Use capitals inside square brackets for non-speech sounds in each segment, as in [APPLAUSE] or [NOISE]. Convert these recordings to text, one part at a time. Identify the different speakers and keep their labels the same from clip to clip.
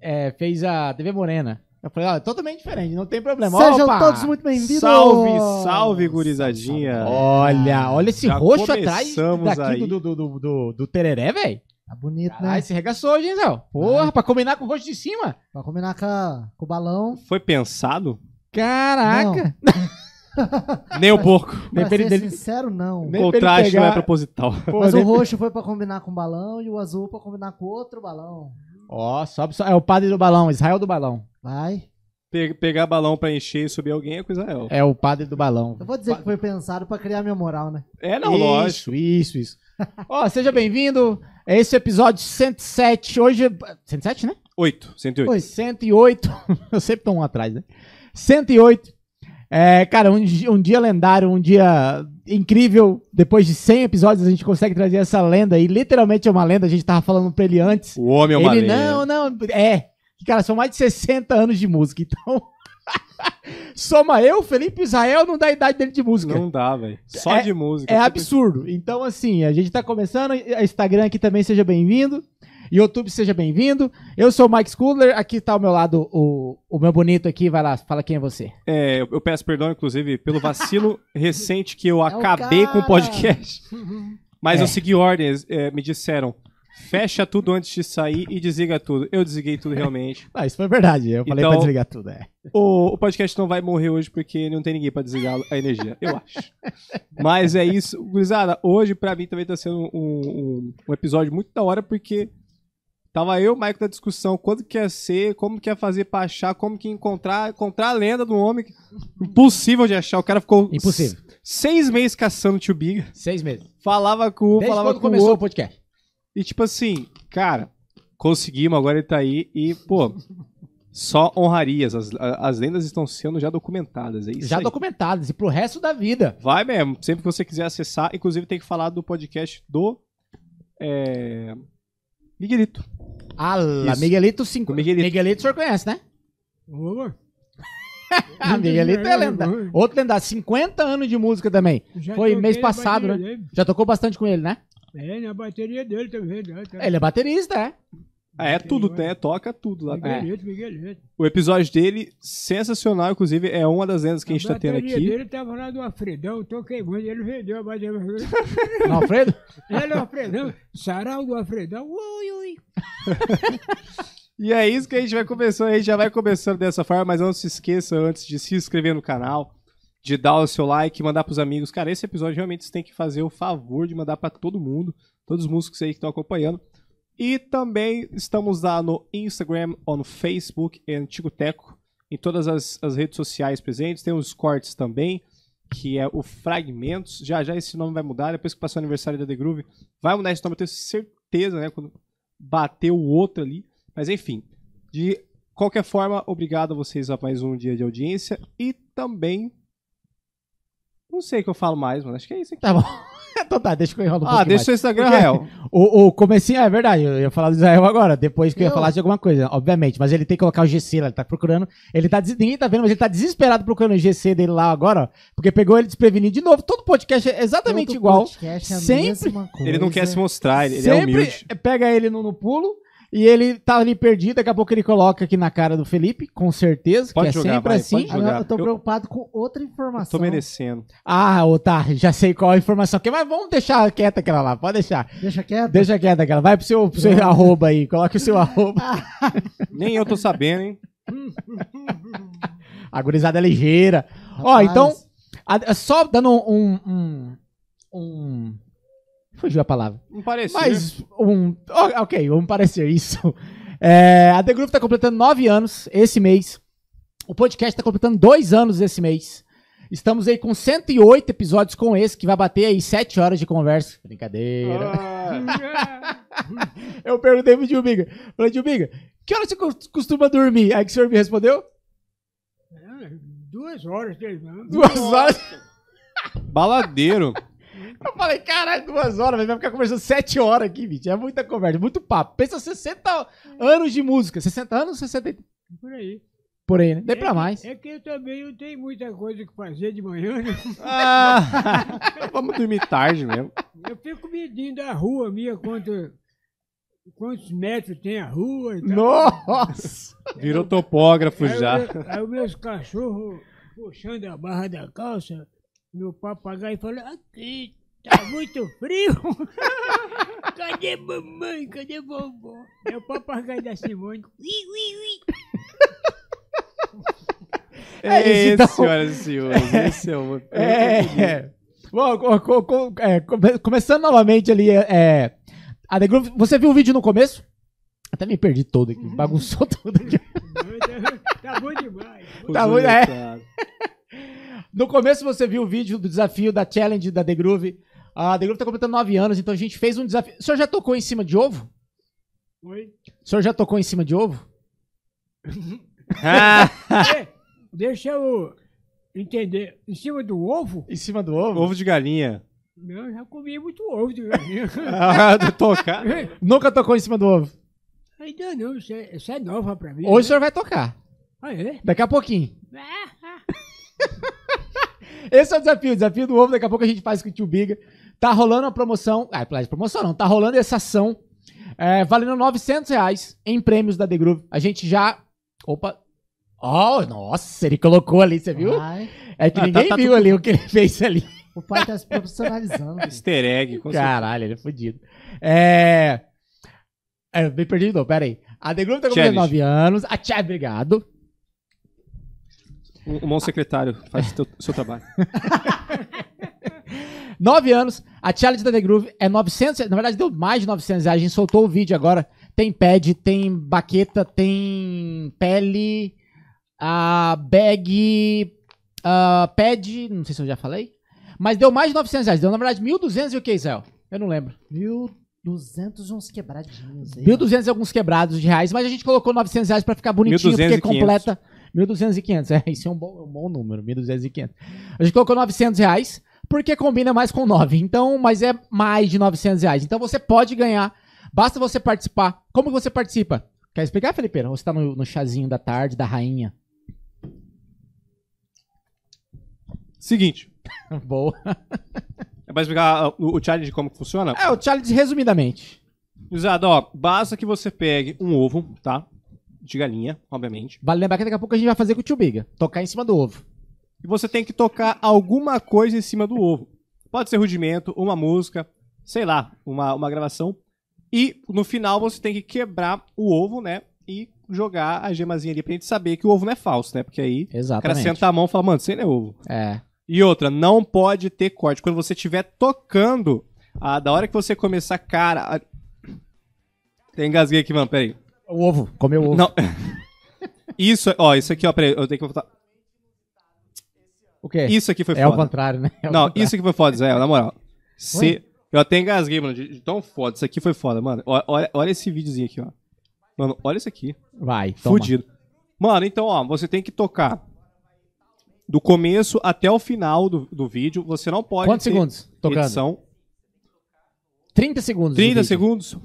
Speaker 1: é, fez a TV Morena. Eu falei, ó, totalmente diferente, não tem problema.
Speaker 2: Sejam
Speaker 1: Opa!
Speaker 2: todos muito bem-vindos.
Speaker 3: Salve, salve, gurizadinha.
Speaker 1: Olha, olha esse
Speaker 3: Já
Speaker 1: roxo atrás
Speaker 3: começamos
Speaker 1: daqui
Speaker 3: aí.
Speaker 1: do, do, do, do, do tereré, velho.
Speaker 2: Tá bonito,
Speaker 1: Caralho,
Speaker 2: né?
Speaker 1: se regaçou hoje, hein, Zé? Porra, pra combinar com o roxo de cima.
Speaker 2: Pra combinar com, a- com o balão.
Speaker 3: Foi pensado?
Speaker 1: Caraca.
Speaker 3: Nem um pouco.
Speaker 2: Pra
Speaker 1: Depende
Speaker 2: ser
Speaker 1: dele-
Speaker 2: sincero, não.
Speaker 1: [LAUGHS] Nem pra
Speaker 3: O
Speaker 1: ele
Speaker 3: contraste
Speaker 1: pegar-
Speaker 3: não é proposital. [LAUGHS]
Speaker 1: Pô,
Speaker 2: Mas o
Speaker 1: deve-
Speaker 2: roxo foi pra combinar com o balão e o azul pra combinar com outro balão.
Speaker 1: Ó, sobe, sobe. É o padre do balão, Israel do balão.
Speaker 2: Vai.
Speaker 3: Pe- Pegar balão pra encher e subir alguém é com Israel.
Speaker 1: É o padre do balão.
Speaker 2: Eu vou dizer que foi pensado pra criar minha moral, né?
Speaker 3: É, não,
Speaker 1: isso,
Speaker 3: lógico.
Speaker 1: Isso, isso. Ó, seja bem-vindo. É esse o episódio 107. Hoje. é- 107, né?
Speaker 3: Oito, 108.
Speaker 1: Oi, 108. [LAUGHS] Eu sempre tô um atrás, né? 108. É, cara, um, di- um dia lendário, um dia incrível. Depois de 100 episódios, a gente consegue trazer essa lenda. E literalmente é uma lenda. A gente tava falando pra ele antes.
Speaker 3: O homem é uma
Speaker 1: ele,
Speaker 3: lenda.
Speaker 1: não, não. É. Cara, são mais de 60 anos de música. Então. [LAUGHS] Soma eu, Felipe Israel, não dá a idade dele de música.
Speaker 3: Não dá, velho. Só
Speaker 1: É-
Speaker 3: de música. Tipo,
Speaker 1: É absurdo. Então, assim, a gente tá começando. A Instagram aqui também seja bem-vindo. YouTube seja bem-vindo. Eu sou o Mike Sculler. Aqui tá ao meu lado o, o meu bonito aqui. Vai lá, fala quem é você.
Speaker 3: É, eu eu peço perdão, inclusive, pelo
Speaker 1: [LAUGHS]
Speaker 3: vacilo recente que eu
Speaker 2: o
Speaker 3: acabei com o
Speaker 2: cara.
Speaker 3: podcast. Mas
Speaker 1: É.
Speaker 3: eu segui ordens, é, me disseram. Fecha tudo antes de sair e desliga tudo. Eu desliguei tudo realmente.
Speaker 1: Ah, isso foi verdade. Eu falei
Speaker 3: Então-
Speaker 1: pra desligar tudo. É.
Speaker 3: O, o podcast não vai morrer hoje porque não tem ninguém pra desligar a energia, eu acho. Mas é isso. Gurizada, hoje pra mim também tá sendo um, um- um episódio muito da hora porque tava eu e o Maico na discussão quando que ia ser, como que ia fazer pra achar, como que ia encontrar, encontrar a lenda do homem. que- Impossível de achar. O cara ficou
Speaker 1: Impossível.
Speaker 3: seis meses caçando o Tio Biga.
Speaker 1: Seis meses.
Speaker 3: Falava com um,
Speaker 1: Desde
Speaker 3: falava
Speaker 1: quando
Speaker 3: com o
Speaker 1: começou
Speaker 3: outro.
Speaker 1: o podcast.
Speaker 3: E tipo assim, cara, conseguimos, agora ele tá aí e, pô, só honrarias. As, a- as lendas estão sendo já documentadas, é isso
Speaker 1: Já
Speaker 3: aí.
Speaker 1: documentados. E pro resto da vida.
Speaker 3: Vai mesmo, sempre que você quiser acessar, inclusive tem que falar do podcast do é, Miguelito.
Speaker 1: Ala,
Speaker 3: Isso.
Speaker 1: Ah, Miguelito 5.
Speaker 3: O Miguelito.
Speaker 1: o senhor conhece, né? [LAUGHS] Ah, Miguelito é lenda. Outro lendário. 50 anos de música também. Foi mês passado, né? Já tocou bastante com ele, né?
Speaker 4: É, na bateria dele também. Né? Tá-
Speaker 1: Ele é baterista, [LAUGHS] é.
Speaker 3: Ah, é tudo, né? Toca tudo lá. dentro.
Speaker 4: Miguelito, Miguelito.
Speaker 3: O episódio dele, sensacional, inclusive, é uma das lendas que a gente tá tendo
Speaker 4: bateria
Speaker 3: aqui.
Speaker 4: dele tava lá do Alfredão, toquei muito, ele vendeu a bateria.
Speaker 1: Não, Alfredo?
Speaker 4: Ele é o Alfredão, sarau do Alfredão, ui, ui.
Speaker 3: E é isso que a gente vai começando, a gente já vai começando dessa forma, mas não se esqueça antes de se inscrever no canal, de dar o seu like, mandar pros amigos. Cara, esse episódio realmente você tem que fazer o favor de mandar pra todo mundo, todos os músicos aí que estão acompanhando. E também estamos lá no Instagram, ou no Facebook, em Antigo Teco, em todas as, as redes sociais presentes. Tem os cortes também, que é o Fragmentos. Já já esse nome vai mudar, depois que passar o aniversário da The Groove, vai mudar esse nome, eu tenho certeza, né? Quando bater o outro ali. Mas enfim, de qualquer forma, obrigado a vocês a mais um dia de audiência e também. Não sei o que eu falo mais, mano. Acho que é isso aqui.
Speaker 1: Tá bom. [LAUGHS] Então tá, deixa que eu enrolo um
Speaker 3: ah,
Speaker 1: pouquinho
Speaker 3: deixa o seu Instagram,
Speaker 1: [LAUGHS]
Speaker 3: Rael.
Speaker 1: mais. O, o comecinho, é verdade, eu ia falar do Israel agora, depois que eu ia
Speaker 2: Eu?
Speaker 1: falar de alguma coisa, obviamente, mas ele tem que colocar o GC lá, ele tá procurando, ele tá, des- ninguém tá vendo, mas ele tá desesperado procurando o GC dele lá agora, ó, porque pegou ele desprevenido de novo, todo podcast é exatamente
Speaker 2: Todo
Speaker 1: igual,
Speaker 2: podcast é a
Speaker 1: Sempre-
Speaker 2: mesma coisa.
Speaker 3: Ele não quer se mostrar, ele, ele é
Speaker 1: sempre
Speaker 3: humilde.
Speaker 1: pega ele no, no pulo, e ele tá ali perdido, daqui a pouco ele coloca aqui na cara do Felipe, com certeza,
Speaker 3: Pode
Speaker 1: que é
Speaker 3: jogar,
Speaker 1: sempre
Speaker 3: vai,
Speaker 1: assim.
Speaker 3: pode jogar.
Speaker 2: Agora, Ah, eu tô
Speaker 3: Eu-
Speaker 2: preocupado com outra
Speaker 3: Eu
Speaker 2: informação.
Speaker 3: tô merecendo.
Speaker 1: Ah, ô, tá, já sei qual a informação, que, é, mas vamos deixar quieta aquela lá, pode deixar,
Speaker 2: Deixa quieto.
Speaker 1: deixa quieta aquela, vai pro seu, pro seu arroba aí, coloca o
Speaker 3: [LAUGHS]
Speaker 1: seu arroba.
Speaker 3: Nem eu tô sabendo, hein?
Speaker 1: A gurizada é ligeira. Ó,
Speaker 2: Rapaz,
Speaker 1: então, a- a- só dando um. um, um fugiu a palavra.
Speaker 3: Não parecia.
Speaker 1: Mas um. ó, ok, vamos parecer isso. É, a The Group tá completando nove anos esse mês. O podcast tá completando dois anos esse mês. Estamos aí com 108 episódios com esse, que vai bater aí sete horas de conversa. Brincadeira.
Speaker 3: Ah,
Speaker 1: Eu perguntei pro Tio Biga. Falei, Tio Biga, que hora você cos- costuma dormir? Aí que o senhor me respondeu?
Speaker 4: Ah, Duas horas, três anos.
Speaker 1: Duas horas.
Speaker 3: baladeiro.
Speaker 1: Eu falei, caralho, duas horas, velho, vai ficar conversando sete horas aqui, bicho. É muita conversa, muito papo. Pensa 60 anos de música. 60 anos, 60 e-
Speaker 4: Por aí.
Speaker 1: por aí, né? Nem
Speaker 4: É
Speaker 1: pra
Speaker 4: que-
Speaker 1: mais.
Speaker 4: É que eu também não tenho muita coisa que fazer de manhã, né?
Speaker 3: Ah, [LAUGHS] vamos dormir tarde mesmo.
Speaker 4: Eu fico medindo a rua minha quanto quantos metros tem a rua e tal.
Speaker 1: Nossa!
Speaker 3: Virou topógrafo
Speaker 4: Aí
Speaker 3: já.
Speaker 4: o meu- aí os meus cachorros puxando a barra da calça, meu papagaio falou, aqui, tá muito frio. [LAUGHS] Cadê mamãe? Cadê vovó? É o papagaio da Simone. Ui, ui, ui. [LAUGHS]
Speaker 1: É isso, então.
Speaker 3: senhoras e senhores. Esse é o.
Speaker 1: É. Bom, co- co- co- é, come- começando novamente ali, é, é, a The Groove, você viu o vídeo no começo? Até me perdi todo aqui, bagunçou tudo aqui.
Speaker 4: Tá bom demais.
Speaker 1: Tá muito- é. No começo você viu o vídeo do desafio da challenge da The Groove. A The Groove tá completando 9 anos, então a gente fez um desafio. O senhor já tocou em cima de ovo?
Speaker 4: Oi?
Speaker 1: O senhor já tocou em cima de ovo?
Speaker 3: Ah,
Speaker 4: É, deixa eu entender. Em cima do ovo?
Speaker 1: Em cima do ovo?
Speaker 3: ovo de galinha.
Speaker 4: Não, eu já comi muito ovo né? de galinha. [LAUGHS]
Speaker 3: [LAUGHS] Ah, do tocar.
Speaker 1: Nunca tocou em cima do ovo.
Speaker 4: Ainda não, isso é, isso é nova pra mim.
Speaker 3: né?
Speaker 1: Hoje o senhor vai tocar.
Speaker 4: Ah, é?
Speaker 1: Daqui a pouquinho.
Speaker 4: Ah, ah.
Speaker 1: Esse é o desafio, o desafio do ovo. Daqui a pouco a gente faz com o tio Biga. Tá rolando a promoção. Ah, é promoção não. Tá rolando essa ação. é, valendo 900 reais em prêmios da The Groove. A gente já. Opa! Oh, nossa, ele colocou ali, você viu?
Speaker 2: Ai,
Speaker 1: É que
Speaker 3: Ah, tá-
Speaker 1: ninguém
Speaker 3: tá
Speaker 1: viu ali o que ele [LAUGHS] fez ali.
Speaker 2: o pai tá se profissionalizando.
Speaker 3: Easter egg. com
Speaker 1: Caralho, ele é fudido. É. É, me perdi de novo, peraí. A The Groove tá com
Speaker 3: Challenge.
Speaker 1: 19 anos. A Tia, obrigado.
Speaker 3: certeza. O mão Um, secretário faz o teu- seu trabalho.
Speaker 1: 9 anos. A challenge da The Groove é 900. reais. Na verdade, deu mais de 900 reais. A gente soltou o vídeo agora. Tem pad, tem baqueta, tem pele, a bag, a pad. Não sei se eu já falei. Mas deu mais de 900 reais. Deu, na verdade, 1.200 e o que, Zé? Eu não lembro.
Speaker 2: 1.200 e uns quebradinhos aí.
Speaker 1: 1.200 e alguns quebrados de reais. Mas a gente colocou 900 reais pra ficar bonitinho,
Speaker 3: 1.200
Speaker 1: porque
Speaker 3: e 500.
Speaker 1: completa. 1.200 e 500. É, isso é um bom, um bom número. 1.200 e 500. A gente colocou 900 reais, porque combina mais com 9. Então, mas é mais de 900 reais. Então você pode ganhar. Basta você participar. Como que você participa? Quer explicar, Felipe? Ou você tá no, no chazinho da tarde, da
Speaker 3: [LAUGHS]
Speaker 1: rainha?
Speaker 3: Seguinte.
Speaker 1: Boa.
Speaker 3: É pra explicar ah, o o challenge como que funciona?
Speaker 1: É, o Charles, resumidamente.
Speaker 3: Usado, ó, basta que você pegue um ovo, tá? De galinha, obviamente.
Speaker 1: Vale lembrar que daqui a pouco a gente vai fazer com o tio Biga. Tocar em cima do ovo.
Speaker 3: E você tem que tocar alguma coisa em cima do ovo. Pode ser rudimento, uma música, sei lá, uma, uma gravação. E no final você tem que quebrar o ovo, né? E jogar a gemazinha ali pra gente saber que o ovo não é falso, né? Porque aí o cara
Speaker 1: Exatamente.
Speaker 3: senta a mão e fala, mano, você não é ovo.
Speaker 1: É.
Speaker 3: E outra, não pode ter corte. Quando você estiver tocando, ah, da hora que você começar, cara. Tem engasguei aqui, mano, peraí.
Speaker 1: O ovo. Comeu o ovo.
Speaker 3: Não. [LAUGHS] Isso, ó, isso aqui, ó, peraí, eu tenho que voltar.
Speaker 1: O quê?
Speaker 3: Isso aqui foi
Speaker 1: é o
Speaker 3: foda.
Speaker 1: contrário, né? É o
Speaker 3: Não,
Speaker 1: contrário.
Speaker 3: isso aqui foi foda, Zé, na moral. Se... Eu até engasguei, mano, de, de tão foda. Isso aqui foi foda, mano. Ó- Olha, olha esse videozinho aqui, ó. Mano, olha isso aqui.
Speaker 1: Vai, toma.
Speaker 3: Fudido. Mano, então, ó, você tem que tocar do começo até o final do, do vídeo. Você não pode
Speaker 1: Quantos
Speaker 3: ter
Speaker 1: segundos tocando?
Speaker 3: edição.
Speaker 1: 30 segundos. de
Speaker 3: 30
Speaker 1: vídeo.
Speaker 3: segundos. É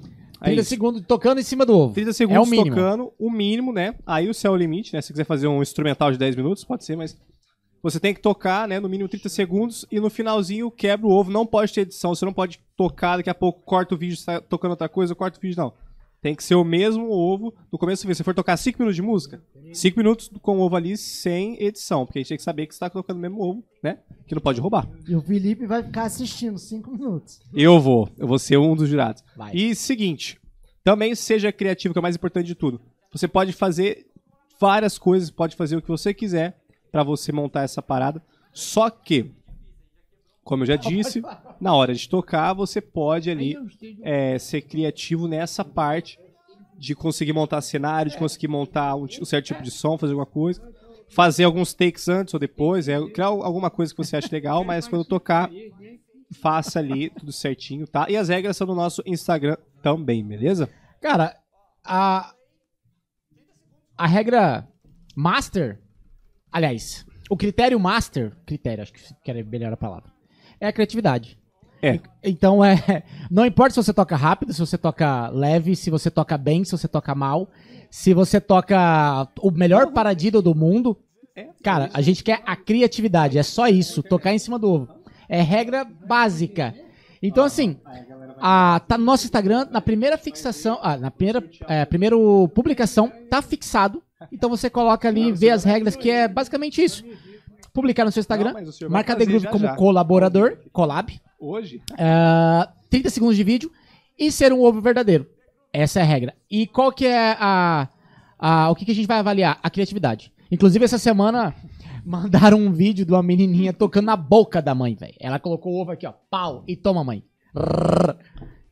Speaker 3: Aí,
Speaker 1: 30 segundos tocando em cima do ovo.
Speaker 3: 30
Speaker 1: É o
Speaker 3: segundos
Speaker 1: mínimo.
Speaker 3: tocando, o mínimo, né? Aí o céu é o limite, né? Se você quiser fazer um instrumental de 10 minutos, pode ser, mas você tem que tocar, né? No mínimo 30 segundos e no finalzinho quebra o ovo. Não pode ter edição, você não pode tocar, daqui a pouco corta o vídeo, você tá tocando outra coisa, corta o vídeo, não. Tem que ser o mesmo ovo no começo do vídeo. Se você for tocar 5 minutos de música, 5 minutos com o ovo ali sem edição, porque a gente tem que saber que você tá tocando o mesmo ovo, né? Que não pode roubar.
Speaker 2: E o Felipe vai ficar assistindo 5 minutos.
Speaker 3: Eu vou, eu vou ser um dos jurados.
Speaker 1: Vai.
Speaker 3: E seguinte, também seja criativo, que é o mais importante de tudo. Você pode fazer várias coisas, pode fazer o que você quiser pra você montar essa parada. Só que, como eu já disse, na hora de tocar, você pode ali é, ser criativo nessa parte de conseguir montar cenário, de conseguir montar um, ti- um certo tipo de som, fazer alguma coisa. Fazer alguns takes antes ou depois, é, criar alguma coisa que você acha legal, mas quando tocar, faça ali tudo certinho, tá? E as regras são no nosso Instagram também, beleza?
Speaker 1: Cara, a. A regra master. Aliás, o critério master. Critério, acho que que era melhor a palavra. É a criatividade.
Speaker 3: É.
Speaker 1: E- Então é. [LAUGHS] Não importa se você toca rápido, se você toca leve, se você toca bem, se você toca mal, se você toca o melhor paradilo do mundo. Cara, a gente quer a criatividade, é só isso, tocar em cima do ovo. É regra básica. Então, assim, a, tá no nosso Instagram, na primeira fixação, ah, na primeira, é, primeiro publicação, tá fixado. Então você coloca ali, vê as regras, que é basicamente isso. Publicar no seu Instagram,
Speaker 3: mas o senhor vai
Speaker 1: marca The
Speaker 3: fazer
Speaker 1: Groove
Speaker 3: já,
Speaker 1: como
Speaker 3: já.
Speaker 1: colaborador, collab,
Speaker 3: Hoje?
Speaker 1: ah, 30 segundos de vídeo e ser um ovo verdadeiro. Essa é a regra. E qual que é a, a- o que, que a gente vai avaliar? A criatividade. Inclusive essa semana [LAUGHS] mandaram um vídeo de uma menininha tocando na boca da mãe, velho. Ela colocou o ovo aqui, ó, pau e toma mãe. Rrr.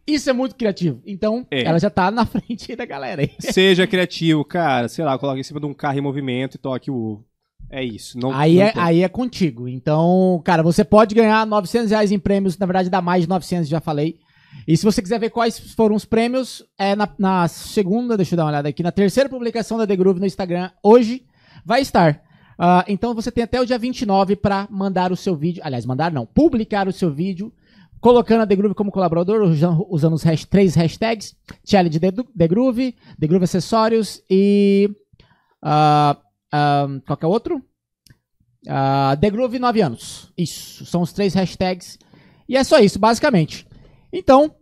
Speaker 1: Isso é muito criativo. Então,
Speaker 3: É.
Speaker 1: ela já tá na [LAUGHS] frente aí da galera aí.
Speaker 3: Seja criativo, cara. Sei lá, coloca em cima de um carro em movimento e toque o ovo. É isso. Não,
Speaker 1: Aí
Speaker 3: não
Speaker 1: é,
Speaker 3: tem.
Speaker 1: aí é contigo. Então, cara, você pode ganhar 900 reais em prêmios. Na verdade, dá mais de 900, já falei. E se você quiser ver quais foram os prêmios, é na, na segunda, deixa eu dar uma olhada aqui, na terceira publicação da The Groove no Instagram, hoje, vai estar. Ah, então você tem até o dia 29 para mandar o seu vídeo. Aliás, mandar não, publicar o seu vídeo, colocando a The Groove como colaborador, usando, usando os hash- três hashtags: Challenge The, The Groove, The Groove Acessórios e. ah, ah, qual que é o outro? Ah, The Groove 9 anos. Isso. São os três hashtags. E é só isso, basicamente. Então,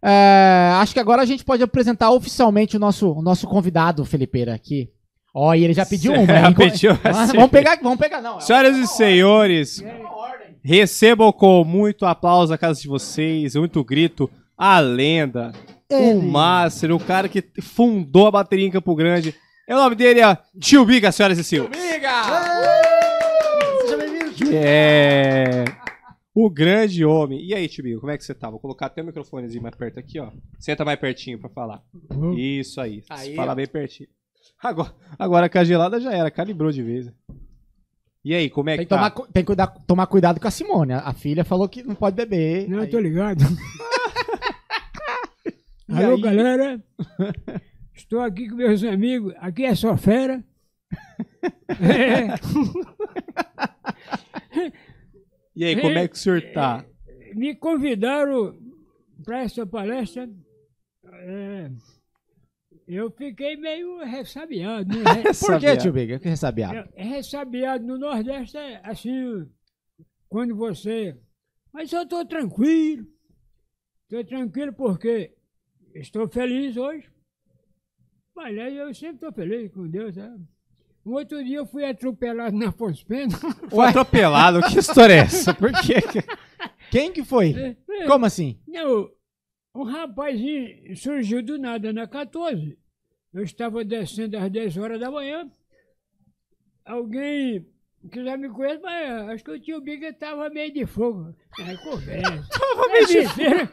Speaker 1: é, acho que agora a gente pode apresentar oficialmente o nosso, o nosso convidado, Felipeira, aqui. Ó, e ele já
Speaker 3: [LAUGHS]
Speaker 1: pediu um, né?
Speaker 3: Já pediu
Speaker 1: Mas
Speaker 3: assim.
Speaker 1: vamos pegar, vamos pegar, não.
Speaker 3: [LAUGHS] Senhoras e senhores,
Speaker 1: É uma ordem.
Speaker 3: recebam com muito aplauso a casa de vocês, muito grito, a lenda, o Master, o cara que fundou a bateria em Campo Grande. E o nome dele é Tio Biga, senhoras e senhores.
Speaker 2: Seja bem-vindo, tio.
Speaker 3: É. O grande homem. E aí, Tio Biga, como é que você tá? Vou colocar até o microfonezinho mais perto aqui, ó. Senta mais pertinho pra falar. Isso aí.
Speaker 1: Hum. Aí,
Speaker 3: Fala
Speaker 1: ó.
Speaker 3: bem pertinho. Agora, agora com a gelada já era, calibrou de vez. E aí, como é
Speaker 1: Tem
Speaker 3: que
Speaker 1: que, tomar,
Speaker 3: tá?
Speaker 1: cu- tem que cuidar- tomar cuidado com a Simone. A filha falou que não pode beber.
Speaker 4: Não,
Speaker 1: Aí-
Speaker 4: eu tô ligado.
Speaker 3: [LAUGHS] E
Speaker 4: Alô,
Speaker 3: aí?
Speaker 4: galera. Estou aqui com meus amigos. Aqui é só
Speaker 3: [LAUGHS]
Speaker 4: fera. É,
Speaker 3: E aí, como é que o senhor tá?
Speaker 4: me convidaram para essa palestra. É, eu fiquei meio ressabiado. Né? Re-
Speaker 1: Por que,
Speaker 3: Sabia.
Speaker 1: tio Biga? Que ressabiado.
Speaker 4: Eu- É, Ressabiado no Nordeste é assim, quando você. Mas eu estou tranquilo. Estou tranquilo porque estou feliz hoje. Mas aí eu sempre estou feliz com Deus. Sabe? Um outro dia eu fui atropelado na Afonso [LAUGHS] Pena.
Speaker 3: Foi atropelado? Que história é essa? Por quê?
Speaker 1: Quem que foi?
Speaker 4: né?
Speaker 1: Como assim?
Speaker 4: Não, um rapazinho surgiu do nada na 14. Eu estava descendo às 10 horas da manhã. Alguém que já me conhece, mas acho que o tio Biga estava meio de fogo. É [LAUGHS] conversa. Estava meio de fogo.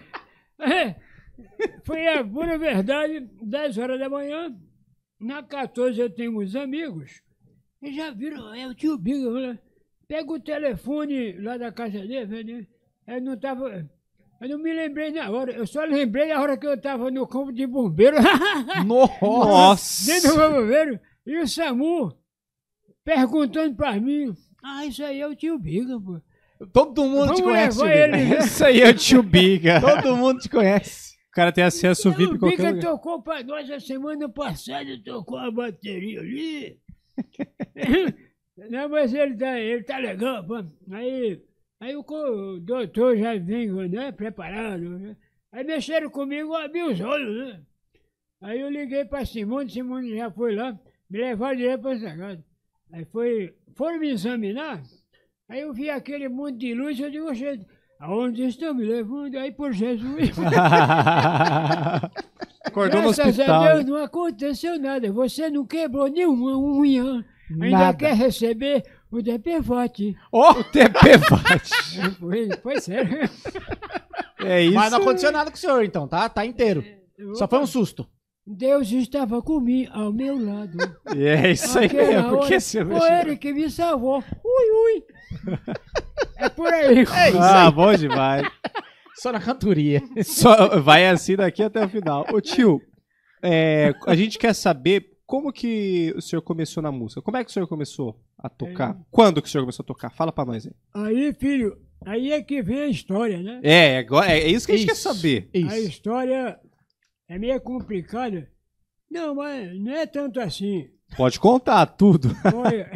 Speaker 4: Foi a pura verdade, 10 horas da manhã. Na 14 eu tenho uns amigos. E já viram, é o tio Biga. né? Pega o telefone lá da casa dele, né? Eu não tava. Eu não me lembrei na hora, eu só lembrei a hora que eu estava no campo de bombeiro, [LAUGHS]
Speaker 1: Nossa!
Speaker 3: Nossa!
Speaker 4: dentro do bombeiro, e o SAMU perguntando para mim, ah, isso aí é o tio Biga, pô.
Speaker 1: Todo mundo te
Speaker 4: Vamos
Speaker 1: conhece, tio
Speaker 4: levar
Speaker 1: Biga.
Speaker 4: ele.
Speaker 3: Isso aí é o Tio
Speaker 4: [LAUGHS]
Speaker 3: Biga.
Speaker 1: Todo mundo te conhece.
Speaker 3: O cara tem acesso VIP em
Speaker 4: o
Speaker 3: qualquer
Speaker 4: Biga
Speaker 3: lugar.
Speaker 4: tocou para nós a semana passada, tocou a bateria
Speaker 3: [LAUGHS]
Speaker 4: ali. não, mas ele tá, ele tá legal, pô. Aí, aí o, co- o doutor já vem né, preparado. né? Aí mexeram comigo, eu abri os olhos, né? Aí eu liguei pra Simone, Simone já foi lá, me levaram direto pra essa casa. Aí foi, foram me examinar, aí eu vi aquele monte de luz, eu digo, gente, aonde estão me levando? Aí por Jesus. [LAUGHS]
Speaker 3: [LAUGHS] Acordou no
Speaker 4: Graças
Speaker 3: hospital.
Speaker 4: a Deus não aconteceu nada. Você não quebrou nenhuma unha. Ainda
Speaker 1: Nada.
Speaker 4: quer receber o DPVAT.
Speaker 3: O TPVAT.
Speaker 4: Foi, foi sério.
Speaker 3: É isso.
Speaker 1: Mas não aconteceu nada com o senhor, então, tá? Tá inteiro. Só foi um susto.
Speaker 4: Deus estava comigo, ao meu lado.
Speaker 3: E é isso aí é
Speaker 4: Naquela
Speaker 3: [LAUGHS] mesmo. Por que
Speaker 4: hora,
Speaker 3: você
Speaker 4: Foi
Speaker 3: mexeu?
Speaker 4: ele que me salvou. Ui, ui. É por aí.
Speaker 3: Ah, bom demais.
Speaker 1: Só na cantoria.
Speaker 3: Só vai assim daqui até o final. Ô tio, é, a gente quer saber como que o senhor começou na música. Como é que o senhor começou a
Speaker 4: É.
Speaker 3: tocar? Quando que o senhor começou a tocar? Fala pra nós aí.
Speaker 4: Aí, filho, aí é que vem a história, né?
Speaker 3: É, agora é isso que a gente
Speaker 1: Isso.
Speaker 3: quer saber.
Speaker 1: É Isso.
Speaker 4: A história é meio complicada. Não, mas não é tanto assim.
Speaker 3: Pode
Speaker 4: [LAUGHS]
Speaker 3: contar tudo.
Speaker 4: Olha,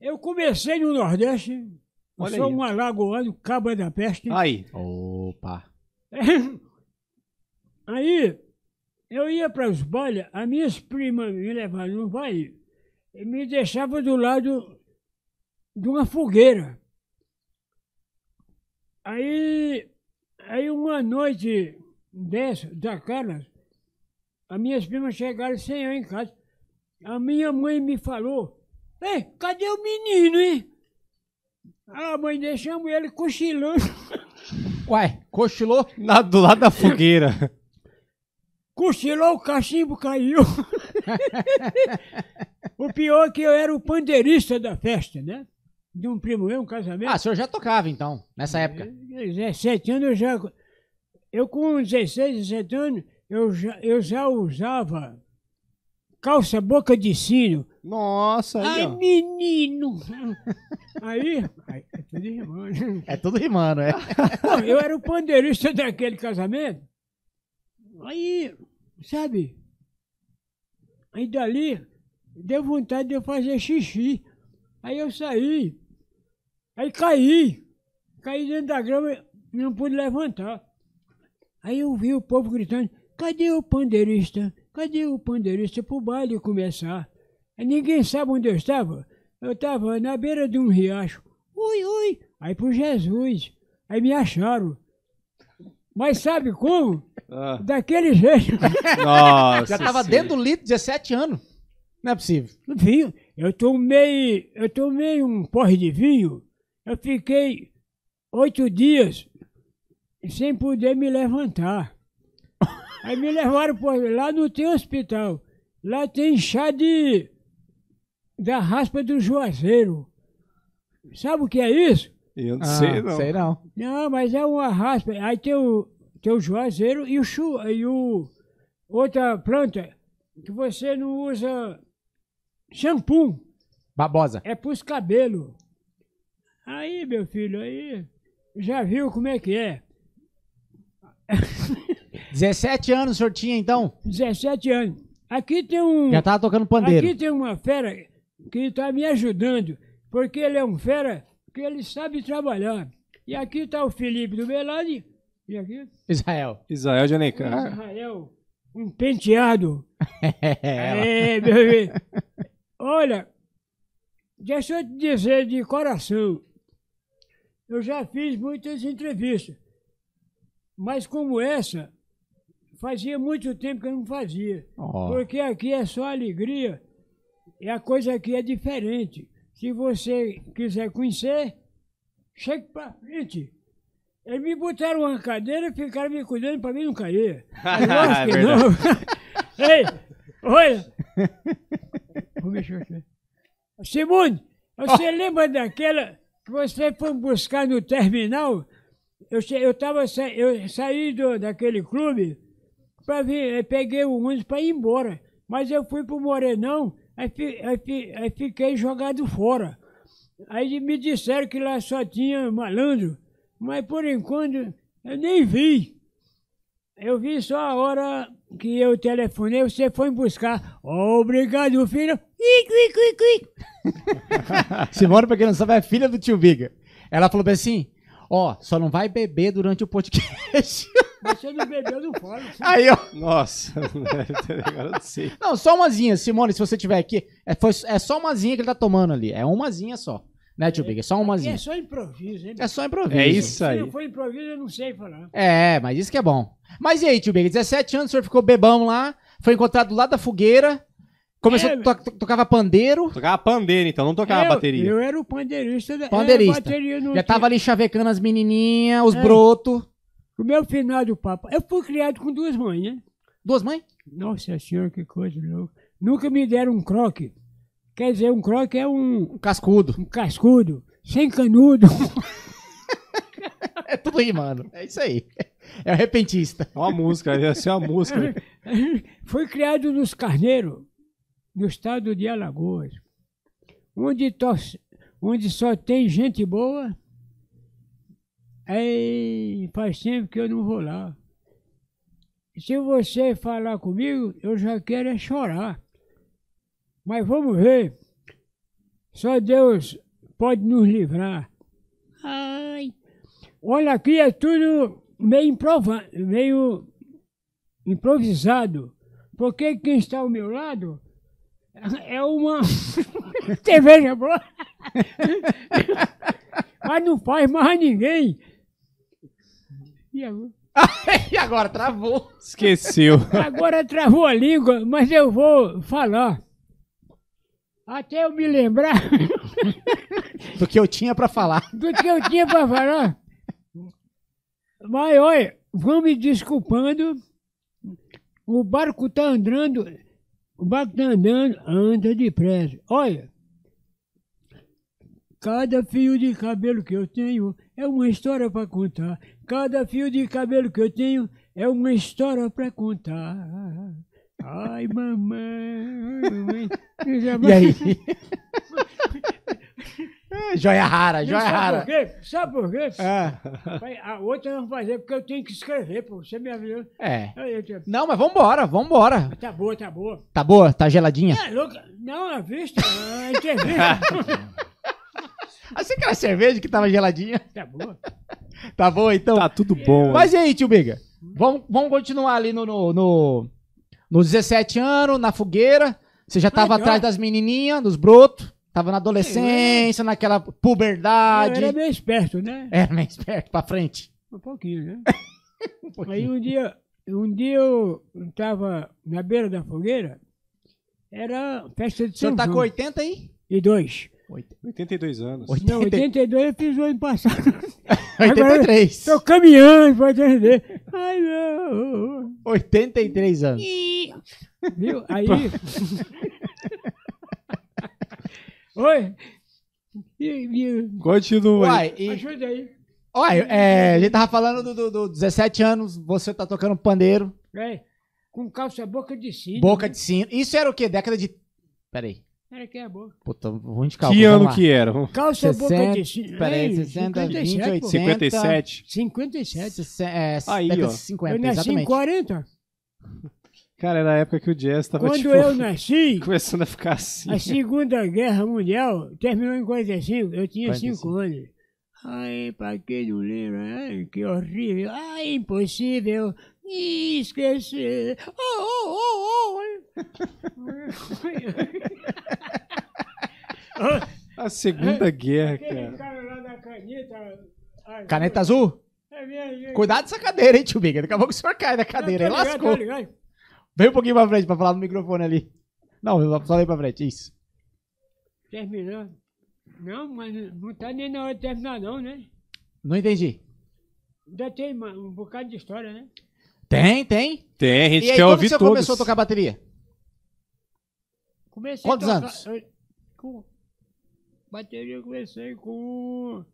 Speaker 4: eu comecei no Nordeste, Eu
Speaker 3: Olha
Speaker 4: sou
Speaker 3: aí.
Speaker 4: um alagoano, cabra da peste.
Speaker 3: Aí.
Speaker 1: Opa.
Speaker 4: [LAUGHS] Aí, eu ia para os bailes, as minhas primas me levavam no baile e me deixavam do lado de uma fogueira. Aí, aí uma noite dessa, daquelas, as minhas primas chegaram sem eu em casa. A minha mãe me falou, Ei, cadê o menino, hein? Ah, mãe, deixamos ele cochilando.
Speaker 1: Uai, cochilou?
Speaker 3: Na, do lado da fogueira.
Speaker 4: Cochilou, o cachimbo caiu. o pior é que eu era o pandeirista da festa, né? De um primo meu, um casamento.
Speaker 1: Ah, o senhor já tocava então,
Speaker 3: Hum.
Speaker 1: nessa época.
Speaker 4: 17 anos eu já. Eu com 16, 17 anos, eu já, eu já usava calça boca de sino.
Speaker 3: Nossa, aí,
Speaker 4: Ai,
Speaker 3: ó.
Speaker 4: menino! aí, aí, é tudo irmão, né?
Speaker 1: É tudo rimando, é.
Speaker 3: Ah,
Speaker 4: Bom, eu era o pandeirista daquele casamento. Aí, sabe? Aí dali, deu vontade de eu fazer xixi. Aí eu saí. Aí caí. Caí dentro da grama, não pude levantar. Aí eu vi o povo gritando: cadê o pandeirista? Cadê o pandeirista pro baile começar? Aí ninguém sabe onde eu estava. Eu estava na beira de um riacho. Ui, ui! Aí pro Jesus. Aí me acharam. Mas sabe como?
Speaker 3: Ah,
Speaker 4: Daquele jeito. [LAUGHS]
Speaker 3: Nossa.
Speaker 1: Já tava
Speaker 3: sim.
Speaker 1: dentro do litro, 17 anos. Não é possível.
Speaker 4: Vinho. Eu tomei, eu tomei um porre de vinho. Eu fiquei oito dias sem poder me levantar. Aí me levaram por lá não tem hospital. Lá tem chá de da raspa do juazeiro. Sabe o que é isso?
Speaker 3: Eu não
Speaker 1: Ah,
Speaker 3: sei, não.
Speaker 1: Sei não.
Speaker 4: Não, mas é uma raspa. Aí tem o, tem o juazeiro e o chu, e o outra planta que você não usa shampoo.
Speaker 1: Babosa.
Speaker 4: É pros cabelos. Aí, meu filho, aí já viu como é que é.
Speaker 1: 17 anos o senhor tinha então?
Speaker 4: 17 anos. Aqui tem um.
Speaker 1: Já tá tava tocando pandeiro.
Speaker 4: Aqui tem uma fera que tá me ajudando, porque ele é um fera que ele sabe trabalhar. E aqui tá o Felipe do Belade, e aqui
Speaker 1: Israel. [LAUGHS]
Speaker 3: Israel
Speaker 4: o
Speaker 3: Janecar.
Speaker 4: Israel, um penteado.
Speaker 1: É, ela.
Speaker 4: É, meu bem. Olha, deixa eu te dizer de coração. Eu já fiz muitas entrevistas, mas como essa, fazia muito tempo que eu não fazia.
Speaker 1: Ó.
Speaker 4: Porque aqui é só alegria. E a coisa aqui é diferente. Se você quiser conhecer, chegue pra frente. Eles me botaram uma cadeira e ficaram me cuidando pra mim não cair. Mas eu acho
Speaker 3: É
Speaker 4: que
Speaker 3: verdade.
Speaker 4: não. Ei, olha. Vou mexer aqui. Simone, você lembra daquela que você foi buscar no terminal? Eu, che- eu, tava, sa- eu saí do, daquele clube pra vir, eu peguei o ônibus pra ir embora. Mas eu fui pro Morenão, aí, fi- aí fi- aí fiquei jogado fora. Aí me disseram que lá só tinha malandro, mas por enquanto eu nem vi. Eu vi só a hora que eu telefonei, você foi me buscar. Obrigado, filho. Ic, ic, ic, ic.
Speaker 1: Simone, pra quem não sabe, é filha do tio Biga. Ela falou bem assim: ó, só não vai beber durante o podcast. [LAUGHS]
Speaker 4: Você não bebeu, não fala.
Speaker 1: Aí, ó.
Speaker 3: Nossa. [LAUGHS] Agora eu não sei.
Speaker 1: Não, só umazinha, Simone, se você tiver aqui. É, foi- é só umazinha que ele tá tomando ali. É umazinha só. Né, tio Biga? É só
Speaker 4: É
Speaker 1: umazinha.
Speaker 4: só improviso, hein?
Speaker 1: É só improviso.
Speaker 3: É isso
Speaker 4: Se
Speaker 3: aí.
Speaker 4: não for improviso, eu não sei falar.
Speaker 1: É, mas isso que é bom. Mas e aí, tio Biga? 17 anos, o senhor ficou bebão lá, foi encontrado do lado da fogueira, começou
Speaker 4: É,
Speaker 1: a to- to- tocava pandeiro,
Speaker 3: Tocava pandeiro, então, não tocava
Speaker 4: eu,
Speaker 3: bateria.
Speaker 4: Eu era o pandeirista. da- era
Speaker 1: Pandeirista.
Speaker 4: bateria no
Speaker 1: já tava ali chavecando as menininhas, os
Speaker 4: É.
Speaker 1: brotos.
Speaker 4: O meu finado papo. Eu fui criado com duas mães, né?
Speaker 1: Duas mães?
Speaker 4: Nossa senhora, que coisa louca. Nunca me deram um croque. Quer dizer, um croque é um,
Speaker 1: Um cascudo. [LAUGHS]
Speaker 4: um cascudo, sem canudo.
Speaker 1: É tudo aí, mano. É isso aí. É o repentista.
Speaker 3: É uma música, ia ser uma música.
Speaker 4: [LAUGHS] Foi criado nos Carneiros, no estado de Alagoas, onde, tos- onde só tem gente boa. Aí faz tempo que eu não vou lá. Se você falar comigo, eu já quero é chorar. Mas vamos ver. Só Deus pode nos livrar. Ai. Olha, aqui é tudo meio, improva meio improvisado. Porque quem está ao meu lado é uma [LAUGHS] cerveja boa. [LAUGHS] Mas não faz mais ninguém. E agora?
Speaker 1: [LAUGHS] E agora travou.
Speaker 3: Esqueceu.
Speaker 4: Agora travou a língua, mas eu vou falar. Até eu me lembrar [LAUGHS]
Speaker 1: Do que eu tinha pra falar.
Speaker 4: do que eu tinha para falar. Mas olha, vão me desculpando. O barco está andando. O barco está andando, anda depressa. Olha, cada fio de cabelo que eu tenho é uma história para contar. Cada fio de cabelo que eu tenho é uma história para contar. Ai, mamãe, mamãe.
Speaker 1: E aí? [LAUGHS] É, joia rara, joia
Speaker 4: Sabe
Speaker 1: rara.
Speaker 4: por quê? Sabe por quê?
Speaker 1: Ah,
Speaker 4: Vai, A outra eu não vou fazer porque eu tenho que escrever, pô. Você me avisou.
Speaker 1: É.
Speaker 4: Aí eu disse,
Speaker 1: Não, mas vambora, vambora.
Speaker 4: Tá boa, tá boa.
Speaker 1: Tá boa? Tá geladinha?
Speaker 4: É louca? Não, a vista, Ah, a
Speaker 1: [LAUGHS]
Speaker 4: entrevista.
Speaker 1: Achei que era cerveja que tava geladinha.
Speaker 4: tá boa.
Speaker 1: Tá boa, então?
Speaker 3: Tá tudo bom.
Speaker 1: Mas e aí, tio Biga? Vamos, vamos continuar ali no, no, no- nos 17 anos, na fogueira. Você já tava
Speaker 4: Melhor.
Speaker 1: atrás das menininhas, dos brotos. Tava na adolescência, naquela
Speaker 4: Eu
Speaker 1: puberdade.
Speaker 4: era meio esperto, né?
Speaker 1: Era meio esperto, pra frente.
Speaker 4: Um pouquinho, né?
Speaker 1: Um pouquinho.
Speaker 4: Aí um dia, um dia eu tava na beira da fogueira. Era festa
Speaker 1: o
Speaker 4: de São
Speaker 1: senhor tá
Speaker 4: João.
Speaker 1: com 80 aí?
Speaker 4: E dois.
Speaker 3: 82 anos.
Speaker 1: Oitenta-
Speaker 4: Não, 82 eu fiz o ano passado. [LAUGHS] Agora,
Speaker 1: 83.
Speaker 4: Tô caminhando, vai entender. Ai, não.
Speaker 1: 83 anos.
Speaker 4: Viu? Aí. Oi! E- e-
Speaker 3: Continua. aí.
Speaker 1: Uai, e,
Speaker 4: Ajuda aí.
Speaker 1: uai, é, a gente tava falando do, do, do 17 anos, você tá tocando pandeiro,
Speaker 4: É, com calça boca de sino.
Speaker 1: boca de sino. Isso era o quê? Década de. Peraí.
Speaker 4: Era que é a boca.
Speaker 1: Puta, ruim de cálculo.
Speaker 3: Que
Speaker 1: vamos
Speaker 3: ano
Speaker 1: lá.
Speaker 3: que era? Um, Vamos-
Speaker 4: Calça
Speaker 1: 60,
Speaker 4: boca de sino.
Speaker 1: peraí,
Speaker 4: Ei,
Speaker 1: 60,
Speaker 4: 57,
Speaker 1: 28,
Speaker 4: pô.
Speaker 3: 57?
Speaker 4: 57.
Speaker 1: Se- É,
Speaker 3: Aí,
Speaker 1: década
Speaker 3: ó.
Speaker 1: de 50,
Speaker 4: Eu nasci em
Speaker 1: exatamente.
Speaker 4: 40.
Speaker 3: Cara, era a época que o jazz tava,
Speaker 4: Quando
Speaker 3: tipo,
Speaker 4: eu né? nasci,
Speaker 3: [LAUGHS] começando a ficar assim.
Speaker 4: a Segunda Guerra Mundial terminou em 45. Eu tinha 5 anos. Ai, pra quem não lembra, ai, que horrível. Ai, impossível. Ih, esquecer. Oh, oh, oh,
Speaker 1: [LAUGHS]
Speaker 4: oh.
Speaker 3: A
Speaker 4: [LAUGHS]
Speaker 3: Segunda Guerra,
Speaker 4: Aquele
Speaker 3: cara.
Speaker 4: cara lá da caneta. ai,
Speaker 1: Caneta azul?
Speaker 4: é mesmo, é.
Speaker 1: Cuidado dessa cadeira, hein, tio Biga. Daqui a pouco o senhor cai da
Speaker 4: Não, tô
Speaker 1: cadeira. Aí
Speaker 4: ligado,
Speaker 1: lascou.
Speaker 4: tô ligado.
Speaker 1: Vem um pouquinho pra frente pra falar no microfone ali. Não, só vem pra frente. Isso.
Speaker 4: Terminou. Não, mas não- não tá nem na hora de terminar, não, né?
Speaker 1: Não entendi.
Speaker 4: Ainda tem ma- um bocado de história, né?
Speaker 1: Tem, tem.
Speaker 3: Tem, a gente
Speaker 1: E aí,
Speaker 3: quer
Speaker 1: quando
Speaker 3: ouvir
Speaker 1: você
Speaker 3: todos.
Speaker 1: começou a tocar bateria?
Speaker 4: Comecei
Speaker 1: Quantos
Speaker 4: a tocar,
Speaker 1: anos?
Speaker 4: eu- com, bateria eu comecei com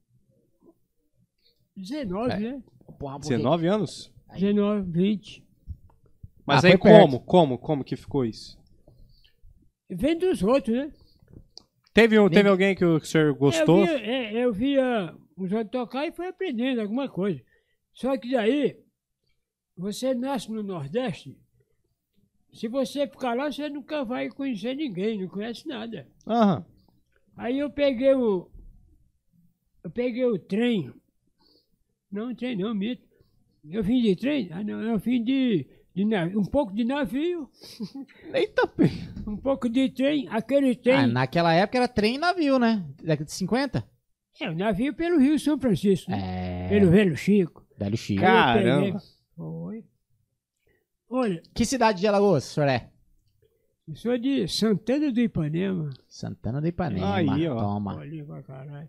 Speaker 4: 19,
Speaker 1: É.
Speaker 4: né?
Speaker 1: Porra,
Speaker 3: 19 anos?
Speaker 4: 19, 20.
Speaker 3: Mas
Speaker 1: Ah,
Speaker 3: aí
Speaker 1: foi perto.
Speaker 3: como? Como? Como que ficou isso?
Speaker 4: Vem dos outros, né?
Speaker 3: Teve, um, teve alguém que o, que o senhor gostou?
Speaker 4: Eu via, é, eu via os outros tocar e fui aprendendo alguma coisa. Só que daí, você nasce no Nordeste, se você ficar lá, você nunca vai conhecer ninguém, não conhece nada.
Speaker 3: Aham.
Speaker 4: Aí eu peguei o. Eu peguei o trem. Não, trem não, mito. Eu vim de trem? Ah, não, eu vim de, de navio. Um pouco de navio,
Speaker 1: Eita, p-
Speaker 4: um pouco de trem. Aquele trem.
Speaker 1: ah, naquela época era trem e navio, né? Década de 50?
Speaker 4: É, o navio pelo Rio São Francisco. né?
Speaker 1: É.
Speaker 4: Pelo Velho Chico.
Speaker 1: Velho Chico.
Speaker 3: Cara-
Speaker 4: Aí eu peguei-
Speaker 3: Caramba.
Speaker 4: Foi. Olha,
Speaker 1: Que cidade de Alagoas, senhor é?
Speaker 4: eu sou de Santana do Ipanema.
Speaker 1: Santana do Ipanema.
Speaker 3: Aí, ó.
Speaker 1: Toma.
Speaker 4: Ali pra caralho.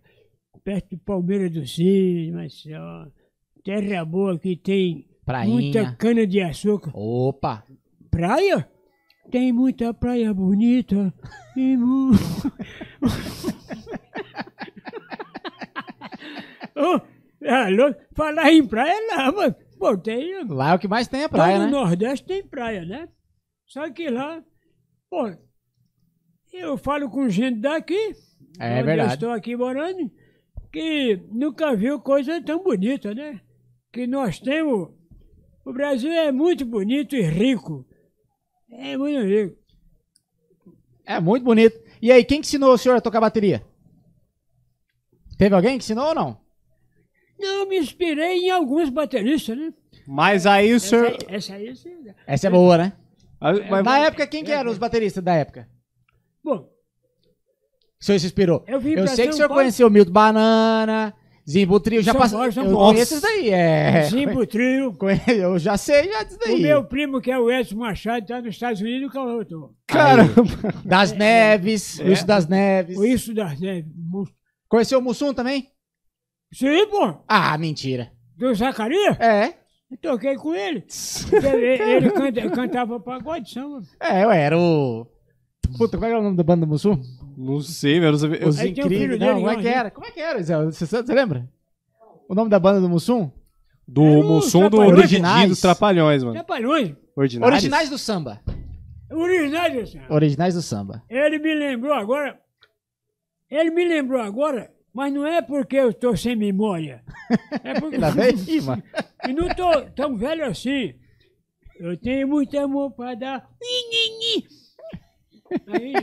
Speaker 4: Perto de Palmeira do Cine, mas ó, terra boa que tem muita
Speaker 1: Prainha.
Speaker 4: cana de açúcar.
Speaker 1: Opa.
Speaker 4: Praia? Tem muita praia bonita e mu... oh, é louco. Falar em praia lá, mas pô, tem
Speaker 1: Lá é o que mais tem é praia,
Speaker 4: Todo
Speaker 1: né?
Speaker 4: o Nordeste tem praia, né? Só que lá, pô, eu falo com gente daqui,
Speaker 1: É
Speaker 4: onde eu
Speaker 1: verdade.
Speaker 4: estou aqui morando, que nunca viu coisa tão bonita, né? Que nós temos. O Brasil é muito bonito e rico. É muito rico.
Speaker 1: É muito bonito. E aí, quem que ensinou o senhor a tocar bateria? Teve alguém que ensinou ou não?
Speaker 4: Não, me inspirei em alguns bateristas, né?
Speaker 3: Mas aí o senhor.
Speaker 4: Essa, essa aí, você-
Speaker 1: Essa é boa, né?
Speaker 3: Ah, mas-
Speaker 1: Na época, quem que eram os bateristas da época?
Speaker 4: Bom,
Speaker 1: Que O senhor se inspirou?
Speaker 4: Eu vim
Speaker 1: eu
Speaker 4: pra
Speaker 1: sei que o
Speaker 4: São
Speaker 1: senhor
Speaker 4: Paulo.
Speaker 1: conheceu Milton Banana, Zimbo Trio, já
Speaker 4: São
Speaker 1: passou.
Speaker 4: Borges, São
Speaker 1: Eu
Speaker 4: Borges.
Speaker 1: conheço isso daí, é.
Speaker 4: Zimbo Trio.
Speaker 1: [LAUGHS] Conhe- Eu já sei já disso daí.
Speaker 4: O meu primo, que é o Edson Machado, tá nos Estados Unidos, cantor.
Speaker 3: Caramba!
Speaker 1: Das Neves, Wilson das Neves.
Speaker 4: O Isso das Neves. Mu-
Speaker 1: Conheceu o Mussum também?
Speaker 4: Sim, pô.
Speaker 1: Ah, mentira.
Speaker 4: Do Zacarias.
Speaker 1: É.
Speaker 4: Eu toquei
Speaker 1: [LAUGHS]
Speaker 4: com ele. Ele, ele canta- cantava pagode, samba.
Speaker 1: É, eu era o. Puta, como é que era o nome da banda do Mussum?
Speaker 3: Não sei, velho. eu não sabia- eu-
Speaker 1: Os
Speaker 4: Aí tem um
Speaker 1: Incríveis.
Speaker 4: filho
Speaker 1: Não,
Speaker 4: dele,
Speaker 1: como é que
Speaker 4: Jorge.
Speaker 1: era? Como é que era, Zé? Você, você lembra? O nome da banda do Mussum?
Speaker 3: Do
Speaker 4: Era o
Speaker 3: Mussum do
Speaker 4: Trapalhões.
Speaker 3: Origidinho dos Trapalhões,
Speaker 4: é
Speaker 3: mano.
Speaker 4: Trapalhões.
Speaker 3: Ordinários?
Speaker 1: Originais do Samba.
Speaker 4: Originais, assim.
Speaker 1: Originais do Samba.
Speaker 4: Ele me lembrou agora. Ele me lembrou agora, mas não é porque eu estou sem memória. É porque.
Speaker 1: Ainda bem? [LAUGHS] Ih, mano.
Speaker 4: [LAUGHS] E não tô tão velho assim. Eu tenho muito amor pra dar. Aí,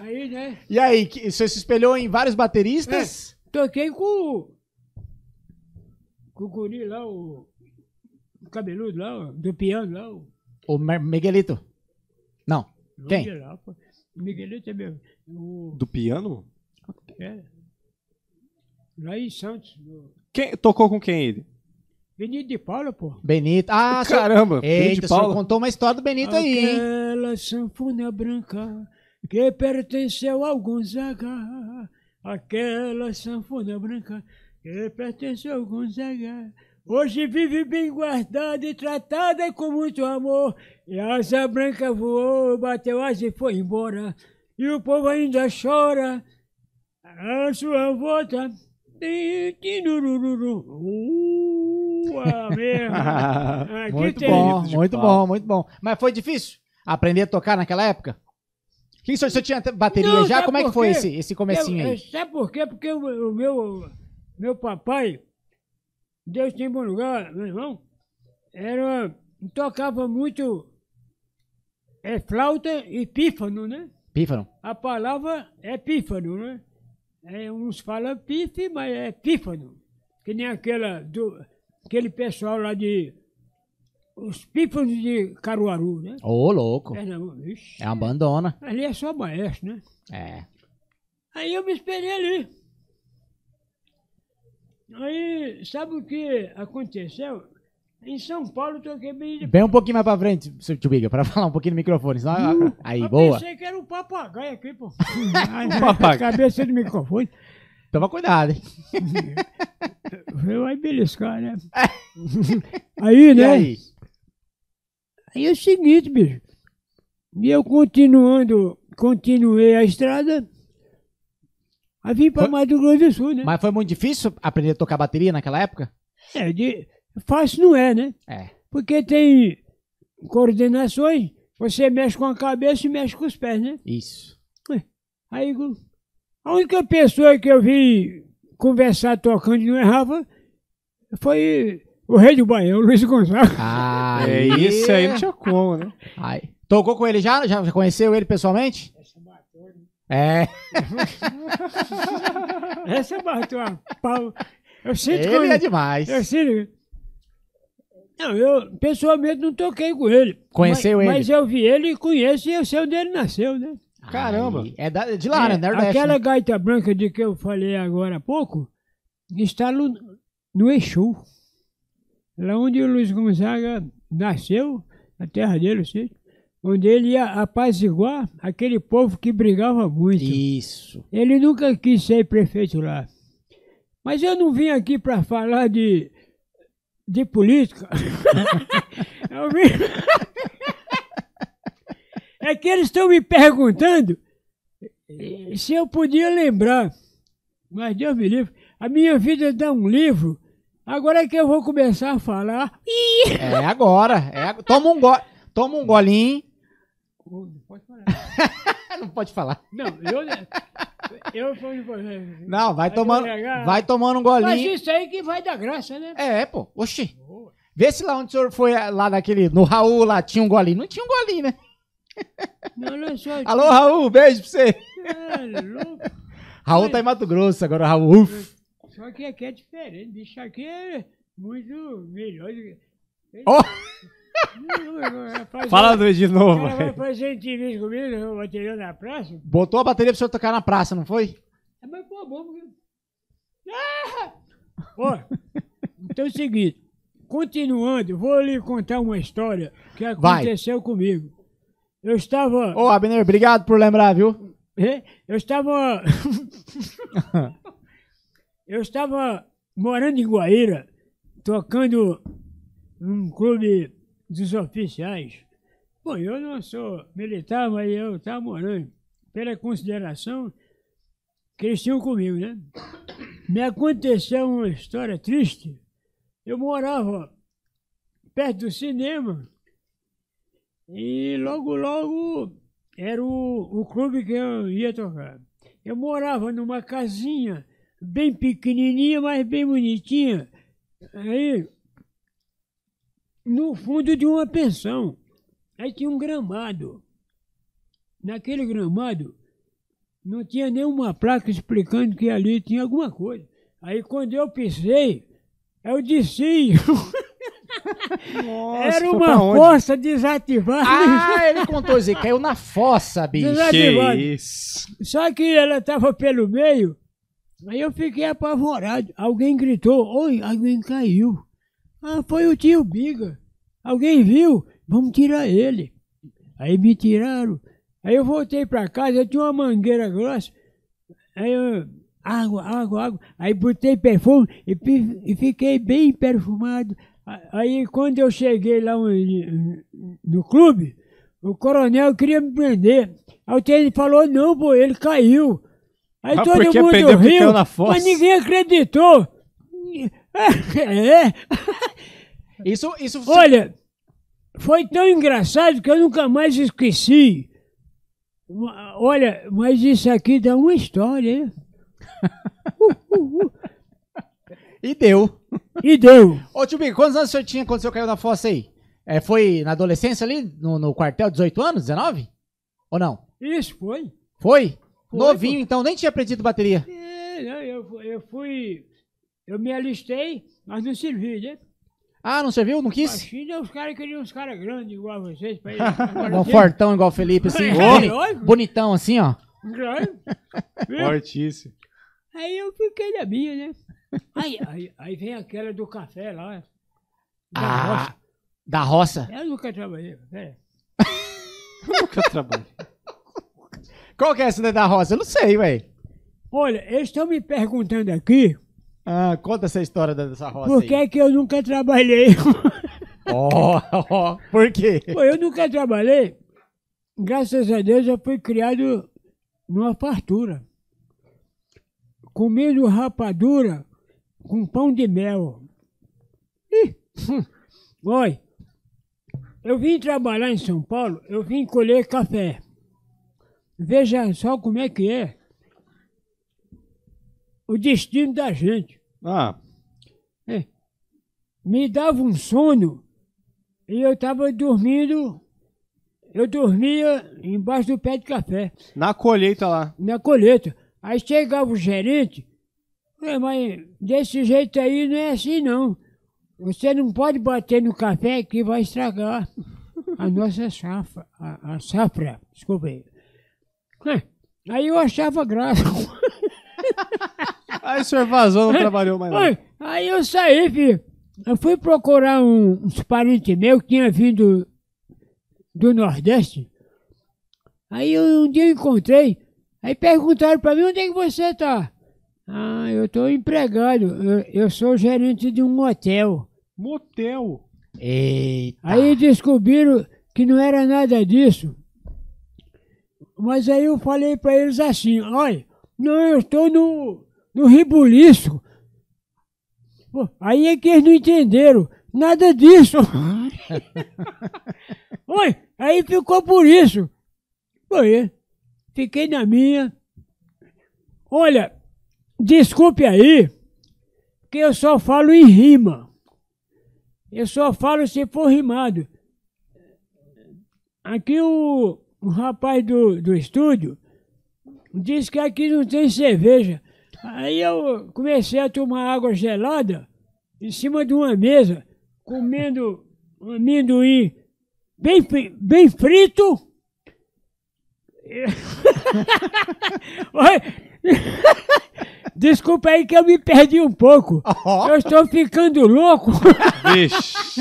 Speaker 4: aí, né?
Speaker 1: E aí, que- você se espelhou em vários bateristas?
Speaker 4: Toquei com o. Com o guri lá, o. o cabeludo lá, o- do piano lá. O,
Speaker 1: O Mer- Miguelito. Não.
Speaker 4: o
Speaker 1: Quem?
Speaker 4: Miguel lá, pô. O Miguelito é mesmo. O,
Speaker 3: Do piano?
Speaker 4: é, lá em Santos. no
Speaker 3: Quem, tocou com quem ele?
Speaker 4: Benito de Paula, pô.
Speaker 1: Benito. Ah, senhor-
Speaker 3: Caramba, Pedro
Speaker 1: Eita,
Speaker 3: de
Speaker 1: o senhor
Speaker 3: Paula.
Speaker 1: contou uma história do Benito
Speaker 4: Ah,
Speaker 1: aí, hein?
Speaker 4: Aquela sanfona branca que pertenceu ao Gonzaga. Aquela sanfona branca que pertenceu ao Gonzaga. Hoje vive bem guardada e tratada com muito amor. E a asa branca voou, bateu asa e foi embora. E o povo ainda chora a sua volta. Tinurururu. Ua,
Speaker 1: [LAUGHS]
Speaker 4: mesmo. Aqui
Speaker 1: Muito
Speaker 4: tem-
Speaker 1: bom,
Speaker 3: Benito de
Speaker 1: muito
Speaker 3: Paula.
Speaker 1: bom, muito bom. Mas foi difícil aprender a tocar naquela época? O que o senhor, o senhor tinha te- bateria
Speaker 4: Não,
Speaker 1: já?
Speaker 4: sabe
Speaker 1: Como é que
Speaker 4: por
Speaker 1: foi
Speaker 4: quê?
Speaker 1: esse, esse comecinho
Speaker 4: Eu- eu-
Speaker 1: aí?
Speaker 4: Sabe por quê? Porque o, o meu, meu papai, Deus tem bom lugar, meu irmão, era, tocava muito é, flauta e pífano, né?
Speaker 1: Pífano.
Speaker 4: A palavra é pífano, né? É, uns falam pife, mas é pífano. Que nem aquela do, aquele pessoal lá de. Os pífanos de Caruaru, né?
Speaker 1: Ô, louco.
Speaker 4: Pernambuco. Ixi,
Speaker 1: É uma bandona.
Speaker 4: Ali é só maestro, né?
Speaker 1: É.
Speaker 4: Aí eu me esperei ali. Aí, sabe o que aconteceu? Em São Paulo, eu toquei bem de
Speaker 1: Bem um pouquinho mais pra frente, seu tio Biga, pra [LAUGHS] falar um pouquinho no microfone. senão- Aí,
Speaker 4: eu
Speaker 1: boa. Um
Speaker 4: pensei que era um papagaio aqui,
Speaker 1: [LAUGHS]
Speaker 4: pô.
Speaker 3: papagaio.
Speaker 4: papagaio. Cabeça do microfone.
Speaker 1: Toma cuidado, hein?
Speaker 4: Eu vai
Speaker 1: [LAUGHS]
Speaker 4: beliscar, né? aí,
Speaker 1: E
Speaker 4: né?
Speaker 1: aí?
Speaker 4: Aí é o seguinte, bicho. E eu continuando, continuei a estrada. Aí vim pra
Speaker 1: Foi-
Speaker 4: Mato Grosso do Sul, né?
Speaker 1: Mas foi muito difícil aprender a tocar bateria naquela época?
Speaker 4: É, de... Fácil não é, né?
Speaker 1: É.
Speaker 4: Porque tem coordenações, você mexe com a cabeça e mexe com os pés, né?
Speaker 1: Isso.
Speaker 4: Aí gu- a única pessoa que eu vi conversar tocando e não errava foi o rei do Baião, o Luiz Gonzaga.
Speaker 1: Ah,
Speaker 3: É isso aí, não tinha
Speaker 1: [LAUGHS]
Speaker 3: como, né?
Speaker 1: Ai. Tocou com ele já? Já já conheceu ele pessoalmente?
Speaker 4: né?
Speaker 1: É.
Speaker 4: [LAUGHS] Essa bateu a pau. Eu sinto que
Speaker 1: Ele é demais.
Speaker 4: eu sinto. Não, eu pessoalmente não toquei com ele.
Speaker 1: Conheceu
Speaker 4: mas,
Speaker 1: ele?
Speaker 4: Mas eu vi ele e conheço e eu sei onde ele nasceu, né?
Speaker 3: Caramba.
Speaker 1: Ai, É da- de lá,
Speaker 4: É,
Speaker 1: né? Nordeste.
Speaker 4: aquela
Speaker 1: né?
Speaker 4: gaita branca de que eu falei agora há pouco está no, no Exu. Lá onde o Luiz Gonzaga nasceu, na terra dele, sim, onde ele ia apaziguar aquele povo que brigava muito.
Speaker 1: Isso.
Speaker 4: Ele nunca quis ser prefeito lá. Mas eu não vim aqui para falar de, de política. [LAUGHS] eu vim... [LAUGHS] É que eles estão me perguntando eh, se eu podia lembrar. Mas Deus me livre. A minha vida dá um livro. Agora é que eu vou começar a falar.
Speaker 1: É agora. É ag- Toma um gole. Toma um golinho. Não pode falar.
Speaker 4: É, Não, eu. Eu vou.
Speaker 1: Não, vai
Speaker 4: Vai
Speaker 1: tomando,
Speaker 4: devagar.
Speaker 1: vai tomando um
Speaker 4: [LAUGHS] Mas
Speaker 1: golinho.
Speaker 4: isso aí que vai dar graça, né?
Speaker 1: É, pô. Oxi. Vê se lá onde o senhor foi, ah, lá naquele, no Raul lá, tinha um golinho. Não tinha um golinho, né?
Speaker 4: Não, não é só.
Speaker 1: Alô, Raul, beijo pra você.
Speaker 4: É louco.
Speaker 1: Raul tá em Mato Grosso agora, Raul. Uf.
Speaker 4: Só que aqui é diferente. Bicho aqui é muito melhor do que.
Speaker 3: Ó.
Speaker 4: Faz-
Speaker 3: Fala do- de
Speaker 4: O
Speaker 3: novo,
Speaker 4: cara vai
Speaker 3: velho.
Speaker 4: fazer entrevista comigo, eu vou tirar na praça.
Speaker 1: Botou a bateria pro senhor tocar na praça, não foi?
Speaker 4: É, mas pô, bom. porque- Ah! Ó, então é o seguinte. Continuando, vou lhe contar uma história que
Speaker 1: Vai.
Speaker 4: aconteceu comigo. Eu estava.
Speaker 1: Ô, Abner, obrigado por lembrar,
Speaker 4: [LAUGHS]
Speaker 1: viu?
Speaker 4: É, Eu estava. [LAUGHS] eu estava morando em Guaíra, tocando num clube dos oficiais. Bom, eu não sou militar, mas eu estava morando. Pela consideração que eles tinham comigo, né? Me aconteceu uma história triste. Eu morava perto do cinema. E logo, logo era o, o clube que eu ia tocar. Eu morava numa casinha bem pequenininha, mas bem bonitinha. Aí, no fundo de uma pensão. Aí tinha um gramado. Naquele gramado, não tinha nenhuma placa explicando que ali tinha alguma coisa. Aí, quando eu pisei, eu desci.
Speaker 3: Nossa,
Speaker 4: Era
Speaker 3: foi
Speaker 4: uma
Speaker 3: pra onde?
Speaker 4: força desativada.
Speaker 1: Ah, ele contou isso aí. Caiu na fossa,
Speaker 4: [LAUGHS]
Speaker 1: bicho.
Speaker 4: Desativada.
Speaker 3: Que isso.
Speaker 4: Só que ela estava pelo meio, aí eu fiquei apavorado. Alguém gritou, oi, alguém caiu. Ah, foi o tio Biga. Alguém viu? Vamos tirar ele. Aí me tiraram. Aí eu voltei para casa, eu tinha uma mangueira grossa. Aí eu, água, água, água. Aí botei perfume e, pi- e fiquei bem perfumado. A- Aí quando eu cheguei lá onde- no clube, o coronel queria me prender. Aí o tenente falou, não, pô, ele caiu. Aí
Speaker 3: Mas
Speaker 4: todo
Speaker 3: por que
Speaker 4: mundo
Speaker 3: prendeu? Porque
Speaker 4: riu,
Speaker 3: caiu na fossa.
Speaker 4: mas ninguém acreditou. [LAUGHS] É,
Speaker 1: Isso, isso.
Speaker 4: Olha, foi tão engraçado que eu nunca mais esqueci. Ma- Olha, mas isso aqui dá uma história, hein?
Speaker 1: E deu.
Speaker 4: E deu.
Speaker 1: Ô, tio Bico, quantos anos o senhor tinha quando o senhor caiu na fossa aí? É, foi na adolescência ali? No, no quartel, 18 anos? 19? Ou não?
Speaker 4: Isso foi.
Speaker 1: Foi?
Speaker 4: Foi,
Speaker 1: Novinho, então, nem tinha aprendido bateria.
Speaker 4: É, não, eu, fu- eu fui. Eu me alistei, mas não servi, né?
Speaker 1: Ah, não serviu? Não
Speaker 4: A
Speaker 1: quis?
Speaker 4: China, os caras queriam uns caras grandes igual a vocês. Pra ir
Speaker 1: Um fortão igual o Felipe, assim.
Speaker 4: É,
Speaker 1: boni-
Speaker 4: lógico.
Speaker 1: bonitão, assim, ó.
Speaker 4: Grande. Viu?
Speaker 3: Fortíssimo.
Speaker 4: Aí eu fiquei na minha, né? Aí, aí, aí vem aquela do café lá. da roça.
Speaker 1: Ah, da roça.
Speaker 4: Eu nunca trabalhei. Pera.
Speaker 3: Nunca trabalhei.
Speaker 1: Qual que é essa daí da roça? Eu não sei, velho.
Speaker 4: Olha, eles estão me perguntando aqui
Speaker 1: Ah, conta essa história da- dessa roça
Speaker 4: por que,
Speaker 1: aí.
Speaker 4: é que eu nunca trabalhei.
Speaker 1: Ó, ó, por quê?
Speaker 4: Pô, eu nunca trabalhei. Graças a Deus eu fui criado numa fartura. Comendo rapadura com pão de mel. Ih, [LAUGHS] Olha, eu vim trabalhar em São Paulo, eu vim colher café. Veja só como é que é o destino da gente.
Speaker 3: Ah,
Speaker 4: É. me dava um sono e eu estava dormindo. Eu dormia embaixo do pé de café,
Speaker 3: na colheita lá.
Speaker 4: na colheita. Aí chegava o gerente, "Ué, mas desse jeito aí não é assim não. Você não pode bater no café que vai estragar a nossa safra. A, a safra, desculpa aí. Ué, Aí eu achava graça. [LAUGHS]
Speaker 3: Aí o senhor vazou, não trabalhou mais lá.
Speaker 4: Oi, aí eu saí, filho. Eu fui procurar um- uns parentes meus que tinham vindo do Nordeste. Aí eu- um dia eu encontrei. Aí perguntaram pra mim onde é que você tá. Ah, eu tô empregado. Eu, eu sou gerente de um hotel.
Speaker 3: Motel.
Speaker 1: Eita.
Speaker 4: Aí descobriram que não era nada disso. Mas aí eu falei pra eles assim, olha, não, eu estou no, no ribuliço. Pô, Aí é que eles não entenderam nada disso. Oi, aí ficou por isso. Foi, fiquei na minha. Olha, desculpe aí, que eu só falo em rima. Eu só falo se for rimado. Aqui o, o rapaz do, do estúdio disse que aqui não tem cerveja. Aí eu comecei a tomar água gelada em cima de uma mesa, comendo um amendoim bem, fri- bem frito. Oi. Desculpa aí que eu me perdi um pouco.
Speaker 1: Ó.
Speaker 4: Eu estou ficando louco.
Speaker 3: Vixe,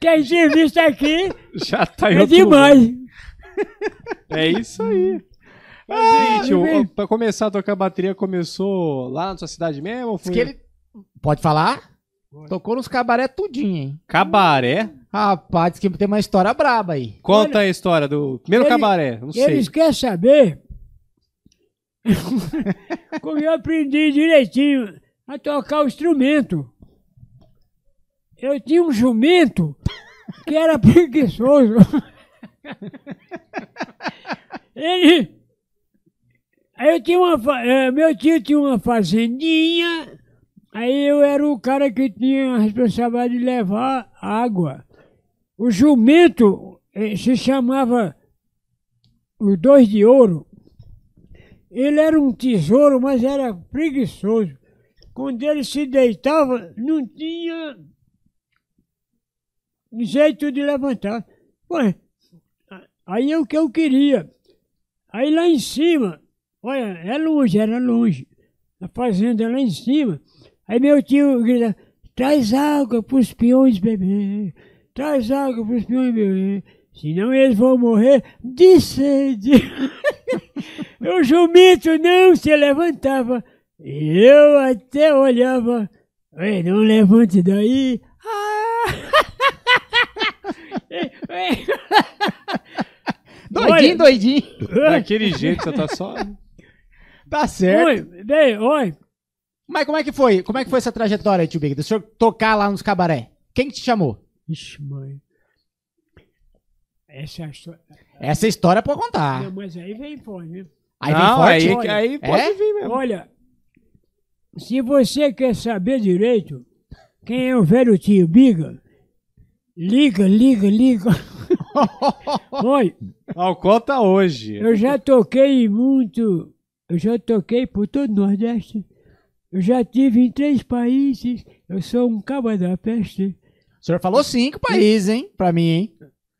Speaker 4: Quem tinha visto aqui
Speaker 3: já tá em
Speaker 4: é
Speaker 3: outro
Speaker 4: demais.
Speaker 3: É isso aí. Mas,
Speaker 1: Ah,
Speaker 3: gente,
Speaker 4: meu
Speaker 3: o-
Speaker 4: bem.
Speaker 3: pra começar a tocar bateria, começou lá na sua cidade mesmo? ou
Speaker 1: Diz
Speaker 3: Foi...
Speaker 1: que ele. Pode falar? Tocou nos cabaré tudinho, hein?
Speaker 3: Cabaré?
Speaker 1: Rapaz, diz que tem uma história braba aí.
Speaker 3: Conta a história do primeiro
Speaker 4: Ele-
Speaker 3: cabaré, não sei.
Speaker 4: Eles querem saber [LAUGHS] como eu aprendi direitinho a tocar o instrumento. Eu tinha um jumento que era [LAUGHS] preguiçoso. Ele. Aí eu tinha uma. fa- eh, Meu tio tinha uma fazendinha. Aí eu era o cara que tinha a responsabilidade de levar água. O jumento eh, se chamava os dois de ouro, ele era um tesouro, mas era preguiçoso. Quando ele se deitava, não tinha jeito de levantar. Ué, a- aí é o que eu queria. Aí lá em cima, olha, é longe, era longe. A fazenda é lá em cima. Aí meu tio grita, traz água pros peões beber, traz água pros peões beber, senão eles vão morrer de sede. [LAUGHS] o jumento não se levantava. Eu até olhava, Ei, não levante daí. Ah! [LAUGHS]
Speaker 1: Doidinho,
Speaker 4: Olha.
Speaker 1: doidinho.
Speaker 3: Daquele jeito, você tá só.
Speaker 1: Tá certo.
Speaker 4: Oi, bem, oi.
Speaker 1: Mas como é que foi? Como é que foi essa trajetória aí, tio Big? Do senhor tocar lá nos cabaré? Quem que te chamou?
Speaker 4: Ixi, mãe. Essa história.
Speaker 1: Essa história é pra contar.
Speaker 4: Não, mas aí vem fora, né?
Speaker 1: Aí
Speaker 3: não,
Speaker 1: vem
Speaker 3: aí,
Speaker 1: forte.
Speaker 3: aí pode
Speaker 1: É?
Speaker 3: vir mesmo.
Speaker 4: Olha, se você quer saber direito quem é o velho tio Biga, liga, liga, liga. Olha,
Speaker 3: Ó, o conta hoje.
Speaker 4: eu já toquei muito, eu já toquei por todo o Nordeste, eu já tive em três países, eu sou um caba da peste.
Speaker 1: O senhor falou cinco países, hein? Pra mim, hein?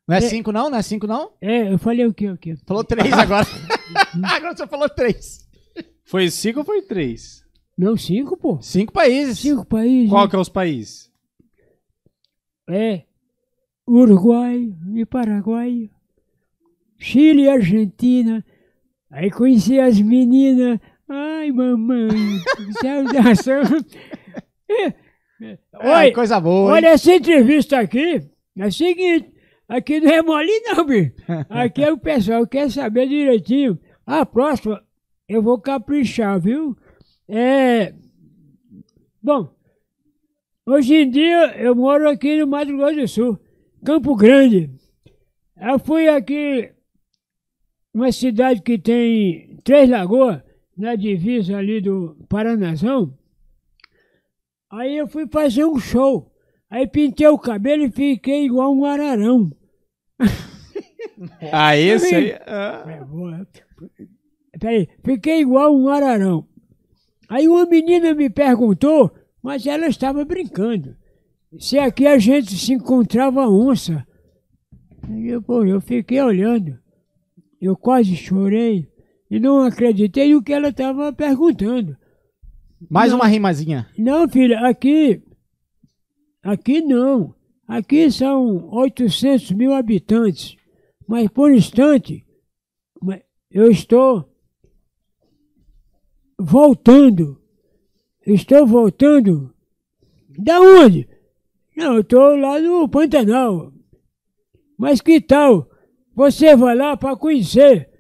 Speaker 1: Não é
Speaker 4: É.
Speaker 1: cinco, não? Não é cinco, não?
Speaker 4: É, eu falei o quê, o quê?
Speaker 1: Falou [LAUGHS] três agora. agora o senhor falou três.
Speaker 3: Foi cinco ou foi três?
Speaker 4: Não, cinco, pô.
Speaker 1: Cinco países.
Speaker 4: Cinco países.
Speaker 3: Qual que é os países?
Speaker 4: É Uruguai e Paraguai, Chile e Argentina. Aí conheci as meninas. Ai, mamãe, [LAUGHS] que saudação.
Speaker 1: Ai,
Speaker 4: Oi,
Speaker 1: É, coisa boa. hein?
Speaker 4: olha essa entrevista aqui. É o seguinte, aqui não é mole não, bicho. Aqui é o pessoal quer saber direitinho. A próxima eu vou caprichar, viu? É... Bom, hoje em dia eu moro aqui no Mato Grosso do Sul, Campo Grande. Eu fui aqui, uma cidade que tem Três Lagoas, na divisa ali do Paranazão. Aí eu fui fazer um show. Aí pintei o cabelo e fiquei igual um ararão.
Speaker 1: É.
Speaker 3: Ah, esse aí. ah.
Speaker 4: É, vou- Peraí, fiquei igual um ararão. Aí uma menina me perguntou, mas ela estava brincando. Se aqui a gente se encontrava onça. Aí eu, pô, eu fiquei olhando. Eu quase chorei. E não acreditei no que ela estava perguntando.
Speaker 1: Mais uma rimazinha.
Speaker 4: Não, filha, aqui. Aqui não. Aqui são 800 mil habitantes. Mas por instante, ma- eu estou voltando. Estou voltando. Da onde? Não, eu estou lá no Pantanal. Mas que tal? Você vai lá para conhecer.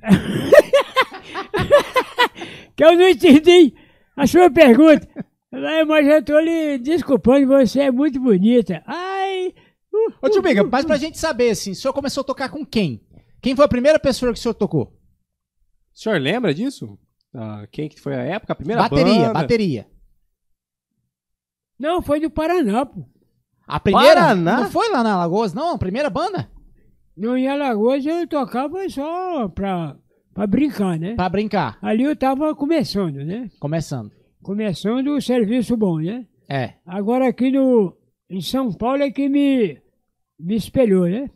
Speaker 4: [LAUGHS] que eu não entendi a sua pergunta. Ai, Mas eu estou lhe desculpando, você é muito bonita. Ai! uh,
Speaker 1: Ô, tio
Speaker 4: uh,
Speaker 1: Biga,
Speaker 4: uh.
Speaker 1: mas pra gente saber, assim, o senhor começou a tocar com quem? Quem foi a primeira pessoa que o senhor tocou?
Speaker 3: O senhor lembra disso? Ah, quem que foi a época? A primeira
Speaker 1: Bateria,
Speaker 3: banda?
Speaker 1: bateria.
Speaker 4: Não, foi do Paraná, pô.
Speaker 1: A primeira.
Speaker 3: Paraná?
Speaker 1: Não foi lá na Lagoas, não? A primeira banda?
Speaker 4: No em Alagoas eu tocava só pra, pra brincar, né?
Speaker 1: Pra brincar.
Speaker 4: Ali eu tava começando, né?
Speaker 1: Começando.
Speaker 4: Começando o serviço bom, né?
Speaker 1: É.
Speaker 4: Agora aqui no, em São Paulo é que me, me espelhou, né?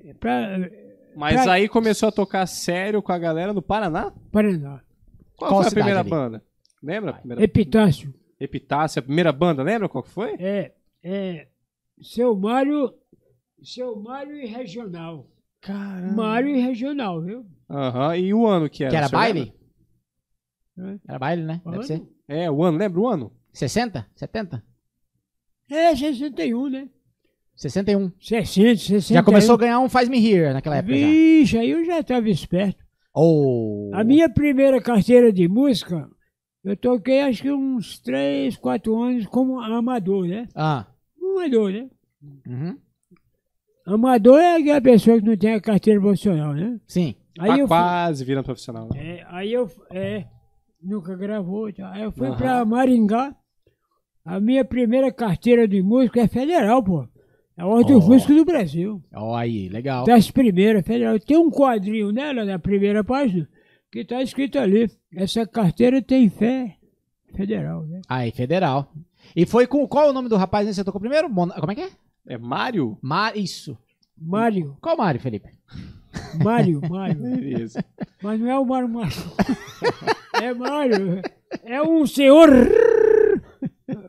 Speaker 4: É Pra
Speaker 3: Mas
Speaker 4: Pra-
Speaker 3: aí começou a tocar sério com a galera no Paraná?
Speaker 4: Paraná.
Speaker 3: Qual,
Speaker 1: Qual
Speaker 3: foi a
Speaker 1: cidade
Speaker 3: primeira
Speaker 1: ali?
Speaker 3: banda? Lembra? a primeira-
Speaker 4: Epitácio.
Speaker 3: Epitácio, a primeira banda, lembra qual que foi?
Speaker 4: É, é. Seu Mário. Seu Mário e regional.
Speaker 1: Ah.
Speaker 3: Caramba.
Speaker 4: Mário e regional, viu?
Speaker 3: Aham, e o ano que era?
Speaker 1: Que era
Speaker 3: o senhor
Speaker 1: baile?
Speaker 3: lembra?
Speaker 1: Era baile, né? Deve
Speaker 4: Ano?
Speaker 1: ser.
Speaker 3: É, o ano, lembra o ano?
Speaker 1: 60? 70?
Speaker 4: É, 61, né?
Speaker 1: 61.
Speaker 4: 60, 61.
Speaker 1: Já começou a ganhar um Faz Me Here naquela época. já.
Speaker 4: Vixe, aí eu já estava esperto.
Speaker 1: Oh.
Speaker 4: A minha primeira carteira de música, eu toquei acho que uns 3, 4 anos como amador, né?
Speaker 1: Ah.
Speaker 4: Amador, né?
Speaker 1: Uhum.
Speaker 4: Amador é aquela pessoa que não tem a carteira profissional, né?
Speaker 1: Sim.
Speaker 4: Aí
Speaker 3: tá
Speaker 4: eu fui-
Speaker 3: quase virando profissional. né?
Speaker 4: É, aí eu. É, nunca gravou. tá? Aí eu fui
Speaker 3: Aham.
Speaker 4: pra Maringá. A minha primeira carteira de música é federal, pô. É a Ordem
Speaker 1: Ó.
Speaker 4: dos Músicos do Brasil.
Speaker 1: Ó, aí, legal.
Speaker 4: Das primeiras, federal. Tem um quadrinho nela, na primeira página, que tá escrito ali. Essa carteira tem fé federal, né?
Speaker 1: Aí, federal. E foi com. Qual o nome do rapaz que você tocou primeiro? Mon- Como é que é?
Speaker 3: É Mário?
Speaker 1: Mar... Isso.
Speaker 4: Mário,
Speaker 1: Qual Mário, Felipe?
Speaker 4: Mário,
Speaker 1: [LAUGHS]
Speaker 4: Mário.
Speaker 3: Beleza.
Speaker 4: Mas não é o Mário Mário. É Mário. É um senhor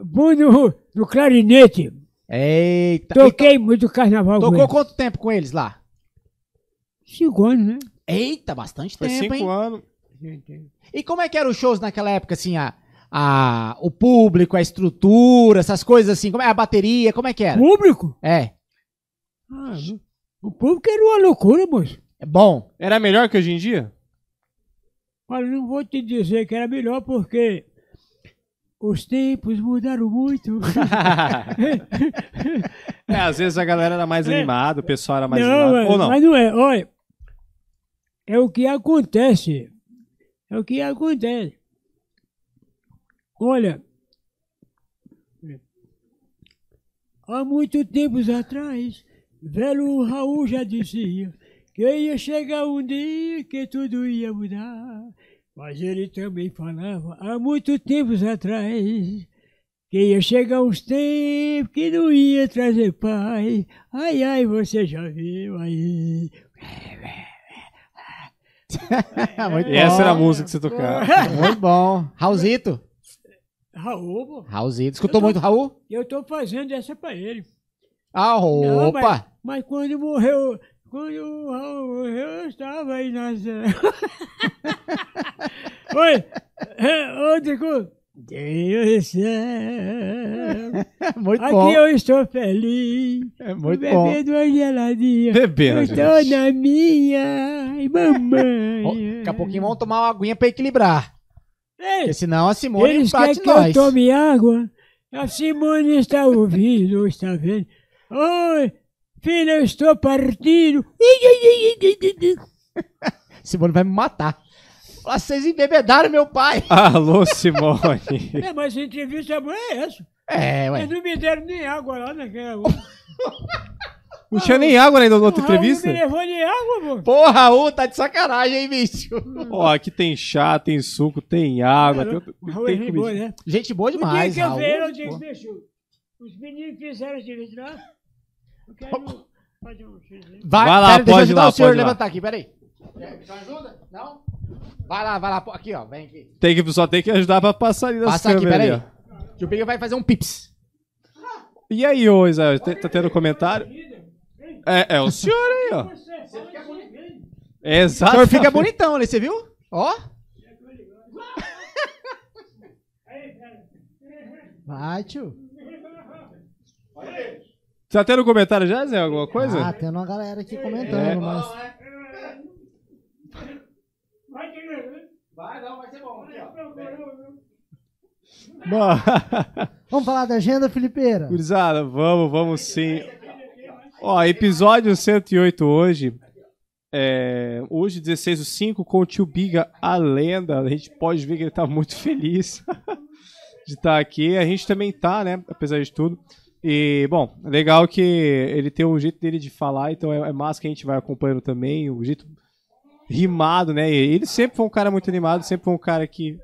Speaker 4: bom do, do clarinete.
Speaker 1: Eita.
Speaker 4: Toquei muito carnaval com
Speaker 1: Tocou
Speaker 4: ele.
Speaker 1: quanto tempo com eles lá?
Speaker 4: Cinco anos, né?
Speaker 1: Eita, bastante
Speaker 3: Foi
Speaker 1: tempo,
Speaker 3: cinco
Speaker 1: hein?
Speaker 3: anos.
Speaker 1: E como é que eram os shows naquela época, assim, a, a, o público, a estrutura, essas coisas assim, como é a bateria, como é que era?
Speaker 4: Público?
Speaker 1: É,
Speaker 4: Ah, o público era uma loucura, moço.
Speaker 1: é bom.
Speaker 3: Era melhor que hoje em
Speaker 1: [LAUGHS]
Speaker 3: dia?
Speaker 4: Olha, não vou te dizer que era melhor porque os tempos mudaram muito.
Speaker 3: é, às vezes a galera era mais
Speaker 4: É.
Speaker 3: animada, o pessoal era mais
Speaker 4: não,
Speaker 3: animado. Ou
Speaker 4: mas-
Speaker 3: não?
Speaker 4: mas não é. Olha, é o que acontece. É o que acontece. Olha, há muito tempos atrás, velho Raul já dizia que ia chegar um dia que tudo ia mudar. Mas ele também falava há muito tempos atrás que ia chegar uns tempos que não ia trazer paz. Ai, ai, você já viu aí.
Speaker 1: [LAUGHS] Muito
Speaker 3: E essa
Speaker 1: bom.
Speaker 3: era a música que você tocava.
Speaker 1: Muito bom. Raulzito.
Speaker 4: Raul, pô,
Speaker 1: Raulzito. Escutou muito Raul?
Speaker 4: eu tô fazendo essa pra ele.
Speaker 1: Ah,
Speaker 4: Não, mas-
Speaker 1: opa.
Speaker 4: Mas, quando morreu, quando o Raul morreu, eu estava aí na cena. [LAUGHS] Oi, é, ô, Tico. Deus do céu.
Speaker 1: [LAUGHS] Muito
Speaker 4: Aqui
Speaker 1: bom.
Speaker 4: eu estou feliz.
Speaker 1: [LAUGHS] É muito bom.
Speaker 4: bebendo uma geladinha. Eu
Speaker 3: [LAUGHS] Bebendo.
Speaker 4: estou na minha. E
Speaker 1: Ó,
Speaker 4: mamãe.
Speaker 1: Daqui a pouquinho vamos tomar uma aguinha pra equilibrar.
Speaker 4: Ei,
Speaker 1: Porque senão a Simone
Speaker 4: Eles querem
Speaker 1: bate
Speaker 4: que
Speaker 1: nós.
Speaker 4: eu tome água. A Simone está ouvindo, está vendo. Oi, filha, eu estou partindo.
Speaker 1: Simone vai me matar. Fala, Vocês embebedaram meu pai.
Speaker 3: Alô, Simone.
Speaker 4: É, mas a entrevista boa é essa.
Speaker 1: É, ué.
Speaker 4: Eles não me deram nem água lá naquela.
Speaker 3: Não tinha nem água ainda na outra
Speaker 4: O Raul
Speaker 3: entrevista?
Speaker 4: Não me levou nem água, pô.
Speaker 1: Porra, Raul, tá de sacanagem, hein, bicho?
Speaker 3: Ó, aqui tem chá, tem suco, tem água, tem,
Speaker 4: O Raul é
Speaker 3: tem
Speaker 4: gente
Speaker 3: comida.
Speaker 4: boa, né?
Speaker 1: Gente boa
Speaker 4: O dia
Speaker 1: demais,
Speaker 4: que eu
Speaker 1: Raul.
Speaker 4: vi ele, eu disse,
Speaker 1: Pô.
Speaker 4: bicho, os meninos fizeram entrevista lá. Eu quero fazer um xixi.
Speaker 1: Vai,
Speaker 3: Vai lá,
Speaker 1: pera, deixa eu
Speaker 3: pode
Speaker 1: ajudar
Speaker 3: ir lá,
Speaker 1: o senhor a
Speaker 3: pode ir lá.
Speaker 1: levantar aqui, peraí. Você ajuda? Não? Vai lá, vai lá. pô, Aqui, ó, vem aqui.
Speaker 3: Tem que, só tem que ajudar pra passar ali nas
Speaker 1: Passa aqui,
Speaker 3: câmeras
Speaker 1: peraí.
Speaker 3: ali, ó.
Speaker 1: Tio Piga vai fazer um pips.
Speaker 3: E aí, ô Isael, tá tá tendo comentário? É, é o senhor aí, ó. É
Speaker 1: O
Speaker 3: exato.
Speaker 1: senhor fica bonitão ali, você viu? Ó.
Speaker 2: Vai, tio.
Speaker 3: Tá tendo comentário já, Zé? Alguma
Speaker 2: Ah,
Speaker 3: coisa?
Speaker 1: tá.
Speaker 2: tem uma galera aqui comentando,
Speaker 3: É.
Speaker 2: mas...
Speaker 4: Vai, né? Tigrão.
Speaker 1: Vai, não, vai ser bom. Aqui,
Speaker 3: Bom, [LAUGHS]
Speaker 2: Vamos falar da agenda, Felipeira?
Speaker 3: gurizada, vamos, vamos sim. Ó, episódio 108 hoje. É, hoje, 16 do 5, com o tio Biga, a lenda. A gente pode ver que ele tá muito [LAUGHS] feliz de estar aqui. A gente também tá, né? Apesar de tudo. E, bom, legal que ele tem um jeito dele de falar, então é, é massa que a gente vai acompanhando também. O jeito rimado, né? E Ele sempre foi um cara muito animado, sempre foi um cara que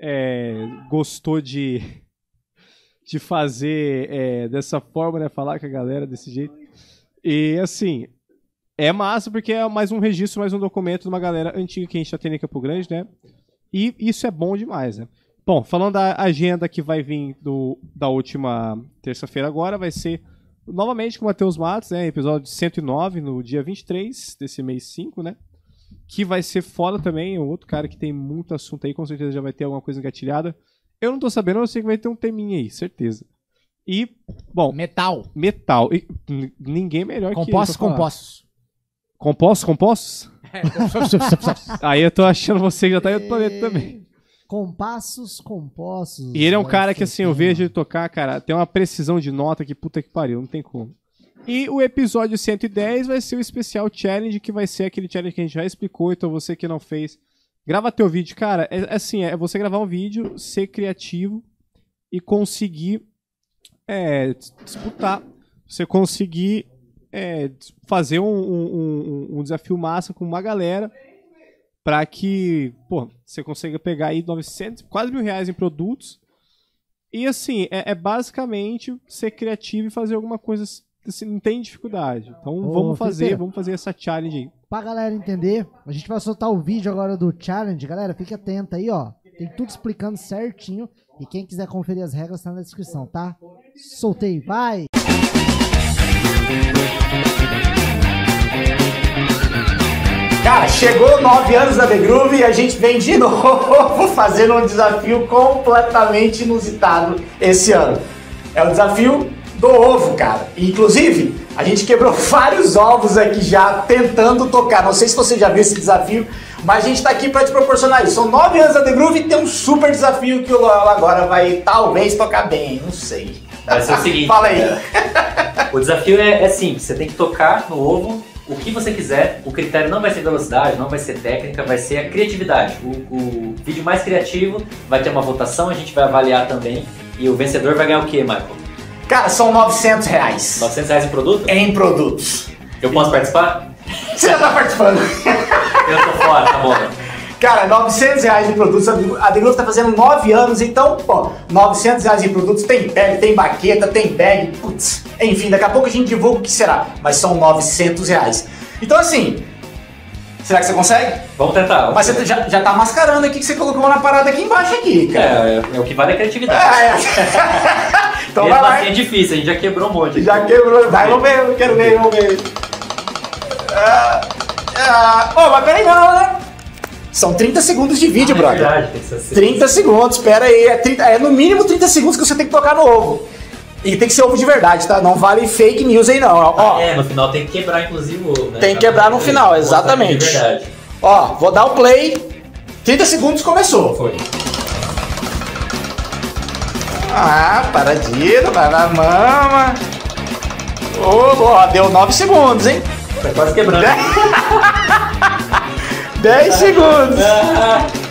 Speaker 3: é, gostou de, de fazer é, dessa forma, né? Falar com a galera desse jeito. E assim, é massa porque é mais um registro, mais um documento de uma galera antiga que a gente já tem em Campo Grande, né? E isso é bom demais, né? Bom, falando da agenda que vai vir do, da última terça-feira agora, vai ser novamente com o Matheus Matos, né? Episódio 109, no dia 23 desse mês 5, né? Que vai ser foda também, é um outro cara que tem muito assunto aí, com certeza já vai ter alguma coisa engatilhada. Eu não tô sabendo, eu sei que vai ter um teminha aí, certeza. E, bom,
Speaker 1: Metal.
Speaker 3: metal. E, n- ninguém melhor
Speaker 1: Compostos,
Speaker 3: que ele pra falar.
Speaker 1: compostos.
Speaker 3: Compostos, compostos? Aí eu tô achando você que já tá em outro planeta também.
Speaker 2: Compassos compostos.
Speaker 3: E ele é um
Speaker 2: né,
Speaker 3: cara que,
Speaker 2: esse
Speaker 3: assim, eu
Speaker 2: tema.
Speaker 3: vejo ele tocar, cara, tem uma precisão de nota que puta que pariu, não tem como. E o episódio 110 vai ser o especial challenge, que vai ser aquele challenge que a gente já explicou, então você que não fez, grava teu vídeo, cara. É é assim, é você gravar um vídeo, ser criativo e conseguir é, dis- disputar, você conseguir é, dis- fazer um, um- um- um desafio massa com uma galera pra que, pô, você consiga pegar aí 900, quase mil reais em produtos e assim, é, é basicamente ser criativo e fazer alguma coisa assim, não tem dificuldade. Então
Speaker 2: Ô,
Speaker 3: vamos fazer,
Speaker 2: Felipeira.
Speaker 3: vamos fazer essa challenge aí.
Speaker 2: Pra galera entender, a gente vai soltar o vídeo agora do challenge, galera, fique atento aí, ó. Tem tudo explicando certinho. E quem quiser conferir as regras tá na descrição, tá? Soltei, vai!
Speaker 5: Cara, chegou 9 anos da The Groove e a gente vem de [LAUGHS] novo fazendo um desafio completamente inusitado esse ano. É o desafio do ovo, cara. Inclusive, a gente quebrou [LAUGHS] vários ovos aqui já tentando tocar. Não sei se você já viu esse desafio, mas a gente tá aqui para te proporcionar isso. São 9 anos da The Groove e tem um super desafio que o Loel agora vai talvez tocar bem, não sei.
Speaker 6: Vai ser o seguinte.
Speaker 5: Fala aí.
Speaker 6: cara. O desafio é, é simples, você tem que tocar no ovo o que você quiser. O critério não vai ser velocidade, não vai ser técnica, vai ser a criatividade. O, o vídeo mais criativo vai ter uma votação, a gente vai avaliar também. E o vencedor vai ganhar o quê, Michael?
Speaker 5: Cara, são 900 reais
Speaker 6: 900 reais em produto?
Speaker 5: em produtos.
Speaker 6: Eu posso participar?
Speaker 5: Você já tá participando?
Speaker 6: Eu tô fora, tá bom.
Speaker 5: Cara, 900 reais em produtos. A Degroof tá fazendo 9 anos, então, pô, 900 reais em produtos. Tem bag, tem baqueta, tem bag, putz. Enfim, daqui a pouco a gente divulga o que será, mas são 900 reais. Então, assim, será que você consegue?
Speaker 6: Vamos tentar. vamos
Speaker 5: Mas
Speaker 6: tentar.
Speaker 5: você já, já tá mascarando aqui que você colocou na parada aqui embaixo aqui, cara.
Speaker 6: É, é, é o que vale a criatividade.
Speaker 5: É, é.
Speaker 6: [LAUGHS]
Speaker 5: então vai
Speaker 6: Mesmo
Speaker 5: lá.
Speaker 6: assim é difícil, a gente já quebrou um monte.
Speaker 5: Já quebrou. Vai, vamos ver, eu quero ver, vamos ver. Ah, ah, Ô, mas peraí não, né? São 30 segundos de vídeo,
Speaker 6: É
Speaker 5: brother.
Speaker 6: verdade, tem que ser assim.
Speaker 5: 30 segundos, pera aí. É, 30 é no mínimo 30 segundos que você tem que tocar no ovo. E tem que ser ovo de verdade, tá? Não vale fake news aí, não. Ó,
Speaker 6: É, no final tem que quebrar, inclusive, o ovo, né?
Speaker 5: Tem que quebrar no final,
Speaker 6: Mostrar
Speaker 5: exatamente.
Speaker 6: De verdade.
Speaker 5: ó, vou dar o play. 30 segundos começou.
Speaker 6: Foi.
Speaker 5: Ah, paradinha, vai na mama. Ô, ó, deu 9 segundos, hein?
Speaker 6: Tá quase
Speaker 5: [LAUGHS]
Speaker 6: quebrando. [LAUGHS]
Speaker 5: 10 segundos.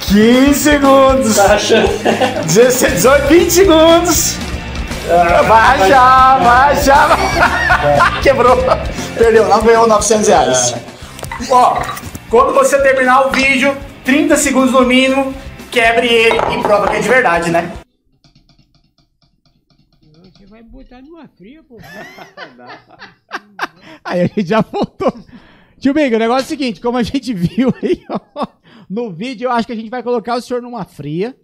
Speaker 5: 15 segundos.
Speaker 6: Tá achando?
Speaker 5: 16, 18, 20 segundos. Vai já, vai Ah, já. Quebrou. Perdeu, não ganhou 900 reais. Ó, quando você terminar o vídeo, 30 segundos no mínimo, quebre ele e prova que é de verdade, né?
Speaker 4: Você vai botar numa fria, pô.
Speaker 1: Aí a gente já voltou. Tio Big, o negócio é o seguinte, como a gente viu aí, ó, no vídeo, eu acho que a gente vai colocar o senhor numa fria.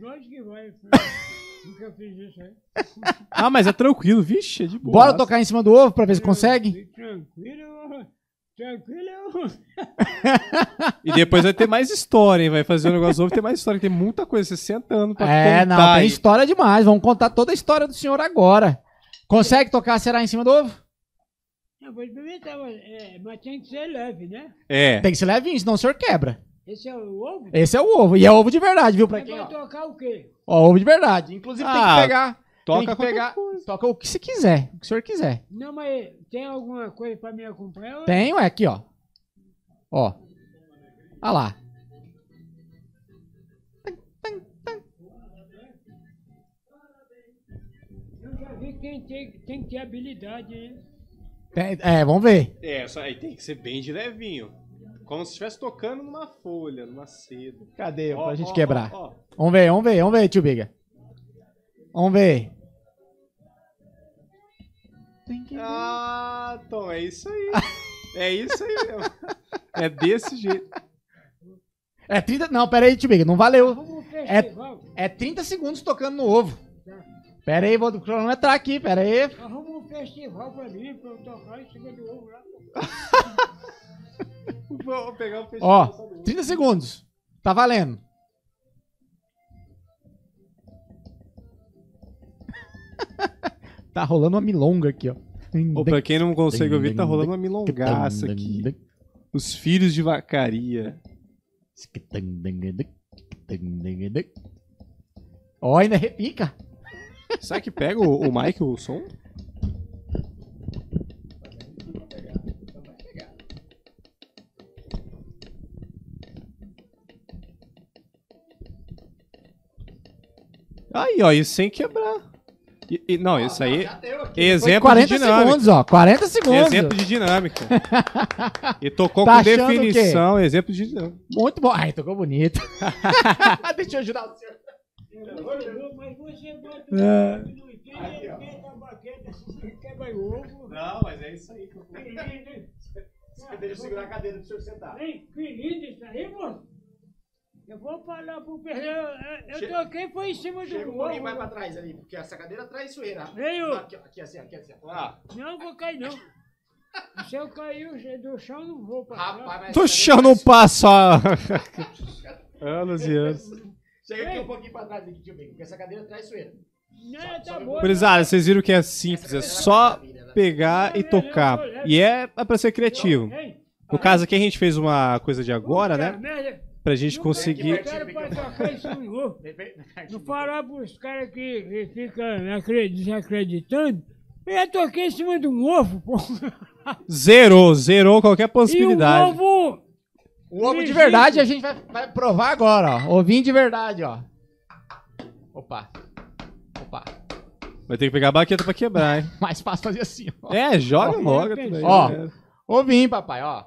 Speaker 4: Lógico que vai. assim.
Speaker 5: [LAUGHS]
Speaker 4: Nunca fiz isso aí.
Speaker 3: Ah, mas é tranquilo, vixe, é de boa.
Speaker 1: Bora tocar em cima do ovo pra ver se consegue?
Speaker 4: Tranquilo, tranquilo.
Speaker 3: E depois vai ter mais história, hein? Vai fazer um negócio novo, tem mais história, tem muita coisa, 60 anos pra
Speaker 1: É,
Speaker 3: contar.
Speaker 1: não, tem
Speaker 3: aí.
Speaker 1: história demais. Vamos contar toda a história do senhor agora. Consegue tocar, será, em cima do ovo?
Speaker 4: Eu vou experimentar, mas, é, mas tem que ser leve, né?
Speaker 3: É.
Speaker 1: Tem que ser levinho, senão o senhor quebra.
Speaker 4: Esse é o ovo.
Speaker 1: Esse é o ovo. E é ovo de verdade, viu? Pra
Speaker 4: Mas
Speaker 1: quem,
Speaker 4: vai
Speaker 1: ó.
Speaker 4: tocar o quê?
Speaker 1: Ó, ovo de verdade. Inclusive tem
Speaker 3: Ah,
Speaker 1: que pegar.
Speaker 3: Toca
Speaker 1: tem que
Speaker 3: qualquer
Speaker 1: pegar.
Speaker 3: coisa.
Speaker 1: Toca o que você quiser, o que o senhor quiser.
Speaker 4: Não, mas tem alguma coisa pra me acompanhar?
Speaker 1: Tem, ué, aqui, ó. Ó. Olha lá.
Speaker 4: Eu já vi que tem, tem, tem que ter habilidade, hein?
Speaker 1: Tem- é, vamos ver.
Speaker 3: É, só aí tem que ser bem de levinho. Como se estivesse tocando numa folha, numa seda.
Speaker 1: Cadê?
Speaker 3: Ó,
Speaker 1: pra gente
Speaker 3: ó,
Speaker 1: quebrar.
Speaker 3: ó, ó.
Speaker 1: Vamos ver, vamos ver, vamos ver, tio Biga. Vamos ver.
Speaker 3: Ah, Tom, é isso aí. É isso aí mesmo. É desse jeito.
Speaker 1: É 30. Não, pera aí, tio Biga, não valeu.
Speaker 4: Como um festival.
Speaker 1: É 30 segundos tocando no ovo. Pera aí, vou cronometrar aqui, pera aí.
Speaker 4: Arruma um festival pra mim, pra eu tocar em cima do ovo lá.
Speaker 3: Vou pegar o festival.
Speaker 1: Ó,
Speaker 3: só do-
Speaker 1: 30 segundos. Tá valendo. [LAUGHS] tá rolando uma milonga aqui, ó.
Speaker 3: Ô, pra quem não consegue ouvir, tá rolando uma milongaça aqui. Os filhos de vacaria.
Speaker 1: Ó, ainda repica.
Speaker 3: Será que pega o, o Michael o som? Aí, ó, isso sem quebrar. E- e- não, isso aí.
Speaker 1: Foi
Speaker 3: Exemplo de
Speaker 1: 40
Speaker 3: dinâmica.
Speaker 1: segundos, ó. 40 segundos.
Speaker 3: Exemplo de dinâmica.
Speaker 1: [LAUGHS]
Speaker 3: E tocou
Speaker 1: Tá
Speaker 3: com
Speaker 1: achando o quê?
Speaker 3: definição, exemplo de dinâmica.
Speaker 1: Muito bom. Ai, tocou bonito.
Speaker 5: Um
Speaker 1: Deixa eu ajudar o senhor.
Speaker 4: Mas você bota o
Speaker 5: É.
Speaker 4: ovo no entende, quebra a baqueta, quebra o ovo.
Speaker 3: Não, mas é isso aí.
Speaker 5: a cadeira pro senhor sentar.
Speaker 4: Hein, que lindo isso aí, moço. Eu vou falar pro Pedro, eu, eu toquei foi em cima
Speaker 5: Chega
Speaker 4: do
Speaker 5: um pouquinho
Speaker 4: ovo.
Speaker 5: mais pra trás ali, porque essa cadeira traz sueira.
Speaker 4: Veio.
Speaker 5: Aqui, ó, aqui assim, aqui assim. ó.
Speaker 4: Não, vou cair não. Se eu cair do chão, não vou pra trás.
Speaker 5: Rapaz, mas
Speaker 3: Tô
Speaker 5: essa
Speaker 3: chão
Speaker 5: cadeira
Speaker 3: não passa há
Speaker 5: [LAUGHS]
Speaker 3: anos e anos.
Speaker 5: traz- Chega aqui um pouquinho pra trás aqui, tio Bico, porque essa cadeira traz sueira.
Speaker 4: Não, tá bom.
Speaker 3: Gurizada, vocês viram que é simples, é só pegar e tocar. E é pra ser criativo.
Speaker 4: Hein?
Speaker 3: No caso aqui a gente fez uma coisa de agora,
Speaker 4: Puta
Speaker 3: né?
Speaker 4: merda,
Speaker 3: Pra gente
Speaker 4: Eu
Speaker 3: conseguir.
Speaker 4: quero pra tocar em cima do ovo.
Speaker 5: De repente- né?
Speaker 4: Não falar pros caras que, que ficam acre- desacreditando. Eu toquei em cima de um ovo, pô.
Speaker 3: Zerou, zerou qualquer
Speaker 4: E o
Speaker 3: possibilidade.
Speaker 4: ovo
Speaker 1: O ovo de verdade a gente vai, vai provar agora, ó. Ovinho de verdade, ó. Opa. Opa.
Speaker 3: Vai ter que pegar a baqueta pra quebrar, hein?
Speaker 1: Mais fácil fazer assim, ó.
Speaker 3: É, joga
Speaker 4: Ó,
Speaker 3: logo.
Speaker 4: é,
Speaker 3: tudo aí,
Speaker 1: ó.
Speaker 3: né?
Speaker 1: Ovinho, papai, ó.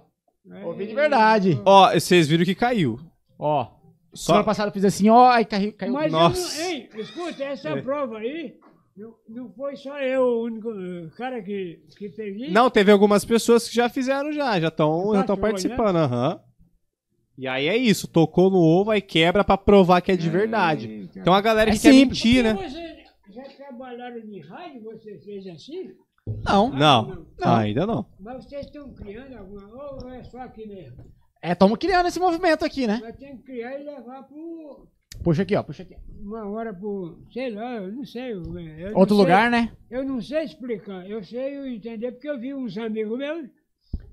Speaker 1: Ovinho de verdade.
Speaker 3: Ó, vocês viram que caiu.
Speaker 1: Ó.
Speaker 3: Só
Speaker 1: Semana passada eu fiz assim, ó, aí caiu. caiu.
Speaker 4: Mas
Speaker 3: Nossa.
Speaker 4: eu não, hein, escuta, essa
Speaker 3: É.
Speaker 4: prova aí, não, não foi só eu o único eh, cara que, que fez isso.
Speaker 3: Não, teve algumas pessoas que já fizeram já, já estão
Speaker 4: Já
Speaker 3: já tão
Speaker 4: participou,
Speaker 3: participando, aham. E aí é isso, tocou no ovo, aí quebra pra provar que é de verdade.
Speaker 4: Eita.
Speaker 3: Então a galera
Speaker 1: É
Speaker 3: que quer
Speaker 1: simples.
Speaker 3: mentir, né?
Speaker 4: Vocês já trabalharam em rádio, vocês fez assim?
Speaker 1: Não.
Speaker 3: Não,
Speaker 1: Não.
Speaker 3: ainda não.
Speaker 4: Mas vocês estão criando alguma ou é só aqui mesmo?
Speaker 1: É, tamo criando esse movimento aqui, né?
Speaker 4: Mas tem que criar e levar pro
Speaker 1: Puxa aqui, ó, puxa aqui.
Speaker 4: uma hora pro, sei lá, eu não sei. eu- eu não
Speaker 1: Outro
Speaker 4: sei-
Speaker 1: lugar, né?
Speaker 4: Eu não sei explicar, eu sei entender porque eu vi uns amigos meus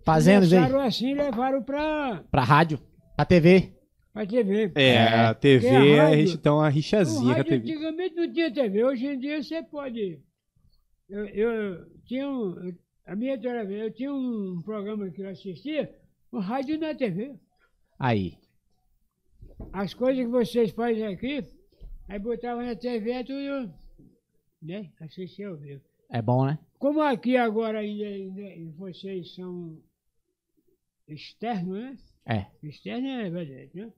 Speaker 1: Fazendo, gente.
Speaker 4: começaram assim e levaram pra,
Speaker 1: Pra rádio, pra TV.
Speaker 4: pra TV.
Speaker 3: É, a TV,
Speaker 4: Porque a
Speaker 3: a,
Speaker 4: rádio-
Speaker 3: gente dá uma
Speaker 4: O
Speaker 3: rixazinha com a
Speaker 4: rádio
Speaker 3: TV.
Speaker 4: antigamente não tinha TV, hoje em dia você pode. Eu, eu tinha um, a minha televisão, eu tinha um programa que eu assistia, o rádio na TV.
Speaker 1: Aí.
Speaker 4: As coisas que vocês fazem aqui, aí botava na TV é tudo, né? Assistia ao vivo.
Speaker 1: É bom, né?
Speaker 4: Como aqui agora ainda, ainda vocês são externos, né?
Speaker 1: É.
Speaker 4: Externo é verdade, né?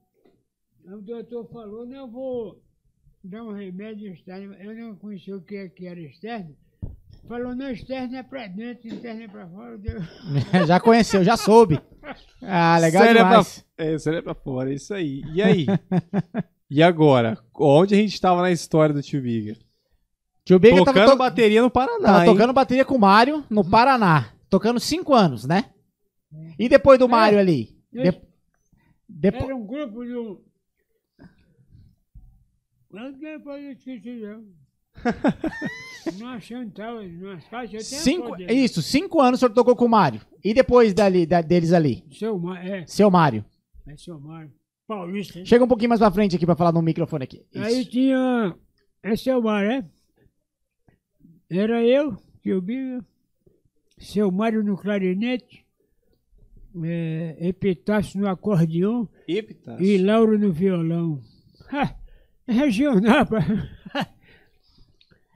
Speaker 4: O doutor falou, não, eu vou dar um remédio externo. Eu não conhecia o que, é que era externo. Falou, não, externo é pra dentro, interno é pra fora.
Speaker 1: [LAUGHS]
Speaker 4: Eu-
Speaker 1: já conheceu, já soube. Ah, legal
Speaker 3: Sério, é pra-
Speaker 1: demais.
Speaker 3: É, isso é pra fora, é isso aí. E aí? e agora? Onde a gente tava na história do Tio Biga?
Speaker 1: Tio Biga
Speaker 3: tocando
Speaker 1: tava, to-
Speaker 3: bateria no
Speaker 1: tava
Speaker 3: Paraná, hein? Hum.
Speaker 1: tocando bateria com o Mário no Paraná. Tocando cinco anos, né? E depois do Mário ali? De- depo-
Speaker 4: Era um grupo de um. Eu não posso esquecer, não. Numa Chantal, numa faixa, eu tenho a
Speaker 1: Cinco,
Speaker 4: foto dele.
Speaker 1: isso, cinco anos o senhor tocou com o Mário. E depois dali, da- deles ali?
Speaker 4: Seu Ma- é,
Speaker 1: Seu Mário.
Speaker 4: é seu Mário. Paulista. hein?
Speaker 1: Chega um pouquinho mais pra frente aqui pra falar no microfone aqui. Isso.
Speaker 4: Aí tinha. Esse é o bar, né? Era eu, tio Biga, seu Mário no clarinete, eh, Epitácio no acordeão
Speaker 3: Eita.
Speaker 4: e Lauro no violão. Ha, regional, pá. [LAUGHS]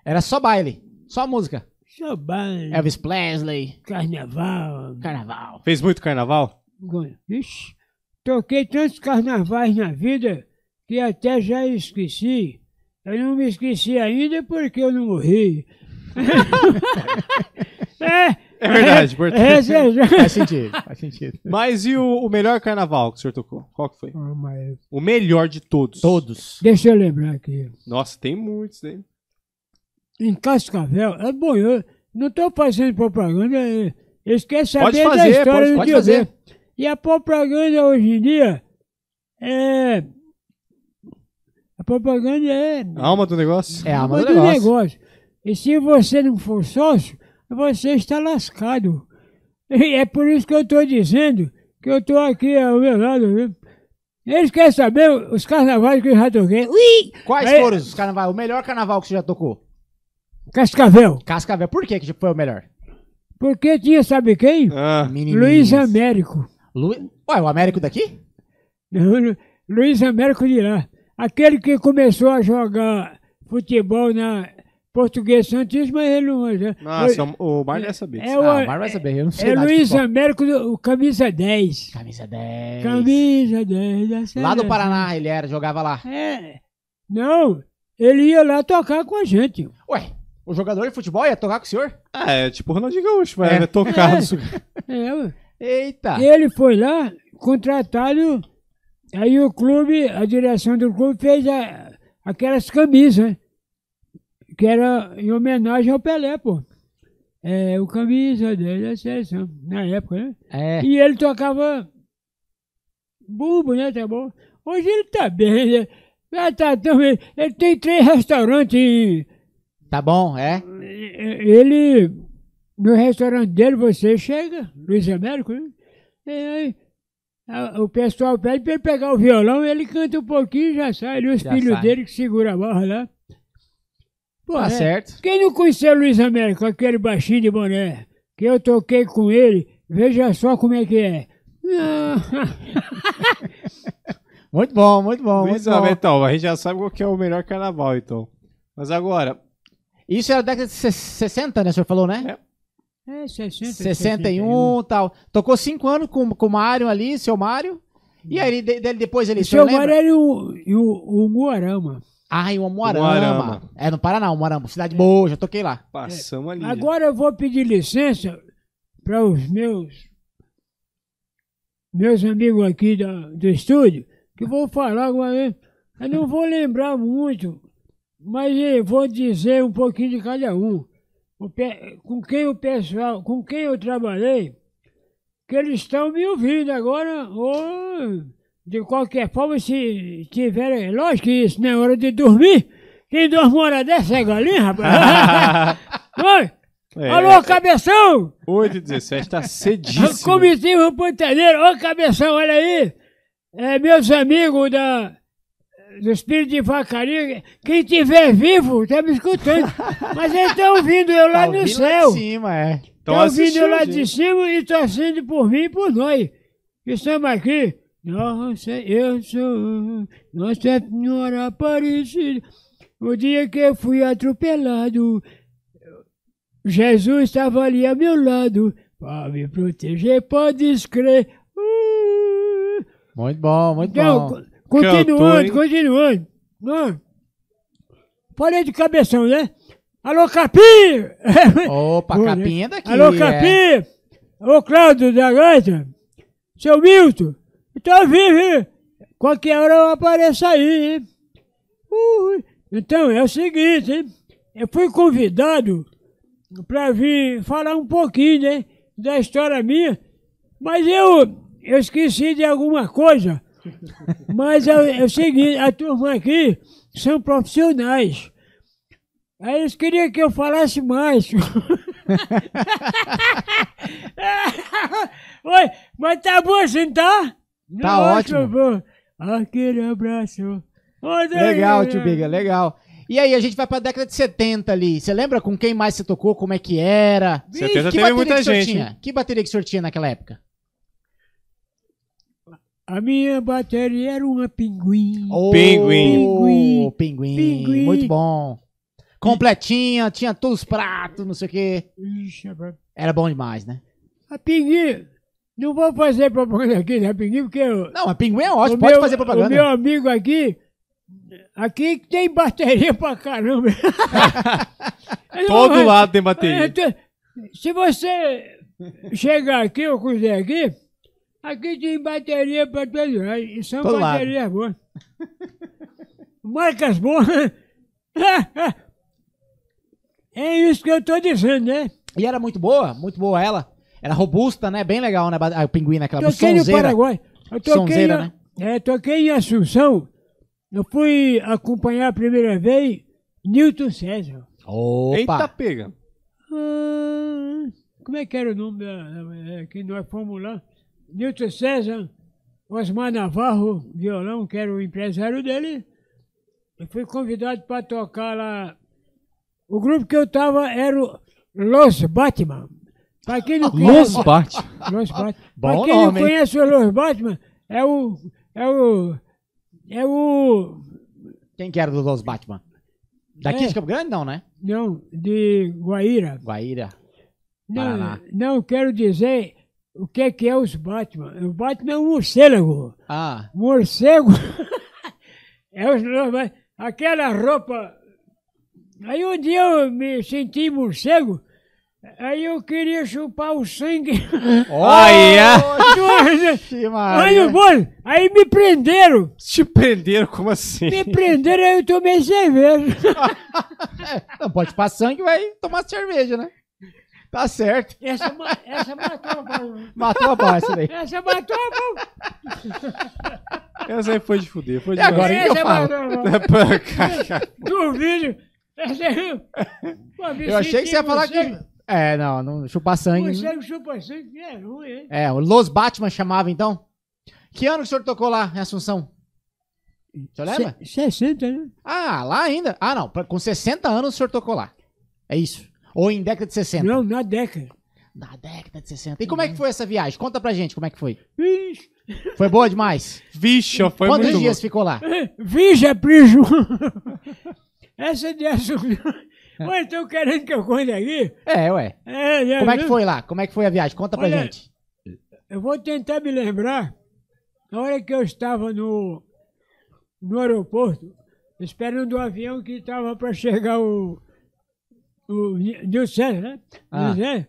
Speaker 1: Era só baile, só música.
Speaker 4: Só baile,
Speaker 1: É Elvis Presley,
Speaker 4: carnaval.
Speaker 1: carnaval.
Speaker 3: Fez muito carnaval?
Speaker 4: Gon- Ixi, Toquei tantos carnavais na vida que até já esqueci. Eu não me esqueci ainda porque eu não morri. [LAUGHS] é,
Speaker 3: É verdade, portanto.
Speaker 4: é, Zezé. [LAUGHS]
Speaker 1: Faz sentido, faz sentido.
Speaker 3: Mas e o, o melhor carnaval que o senhor tocou? Qual que foi?
Speaker 4: Ah, mas
Speaker 3: O melhor de todos.
Speaker 1: Todos.
Speaker 4: Deixa eu lembrar aqui.
Speaker 3: Nossa, tem muitos, hein?
Speaker 4: Em Cascavel, é bom, eu não estou fazendo propaganda, é, eu- eles querem saber da
Speaker 3: fazer,
Speaker 4: história
Speaker 3: pode-
Speaker 4: do
Speaker 3: pode
Speaker 4: Tio
Speaker 3: fazer.
Speaker 4: Ben. E a propaganda hoje em dia é. A propaganda é
Speaker 3: A alma do
Speaker 1: [LAUGHS]
Speaker 3: negócio?
Speaker 1: É a alma
Speaker 4: mas
Speaker 1: do negócio.
Speaker 4: E se você não for sócio, você está lascado. E é por isso que eu estou dizendo que eu estou aqui ao meu lado. viu? Eles querem saber os carnavais que eu já toquei. Ui!
Speaker 1: Quais
Speaker 4: É-
Speaker 1: foram os carnaval? O melhor carnaval que você já tocou?
Speaker 4: Cascavel.
Speaker 1: Cascavel. Por que que foi o melhor?
Speaker 4: Porque tinha, sabe quem?
Speaker 3: Ah,
Speaker 1: Menininhos.
Speaker 4: Luiz Américo. [LAUGHS]
Speaker 1: Lu... Ué, o Américo daqui?
Speaker 4: Não, Lu- Luiz Américo de lá. Aquele que começou a jogar futebol na Português Santíssimo, mas ele não. né?
Speaker 3: nossa, o, o Mar deve saber.
Speaker 4: É
Speaker 3: disso.
Speaker 4: o-
Speaker 1: ah, o Mar vai saber, eu não sei
Speaker 4: É
Speaker 1: nada de
Speaker 4: Luiz
Speaker 1: futebol.
Speaker 4: Américo, do- o camisa 10.
Speaker 1: Camisa 10.
Speaker 4: Camisa 10 da seleção.
Speaker 1: É Lá do Paraná ele era, jogava lá.
Speaker 4: É. Não, ele ia lá tocar com a
Speaker 1: [LAUGHS]
Speaker 4: gente.
Speaker 1: Ué, o jogador de futebol ia tocar com o senhor?
Speaker 3: Ah, é tipo o Ronaldinho Gaúcho, mas é, tocado. É.
Speaker 4: É, ué.
Speaker 1: Eita.
Speaker 4: Ele foi lá, contratado, aí o clube, a direção do clube fez a- aquelas camisas, né? que era em homenagem ao Pelé, pô. É, o camisa 10 da seleção, na época, né?
Speaker 1: É.
Speaker 4: E ele tocava bubo, né? Tá bom. Hoje ele tá bem, né? Já tá tão bem. Ele tem três restaurantes. em-
Speaker 1: Tá bom, é.
Speaker 4: Ele. No restaurante dele você chega, Luiz Américo, né? E aí, a- o pessoal pede pra ele pegar o violão, ele canta um pouquinho e já sai. Ali os
Speaker 1: Já
Speaker 4: filhos
Speaker 1: sai.
Speaker 4: dele que segura a barra lá. Pô,
Speaker 1: Tá
Speaker 4: é.
Speaker 1: certo.
Speaker 4: Quem não conheceu o Luiz Américo, aquele baixinho de boné, que eu toquei com ele, veja só como é que é. Ah,
Speaker 1: Muito bom, muito bom,
Speaker 3: Luiz
Speaker 1: muito bom.
Speaker 3: Américo, então, a gente já sabe qual que é o melhor carnaval, então. Mas agora,
Speaker 1: Isso era década de 60, né? O senhor falou, né?
Speaker 4: [LAUGHS] É, 60,
Speaker 1: 61 e um, tal. Tocou cinco anos com, com o Mário ali, seu Mário. E aí, de- dele depois ele.
Speaker 4: O
Speaker 1: o senhor
Speaker 4: seu é-
Speaker 1: lembra?
Speaker 4: Guarani e o, e o, o Moarama.
Speaker 1: Ah, em Umuarama.
Speaker 3: Umuarama.
Speaker 1: É, no Paraná, Umuarama. Cidade boa, já toquei lá.
Speaker 3: passamos ali.
Speaker 4: Agora eu vou pedir licença para os meus meus amigos aqui da- do estúdio, que eu vou falar alguma vez. Eu não vou lembrar muito, mas eu vou dizer um pouquinho de cada um. O pe- com quem o pessoal, com quem eu trabalhei, que eles estão me ouvindo agora, ou de qualquer forma, se tiverem. Lógico que isso não é hora de dormir. Quem dorme uma hora dessa é galinha, rapaz. Oi!
Speaker 3: É,
Speaker 4: Alô, cabeção!
Speaker 3: 8 e 17 tá
Speaker 1: né?
Speaker 3: cedíssimo.
Speaker 4: Comitiva Pantaneiro, ô cabeção, olha aí! É, meus amigos da, do Espírito de Vacaria, quem tiver vivo tá me escutando,
Speaker 1: [LAUGHS]
Speaker 4: mas eles estão ouvindo eu lá
Speaker 1: Tá
Speaker 4: no
Speaker 1: ouvindo
Speaker 4: céu.
Speaker 1: Lá de cima, é.
Speaker 3: Então
Speaker 4: Estão ouvindo
Speaker 3: assistiu,
Speaker 4: eu um lá de
Speaker 3: gente.
Speaker 4: cima e torcendo por mim e por nós. Estamos aqui. Nossa, eu sou Nossa Senhora Aparecida. O dia que eu fui atropelado, Jesus estava ali ao meu lado para me proteger, pode crer. Uh.
Speaker 1: Muito bom, muito bom.
Speaker 4: Então, co- continuando,
Speaker 3: Cantor, hein?
Speaker 4: continuando. Ah, Falei de cabeção, né? Alô,
Speaker 3: [LAUGHS]
Speaker 4: Capim!
Speaker 1: Opa,
Speaker 4: Boa, né?
Speaker 1: capinha daqui.
Speaker 4: Alô,
Speaker 1: é.
Speaker 4: Capim! Ô, Cláudio da Gaita! Seu Milton! Tá vivo, hein? Qualquer hora eu apareço aí, hein? Ui. Então, é o seguinte, hein? Eu fui convidado pra vir falar um pouquinho, né? Da história minha, mas eu, eu esqueci de alguma coisa. Mas é, é o seguinte, a turma aqui são profissionais. Aí eles queriam que eu falasse mais. [LAUGHS] Oi, mas tá bom assim, tá?
Speaker 1: Tá ótimo.
Speaker 4: Bom. Aquele abraço. Ô, Daniel.
Speaker 1: Legal, tio Biga, legal. E aí, a gente vai pra década de 70 ali. Você lembra com quem mais você tocou? Como é que era?
Speaker 3: 70
Speaker 1: que
Speaker 3: teve
Speaker 1: bateria
Speaker 3: muita
Speaker 1: que o senhor
Speaker 3: gente,
Speaker 1: Tinha? Que bateria que o senhor tinha naquela época?
Speaker 4: A minha bateria era uma pinguim.
Speaker 3: Pinguim.
Speaker 1: Pinguim. Pinguim.
Speaker 4: Pinguim.
Speaker 1: Muito bom. Completinha, tinha todos os pratos, não sei o quê.
Speaker 4: Ixi, rapaz.
Speaker 1: Era bom demais, né?
Speaker 4: A pinguim. Não vou fazer propaganda aqui, né, Pinguim? Porque eu,
Speaker 1: Não, mas pinguim é ótimo,
Speaker 4: o
Speaker 1: pode
Speaker 4: meu-
Speaker 1: fazer
Speaker 4: O
Speaker 1: propaganda.
Speaker 4: meu amigo aqui, aqui que tem bateria [LAUGHS]
Speaker 1: [LAUGHS]
Speaker 4: pra caramba. Ele
Speaker 3: Todo
Speaker 4: falou,
Speaker 3: lado tem
Speaker 4: "É,
Speaker 3: bateria.
Speaker 4: te- Se você chegar aqui ou quiser aqui, aqui tem bateria pra todo lado. E são
Speaker 1: Todo lado.
Speaker 4: baterias boas. Marcas boas. [LAUGHS] É isso que eu tô dizendo, né?
Speaker 1: E era muito boa, muito boa ela. Era robusta, né? Bem legal, né? ba- A pinguim naquela
Speaker 4: Toquei no
Speaker 1: sonzeira.
Speaker 4: Paraguai. Eu toquei,
Speaker 1: Sonzeira,
Speaker 4: em-
Speaker 1: né?
Speaker 4: é, toquei em Assunção. Eu fui acompanhar a primeira vez Newton César.
Speaker 1: Opa!
Speaker 3: Eita, pega.
Speaker 4: Ah, como é que era o nome da, da- é, que nós fomos lá? Newton César, Osmar Navarro, violão, que era o empresário dele. Eu fui convidado para tocar lá. O grupo que eu tava era o Los Batman. Para quem não
Speaker 3: Los
Speaker 4: conhece,
Speaker 3: bate.
Speaker 4: Los Batman.
Speaker 1: Bom
Speaker 4: pra quem
Speaker 1: nome,
Speaker 4: não
Speaker 1: hein?
Speaker 4: conhece o Los Batman, é o. É o. É o.
Speaker 1: Quem que era dos Los Batman? Daqui
Speaker 4: É.
Speaker 1: de Campo Grande, não, né?
Speaker 4: Não, de Guaíra.
Speaker 1: Guaíra.
Speaker 4: Não,
Speaker 1: Paraná.
Speaker 4: não quero dizer o que é, que é os Batman. O Batman é um morcego.
Speaker 1: Ah,
Speaker 4: Morcego [LAUGHS] é os Los Batman. Aquela roupa. Aí um dia eu me senti morcego, aí eu queria chupar
Speaker 1: [LAUGHS]
Speaker 4: o sangue.
Speaker 3: Olha!
Speaker 1: que
Speaker 4: Aí,
Speaker 1: maravilha.
Speaker 4: eu vou- aí me prenderam.
Speaker 3: Te prenderam, como assim?
Speaker 4: Me prenderam, aí eu tomei cerveja.
Speaker 1: Não pode passar sangue, vai tomar cerveja, né? Tá certo.
Speaker 4: Essa, ma- essa é matou a pau.
Speaker 1: Matou a parte [LAUGHS] daí.
Speaker 4: Essa é matou a pau.
Speaker 3: Essa aí foi de fuder, foi de
Speaker 1: E agora?
Speaker 4: essa
Speaker 1: que eu falo.
Speaker 4: matou
Speaker 1: [LAUGHS]
Speaker 4: a pau.
Speaker 3: Cara,
Speaker 4: Duvido. Essa aí... Pô, me
Speaker 1: Eu achei que você ia
Speaker 4: senti
Speaker 1: falar que...
Speaker 4: morcego.
Speaker 1: É, não, não chupar sangue. né?
Speaker 4: Morcego chupa sangue um é ruim, hein?
Speaker 1: É, o Los Batman chamava, então. Que ano que o senhor tocou lá em Assunção? O senhor lembra?
Speaker 4: Se- 60, né?
Speaker 1: Ah, lá ainda. Ah, não. pra- Com 60 anos o senhor tocou lá. É isso. Ou em década de 60.
Speaker 4: Não, na década.
Speaker 1: Na década de 60. E como é que foi essa viagem? Conta pra gente como é que foi.
Speaker 4: Ixi,
Speaker 1: Foi boa demais?
Speaker 3: Vixe, ó, foi
Speaker 1: Quantos
Speaker 3: muito
Speaker 1: dias
Speaker 3: louco.
Speaker 1: ficou lá?
Speaker 4: Vija Prijo. é [LAUGHS] Essa é de assunto. Mas estão então querendo que eu conte aqui?
Speaker 1: É, ué.
Speaker 4: É, né,
Speaker 1: Como é que
Speaker 3: [LAUGHS]
Speaker 4: viu?
Speaker 1: foi lá? Como é que foi a viagem? Conta pra
Speaker 4: Olha-
Speaker 1: gente.
Speaker 4: Eu vou tentar me lembrar. Na hora que eu estava no, no aeroporto, esperando o avião que estava para chegar o. o Ni- Nilson, né?
Speaker 1: Ah.
Speaker 4: Nilson.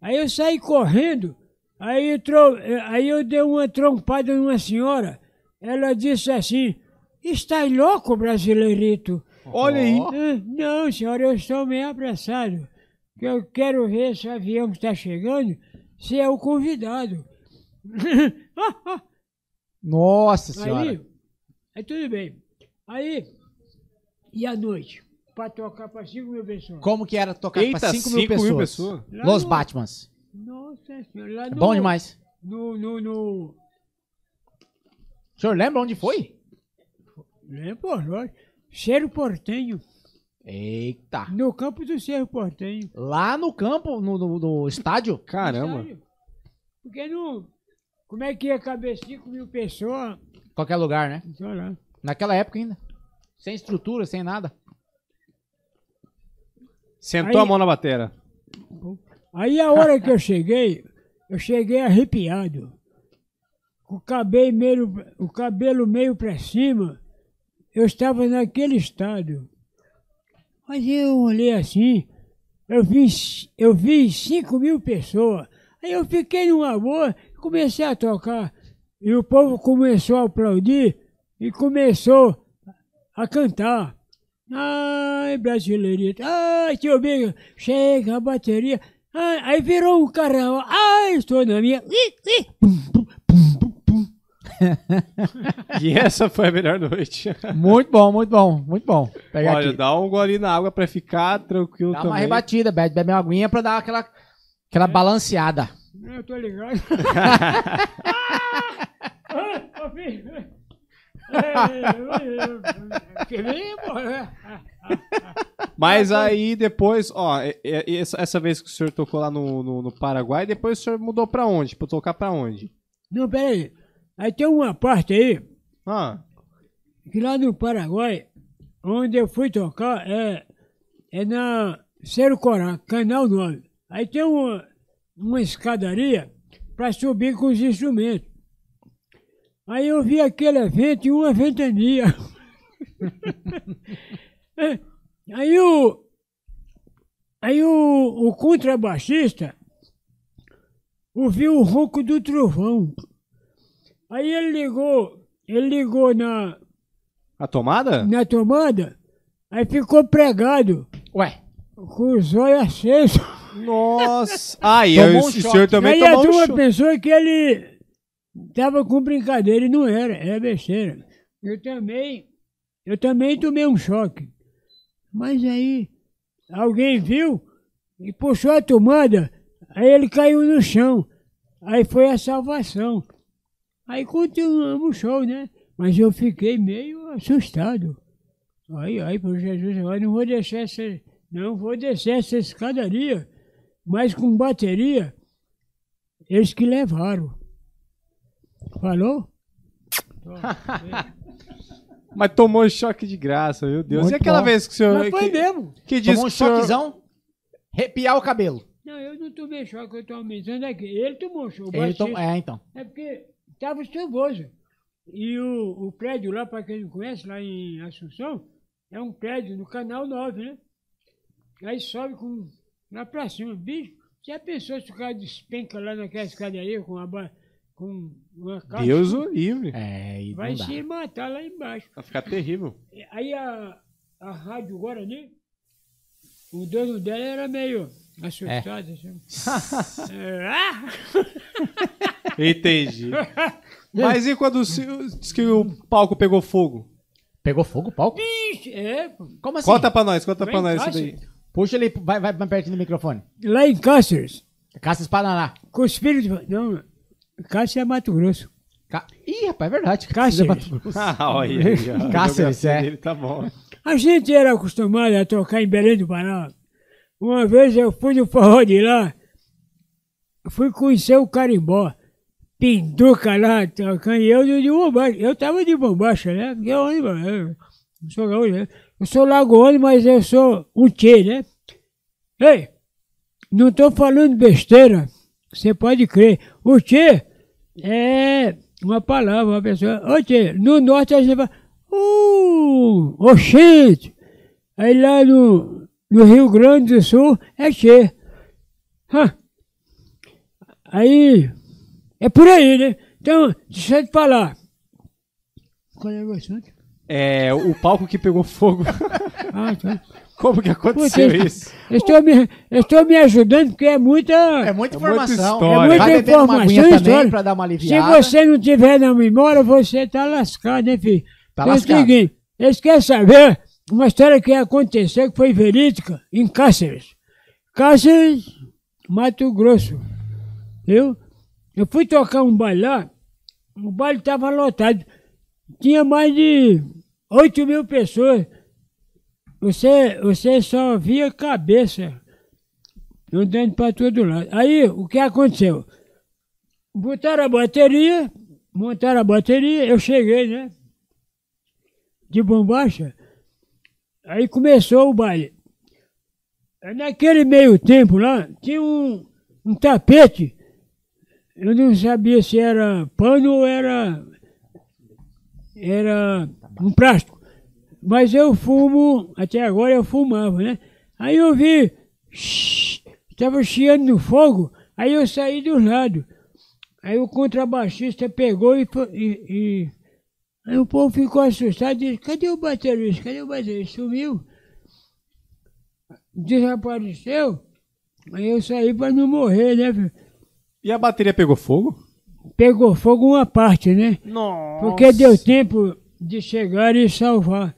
Speaker 4: Aí eu saí correndo, aí, entrou, aí eu dei uma trompada numa senhora. Ela disse assim: Está louco, brasileirito?
Speaker 3: Olha aí.
Speaker 4: Ah, Não, senhora, eu estou meio apressado. que Eu quero ver esse avião que está chegando, se é o convidado.
Speaker 1: Nossa senhora.
Speaker 4: aí, aí tudo bem. Aí, e à noite? Para tocar para 5 mil pessoas.
Speaker 1: Como que era tocar pra
Speaker 3: Eita,
Speaker 1: 5 mil pessoas?
Speaker 4: Lá
Speaker 1: Los
Speaker 4: no-
Speaker 1: Batmans.
Speaker 4: Nossa senhora. Lá
Speaker 1: É
Speaker 4: no,
Speaker 1: Bom demais.
Speaker 4: No, no, no,
Speaker 1: O senhor lembra onde foi?
Speaker 4: é, pô, lógico. Cerro Portenho.
Speaker 1: Eita.
Speaker 4: No campo do Cerro Portenho.
Speaker 1: Lá no campo, no, no- no estádio?
Speaker 3: Caramba.
Speaker 4: Sério? Porque não... Como é que ia caber 5 mil pessoas?
Speaker 1: Qualquer lugar, né?
Speaker 4: Sei lá.
Speaker 1: Naquela época ainda. Sem estrutura, sem nada.
Speaker 3: Sentou a
Speaker 4: Aí-
Speaker 3: mão na batera.
Speaker 4: Aí a hora que eu cheguei, eu cheguei arrepiado. Com o cabelo meio, o cabelo meio para cima, eu estava naquele estado. Mas eu olhei assim, eu vi, ci- eu vi 5 mil pessoas. Aí eu fiquei numa boa, comecei a tocar. E o povo começou a aplaudir e começou a cantar. Ai, brasileirito, ai, tio Biga, chega a bateria. Ai, aí virou um carnaval. Ai, estou na minha. Ih, ih, pum, pum, pum, pum, pum.
Speaker 1: [LAUGHS]
Speaker 3: E essa foi a melhor noite.
Speaker 1: Muito bom, muito bom, muito bom. Pegar
Speaker 3: Olha,
Speaker 1: aqui.
Speaker 3: dá um golinho na água pra ficar tranquilo
Speaker 1: Dá uma
Speaker 3: também. É.
Speaker 1: rebatida, bebe, bebe uma aguinha pra dar aquela, aquela balanceada.
Speaker 4: Eu tô ligado. Ah, ô, filho. É, Que vem, né? porra.
Speaker 3: Mas aí depois, ó, é- é- essa essa vez que o senhor tocou lá no, no, no Paraguai, depois o senhor mudou pra onde? Pra tocar pra onde?
Speaker 4: Não, peraí. Aí tem uma parte aí.
Speaker 3: Ah,
Speaker 4: que lá no Paraguai, onde eu fui tocar, é, é na Cerro Corá, Canal 9. Aí tem uma, uma escadaria para subir com os instrumentos. Aí eu vi aquele evento e uma ventania. [LAUGHS] É, aí o, aí o, o contrabaixista ouviu o ronco do trovão. Aí ele ligou, ele ligou na,
Speaker 3: A tomada?
Speaker 4: na tomada, aí ficou pregado,
Speaker 1: Ué,
Speaker 4: com os olhos acesos.
Speaker 1: [LAUGHS]
Speaker 3: Nossa! Ah, e
Speaker 1: Tomou
Speaker 3: eu-
Speaker 1: um
Speaker 3: o
Speaker 1: choque.
Speaker 3: senhor também
Speaker 4: Aí a
Speaker 3: tomou um
Speaker 4: turma
Speaker 3: choque.
Speaker 4: pensou que ele tava com brincadeira e não era, era besteira. Eu também, eu também tomei um choque. Mas aí alguém viu e puxou a tomada, aí ele caiu no chão. Aí foi a salvação. Aí continuamos o show, né? Mas eu fiquei meio assustado. Aí, aí, por Jesus, eu não vou descer essa, não vou descer essa escadaria, mas com bateria, eles que levaram. Falou?
Speaker 3: Mas tomou choque de graça, meu Deus.
Speaker 1: Muito
Speaker 3: e aquela
Speaker 1: bom.
Speaker 3: vez que o senhor.
Speaker 4: Mas foi
Speaker 3: é que,
Speaker 4: mesmo.
Speaker 3: que disse
Speaker 1: tomou um
Speaker 3: que o senhor-
Speaker 1: choquezão, arrepiar o cabelo.
Speaker 4: Não, eu não tomei choque, eu tô aumentando aqui. Ele tomou choque.
Speaker 1: Ele tom- É, então.
Speaker 4: É porque estava chuvoso. E o, o prédio lá, para quem não conhece, lá em Assunção, é um prédio no Canal 9, né? Aí sobe com, lá pra cima. Bicho, já pensou se o cara despenca lá naquela escadaria com uma, ba- com uma caixa?
Speaker 3: Deus o livre.
Speaker 1: É, e
Speaker 4: Vai
Speaker 1: não dá.
Speaker 4: se matar lá embaixo.
Speaker 3: Vai ficar terrível.
Speaker 4: E Aí a, a rádio Guarani, o dono dela era meio assustado. Assim. É, ah!
Speaker 3: [LAUGHS] Entendi. Mas e quando o senhor disse que o palco pegou fogo?
Speaker 1: Pegou fogo o palco?
Speaker 4: Ixi, é, pô.
Speaker 1: Como assim?
Speaker 3: Conta pra nós, conta
Speaker 4: Lá
Speaker 3: pra
Speaker 4: em
Speaker 3: nós isso
Speaker 4: casa,
Speaker 3: daí.
Speaker 1: Puxa ele, vai, vai mais pertinho do microfone.
Speaker 4: lá em Cáceres,
Speaker 1: Caça Espananá.
Speaker 4: com os filhos de... Não, Cáceres é Mato Grosso.
Speaker 1: Ca... Ih, rapaz, é verdade.
Speaker 4: Cáceres.
Speaker 3: [LAUGHS] Ah, [LAUGHS] olha aí. ó, a
Speaker 1: Cáceres,
Speaker 3: geografia
Speaker 1: é.
Speaker 3: dele tá bom.
Speaker 4: A gente era acostumado a tocar em Belém do Pará. Uma vez eu fui no forró de lá, fui conhecer o carimbó. Pinduca lá, tocando, e eu de de bombacha. Eu tava de bombacha, né? Porque eu, eu, eu sou gaúcho, né? Eu sou lagoano, mas eu sou um tchê, né? Ei, não tô falando besteira. Você pode crer. O tchê é uma palavra, uma pessoa. Ô tchê, no norte a gente fala. Uh, oxente! Aí lá no, no Rio Grande do Sul é tchê. Hã. Aí é por aí, né? Então, deixa eu te falar. Qual era o assunto?
Speaker 3: É, o palco que pegou fogo.
Speaker 4: Ah, tá.
Speaker 3: [LAUGHS] Como que aconteceu
Speaker 4: Puta,
Speaker 3: isso?
Speaker 4: Eu estou me, eu estou me ajudando porque é muita.
Speaker 1: É muita informação.
Speaker 3: história.
Speaker 4: É muita
Speaker 1: vai beber uma aguinha
Speaker 4: informação,
Speaker 1: também
Speaker 4: história.
Speaker 1: pra dar uma
Speaker 4: Se
Speaker 1: aliviada.
Speaker 4: você não tiver na memória, você tá lascado, hein, filho?
Speaker 1: Tá
Speaker 4: Então é o
Speaker 1: lascado.
Speaker 4: seguinte, eles querem saber uma história que aconteceu, que foi verídica, em Cáceres. Cáceres, Mato Grosso. Eu, eu fui tocar um baile lá, o baile estava lotado. Tinha mais de 8 mil pessoas. Você, você só via cabeça andando para todo lado. Aí, o que aconteceu? Botaram a bateria, montaram a bateria, eu cheguei, né? De bombacha. Aí começou o baile. Aí Naquele meio tempo lá, tinha um, um tapete. Eu não sabia se era pano ou era. Era um plástico. Mas eu fumo, até agora eu fumava, né? Aí eu vi. Estava chiando no fogo, aí eu saí do lado. Aí o contrabaixista pegou e, fo- e- e- Aí o povo ficou assustado e disse, cadê o baterista? Cadê o baterista? Sumiu. Desapareceu. Aí eu saí para não morrer, né? filho?
Speaker 3: E a bateria pegou fogo?
Speaker 4: Pegou fogo uma parte, né?
Speaker 3: Nossa.
Speaker 4: Porque deu tempo de chegar e salvar.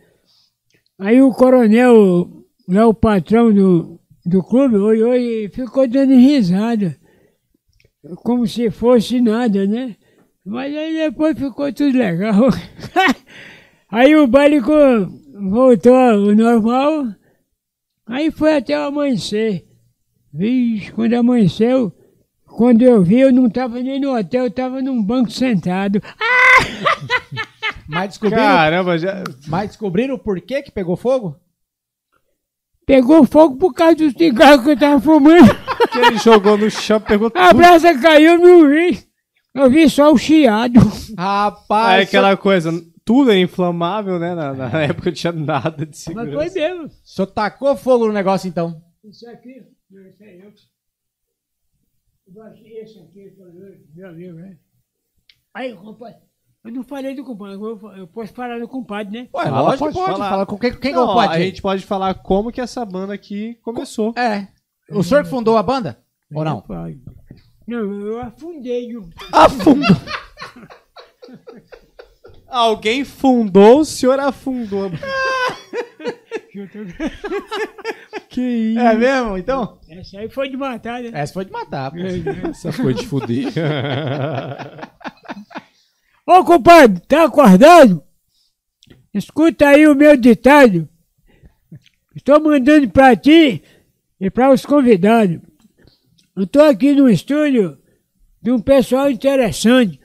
Speaker 4: Aí o coronel, lá o patrão do, do clube, olhou e ficou dando risada. Como se fosse nada, né? Mas aí depois ficou tudo legal. [LAUGHS] aí o baile co- voltou ao normal. Aí foi até o amanhecer. Vixe, quando amanheceu, quando eu vi, eu não estava nem no hotel, eu estava num banco sentado. Ah,
Speaker 1: Mas descobriram,
Speaker 3: Caramba, já.
Speaker 1: mas descobriram o porquê que pegou fogo?
Speaker 4: [LAUGHS] Pegou fogo por causa do cigarro que eu tava fumando.
Speaker 3: que ele jogou no chão, pegou
Speaker 4: A
Speaker 3: tudo.
Speaker 4: brasa caiu, eu não vi. Eu vi só o chiado.
Speaker 3: Aí
Speaker 1: Rapaz,
Speaker 3: aquela coisa, tudo é inflamável, né? Na, na época não tinha nada de
Speaker 4: Mas
Speaker 3: segurança.
Speaker 4: foi mesmo.
Speaker 1: o senhor tacou fogo no negócio então.
Speaker 4: Isso aqui, isso é eu. Eu baixei esse aqui, já viu, né? Aí, compadre, eu não falei do compadre, eu, vou- eu posso falar do compadre, né?
Speaker 1: Ué,
Speaker 3: Fala,
Speaker 1: lógico,
Speaker 3: pode
Speaker 1: pode, pode
Speaker 3: falar.
Speaker 1: falar. Com quem, quem
Speaker 3: Não,
Speaker 1: que pode?
Speaker 3: a gente pode falar como que essa banda aqui começou.
Speaker 1: É. O senhor que fundou a banda? Ou não?
Speaker 4: Pode. Não, eu afundei. viu?
Speaker 1: Afundou.
Speaker 3: Alguém fundou, o senhor afundou. que isso?
Speaker 1: É mesmo? Então?
Speaker 4: Essa aí foi de matar, né?
Speaker 1: Essa foi de matar. pô.
Speaker 3: Essa foi de fuder.
Speaker 4: Ô, compadre, tá acordado? Escuta aí o meu ditado. Estou mandando pra ti e pra os convidados. Eu tô aqui no estúdio de um pessoal interessante.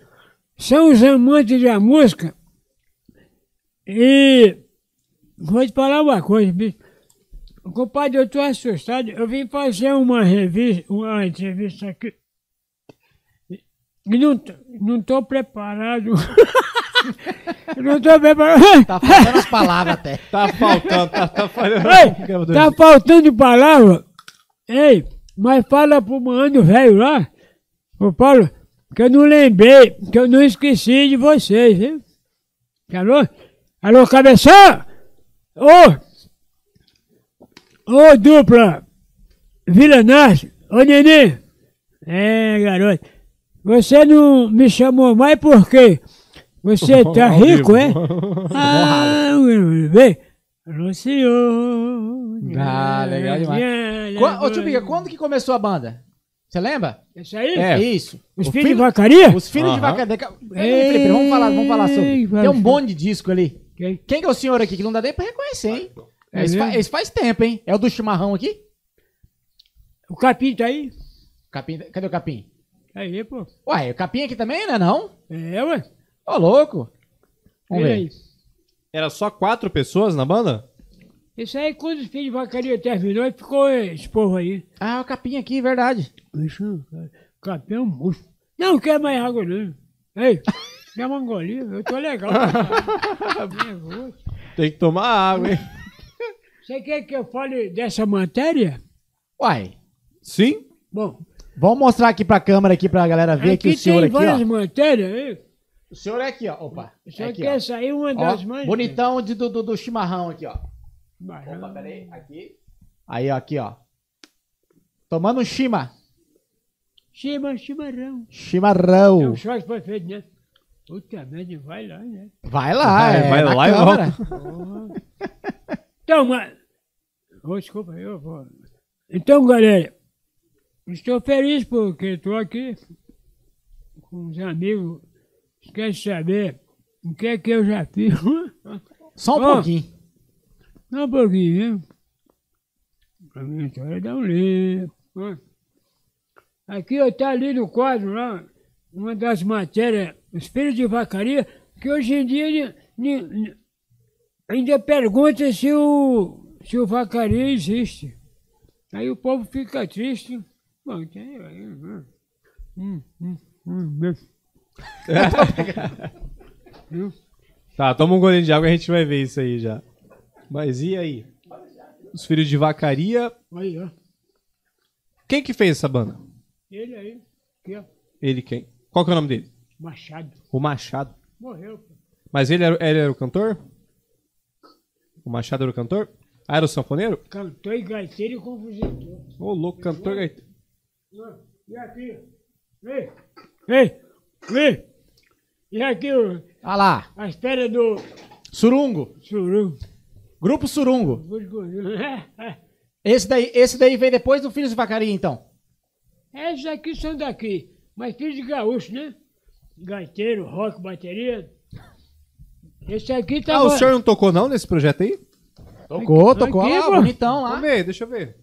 Speaker 4: São os amantes da música. E vou te falar uma coisa, bicho. Compadre, eu tô assustado. Eu vim fazer uma revista, uma entrevista aqui. E não, t- não tô preparado. [LAUGHS] Eu não tô preparado.
Speaker 1: Tá faltando as palavras
Speaker 4: [LAUGHS]
Speaker 1: até.
Speaker 3: tá faltando, tá, tá falhando.
Speaker 4: Ei, tá faltando palavra. Ei, mas fala pro mano velho lá, o Paulo, que eu não lembrei, que eu não esqueci de vocês, viu? Alô? Alô, cabeção? Ô! Ô, dupla! Vila Norte, ô neném! É, garoto, você não me chamou mais por quê? Você
Speaker 3: [LAUGHS]
Speaker 4: tá
Speaker 3: Ao vivo.
Speaker 4: rico, é? Ah, vem! Lucione.
Speaker 1: Ah, legal demais. Qua- Ô, tio Biga, quando que começou a banda? Você lembra?
Speaker 4: Isso aí?
Speaker 3: É.
Speaker 1: Isso.
Speaker 4: Os
Speaker 1: O
Speaker 4: filhos de
Speaker 1: filho-
Speaker 4: vacaria?
Speaker 1: Os filhos de
Speaker 3: Aham.
Speaker 1: Vacaria. Felipe, vamos falar, vamos falar sobre.
Speaker 4: Ei, vai,
Speaker 1: Tem um
Speaker 4: filho.
Speaker 1: bonde de disco ali.
Speaker 4: Quem?
Speaker 1: Quem que é o senhor aqui que não dá nem pra reconhecer, hein?
Speaker 4: É
Speaker 1: Esse, fa-
Speaker 4: mesmo?
Speaker 1: esse faz tempo, hein? É o do chimarrão aqui?
Speaker 4: O capim tá aí? Tá
Speaker 1: Capim, cadê o capim?
Speaker 4: Aí, pô.
Speaker 1: Ué, o capim aqui também, né? Não?
Speaker 4: É, ué.
Speaker 1: Ô, louco. Vamos
Speaker 4: Vira
Speaker 1: ver.
Speaker 4: aí.
Speaker 3: Era só quatro pessoas na banda?
Speaker 4: Isso aí, quando os filhos de vacaria terminou, ficou esse povo aí.
Speaker 1: Ah, o capim aqui, verdade.
Speaker 4: Bicho, cara, capim é um monstro. Não quer mais água, não.
Speaker 1: [LAUGHS]
Speaker 4: Ei, minha mangolinha, eu tô legal. Nervoso.
Speaker 3: Tem que tomar água, hein?
Speaker 4: Você quer que eu fale dessa matéria?
Speaker 1: Uai,
Speaker 3: Sim?
Speaker 4: Bom,
Speaker 1: vamos mostrar aqui pra câmera, aqui pra galera ver aqui,
Speaker 4: aqui
Speaker 1: o senhor
Speaker 4: tem
Speaker 1: aqui,
Speaker 4: várias
Speaker 1: ó.
Speaker 4: matérias, hein?
Speaker 1: O senhor é aqui, ó. Opa.
Speaker 4: Só
Speaker 1: é aqui,
Speaker 4: que
Speaker 1: ó.
Speaker 4: essa aí é uma
Speaker 1: Ó,
Speaker 4: das mais.
Speaker 1: bonitão de- do, do, do chimarrão aqui, ó.
Speaker 4: Barão.
Speaker 1: Opa, peraí, aqui. Aí, ó, aqui, ó. Tomando um chima.
Speaker 4: Chima, chimarrão. É
Speaker 1: Chimarrão.
Speaker 4: um choque foi feito, né? Puta merda, vai lá, né?
Speaker 1: Vai lá,
Speaker 3: Vai-
Speaker 1: é,
Speaker 3: vai
Speaker 1: na
Speaker 3: lá e
Speaker 1: câmera.
Speaker 4: Então, mas... Ô, desculpa, eu vou... Então, galera, estou feliz porque estou aqui com os amigos que querem saber o que é que eu já fiz.
Speaker 1: Só um
Speaker 4: Ó.
Speaker 1: pouquinho.
Speaker 4: Não um pouquinho, viu? A minha história dá um livro. ó. Aqui ó, tá ali no quadro, lá, uma das matérias, os filhos de vacaria, que hoje em dia ni- ni- ni- ainda pergunta se o, se o vacaria existe. Aí o povo fica triste. Bom, tem aí, né? Hum, hum, hum, né?
Speaker 3: Tá, toma um golinho de água e a gente vai ver isso aí já. Mas e aí? Os filhos de vacaria.
Speaker 4: Aí, ó.
Speaker 3: Quem que fez essa banda?
Speaker 4: Ele aí, aqui, ó,
Speaker 3: Ele quem? Qual que é o nome dele?
Speaker 4: Machado.
Speaker 3: O Machado.
Speaker 4: Morreu, pô.
Speaker 3: Mas ele era, ele era o cantor? O Machado era o cantor? Ah, era o sanfoneiro?
Speaker 4: Cantor e gaiteiro e compositor.
Speaker 3: Ô, louco, cantor gaiteiro.
Speaker 4: E aqui? Ei, ei, ei. E aqui ó,
Speaker 1: Olha lá.
Speaker 4: as pernas do
Speaker 1: Surungo.
Speaker 4: suru. [LAUGHS]
Speaker 1: Grupo Surungo.
Speaker 4: Essas
Speaker 1: Esse daí, esse daí veio depois do Filhos de Vacaria, então.
Speaker 4: aqui são daqui, mas filho de gaúcho, né? Gaiteiro, rock, bateria. Esse aqui tá.
Speaker 1: Então
Speaker 3: Ah, o senhor não tocou não nesse projeto aí?
Speaker 1: Tocou, tocou.
Speaker 4: aqui,
Speaker 1: Olha lá,
Speaker 4: pô.
Speaker 1: bonitão
Speaker 3: Vamos
Speaker 1: lá.
Speaker 3: ver, deixa eu ver.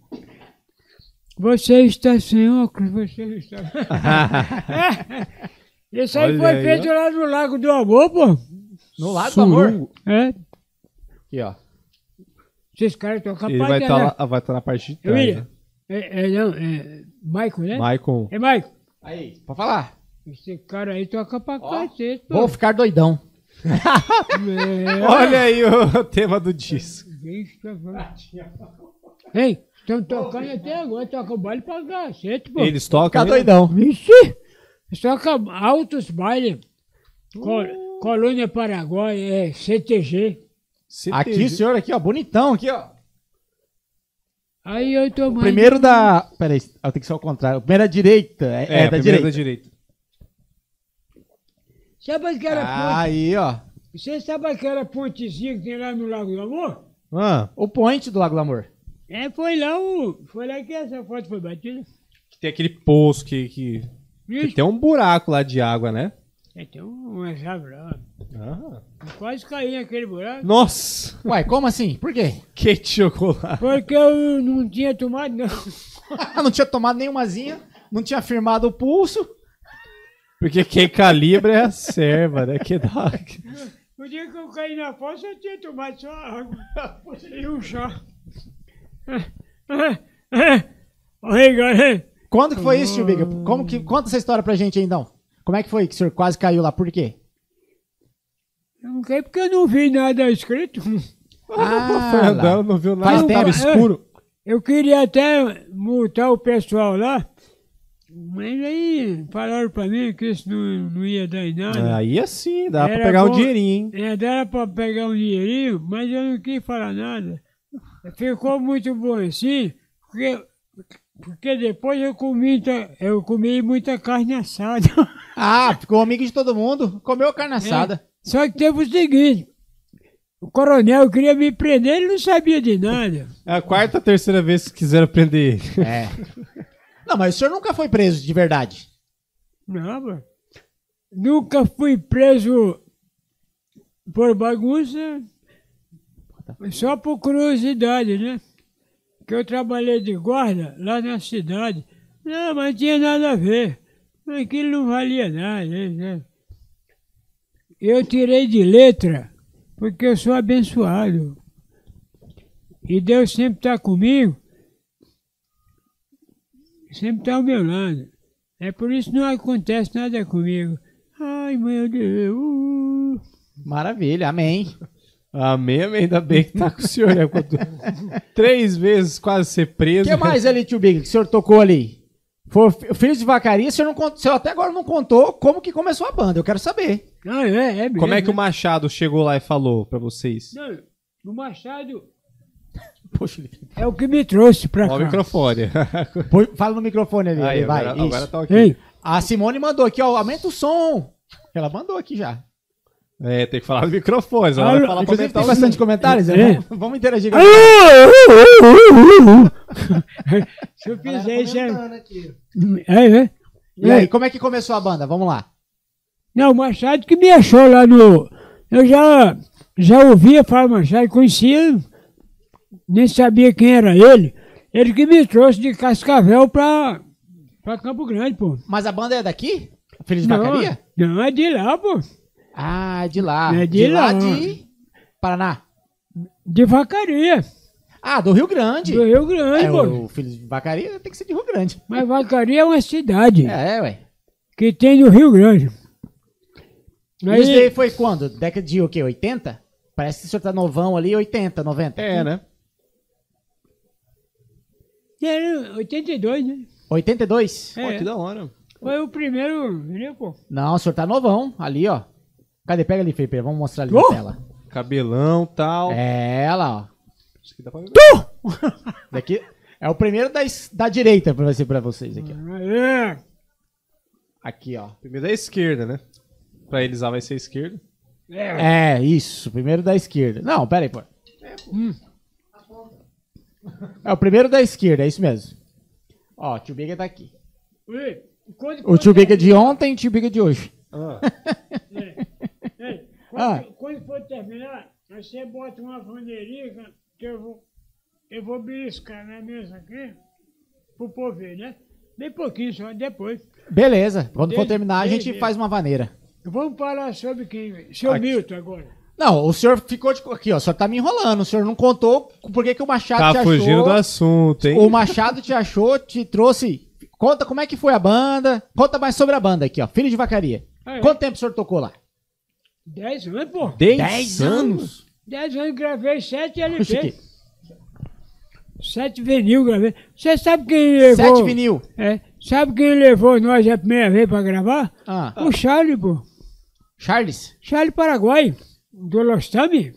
Speaker 4: Você está sem óculos, você
Speaker 3: [LAUGHS]
Speaker 4: está. Esse aí
Speaker 3: Olha
Speaker 4: foi
Speaker 3: aí,
Speaker 4: feito lá no Lago do Amor, pô.
Speaker 1: No lado do amor.
Speaker 3: Surungo.
Speaker 4: É.
Speaker 1: Aqui, ó.
Speaker 4: Esses caras tocam
Speaker 3: Ele
Speaker 4: pra
Speaker 3: vai estar
Speaker 4: caralho.
Speaker 3: lá, vai tá na parte de
Speaker 4: Eu
Speaker 3: trás.
Speaker 4: ia.
Speaker 3: né?
Speaker 4: É, é, não, é. Michael, né?
Speaker 3: Maicon.
Speaker 4: É Michael.
Speaker 1: Aí, pode falar. Hum.
Speaker 4: Esse cara aí toca pra cacete, pô.
Speaker 1: Vou ficar doidão.
Speaker 4: É,
Speaker 3: Olha aí o [LAUGHS] tema do disco.
Speaker 4: bicho, tá bom. Hein? Estão tocando até agora, toca o baile pra cacete, pô.
Speaker 3: Eles tocam.
Speaker 1: Ficar
Speaker 3: né?
Speaker 1: tá doidão.
Speaker 4: Vixe! Toca altos bailes. Col Colônia Paraguai, é CTG.
Speaker 3: CTG.
Speaker 1: Aqui, senhor, aqui, ó, bonitão aqui, ó.
Speaker 4: Aí eu tô
Speaker 1: O
Speaker 4: mais.
Speaker 1: primeiro da. Hum. Peraí, tem que ser ao contrário. O primeiro da direita. É,
Speaker 3: É,
Speaker 1: é da
Speaker 3: primeiro
Speaker 1: direita.
Speaker 3: da direita.
Speaker 4: Sabe aquela ponte?
Speaker 1: Ah, Aí, ó.
Speaker 4: Você sabe aquela pontezinha que tem lá no Lago do Amor?
Speaker 3: Ah,
Speaker 1: O point do Lago do Amor.
Speaker 4: É, foi lá o. Foi lá que essa foto foi batida.
Speaker 3: que tem aquele poço que, que, que
Speaker 4: Vixe!
Speaker 3: tem um buraco lá de água, né?
Speaker 4: É, tem uma chave lá.
Speaker 3: Ah.
Speaker 4: Eu Quase caí naquele buraco.
Speaker 3: Nossa,
Speaker 1: Uai, como assim? Por quê? [LAUGHS]
Speaker 3: que de chocolate.
Speaker 4: Porque eu não tinha tomado, não.
Speaker 1: não tinha tomado nenhumazinha, não tinha firmado o pulso.
Speaker 3: Porque quem calibra é a serva, né? Que dá.
Speaker 4: O dia que eu caí na fossa, eu tinha tomado só água e um chá. Olha, galera.
Speaker 1: Quando que foi isso, tio Biga? Como que, conta essa história pra gente aí, então. Como é que foi que o senhor quase caiu lá? Por quê?
Speaker 4: Eu não caí porque eu não vi nada escrito.
Speaker 1: Ah,
Speaker 3: Foi
Speaker 1: lá.
Speaker 3: andando, não viu
Speaker 1: Faz
Speaker 3: nada,
Speaker 1: tempo.
Speaker 3: tava escuro.
Speaker 4: É, Eu queria até multar o pessoal lá, mas aí falaram pra mim que isso não, não ia dar em nada.
Speaker 3: Aí assim, dá pra
Speaker 4: Era
Speaker 3: pegar um
Speaker 4: bom.
Speaker 3: dinheirinho, hein?
Speaker 4: É, dava pra pegar um dinheirinho, mas eu não quis falar nada. Ficou muito bom assim, porque, porque depois eu comi, ta- eu comi muita carne assada. [LAUGHS]
Speaker 1: Ah, ficou amigo de todo mundo, comeu carne assada.
Speaker 4: Só que teve o seguinte, o coronel queria me prender, ele não sabia de nada.
Speaker 3: É a quarta, terceira vez que quiseram prender ele. [LAUGHS]
Speaker 1: É. Não, mas o senhor nunca foi preso de verdade.
Speaker 4: Não, mano. Nunca fui preso por bagunça, só por curiosidade, né? Que eu trabalhei de guarda lá na cidade. Não, mas tinha nada a ver. Aquilo não valia nada. né? Eu tirei de letra, porque eu sou abençoado. E Deus sempre está comigo, sempre está ao meu lado. É por isso que não acontece nada comigo. Ai, meu Deus. uh.
Speaker 1: Maravilha, amém.
Speaker 3: Amém, amém. Ah, Ainda bem que tá com o senhor, né? Quando- [LAUGHS] Três vezes quase ser
Speaker 1: O
Speaker 3: preso.
Speaker 1: que mais ali, tio Biga, que o senhor tocou ali? Foi fi- Filhos de Vacaria, o senhor, não cont- o senhor até agora não contou como que começou a banda, eu quero saber.
Speaker 4: Ah, é, é
Speaker 3: [LAUGHS]
Speaker 4: mesmo.
Speaker 3: Como é que o Machado chegou lá e falou pra vocês?
Speaker 4: Não, o Machado
Speaker 1: Poxa, ele-
Speaker 4: é o que me trouxe pra
Speaker 3: Ó o
Speaker 4: cá.
Speaker 3: microfone. [LAUGHS]
Speaker 1: Pô, fala no microfone ali,
Speaker 3: Aí,
Speaker 1: ali, vai.
Speaker 3: agora,
Speaker 1: isso.
Speaker 3: agora tá ok.
Speaker 4: Ei, [LAUGHS]
Speaker 1: A Simone mandou aqui, ó, aumenta o som. Ela mandou aqui já.
Speaker 3: É, tem que falar no microfone, senão
Speaker 4: Alô,
Speaker 3: vai falar
Speaker 1: Inclusive tem
Speaker 3: comentar o-
Speaker 1: bastante comentários, né?
Speaker 4: É.
Speaker 1: Vamos- vamos interagir com
Speaker 4: se eu fizer
Speaker 2: Galera
Speaker 4: isso é...
Speaker 2: Tá comentando aqui.
Speaker 4: É, é.
Speaker 1: E aí, como é que começou a banda? Vamos lá.
Speaker 4: Não, o Machado que me achou lá no... Eu já, já ouvia falar Machado, conhecia, nem sabia quem era ele. Ele que me trouxe de Cascavel pra, pra Campo Grande, pô.
Speaker 1: Mas a banda é daqui? Filhos de
Speaker 4: Não,
Speaker 1: Vacaria?
Speaker 4: não, é de lá, pô.
Speaker 1: Ah, é de lá.
Speaker 4: É de
Speaker 1: lá
Speaker 4: lá.
Speaker 1: de Paraná.
Speaker 4: De Vacaria,
Speaker 1: Ah, do Rio Grande.
Speaker 4: do Rio Grande,
Speaker 1: É,
Speaker 4: pô.
Speaker 1: o, o Filhos de Vacaria tem que ser de Rio Grande.
Speaker 4: Mas Vacaria é uma cidade
Speaker 1: É, é ué.
Speaker 4: que tem no Rio Grande.
Speaker 1: Isso daí
Speaker 4: Aí,
Speaker 1: foi quando? Década de o quê? 80? Parece que o senhor tá novão ali, 80, 90.
Speaker 3: É, né?
Speaker 4: era 82, né?
Speaker 1: 82?
Speaker 3: Pô,
Speaker 4: É.
Speaker 3: que da hora.
Speaker 4: Foi o primeiro, né, pô?
Speaker 1: Não, o senhor tá novão ali, ó. Cadê? Pega ali, Felipe. Vamos mostrar ali na
Speaker 4: Oh!
Speaker 1: tela.
Speaker 3: Cabelão tal.
Speaker 1: É, olha lá, ó.
Speaker 3: Isso aqui dá pra ver.
Speaker 1: Daqui é o primeiro da, es- da direita pra ser pra vocês aqui, ó.
Speaker 4: É.
Speaker 1: Aqui, ó.
Speaker 3: Primeiro da esquerda, né? Pra eles lá vai ser esquerda.
Speaker 4: É.
Speaker 1: É, isso. Primeiro da esquerda. Não, pera aí, pô. Hum. É o primeiro da esquerda, é isso mesmo. Ó, o tio Biga tá aqui.
Speaker 4: Ui, quando-
Speaker 1: O tio Biga de ontem e o tio Biga de hoje.
Speaker 4: é,
Speaker 1: Ah.
Speaker 4: Quando, quando for terminar, aí você bota uma bandeirinha que eu vou, eu vou beliscar na mesa aqui, pro povo ver, né? Bem pouquinho só, depois.
Speaker 1: Beleza. Quando for
Speaker 4: Desde-
Speaker 1: terminar, a gente
Speaker 4: desde-
Speaker 1: faz uma vaneira.
Speaker 4: Vamos falar sobre quem? Seu
Speaker 3: Aqui.
Speaker 4: Milton agora.
Speaker 1: Não, o senhor ficou de. co- Aqui, ó, o senhor tá me enrolando. O senhor não contou por que, que o Machado Ah, te
Speaker 3: Tá
Speaker 1: achou.
Speaker 3: fugindo do assunto, hein?
Speaker 1: O Machado te achou, te trouxe. Conta como é que foi a banda. Conta mais sobre a banda aqui, ó. Filho de Vacaria.
Speaker 4: Ah, é.
Speaker 1: Quanto tempo o senhor tocou lá?
Speaker 4: Dez anos, pô.
Speaker 3: Dez anos?
Speaker 4: Dez anos gravei sete
Speaker 1: Puxa
Speaker 4: LP.
Speaker 1: aqui.
Speaker 4: Sete vinil gravei. Você sabe quem levou...
Speaker 1: Sete vinil.
Speaker 4: É, sabe quem levou nós a primeira vez pra gravar?
Speaker 1: Ah,
Speaker 4: O Charlie, pô.
Speaker 1: Charles.
Speaker 4: Charlie Paraguai, do Lostami.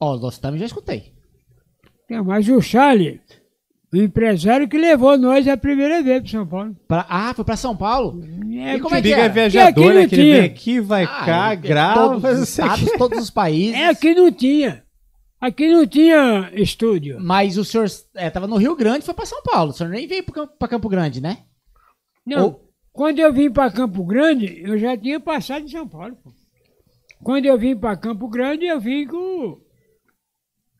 Speaker 1: Ó, Los Tami já escutei.
Speaker 4: Não, É, mas o Charlie, o empresário que levou nós a primeira vez para São Paulo.
Speaker 1: Pra- Ah, foi pra São Paulo? E como é que
Speaker 3: Diga é
Speaker 1: era?
Speaker 3: viajador,
Speaker 4: aquele
Speaker 3: né? Que ele vem
Speaker 4: tinha.
Speaker 3: aqui, vai
Speaker 1: Ah,
Speaker 3: cá,
Speaker 1: em
Speaker 3: grava.
Speaker 1: Todos os
Speaker 3: sei que-
Speaker 1: estados, todos os países.
Speaker 4: É, aqui não tinha. Aqui não tinha estúdio.
Speaker 1: Mas o senhor é, tava no Rio Grande e foi pra São Paulo. O senhor nem veio pro Campo- pra Campo Grande, né?
Speaker 4: Não.
Speaker 1: Ou-
Speaker 4: Quando eu vim para Campo Grande, eu já tinha passado em São Paulo. pô. Quando eu vim para Campo Grande, eu vim com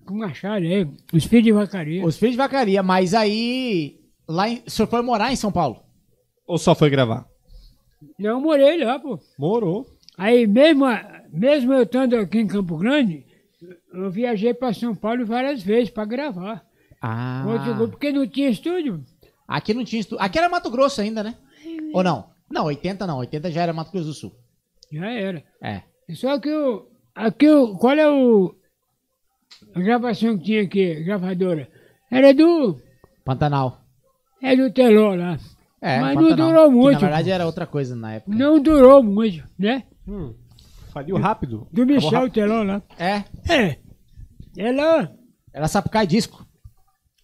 Speaker 4: com o Machado, aí, os filhos de vacaria.
Speaker 1: Os filhos de vacaria, mas aí. Lá em, o senhor foi morar em São Paulo?
Speaker 3: Ou só foi gravar?
Speaker 4: Não, eu morei lá, pô.
Speaker 3: Morou.
Speaker 4: Aí mesmo, a- mesmo eu estando aqui em Campo Grande, eu viajei para São Paulo várias vezes para gravar.
Speaker 1: Ah.
Speaker 4: Outro grupo, porque não tinha estúdio.
Speaker 1: Aqui não tinha. estu- Aqui era Mato Grosso ainda, né? Ou não? Não, 80 não. 80 já era Mato Grosso do Sul.
Speaker 4: Já era.
Speaker 1: É.
Speaker 4: Só que o. Aqui o. Qual é o. A gravação que tinha aqui, a gravadora? Era do.
Speaker 1: Pantanal.
Speaker 4: É do Teló lá.
Speaker 1: É,
Speaker 4: Mas
Speaker 1: Pantanal,
Speaker 4: não durou
Speaker 1: que
Speaker 4: muito.
Speaker 1: na verdade é- era outra coisa na época.
Speaker 4: Não durou muito, né?
Speaker 3: Faliu rápido.
Speaker 4: Do Michel Teló lá.
Speaker 1: É.
Speaker 4: É. Ela.
Speaker 1: Era Sapucai Disco.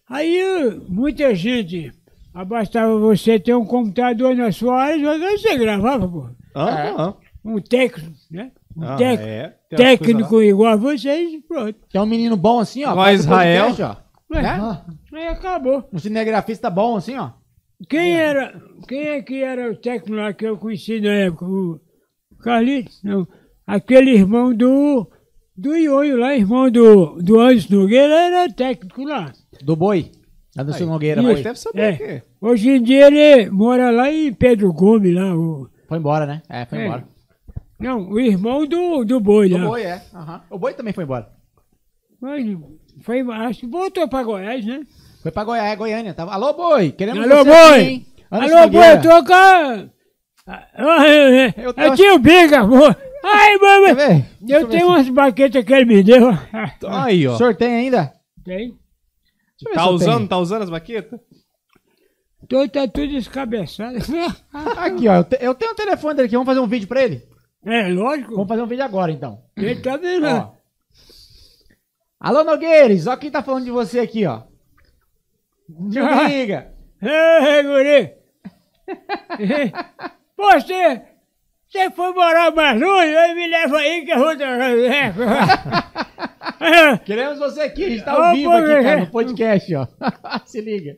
Speaker 4: Aí muita gente. Abastava você ter um computador na sua área, mas você gravava, pô.
Speaker 3: Ah, ah,
Speaker 4: Um técnico, né? Um
Speaker 3: ah,
Speaker 4: técnico.
Speaker 3: é. Tem umas coisas
Speaker 4: técnico igual a vocês, pronto.
Speaker 1: Tem um menino bom assim, ó.
Speaker 3: Igual
Speaker 1: faz o
Speaker 3: Israel.
Speaker 1: podcast, ó.
Speaker 4: Ué,
Speaker 2: Ah,
Speaker 4: Aí acabou.
Speaker 1: Um cinegrafista bom assim, ó.
Speaker 4: Quem era, quem é que era o técnico lá que eu conheci na época? O Carlitos? Não. Aquele irmão do, do Ionho lá, irmão do, do Anderson Nogueira, era técnico lá.
Speaker 1: Do Boi. Anderson Nogueira.
Speaker 3: lá. Mas
Speaker 1: Boi.
Speaker 3: deve saber
Speaker 4: É.
Speaker 3: o quê?
Speaker 4: Hoje em dia ele mora lá em Pedro Gomes lá. O,
Speaker 1: Foi embora, né? É, foi
Speaker 4: É.
Speaker 1: embora.
Speaker 4: não, o irmão do, do Boi
Speaker 1: Do
Speaker 4: lá.
Speaker 1: Boi, é. Aham. O Boi também foi embora.
Speaker 4: Mas foi, acho que voltou para Goiás, né?
Speaker 1: Foi pra Goiás, é, Goiânia. Tava... Alô, Boi! Queremos
Speaker 4: Alô,
Speaker 1: você
Speaker 4: Boi!
Speaker 1: aqui, hein? Anderson
Speaker 4: Alô,
Speaker 1: Nogueira.
Speaker 4: boi, é toca! Eu,
Speaker 1: Eu
Speaker 4: eu,
Speaker 1: tô-
Speaker 4: tinha o Biga, pô! Ai,
Speaker 1: Quer
Speaker 4: mamãe!
Speaker 1: ver?
Speaker 4: Eu tenho umas baquetas que ele me deu.
Speaker 3: Aí, ó.
Speaker 1: O senhor tem ainda?
Speaker 4: Tem.
Speaker 1: Deixa eu ver se
Speaker 3: Tá
Speaker 1: eu
Speaker 3: usando,
Speaker 1: tenho.
Speaker 3: tá usando as baquetas?
Speaker 4: Tô, tá tudo descabeçado. [LAUGHS]
Speaker 1: Tá Aqui, ó. Eu, te- eu tenho o telefone dele aqui. Vamos fazer um vídeo pra ele?
Speaker 4: É, lógico.
Speaker 1: Vamos fazer um vídeo agora, então.
Speaker 4: Ele tá vendo.
Speaker 1: Ó. Alô, Nogueires, ó quem tá falando de você aqui, ó. Tio Biga.
Speaker 4: Ei, guri! Pô, Você, você foi morar mais longe, aí me leva aí que eu vou [LAUGHS] dar.
Speaker 1: Queremos você aqui, a gente tá
Speaker 4: Ô,
Speaker 1: ao vivo aqui,
Speaker 4: Boi.
Speaker 1: cara, no podcast, ó. [LAUGHS] Se liga.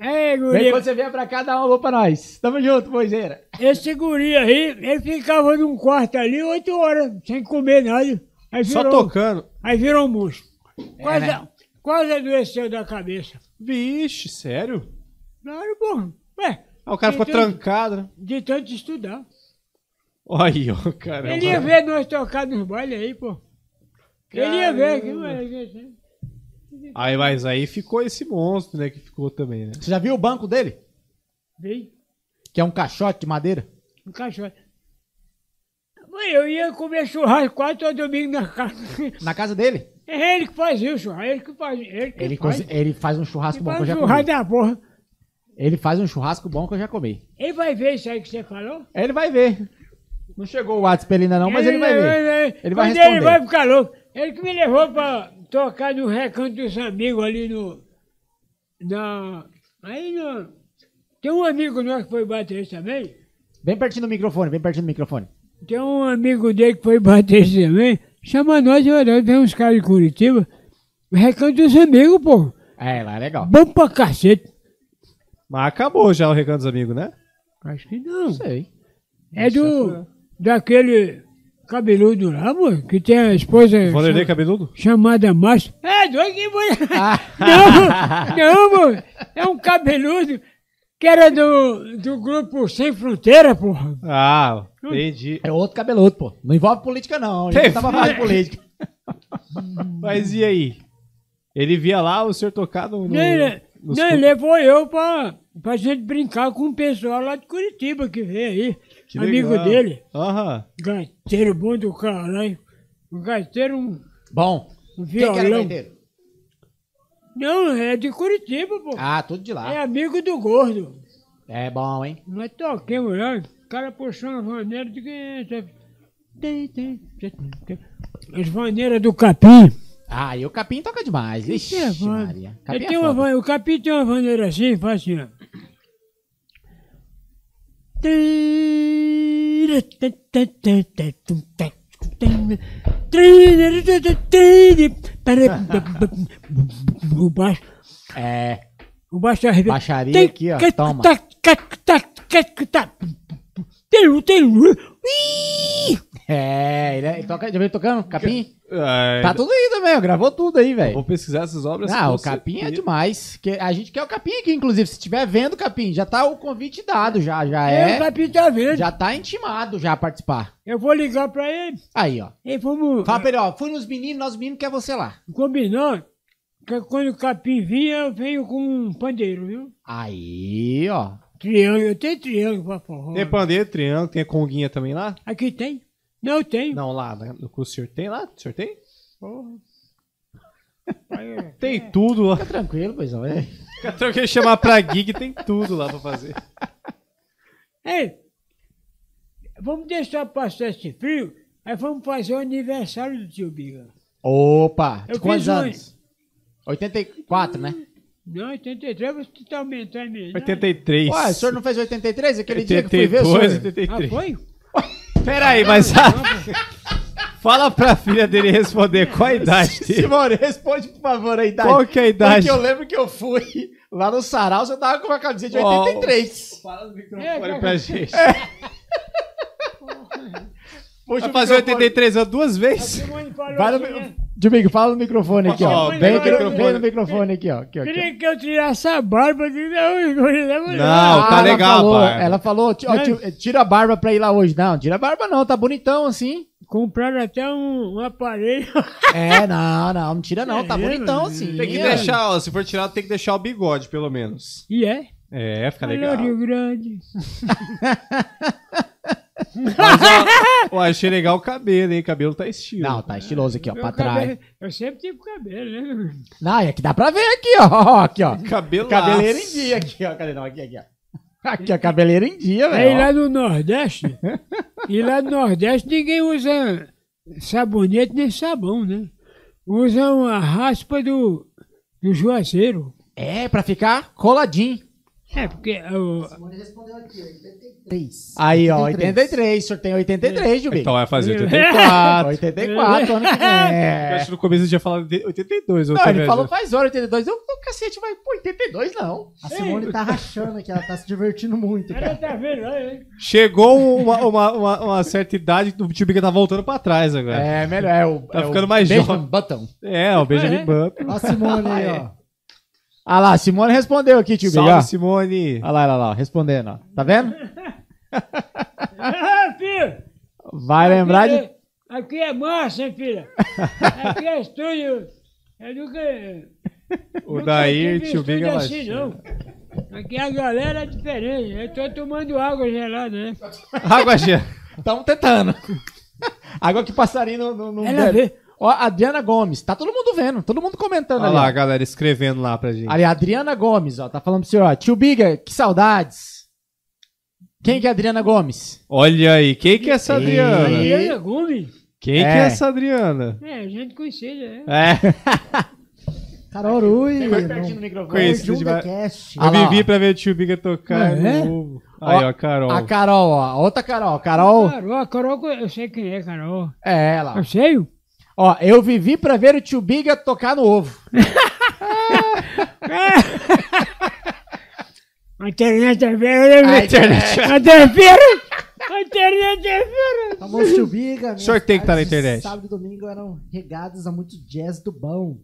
Speaker 4: Ei,
Speaker 1: Vem
Speaker 4: guri!
Speaker 1: quando você vier pra cá, dá um alô pra nós. Tamo junto, boizeira.
Speaker 4: Esse guri aí, ele ficava num quarto ali oito horas, sem comer nada. Aí
Speaker 3: Só
Speaker 4: virou,
Speaker 3: tocando.
Speaker 4: Aí virou um monstro. Quase,
Speaker 1: né?
Speaker 4: quase adoeceu da cabeça.
Speaker 3: Vixe, sério?
Speaker 4: Claro, porra. Ué,
Speaker 3: Ah, o cara ficou
Speaker 4: Entendi.
Speaker 3: trancado, né?
Speaker 4: de tanto estudar.
Speaker 3: Olha Aí, ó, caramba.
Speaker 4: ele ia ver nós tocar nos bailes aí, pô. Ele ia ver. Que, mas- né?
Speaker 3: Aí, mas aí ficou esse monstro, né? Que ficou também, né?
Speaker 1: Você já viu o banco dele?
Speaker 4: Vem,
Speaker 1: Que é um caixote de madeira?
Speaker 4: um cachorro. Mãe, eu ia comer churrasco quase todo domingo na casa. [LAUGHS]
Speaker 1: Na casa dele?
Speaker 4: É ele que fazia o churrasco, ele que fazia. Ele que
Speaker 1: Ele,
Speaker 4: faz.
Speaker 1: cozi- ele faz um churrasco
Speaker 4: Ele
Speaker 1: bom que eu
Speaker 4: faz
Speaker 1: já
Speaker 4: o
Speaker 1: comi.
Speaker 4: churrasco da porra.
Speaker 1: Ele faz um churrasco bom que eu já comi.
Speaker 4: Ele vai ver isso aí que você falou?
Speaker 1: Ele vai ver. Não chegou o WhatsApp pra ele ainda não, mas ele vai ver. Ele vai
Speaker 4: Quando
Speaker 1: responder.
Speaker 4: ele vai ficar louco. Ele que me levou pra tocar no recanto dos amigos ali no. Na. Aí no. Tem um amigo nosso que foi baterista também.
Speaker 1: Bem pertinho do microfone, bem pertinho do microfone.
Speaker 4: Tem um amigo dele que foi [LAUGHS] baterista também. Chama nós, eu olhei, vem uns caras de Curitiba. Recanto dos amigos, pô.
Speaker 1: É, lá é legal.
Speaker 4: Bom pra cacete.
Speaker 3: Mas acabou já o Recanto dos Amigos, né?
Speaker 4: Acho que não.
Speaker 1: Sei.
Speaker 4: É do. Daquele cabeludo lá, pô, que tem a esposa.
Speaker 3: Vanderlei Cabeludo?
Speaker 4: chamada Márcio. É, doido que foi.
Speaker 1: Ah.
Speaker 4: [LAUGHS] Não, não, mano. É um cabeludo que era do, do grupo Sem Fronteira, porra.
Speaker 3: Ah, entendi.
Speaker 1: É outro cabeludo, pô. Não envolve política, não. A gente
Speaker 3: Tem-
Speaker 1: [LAUGHS] não tava falando de política.
Speaker 3: Mas e aí? Ele via lá o senhor tocar no. no-
Speaker 4: Nem,
Speaker 3: nos
Speaker 4: nem
Speaker 3: cu-
Speaker 4: levou eu pra, pra gente brincar com o pessoal lá de Curitiba que veio aí.
Speaker 3: Que
Speaker 4: amigo
Speaker 3: legal.
Speaker 4: dele.
Speaker 3: Aham.
Speaker 4: Gaiteiro bom do caralho. Um gaiteiro, um,
Speaker 1: Bom,
Speaker 4: um
Speaker 1: quem que era o
Speaker 4: violão.
Speaker 1: gaiteiro?
Speaker 4: Não, é de Curitiba, pô.
Speaker 1: Ah, tudo de
Speaker 4: É
Speaker 1: lá.
Speaker 4: amigo do gordo.
Speaker 1: É bom, hein?
Speaker 4: Nós toquemos lá. O cara puxou uma vaneira de quem tem, tem, tem, tem. As vaneiras do capim.
Speaker 1: Ah, e o Capim toca demais. Ixi,
Speaker 4: Tira a van-
Speaker 1: Maria.
Speaker 4: Eu
Speaker 1: Capim é
Speaker 4: tenho uma
Speaker 1: foda.
Speaker 4: van- O capim tem uma vaneira assim, faz assim, ó. Tira, tã, tã, tã, tã, tum, tã, tum, tã. Tira, tã, tã, tira. Para, ba, ba, ba, O baixo,
Speaker 1: É.
Speaker 4: o baixo arrebenta.
Speaker 1: Baixaria
Speaker 4: Tem- tá,
Speaker 1: aqui, ó,
Speaker 4: cac,
Speaker 1: toma.
Speaker 4: tac, cac, tac, cac, tac. tá, Tem, tem. Ui!
Speaker 1: É, ele, é- ele toca. Já veio tocando? Capim?
Speaker 3: Ai,
Speaker 1: Tá tudo aí também, ó. Gravou tudo aí, velho.
Speaker 3: É, Vou pesquisar essas obras.
Speaker 1: Ah,
Speaker 3: com
Speaker 1: o Capim é
Speaker 3: certeza.
Speaker 1: demais. Que a gente quer o Capim aqui, inclusive. Se estiver vendo, Capim, já tá o convite dado, já, já
Speaker 4: É, o
Speaker 1: é.
Speaker 4: capim tá vendo.
Speaker 1: Já tá intimado já a participar.
Speaker 4: Eu vou ligar pra ele.
Speaker 1: Aí, ó.
Speaker 4: E vamos.
Speaker 1: Fala pra ele, ó. Fui nos meninos, nós meninos quer você lá.
Speaker 4: Combinou? Que quando o capim vinha, eu venho com um pandeiro, viu?
Speaker 1: Aí, ó.
Speaker 4: Triângulo, eu tenho triângulo pra forró.
Speaker 1: É
Speaker 3: Tem pandeiro, triângulo, tem a conguinha também lá?
Speaker 4: Aqui tem? Não tem.
Speaker 3: Não, lá, né? no curso senhor tem lá? O senhor tem? [LAUGHS] Tem tudo lá.
Speaker 1: Fica tranquilo, poisão. É.
Speaker 3: Troquei chamar pra gig, tem tudo lá pra [LAUGHS] fazer.
Speaker 4: Ei, vamos deixar passar esse frio, aí vamos fazer o aniversário do tio Biga.
Speaker 1: Opa!
Speaker 4: Eu
Speaker 1: de quantos
Speaker 4: fiz um-
Speaker 1: anos? 84, né?
Speaker 4: Não, 83, você tá aumentando mesmo.
Speaker 3: 83.
Speaker 1: Ué, o senhor não fez 83 aquele dia que fui ver o senhor?
Speaker 3: 83.
Speaker 4: Ah, foi?
Speaker 3: Pera aí, mas [LAUGHS] fala pra filha dele responder qual a idade dele.
Speaker 1: [LAUGHS] Simone, responde por favor a idade.
Speaker 3: Qual que é a idade?
Speaker 1: Porque eu lembro que eu fui lá no Sarau, você tava com uma camiseta de 83.
Speaker 4: É,
Speaker 3: Olha
Speaker 4: tá
Speaker 3: pra gente.
Speaker 1: Puxa
Speaker 3: Vai
Speaker 1: o
Speaker 3: fazer
Speaker 1: microfone.
Speaker 3: 83 anos duas vezes?
Speaker 1: Vai
Speaker 4: assim,
Speaker 1: no...
Speaker 4: né?
Speaker 1: mi- Domingo, fala no microfone aqui, ó.
Speaker 3: Ó,
Speaker 1: Vem,
Speaker 4: bem
Speaker 1: aqui,
Speaker 4: no
Speaker 1: no- vem no
Speaker 3: microfone.
Speaker 1: microfone aqui, ó. Aqui, ó, aqui, ó.
Speaker 4: Queria que eu tirasse a barba de não.
Speaker 3: Não, tá
Speaker 1: Ah, ela
Speaker 3: legal,
Speaker 1: falou,
Speaker 3: barba.
Speaker 1: Ela falou, ti- ó,
Speaker 4: Né?
Speaker 1: ti- tira a barba pra ir lá hoje. Não, tira a barba não, tá bonitão assim.
Speaker 4: Compraram até um, um aparelho. [LAUGHS]
Speaker 3: [LAUGHS]
Speaker 1: É, não, não, não tira não, tá
Speaker 4: É,
Speaker 1: bonitão
Speaker 4: mas-
Speaker 1: assim.
Speaker 3: Tem que
Speaker 1: É.
Speaker 3: deixar, ó, se for tirado, tem que deixar o bigode, pelo menos.
Speaker 4: E é?
Speaker 3: É,
Speaker 1: Tá
Speaker 3: fica
Speaker 4: Olha o
Speaker 3: legal.
Speaker 4: Rio Grande.
Speaker 3: Ó, achei legal o cabelo, hein? O cabelo tá estilo.
Speaker 1: Não, tá estiloso aqui, ó,
Speaker 4: Meu
Speaker 1: pra trás.
Speaker 4: cabelo- Eu sempre tive cabelo, né?
Speaker 1: Não, é que dá pra ver aqui, ó. Aqui, ó.
Speaker 3: Cabelo
Speaker 1: Cabeleira em dia aqui, ó. Cadê não? Aqui, aqui, ó. Aqui, ó, cabeleira em dia,
Speaker 4: Aí
Speaker 1: velho. É, ó.
Speaker 4: lá no Nordeste, e lá no Nordeste ninguém usa sabonete nem sabão, né? Usam a raspa do, do juazeiro.
Speaker 1: É, pra ficar coladinho.
Speaker 4: É, porque o,
Speaker 2: Três.
Speaker 1: Aí, ó, 83. O senhor tem 83, Jubi.
Speaker 3: Então vai fazer 83.
Speaker 1: 84. 84, ano que vem.
Speaker 3: [LAUGHS] Eu
Speaker 1: É.
Speaker 3: acho que no começo eu tinha falado de 82. eu
Speaker 1: Não, ele
Speaker 3: também,
Speaker 1: falou
Speaker 3: né?
Speaker 1: faz hora 82. Eu, o cacete, vai, pô, 82 não.
Speaker 2: A Simone tá rachando aqui, ela tá se divertindo muito,
Speaker 4: Ela
Speaker 2: cara.
Speaker 4: tá vendo lá, hein? [LAUGHS]
Speaker 3: Chegou uma, uma, uma, uma certa idade que o tio Biga tá voltando pra trás agora.
Speaker 1: É, melhor. É o,
Speaker 3: Tá
Speaker 1: é o
Speaker 3: ficando mais
Speaker 1: Benjamin
Speaker 3: jovem. [LAUGHS]
Speaker 1: Button.
Speaker 3: É, o Benjamin
Speaker 4: É.
Speaker 3: Bump.
Speaker 2: Ó a Simone aí, ó.
Speaker 1: Ah lá, Simone respondeu aqui, tio Biga.
Speaker 3: Salve,
Speaker 1: ó. [LAUGHS]
Speaker 3: Simone.
Speaker 1: Olha lá, olha lá, ó, respondendo, ó. Tá vendo?
Speaker 4: Ah, filho!
Speaker 1: Vai lembrar de
Speaker 4: Aqui, aqui é massa, hein,
Speaker 1: [LAUGHS]
Speaker 4: filha? Aqui é estúdio. Eu nunca.
Speaker 3: O
Speaker 4: nunca
Speaker 3: Daí,
Speaker 4: tive
Speaker 3: tio
Speaker 4: estúdio
Speaker 3: Biga
Speaker 4: assim,
Speaker 3: laxando.
Speaker 4: não. Aqui a galera é diferente. Eu tô tomando água gelada, né?
Speaker 3: Água cheia.
Speaker 1: Estamos tentando. [LAUGHS] Água que passarinho não, não, não
Speaker 4: Ela
Speaker 1: bebe.
Speaker 4: vê.
Speaker 1: Ó, Adriana Gomes, tá todo mundo vendo, todo mundo comentando
Speaker 3: Olha
Speaker 1: ali.
Speaker 3: lá a
Speaker 1: ó.
Speaker 3: galera escrevendo lá pra gente.
Speaker 1: Ali, a Adriana Gomes, ó, tá falando pro senhor, ó, tio Biga, que saudades. Quem que é a Adriana Gomes?
Speaker 3: Olha aí, quem que é essa
Speaker 1: Ei.
Speaker 3: Adriana?
Speaker 1: E-
Speaker 4: Adriana Gomes.
Speaker 3: Quem que
Speaker 1: É.
Speaker 3: é essa Adriana?
Speaker 4: É, gente conhecida, né?
Speaker 3: É,
Speaker 2: Cara, Orui.
Speaker 1: no microfone.
Speaker 3: conhecido
Speaker 2: Conhecido
Speaker 3: de va-
Speaker 2: Cast.
Speaker 1: Ah
Speaker 3: Eu
Speaker 1: lá, ó.
Speaker 3: vivi pra ver o tio Biga tocar
Speaker 4: Ah, é?
Speaker 3: de novo. Aí, ó, Carol.
Speaker 1: A Carol, ó, a outra Carol, Carol,
Speaker 4: Carol, a Carol, eu sei quem é, Carol.
Speaker 1: é ela.
Speaker 4: Eu sei?
Speaker 1: Ó, eu vivi pra ver o tio Biga tocar no ovo.
Speaker 4: A internet é fera, né?
Speaker 1: A internet.
Speaker 4: A internet é fera. A internet é fera.
Speaker 2: Famoso tio Biga. minhas
Speaker 3: senhor tem que tá
Speaker 2: tardes
Speaker 3: na
Speaker 2: de
Speaker 3: internet.
Speaker 2: Sábado e domingo eram regadas a muito jazz do bom.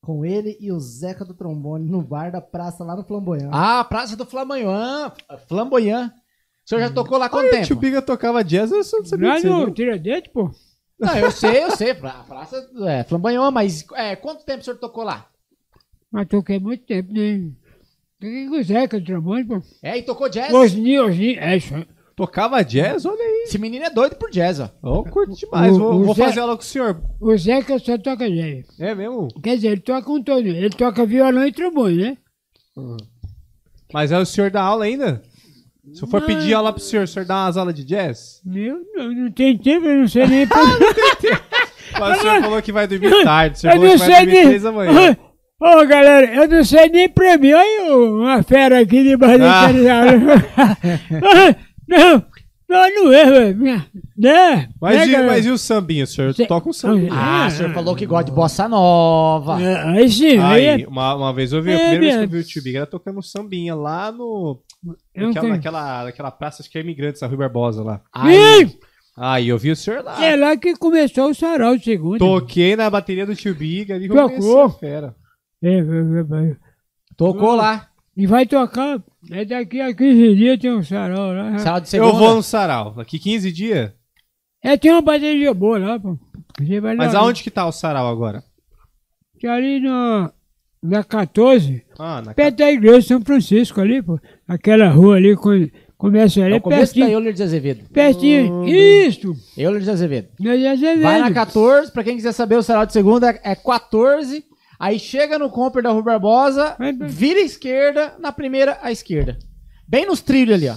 Speaker 2: Com ele e o Zeca do Trombone no bar da praça lá no Flamboyant.
Speaker 1: Ah, Praça do Flamboyant, Flamboyant. O senhor já tocou lá há quanto
Speaker 3: Olha, o tio
Speaker 1: tempo?
Speaker 3: Biga tocava jazz, eu só não sabia
Speaker 4: Lá
Speaker 3: disso.
Speaker 4: no Tiradentes, pô.
Speaker 1: Não, eu sei, eu sei. pra- A praça é, flambanhou, mas é, quanto tempo o senhor tocou lá?
Speaker 4: Mas toquei muito tempo, né? Toquei com o Zeca, trombone, pô.
Speaker 1: É, e tocou jazz?
Speaker 4: Hoje em dia, hoje em dia, é isso.
Speaker 3: Tocava jazz? Olha aí.
Speaker 1: Esse menino é doido por jazz, ó.
Speaker 3: Eu curto demais.
Speaker 4: o-
Speaker 3: vou
Speaker 4: o
Speaker 3: vou
Speaker 4: Zé-
Speaker 3: fazer aula com o senhor.
Speaker 4: O Zeca só toca jazz.
Speaker 3: É mesmo?
Speaker 4: Quer dizer, ele toca um todo. Ele toca violão e trombone, né?
Speaker 3: Mas é o senhor da aula ainda? Se eu for
Speaker 4: Não.
Speaker 3: pedir aula pro senhor, o senhor dá umas aulas de jazz?
Speaker 4: Eu não, não tenho tempo, eu não sei nem
Speaker 3: [LAUGHS]
Speaker 4: pra...
Speaker 3: Mas o senhor falou que vai
Speaker 4: [LAUGHS]
Speaker 3: dormir tarde. O senhor
Speaker 4: eu
Speaker 3: falou
Speaker 4: não
Speaker 3: que vai
Speaker 4: sei
Speaker 3: dormir
Speaker 4: nem.
Speaker 3: três da
Speaker 4: [LAUGHS] É,
Speaker 3: manhã.
Speaker 4: Ô galera, eu não sei nem pra mim. Olha eu, uma fera aqui de
Speaker 3: Ah.
Speaker 4: barriga. tá- [LAUGHS] não, não, não é, velho. Minha- Né? né,
Speaker 3: Mas, e,
Speaker 4: galera?
Speaker 3: mas e o sambinho? O senhor
Speaker 4: Cê-
Speaker 3: toca um sambinho.
Speaker 1: Ah,
Speaker 4: É.
Speaker 1: o senhor falou que gosta de bossa nova.
Speaker 4: É, Aí sim, aí,
Speaker 3: Aí, uma, uma vez eu vi, a
Speaker 4: É,
Speaker 3: primeira vez que eu
Speaker 4: Bianca.
Speaker 3: vi o Tio Big era tocando um sambinha lá no.
Speaker 4: Eu não
Speaker 3: Naquela,
Speaker 4: tenho-
Speaker 3: naquela, naquela praça, acho que é imigrantes, a Rui Barbosa lá.
Speaker 1: Aí,
Speaker 4: Ih,
Speaker 3: Aí eu vi o senhor lá.
Speaker 4: é lá que começou o sarau segundo.
Speaker 3: Toquei na bateria do Tio Big ali
Speaker 4: Tocou.
Speaker 3: comecei a fera.
Speaker 4: É, é, é, é.
Speaker 1: tocou lá.
Speaker 4: E vai tocar. É daqui a 15 dias tem um sarau lá.
Speaker 1: Saiu de segunda. É
Speaker 3: Eu vou no sarau. Daqui 15 dias.
Speaker 4: É, tem uma bateria boa lá, pô. Você vai
Speaker 3: Mas
Speaker 4: lá,
Speaker 3: aonde que tá o sarau agora?
Speaker 4: Que é ali no, na 14.
Speaker 3: Ah, na
Speaker 4: Perto da igreja de São Francisco ali, pô. Aquela rua ali, quando começa ali,
Speaker 1: É o começo da
Speaker 4: pertinho.
Speaker 1: Euler de Azevedo.
Speaker 4: Pertinho. Isso!
Speaker 1: Euler de Azevedo.
Speaker 4: Nós já
Speaker 1: Vai na 14, pra quem quiser saber, o sarau de segunda é 14. Aí chega no Comper da Rua Barbosa,
Speaker 4: Vai, vai.
Speaker 1: vira à esquerda, na primeira à esquerda. Bem nos trilhos ali, ó.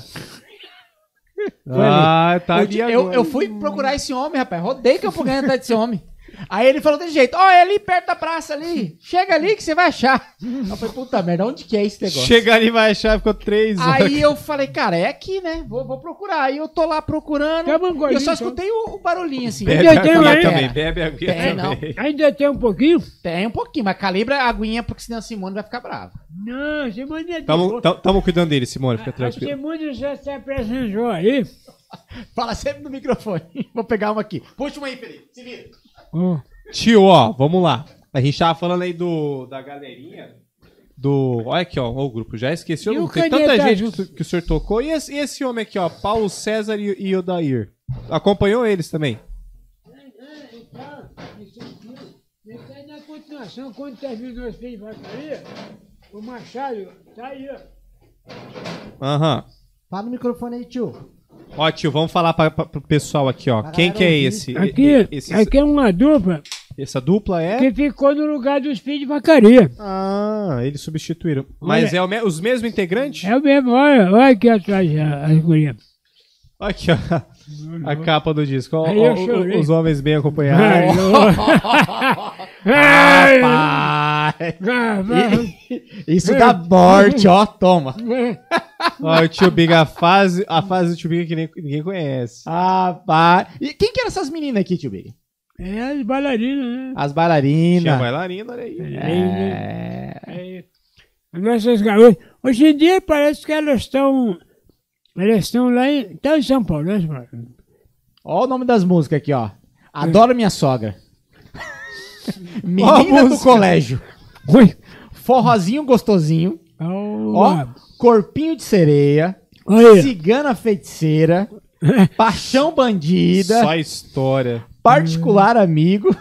Speaker 3: Ah, tá
Speaker 1: eu,
Speaker 3: ali
Speaker 1: di- eu-
Speaker 3: agora.
Speaker 1: eu fui procurar esse homem, rapaz. Rodei que eu fui atrás desse homem. Aí ele falou desse jeito, ó, é ali perto da praça ali. Chega ali que você vai achar. Eu falei, puta merda, onde que é esse negócio?
Speaker 3: Chega ali vai achar, ficou três
Speaker 4: [LAUGHS]
Speaker 3: horas.
Speaker 1: Aí eu falei, cara, é aqui, né? Vou, vou procurar. Aí eu tô lá procurando.
Speaker 4: Tá bom,
Speaker 1: e eu só
Speaker 4: então.
Speaker 1: escutei o, o barulhinho assim.
Speaker 3: Bebe
Speaker 4: Eu
Speaker 3: aguinha
Speaker 4: tenho aí.
Speaker 3: também, bebe aguinha
Speaker 1: É, não.
Speaker 3: também.
Speaker 4: Ainda tem um pouquinho?
Speaker 1: Tem um pouquinho, mas calibra a aguinha, porque senão a Simone vai ficar brava.
Speaker 4: Não, você manda de
Speaker 3: Tamo,
Speaker 4: boa.
Speaker 3: tam- tamo cuidando dele, Simone, fica
Speaker 4: Ah, Acho que
Speaker 3: tranquilo.
Speaker 4: muito já se apresentou aí.
Speaker 1: [LAUGHS] Fala sempre no microfone. [LAUGHS] Vou pegar uma aqui. Puxa uma aí, Felipe. Se vira.
Speaker 4: Ó,
Speaker 3: Tio, ó, vamos lá. A gente tava falando aí do da galerinha do. Olha aqui, ó, ó o grupo. Já esqueci o
Speaker 4: E
Speaker 3: nome.
Speaker 4: o
Speaker 3: Tem
Speaker 4: Caneta
Speaker 3: tanta gente
Speaker 4: Justa?
Speaker 3: que, o senhor tocou. E esse, e esse homem aqui, ó, Paulo César e, e Odair. Acompanhou eles também.
Speaker 4: é, Isso aí na continuação, quando terminou esse fim de bateria, o Machado tá aí, ó.
Speaker 3: Aham.
Speaker 2: Fala no microfone aí, tio.
Speaker 3: Ó, tio, vamos falar pra, pra- pro pessoal aqui, ó.
Speaker 2: Pra
Speaker 3: Quem
Speaker 2: galera
Speaker 3: que é
Speaker 2: ouvir.
Speaker 3: esse?
Speaker 4: Aqui,
Speaker 3: E- esse-
Speaker 4: aqui é uma dupla
Speaker 3: Essa dupla é.
Speaker 4: que ficou no lugar dos filhos de vacaria.
Speaker 3: Ah, eles substituíram. Mas é o me- os mesmos integrantes?
Speaker 4: É o mesmo, olha, olha aqui atrás a, a guria.
Speaker 3: [LAUGHS] Olha Aqui, ó. A capa do disco. Ó,
Speaker 4: Aí
Speaker 3: ó,
Speaker 4: eu
Speaker 3: o-
Speaker 4: chorei.
Speaker 3: os homens bem
Speaker 4: Ai,
Speaker 3: acompanhados.
Speaker 4: [LAUGHS] Ai,
Speaker 1: Pai.
Speaker 4: vai, vai.
Speaker 1: Isso dá morte, ó. Toma.
Speaker 3: Ó, o tio Big, a fase, a fase do tio Big que nem- ninguém conhece.
Speaker 1: Ah, pá. E quem que eram essas meninas aqui, tio Big?
Speaker 4: É as bailarinas, né?
Speaker 1: As
Speaker 3: Tinha
Speaker 1: bailarinas.
Speaker 3: bailarina, olha aí.
Speaker 1: É...
Speaker 4: É, as nossas garotas. Hoje em dia parece que elas estão. Elas estão lá em. Estão em São Paulo, né? senhora?
Speaker 1: Ó o nome das músicas aqui, ó. Adoro minha sogra.
Speaker 3: [LAUGHS] Ó a
Speaker 1: Menina do
Speaker 3: música.
Speaker 1: colégio.
Speaker 4: Ui!
Speaker 1: Forrozinho gostosinho.
Speaker 4: É
Speaker 1: Ó,
Speaker 4: Ó!
Speaker 1: corpinho de sereia.
Speaker 4: Olha!
Speaker 1: Cigana feiticeira. Paixão bandida.
Speaker 3: Só história.
Speaker 1: Particular amigo.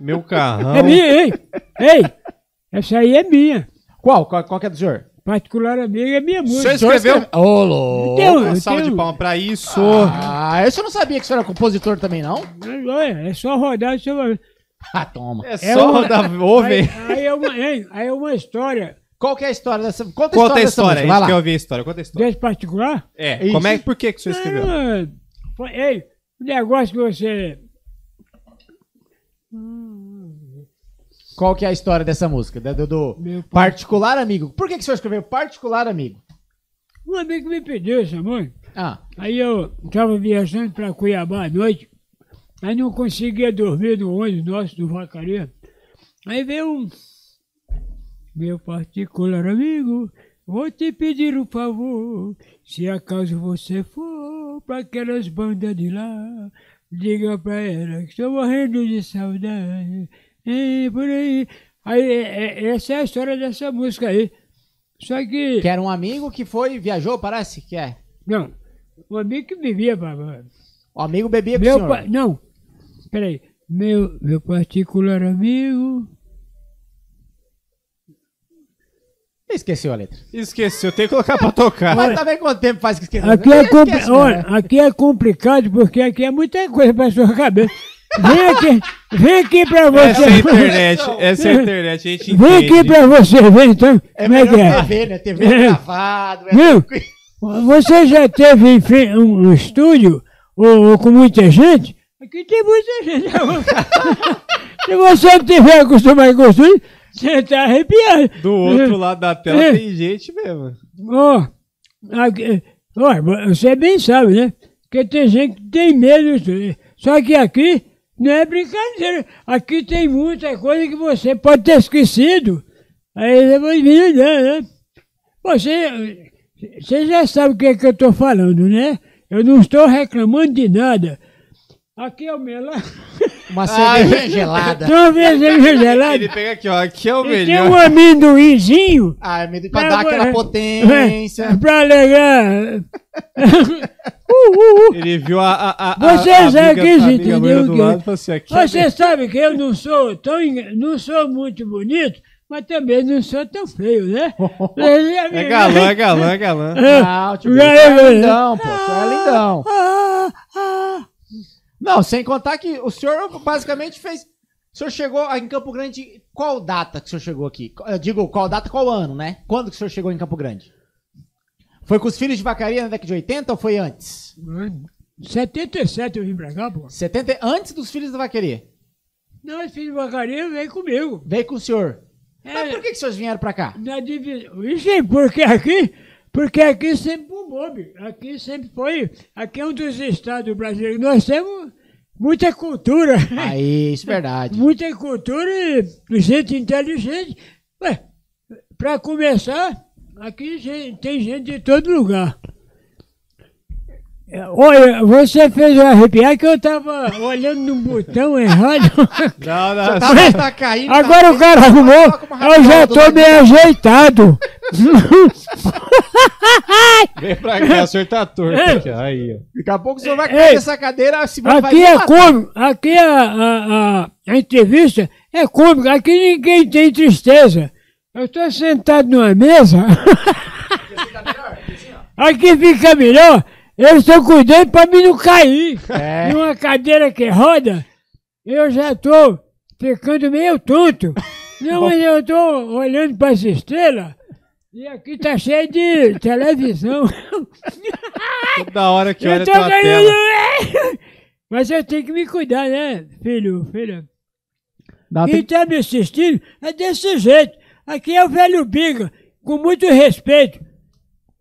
Speaker 3: Meu
Speaker 4: [LAUGHS]
Speaker 3: carrão.
Speaker 4: É minha, hein? Ei! Essa aí é minha.
Speaker 1: Qual? Qual, qual que é do senhor?
Speaker 4: Particular amiga é minha
Speaker 3: senhor
Speaker 4: música.
Speaker 3: escreveu?
Speaker 1: Ô, louco.
Speaker 4: Então,
Speaker 3: Uma
Speaker 4: eu
Speaker 3: salva de
Speaker 4: tenho-
Speaker 3: palma pra isso.
Speaker 1: Ah, eu só não sabia que o senhor era compositor também, não?
Speaker 4: Mas, Olha, é só rodar o celular.
Speaker 1: Ah, toma.
Speaker 3: É
Speaker 4: é
Speaker 3: só
Speaker 4: uma-
Speaker 3: da
Speaker 4: Aí,
Speaker 3: ouve.
Speaker 4: aí, é uma, hein? aí é uma história
Speaker 1: Qual que é a história dessa? Conta a
Speaker 3: Conta
Speaker 1: história,
Speaker 3: a história, a
Speaker 1: dessa música,
Speaker 3: gente
Speaker 1: vai
Speaker 3: quer
Speaker 1: lá.
Speaker 3: ouvir a história. Conta a história.
Speaker 4: desse particular.
Speaker 3: É,
Speaker 1: Isso.
Speaker 3: como é, por que que o senhor escreveu?
Speaker 4: Ah, foi- ei, o negócio que você.
Speaker 1: Qual que é a história dessa música? Da- Do, do
Speaker 4: Meu pai.
Speaker 1: particular amigo. Por que, que o senhor escreveu particular amigo?
Speaker 4: Um amigo me pediu essa mãe.
Speaker 1: Ah,
Speaker 4: Aí eu estava viajando para Cuiabá à noite. Aí não conseguia dormir no ônibus nosso do Vacaria. Aí veio um. Meu particular amigo, vou te pedir um favor. Se acaso você for para aquelas bandas de lá, diga para ela que estou morrendo de saudade. E por aí. Aí, é- é- essa é a história dessa música aí. Só que.
Speaker 1: que era um amigo que foi, viajou, parece que é.
Speaker 4: Não, um amigo que vivia, babá.
Speaker 1: O amigo bebia com o
Speaker 4: Meu
Speaker 1: senhor.
Speaker 4: pai, não. Peraí. Meu, meu particular amigo.
Speaker 1: Esqueceu a letra.
Speaker 3: Esqueceu, tem que colocar pra tocar.
Speaker 1: Mas também quanto tempo faz que
Speaker 3: Tá
Speaker 1: esqueceu?
Speaker 4: Aqui é,
Speaker 1: Esquece,
Speaker 4: compli-
Speaker 1: cara.
Speaker 4: olha, aqui é complicado porque aqui é muita coisa pra sua cabeça. Vem aqui, vem aqui pra
Speaker 3: Essa é a
Speaker 4: você.
Speaker 3: internet, essa é a internet, a gente
Speaker 4: [LAUGHS] Vem aqui
Speaker 3: entende.
Speaker 4: pra você, vem então.
Speaker 1: É
Speaker 4: Como é que
Speaker 1: melhor
Speaker 4: é?
Speaker 1: TV, né? TV gravado. é
Speaker 4: Viu?
Speaker 1: tranquilo.
Speaker 4: Você já teve em fre- um, um estúdio ou, ou com muita gente? Aqui tem muita gente. [LAUGHS] Se você não tiver acostumado com o estúdio, você está arrepiado.
Speaker 3: Do outro lado da tela tem gente mesmo.
Speaker 4: Ó, aqui- ó, você bem sabe, né? Porque tem gente que tem medo disso. aí. Só que aqui não é brincadeira. Aqui tem muita coisa que você pode ter esquecido. Aí depois vem olhando, né? Você, você já sabe o que, é que eu estou falando, né? Eu não estou reclamando de nada. Aqui é o melhor.
Speaker 1: Uma cerveja
Speaker 4: [LAUGHS]
Speaker 1: gelada.
Speaker 4: Uma vez eu me
Speaker 3: Ele
Speaker 4: gelado.
Speaker 3: pega aqui, ó, aqui é o
Speaker 4: E tem um
Speaker 3: melhor.
Speaker 4: amendoinzinho.
Speaker 1: [LAUGHS] Ah, me- pra
Speaker 4: É,
Speaker 1: dar
Speaker 4: é,
Speaker 1: aquela
Speaker 4: É,
Speaker 1: potência.
Speaker 4: pra alegar. [LAUGHS] uh, uh, uh.
Speaker 3: Ele viu a. a, a
Speaker 4: Você
Speaker 1: é
Speaker 3: a, a
Speaker 4: já
Speaker 3: amiga-
Speaker 4: quis
Speaker 3: a amiga
Speaker 4: entender
Speaker 3: loira
Speaker 4: o
Speaker 3: do
Speaker 4: que-
Speaker 3: lado e falou assim, aqui é
Speaker 4: Você sabe que eu não sou tão engra- não sou muito bonito, mas também não sou tão
Speaker 3: [LAUGHS]
Speaker 4: feio, né?
Speaker 3: É galã, é galã,
Speaker 1: [LAUGHS]
Speaker 3: é galã.
Speaker 1: Não, tipo, isso é lindão, pô. isso é lindão.
Speaker 4: Ah, ah.
Speaker 1: Não, sem contar que o senhor basicamente fez. O senhor chegou em Campo Grande. Qual data que o senhor chegou aqui? Eu digo, qual data, qual ano, né? Quando que o senhor chegou em Campo Grande? Foi com os filhos de vacaria na década de 80 ou foi antes?
Speaker 4: Mano, 77 eu vim pra cá, pô.
Speaker 1: 70, antes dos filhos da vaqueria.
Speaker 4: Não, esse filho de vacaria vem comigo.
Speaker 1: Veio com o senhor. Mas
Speaker 4: É.
Speaker 1: por que, que os senhores vieram pra cá?
Speaker 4: Na divisão. Ixi, porque aqui, porque aqui sempre bombou, bicho. Aqui sempre foi. Aqui é um dos estados brasileiros. Nós temos muita cultura.
Speaker 1: Aí, isso é verdade.
Speaker 4: [LAUGHS] muita cultura e gente inteligente. Ué, para começar, aqui gen- tem gente de todo lugar. É, Olha, você fez eu arrepiar que eu tava olhando no
Speaker 1: [LAUGHS]
Speaker 4: botão errado.
Speaker 3: Não, não,
Speaker 1: Tá,
Speaker 3: só-
Speaker 1: tá caindo.
Speaker 4: Agora
Speaker 1: tá-
Speaker 4: o cara arrumou,
Speaker 1: Coloca uma
Speaker 4: eu já
Speaker 1: rabiola do
Speaker 4: tô
Speaker 1: lado.
Speaker 4: bem ajeitado.
Speaker 3: vem pra cá, o senhor tá torto
Speaker 1: É.
Speaker 3: aqui, ó, Aí, ó.
Speaker 1: Daqui a pouco o senhor vai
Speaker 4: Ei,
Speaker 1: cair essa cadeira. Se vai- vai
Speaker 4: Aqui é
Speaker 1: matar.
Speaker 4: cômico, aqui é, a, a, a, a entrevista é cômica, aqui ninguém tem tristeza. Eu estou sentado numa mesa. [LAUGHS] aqui fica melhor, eu estou cuidando para mim não cair.
Speaker 1: É.
Speaker 4: Numa cadeira que roda, eu já estou ficando meio tonto. Não, mas eu estou olhando para as estrelas e aqui tá cheio de televisão. [LAUGHS]
Speaker 3: Toda hora que olha
Speaker 4: Eu
Speaker 1: Então,
Speaker 3: a
Speaker 4: tô
Speaker 3: tua tela.
Speaker 4: ganhando! é! Mas eu tenho que me cuidar, né, filho, filha?
Speaker 3: Ah,
Speaker 1: Não, tem-
Speaker 4: Quem tá me assistindo é desse jeito. Aqui é o velho Biga, com muito respeito.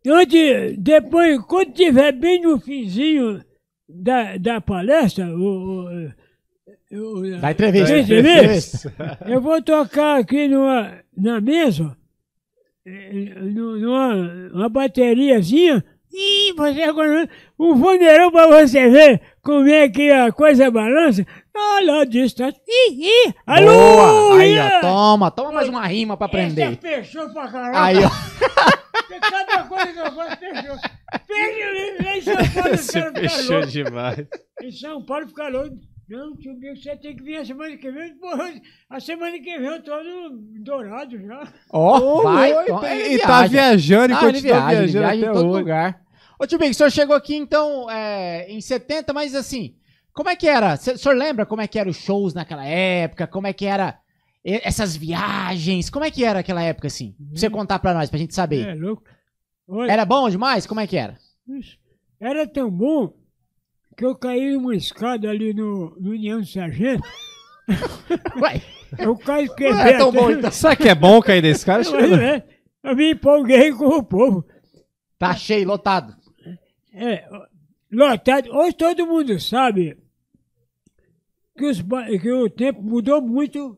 Speaker 4: Onde, depois, quando tiver bem no finzinho da, da palestra, o, o- o-
Speaker 1: Da entrevista.
Speaker 4: Da
Speaker 1: entrevista.
Speaker 4: eu vou tocar aqui numa, na mesa, eh, nu- numa uma bateriazinha, e você agora um voneirão pra você ver como é que a coisa balança. Ah, lá distante. Ih, ih, alô!
Speaker 1: Boa! Aí,
Speaker 4: ia!
Speaker 1: ó, toma, toma mais uma rima pra
Speaker 4: Essa [LAUGHS]
Speaker 1: aprender.
Speaker 4: é fechou pra caralho.
Speaker 1: Aí, ó.
Speaker 4: Cada coisa que eu faço fechou.
Speaker 1: [LAUGHS]
Speaker 4: Fechou,
Speaker 3: Você
Speaker 4: fechou,
Speaker 3: fechou demais.
Speaker 4: em São Paulo fica louco. Não, tio Bico, você tem que vir a semana que vem. Porra, a semana que vem eu tô no Dourado já.
Speaker 1: Ó, vai.
Speaker 3: Oi,
Speaker 1: toma,
Speaker 3: e
Speaker 1: ele
Speaker 3: tá
Speaker 1: viaja.
Speaker 3: viajando e
Speaker 1: Ah, ele
Speaker 3: continua
Speaker 1: viaja, ele
Speaker 3: viajando
Speaker 1: viaja
Speaker 3: até
Speaker 1: em todo
Speaker 3: hoje.
Speaker 1: lugar. Ô, tio Big, o senhor chegou aqui, então, é, em 70, mas assim, como é que era? Cê- O senhor lembra como é que eram os shows naquela época? Como é que era e- essas viagens? Como é que era aquela época, assim? Pra você contar pra nós, pra gente
Speaker 4: É
Speaker 1: saber.
Speaker 4: louco. Olha,
Speaker 1: Era bom demais? Como é que era?
Speaker 4: isso. era tão bom que eu caí numa escada ali no, no União do Sargento.
Speaker 1: Ué,
Speaker 4: Eu caí quebrei.
Speaker 1: não era tão
Speaker 4: até- [LAUGHS]
Speaker 1: bom, então.
Speaker 3: Sabe que é bom cair desse cara? Acho que
Speaker 4: Mas,
Speaker 3: não.
Speaker 4: né, Eu me empolguei com o povo.
Speaker 1: Tá cheio, lotado.
Speaker 4: É, lotado. Hoje todo mundo sabe que, os ba- que o tempo mudou muito.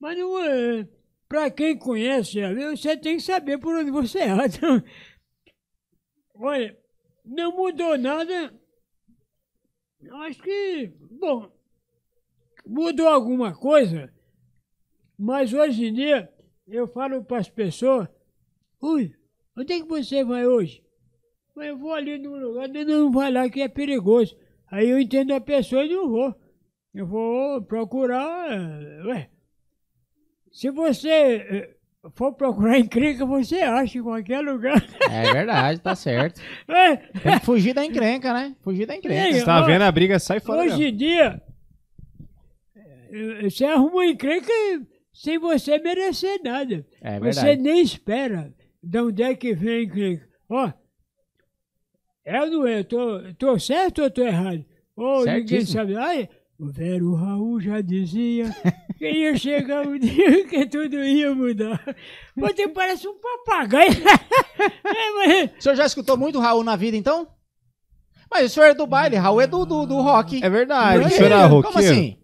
Speaker 4: Mas não é. Para quem conhece, a vida, você tem que saber por onde você [LAUGHS] anda. Olha, não mudou nada. Acho que, bom, mudou alguma coisa. Mas hoje em dia, eu falo para as pessoas: Ui, onde é que você vai hoje? Mas eu vou ali num lugar, não, não vai lá que é perigoso. Aí eu entendo a pessoa e não vou. Eu vou procurar. eh, Ué, se você eh, for procurar encrenca, você acha em qualquer lugar. [LAUGHS]
Speaker 1: É verdade, tá certo.
Speaker 4: Ué,
Speaker 1: Tem que fugir da encrenca, né? Fugir da encrenca.
Speaker 4: Ei,
Speaker 3: Você tá
Speaker 4: ó,
Speaker 3: vendo a briga, sai fora.
Speaker 4: Hoje
Speaker 3: mesmo.
Speaker 4: em dia, eh, você arruma encrenca sem você merecer nada.
Speaker 1: É
Speaker 4: você
Speaker 1: verdade.
Speaker 4: nem espera de onde é que vem a encrenca. Ó, é ou não é? Eu Tô, tô certo ou tô errado? Ou ninguém
Speaker 1: Certíssimo.
Speaker 4: sabe. Ai, o velho Raul já dizia que ia chegar um dia que tudo ia mudar. Você parece um papagaio. [LAUGHS] É, mas-
Speaker 1: O senhor já escutou muito Raul na vida, então? Mas o senhor é do baile, Raul é do, do, do rock.
Speaker 3: É verdade,
Speaker 1: Por
Speaker 3: o
Speaker 1: quê?
Speaker 3: senhor era
Speaker 1: Como
Speaker 3: roqueiro.
Speaker 1: assim?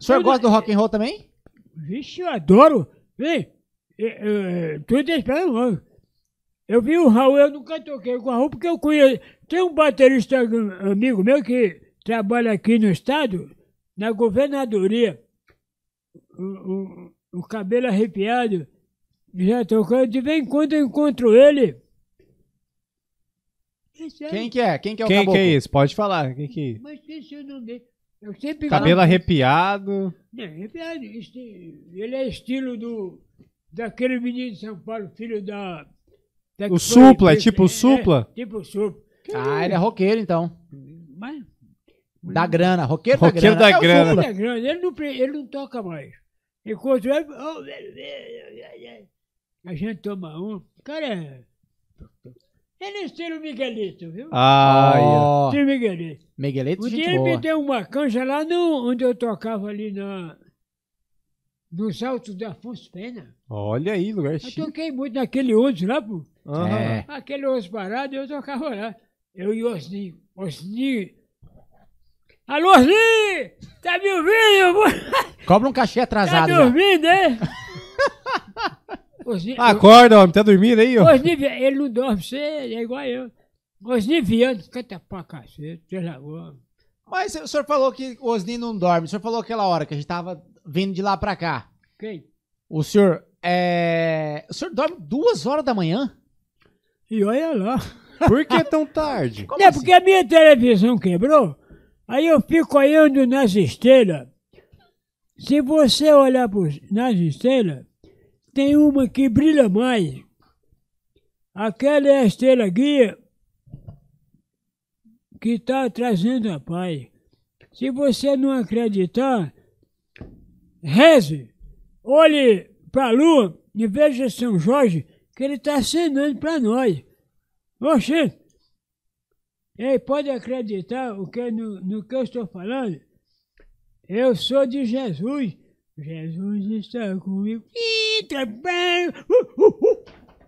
Speaker 1: O senhor
Speaker 4: Tudo-
Speaker 1: gosta do rock and roll também?
Speaker 4: Vixe, eu adoro. Vem, eh, eh, tô esperando. Eu vi o Raul, eu nunca toquei com o Raul, porque eu conheço. Tem um baterista am- amigo meu que trabalha aqui no estado, na governadoria. O, o- o cabelo arrepiado, já tocando. De vez em quando eu encontro ele. Esse é-
Speaker 1: Quem que é? Quem que é o
Speaker 3: Quem que
Speaker 1: caboclo?
Speaker 3: é isso? Pode falar. Quem que... é?
Speaker 4: Mas esqueci o nome dele. Eu sempre
Speaker 3: Cabelo arrepiado.
Speaker 4: não, é verdade, este- ele é estilo do daquele menino de São Paulo, filho da. da
Speaker 3: O
Speaker 4: que foi-
Speaker 3: Supla, é tipo o Supla?
Speaker 4: É, tipo o Supla.
Speaker 1: Ah, ele é roqueiro, então.
Speaker 4: Mas
Speaker 1: Da grana, roqueiro,
Speaker 3: Roqueiro
Speaker 1: da grana.
Speaker 3: da
Speaker 1: É o
Speaker 3: grana.
Speaker 1: Supla.
Speaker 4: ele é grande, ele não, pre- ele não toca mais. Enquanto ele. oh, velho, velho, velho, velho. a gente toma um. Cara, ele é estilo Miguelito, viu?
Speaker 3: Ai, é. ó.
Speaker 1: Ah, Ó,
Speaker 4: Estilo Miguelito.
Speaker 1: Miguelito,
Speaker 4: Um dia
Speaker 1: gente
Speaker 4: ele me
Speaker 1: boa.
Speaker 4: deu uma canja lá no, onde eu tocava ali na, nos altos da Afonso Pena.
Speaker 3: olha aí, lugar
Speaker 4: Eu
Speaker 3: chique.
Speaker 4: toquei muito naquele ônibus lá, pô.
Speaker 3: Aham.
Speaker 1: É.
Speaker 4: Aquele ônibus parado, eu tocava lá. Eu e Osni. Osni. Alô, Osni! Tá me ouvindo?
Speaker 1: Cobra um cachê
Speaker 4: Tá
Speaker 1: atrasado. já.
Speaker 4: dormindo, [LAUGHS] hein? Osni,
Speaker 3: Ah, Acorda, homem. Tá dormindo aí, ó.
Speaker 4: Osni, Vi- ele não dorme, você é igual eu. Osni Viano, canta pra cacete, sei lá, ó.
Speaker 1: Mas o senhor falou que o Osni não dorme. O senhor falou aquela hora que a gente tava vindo de lá pra cá.
Speaker 4: Quem?
Speaker 1: O senhor. É... O senhor dorme duas horas da manhã?
Speaker 4: E olha lá.
Speaker 3: Por que tão tarde?
Speaker 4: [LAUGHS]
Speaker 1: Como
Speaker 4: é porque a minha televisão quebrou, aí eu fico olhando nas estrelas. Se você olhar pros- nas estrelas, tem uma que brilha mais. Aquela é a estrela guia que está trazendo a paz. Se você não acreditar, reze, olhe para a lua e veja São Jorge, que ele está assinando para nós. Oxente! Ei, pode acreditar o que, no, no que eu estou falando? Eu sou de Jesus. Jesus está comigo. Ih, trabalho! Uh, uh, uh.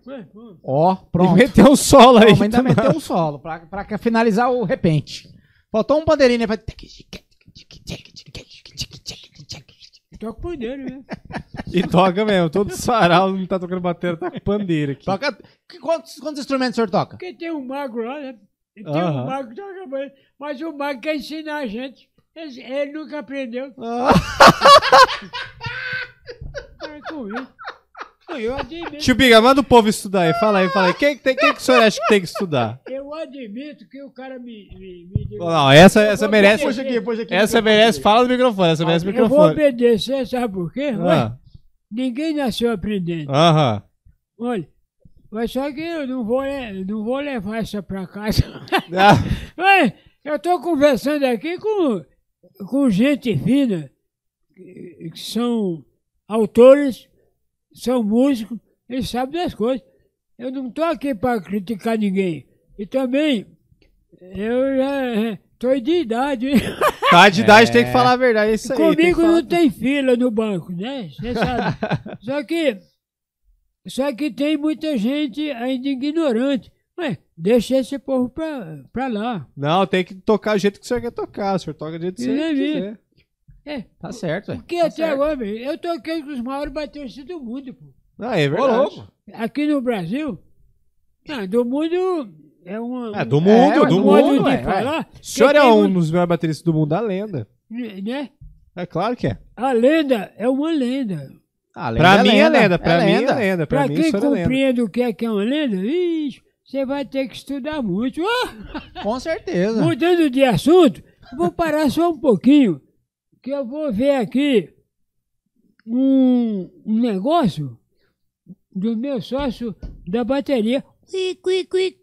Speaker 4: Ué, bom.
Speaker 1: Ó,
Speaker 3: Ele
Speaker 1: pronto.
Speaker 3: meteu um solo aí.
Speaker 1: Calma, ainda
Speaker 3: também.
Speaker 1: meteu um solo pra, pra que- finalizar o repente. Faltou um bandeirinha pra.
Speaker 4: Toco pandeiro, né?
Speaker 3: E toca mesmo. Todo sarau não tá tocando bateria, tá com pandeira aqui.
Speaker 1: Toca. que- Quantos, quantos instrumentos o senhor toca?
Speaker 4: Porque tem um mago lá, né? E Tem
Speaker 3: Aham.
Speaker 4: um mago que toca bandeiro. Mas o mago quer ensinar a gente. Ele, ele nunca aprendeu.
Speaker 3: Ah,
Speaker 4: Para Tá com isso. Eu admito.
Speaker 3: Tio Biga, manda o povo estudar aí. Fala aí, fala aí. Quem que, tem, quem que o senhor acha que tem que estudar?
Speaker 4: Eu admito que o cara me. me, me deu-
Speaker 3: Não, essa, essa
Speaker 4: Vou
Speaker 3: merece.
Speaker 4: obedecer.
Speaker 3: Essa merece. Fala do microfone. Essa merece o
Speaker 4: Eu vou
Speaker 3: microfone.
Speaker 4: obedecer, sabe por quê? Ué,
Speaker 3: Ah,
Speaker 4: Ninguém nasceu aprendendo.
Speaker 3: Aham.
Speaker 4: Olha, mas só que eu não vou, le- não vou levar essa pra casa. [LAUGHS]
Speaker 3: Ah,
Speaker 4: Ué, eu tô conversando aqui com, com gente fina, que que são autores, são músicos, eles sabem das coisas. Eu não tô aqui pra criticar ninguém. E também, eu já eh, tô de idade. né? hein?
Speaker 3: Tá de idade, tem que falar a verdade. É isso aí. tem que
Speaker 4: Comigo
Speaker 3: falar
Speaker 4: não tem fila no banco, né? Você
Speaker 1: [LAUGHS]
Speaker 4: sabe. só que. Só que tem muita gente ainda ignorante. Ué, deixa esse povo pra, pra lá.
Speaker 3: Não, tem que tocar o jeito que o senhor quer tocar. O senhor toca do jeito que o senhor
Speaker 4: Entendi.
Speaker 3: quiser.
Speaker 4: É,
Speaker 1: Tá certo, velho.
Speaker 4: porque até agora, meu, eu toquei com os maiores bateristas do mundo, pô.
Speaker 3: Ah, é verdade.
Speaker 1: louco.
Speaker 4: Aqui no Brasil. Ah, do mundo é uma.
Speaker 3: É, do mundo,
Speaker 1: É,
Speaker 3: do
Speaker 1: do
Speaker 4: modo
Speaker 3: mundo.
Speaker 4: de
Speaker 1: ué,
Speaker 4: falar.
Speaker 3: O senhor é
Speaker 4: Porque tem
Speaker 3: um dos melhores bateristas do mundo, a lenda.
Speaker 4: um- Né?
Speaker 3: É claro que é.
Speaker 4: A lenda é uma lenda.
Speaker 1: Ah,
Speaker 3: Pra mim é
Speaker 1: lenda,
Speaker 3: lenda, pra mim é lenda. Pra
Speaker 4: Pra
Speaker 3: mim o
Speaker 4: quem
Speaker 3: senhor é lenda.
Speaker 4: compreende o que é que é uma lenda, ixi, você vai ter que estudar muito. Ah!
Speaker 1: Com certeza.
Speaker 4: Mudando de assunto, vou parar só um pouquinho que eu vou ver aqui um, um negócio do meu sócio da bateria. Cui, cui, cui.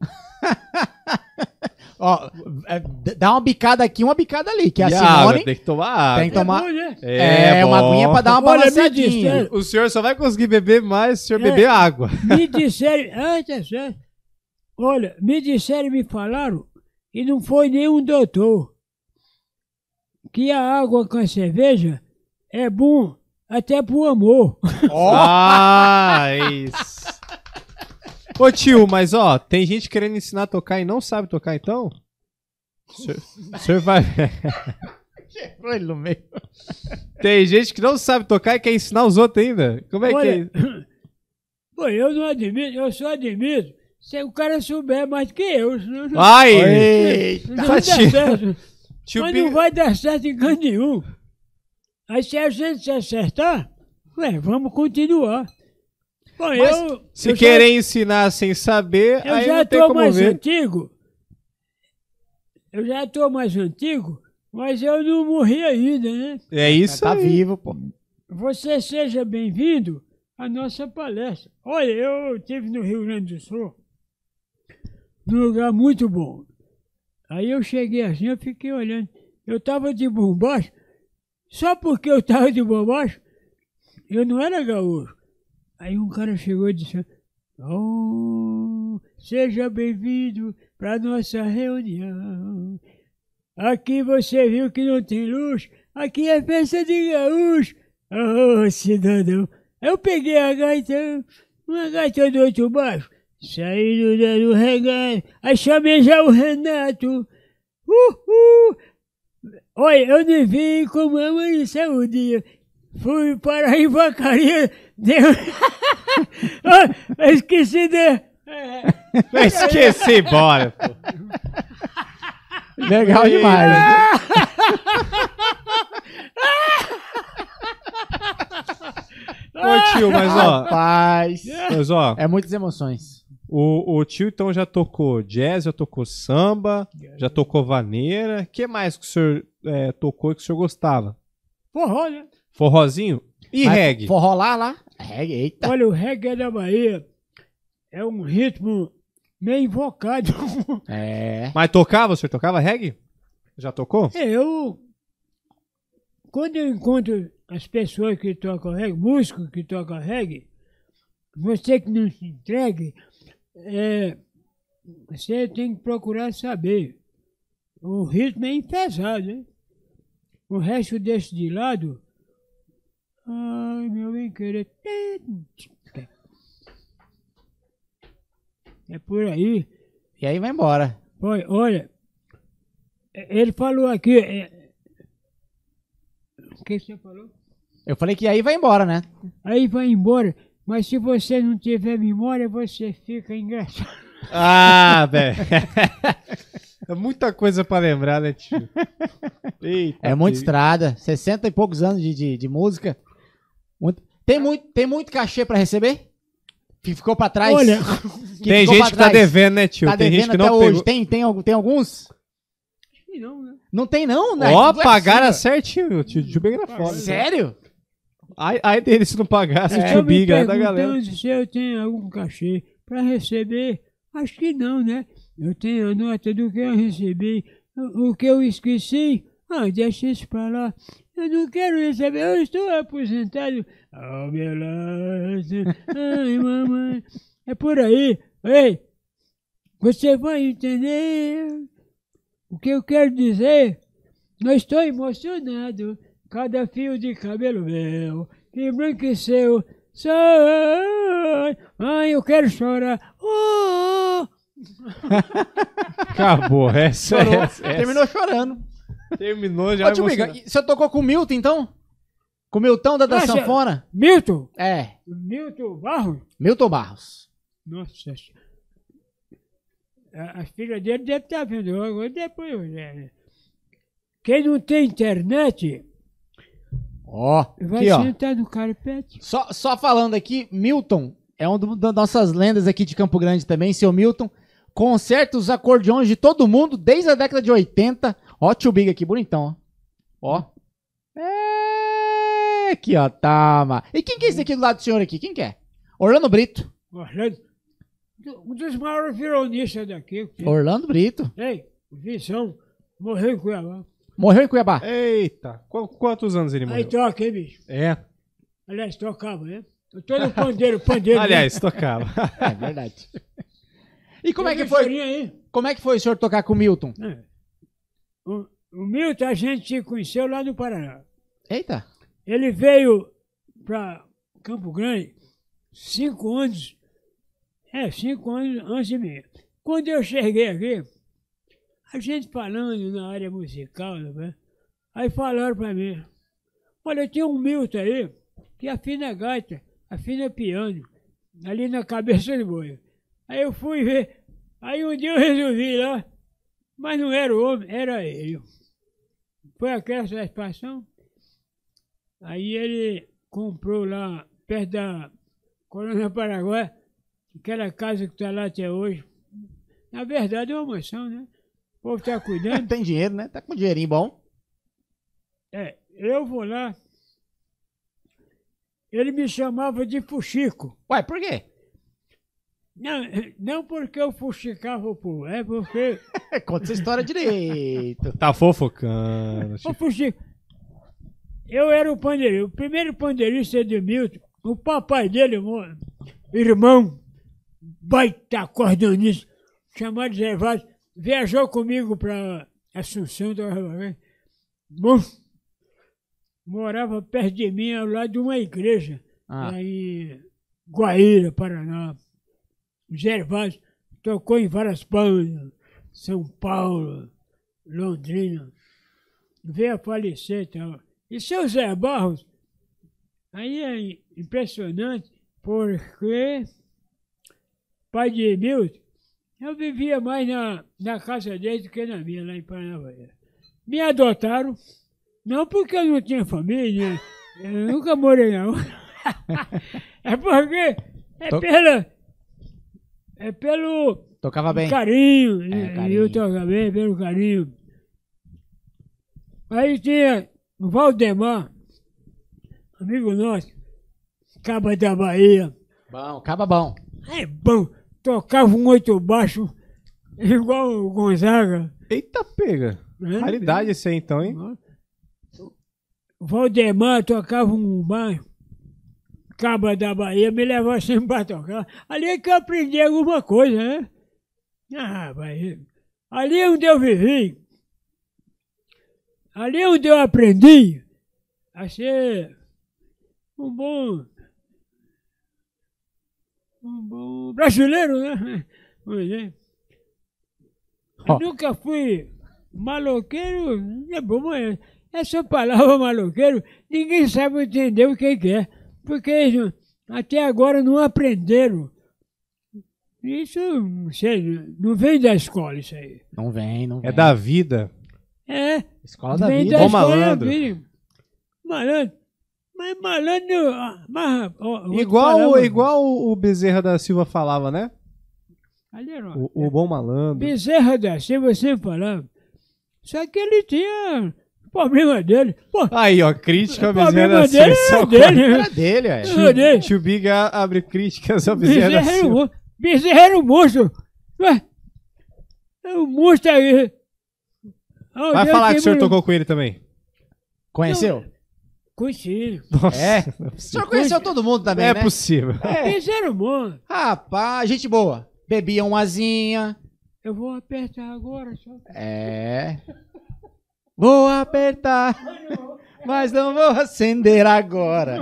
Speaker 1: Ó, é, d- dá uma bicada aqui, uma bicada ali, que é a
Speaker 3: E a água,
Speaker 1: Simone.
Speaker 3: tem que tomar água.
Speaker 1: Tem que tomar.
Speaker 4: bom, né?
Speaker 1: É, uma
Speaker 3: bom.
Speaker 1: aguinha pra dar uma
Speaker 4: Olha, me
Speaker 1: balançadinha.
Speaker 4: disse,
Speaker 3: O senhor só vai conseguir beber mais se o senhor
Speaker 4: É.
Speaker 3: beber água.
Speaker 4: Me disseram, [LAUGHS] ah, tá certo. Olha, me disseram, me falaram, e não foi nenhum doutor, que a água com a cerveja é bom até pro amor.
Speaker 3: Ah, isso. Ô tio, mas ó, tem gente querendo ensinar a tocar e não sabe tocar então? O senhor- o senhor vai.
Speaker 1: Quebrou ele no meio.
Speaker 3: Tem gente que não sabe tocar e quer ensinar os outros ainda. Como é que é
Speaker 4: Olha,
Speaker 3: isso?
Speaker 4: pô, eu não admito, eu só admito se o cara souber mais que eu. Senão não,
Speaker 3: Ai!
Speaker 1: Eita.
Speaker 4: não dá
Speaker 3: Ah, tadinho.
Speaker 4: certo.
Speaker 3: [LAUGHS] Tio
Speaker 4: Mas
Speaker 3: Pi-
Speaker 4: não vai dar certo em canto nenhum. Aí se a gente se acertar, ué, vamos continuar. Bom, eu,
Speaker 3: Se
Speaker 4: eu já-
Speaker 3: querer ensinar sem saber,
Speaker 4: eu
Speaker 3: aí
Speaker 4: já
Speaker 3: não tem
Speaker 4: estou
Speaker 3: como
Speaker 4: mais
Speaker 3: ver.
Speaker 4: antigo. Eu já estou mais antigo, mas eu não morri ainda, né?
Speaker 3: É isso
Speaker 1: Tá
Speaker 3: aí.
Speaker 1: vivo, pô.
Speaker 4: Você seja bem-vindo à nossa palestra. Olha, eu estive no Rio Grande do Sul, num lugar muito bom. Aí eu cheguei assim, eu fiquei olhando. Eu estava de bombacho, só porque eu estava de bombacho, eu não era gaúcho. Aí um cara chegou e disse: Oh, seja bem-vindo para nossa reunião. Aqui você viu que não tem luz, aqui é festa de gaúcho. Oh, cidadão, eu peguei a gaita, uma gaita do outro baixo, saí do, do regaço, aí chamei já o Renato. Uhul! Olha, eu nem vi como é uma saúde. Fui para a [LAUGHS] invacaria, deu... Ah, esqueci de... É.
Speaker 3: Vai esquecer, bora. Pô.
Speaker 1: Legal demais.
Speaker 3: né? Ô tio, mas ó.
Speaker 1: Rapaz.
Speaker 3: Mas ó,
Speaker 1: É muitas emoções.
Speaker 3: o, o tio então já tocou jazz, já tocou samba, já tocou vaneira. O que mais que o senhor é, tocou e que o senhor gostava?
Speaker 4: Forró, né?
Speaker 3: Forrozinho e reggae.
Speaker 1: Forró lá, lá. Reggae, eita.
Speaker 4: Olha, o reggae da Bahia é um ritmo meio invocado.
Speaker 1: É.
Speaker 3: Mas tocava, o senhor tocava reggae? Já
Speaker 4: [LAUGHS]
Speaker 3: tocou?
Speaker 4: É, Eu, quando eu encontro as pessoas que tocam reggae, músicos que tocam reggae, você que não se entregue, é, você tem que procurar saber. O ritmo é pesado, hein? O resto deixa de lado. Ai, meu bem querer. É por aí.
Speaker 1: E aí vai embora.
Speaker 4: Foi, olha, ele falou aqui. é, O que você falou?
Speaker 1: Eu falei que aí vai embora, né?
Speaker 4: Aí vai embora, mas se você não tiver memória, você fica engraçado.
Speaker 3: Ah, velho. É muita coisa pra lembrar, né, tio? Eita,
Speaker 1: É muita
Speaker 3: filho.
Speaker 1: estrada. 60 e poucos anos de, de, de música. Muito- Tem, muito, tem muito cachê pra receber? Que ficou pra trás?
Speaker 3: [LAUGHS]
Speaker 4: Olha.
Speaker 1: [LAUGHS] Que
Speaker 3: tem
Speaker 1: ficou
Speaker 3: gente
Speaker 1: pra
Speaker 3: que tá
Speaker 1: trás?
Speaker 3: devendo, né, tio?
Speaker 1: Tá
Speaker 3: tem gente
Speaker 1: devendo
Speaker 3: que
Speaker 1: até
Speaker 3: não
Speaker 1: hoje.
Speaker 3: pegou.
Speaker 1: Tem, tem, algu- tem alguns?
Speaker 4: E não, né?
Speaker 1: Não tem, não, né?
Speaker 3: Ó,
Speaker 1: Não é
Speaker 3: pagaram
Speaker 1: possível.
Speaker 3: certinho, meu tio. Tio Biga na foto.
Speaker 1: Sério?
Speaker 3: [LAUGHS] Ai, ai dele se não pagasse o
Speaker 4: É,
Speaker 3: tio
Speaker 4: eu me
Speaker 3: Biga da galera.
Speaker 4: perguntando se eu tenho algum cachê para receber. Acho que não, né? Eu tenho a nota do que eu recebi. O o que eu esqueci, ah, deixa isso para lá. Eu não quero receber, eu estou aposentado. Ao meu lado, ai mamãe. É por aí. Ei, você vai entender o que eu quero dizer. Não estou emocionado. Cada fio de cabelo meu que embranqueceu. Sai, ai, eu quero chorar. Oh,
Speaker 3: Acabou. Essa,
Speaker 1: Chorou.
Speaker 3: essa, essa.
Speaker 1: Terminou chorando.
Speaker 3: Terminou É, já.
Speaker 1: Ô, tio Biga,
Speaker 3: emocionado.
Speaker 1: e você tocou com o Milton, então? Com o Milton da, da
Speaker 4: Nossa.
Speaker 1: sanfona?
Speaker 4: Milton,
Speaker 1: É,
Speaker 4: Milton Barros.
Speaker 1: Milton Barros.
Speaker 4: Nossa senhora. a, a filha dele deve estar vendo agora, depois. né? Quem não tem internet,
Speaker 1: Ó,
Speaker 4: vai
Speaker 1: aqui, ó.
Speaker 4: sentar no carpete.
Speaker 1: Só, só falando aqui, Milton é um do- das nossas lendas aqui de Campo Grande também, seu Milton. Concerta os acordeões de todo mundo desde a década de 80. Ó, tio Big aqui, bonitão, ó. Ó. Aqui, ó, toma. E quem que é esse aqui do lado do senhor aqui? Quem que é? Orlando Brito.
Speaker 4: Orlando. do- Um dos maiores vironistas daqui. que-
Speaker 1: Orlando Brito.
Speaker 4: Ei, o Vição morreu em Cuiabá.
Speaker 1: Morreu em Cuiabá.
Speaker 3: Eita, qu- quantos anos ele
Speaker 4: Aí
Speaker 3: morreu?
Speaker 4: toca, hein, bicho?
Speaker 3: É.
Speaker 4: Aliás, tocava, né? Eu tô no pandeiro, pandeiro.
Speaker 3: [LAUGHS] Aliás, tocava.
Speaker 1: É verdade. E como é
Speaker 4: Tem
Speaker 1: que foi?
Speaker 4: historinha aí?
Speaker 1: Como é que foi o senhor tocar com o Milton?
Speaker 4: É. O, o Milton, a gente se conheceu lá no Paraná.
Speaker 1: Eita.
Speaker 4: Ele veio para Campo Grande cinco anos, é, cinco anos antes de mim. Quando eu cheguei aqui, a gente falando na área musical, né? aí falaram para mim, olha, tem um Milton aí que afina gaita, afina piano, ali na cabeça do boi. Aí eu fui ver, aí um dia eu resolvi ir lá, mas não era o homem, era ele. Foi aquela satisfação. Aí ele comprou lá, perto da Corona Paraguai, aquela casa que está lá até hoje. Na verdade é uma mansão, né? O povo está cuidando.
Speaker 1: Tem dinheiro, né? Tá com um dinheirinho bom.
Speaker 4: É, eu vou lá. Ele me chamava de Fuxico.
Speaker 1: Ué, por quê?
Speaker 4: Não, eh, não porque eu fuxicava o povo, é porque.
Speaker 1: Conta essa história direito.
Speaker 3: Tá fofocando.
Speaker 4: Ô,
Speaker 3: tipo.
Speaker 4: Fuxico, eu era o pandeirista, o primeiro pandeirista de Milton. O papai dele, mo- irmão, baita acordeonista, chamado Zé Vaz, viajou comigo para Assunção do Arraial. Bom, morava perto de mim, ao lado de uma igreja,
Speaker 1: Ah.
Speaker 4: lá em Guaíra, Paraná. O Gervásio tocou em várias bandas, São Paulo, Londrina. Veio a falecer e tal. E seu Zé Barros, aí é impressionante, porque pai de Milton, eu vivia mais na, na casa dele do que na minha, lá em Paranaíba. Me adotaram, não porque eu não tinha família, eu nunca morei não. [LAUGHS] é porque é
Speaker 1: Tô-
Speaker 4: pela. É pelo
Speaker 1: Tocava bem. É,
Speaker 4: carinho, né?
Speaker 1: carinho.
Speaker 4: eu tocava bem pelo carinho. Aí tinha o Valdemar, amigo nosso, Caba da Bahia.
Speaker 1: Bom, acaba bom.
Speaker 4: É bom, tocava um oito baixo, igual o Gonzaga.
Speaker 3: Eita, pega.
Speaker 4: né?
Speaker 3: Raridade esse aí então, hein?
Speaker 4: O Valdemar tocava um baixo, Caba da Bahia, me levava sempre para tocar. Ali é que eu aprendi alguma coisa, né? Ah, Bahia. Ali é onde eu vivi, ali é onde eu aprendi a ser um bom. um bom brasileiro, né? Pois é. Eu
Speaker 1: Ó.
Speaker 4: nunca fui maloqueiro, é bom, mas essa palavra maloqueiro, ninguém sabe entender o que que é, porque eles não- até agora não aprenderam. Isso, não sei, não vem da escola isso aí.
Speaker 1: Não vem, não vem.
Speaker 3: É da vida.
Speaker 4: É,
Speaker 1: Escola da
Speaker 4: Vem
Speaker 1: vida.
Speaker 4: da
Speaker 3: Bom
Speaker 4: escola
Speaker 3: malandro.
Speaker 4: dele. Malandro. Mas malandro. ah, Mas, ó, vou te falar,
Speaker 3: Igual,
Speaker 4: mano.
Speaker 3: igual o Bezerra da Silva falava, né?
Speaker 4: Ali era uma-
Speaker 3: O, o bom malandro.
Speaker 4: É. Bezerra da Silva sempre falava. Só que ele tinha problema dele. Pô,
Speaker 3: Aí, ó, crítica ao
Speaker 4: o
Speaker 3: Bezerra
Speaker 4: problema
Speaker 3: da
Speaker 4: dele
Speaker 3: Silva.
Speaker 4: é
Speaker 3: Só
Speaker 4: dele.
Speaker 1: Era dele, [LAUGHS] ué.
Speaker 4: Era dele.
Speaker 3: Tio Big a- abre críticas ao Bezerra da
Speaker 4: Bezerra era um
Speaker 3: Silva.
Speaker 4: mon- Bezerra era um monstro. Ué, é um monstro aí. Ah,
Speaker 3: Vai
Speaker 4: Deus
Speaker 3: falar que o senhor
Speaker 4: me-
Speaker 3: tocou com ele também.
Speaker 1: Conheceu?
Speaker 4: Conheci.
Speaker 3: Nossa,
Speaker 1: É?
Speaker 3: não é
Speaker 1: O
Speaker 3: possível.
Speaker 1: senhor conheceu todo mundo
Speaker 3: Não
Speaker 1: também,
Speaker 3: é
Speaker 1: né?
Speaker 3: possível.
Speaker 4: Bezerra bom.
Speaker 1: Rapaz, gente boa. Bebia um azinha.
Speaker 4: Eu vou apertar agora, só.
Speaker 1: É. Vou apertar, mas não vou acender agora.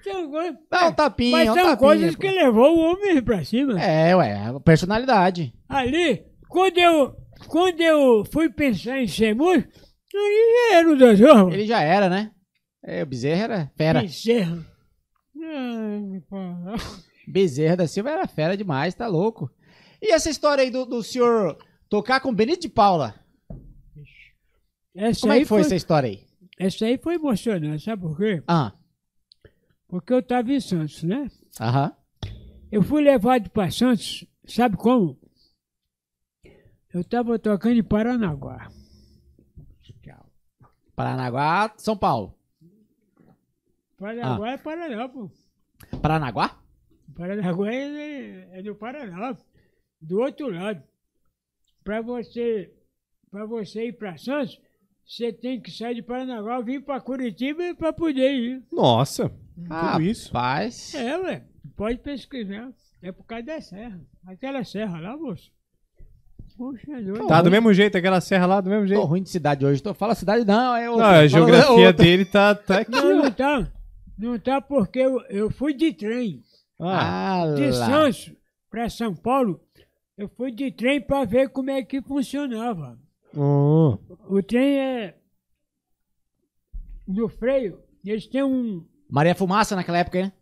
Speaker 4: Então, agora.
Speaker 1: Dá um tapinha,
Speaker 4: Mas
Speaker 3: é
Speaker 1: um
Speaker 4: são
Speaker 1: tapinha,
Speaker 4: coisas
Speaker 1: pô.
Speaker 4: que levou o homem pra cima.
Speaker 1: É, ué, a personalidade.
Speaker 4: Ali, quando eu, quando eu fui pensar em ser músico, ele já era um das ormas.
Speaker 1: Ele já era, né? É, o Bezerra era fera.
Speaker 4: Bezerra. Ai,
Speaker 3: é
Speaker 4: pô.
Speaker 1: Bezerra da Silva era fera demais, tá louco. E essa história aí do, do senhor tocar com Benito de Paula?
Speaker 4: Essa
Speaker 1: Como é
Speaker 4: aí
Speaker 1: que foi
Speaker 4: foi,
Speaker 1: essa história aí?
Speaker 4: essa aí foi emocionante, sabe por quê?
Speaker 1: Ah,
Speaker 4: Porque eu estava em Santos, né?
Speaker 1: aham.
Speaker 4: Eu fui levado para Santos, sabe como? Eu estava tocando em Paranaguá.
Speaker 1: Paranaguá, São Paulo.
Speaker 4: Paranaguá é Paraná, pô.
Speaker 1: Paranaguá?
Speaker 4: Paranaguá é, é do Paraná, do outro lado. Para você, pra você ir para Santos, você tem que sair de Paranaguá, vir para Curitiba para poder ir.
Speaker 3: Nossa,
Speaker 1: Hum.
Speaker 3: tudo isso.
Speaker 1: Rapaz.
Speaker 4: É, ué, pode pesquisar. É por causa da serra. Aquela serra lá, moço. Poxa, é doido.
Speaker 3: Tá do mesmo jeito, aquela serra lá do mesmo
Speaker 1: Tô
Speaker 3: jeito.
Speaker 1: ruim de cidade hoje. Tô, fala cidade, não. É outra.
Speaker 3: Não, a
Speaker 1: Fala- é outra.
Speaker 3: geografia dele tá, tá aqui.
Speaker 4: Não, não tá. Não tá porque eu, eu fui de trem.
Speaker 3: Ah,
Speaker 1: Ah,
Speaker 4: De
Speaker 1: lá.
Speaker 4: Santos para São Paulo, eu fui de trem para ver como é que funcionava.
Speaker 3: hum.
Speaker 4: O trem é. No freio, eles têm um.
Speaker 1: Maria Fumaça naquela época, né?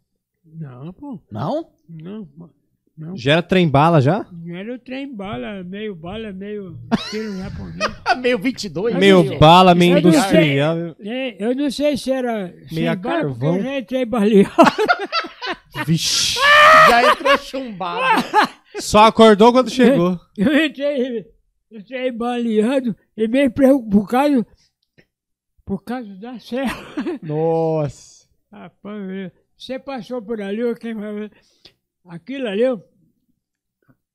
Speaker 4: Não, pô.
Speaker 1: Não?
Speaker 4: Não, pô. Não.
Speaker 3: Já era trem-bala já?
Speaker 4: Não era o trem bala, meio bala, meio tiro
Speaker 1: [LAUGHS]
Speaker 4: japonês.
Speaker 1: Ah, Meio 22.
Speaker 3: Meio bala, meio
Speaker 4: Eu não sei.
Speaker 3: industrial.
Speaker 4: É, Eu não sei se era sem
Speaker 3: Meia
Speaker 4: bala, porque
Speaker 3: carvão.
Speaker 4: eu já entrei baleado.
Speaker 3: Vixe.
Speaker 1: Já entrou chumbado.
Speaker 3: Só acordou quando chegou.
Speaker 4: Eu entrei, entrei baleado e meio preocupado por causa, por causa da serra.
Speaker 1: Nossa.
Speaker 4: Rapaz, meu, você passou por ali, ó, quem vai ver? Aquilo ali, ó,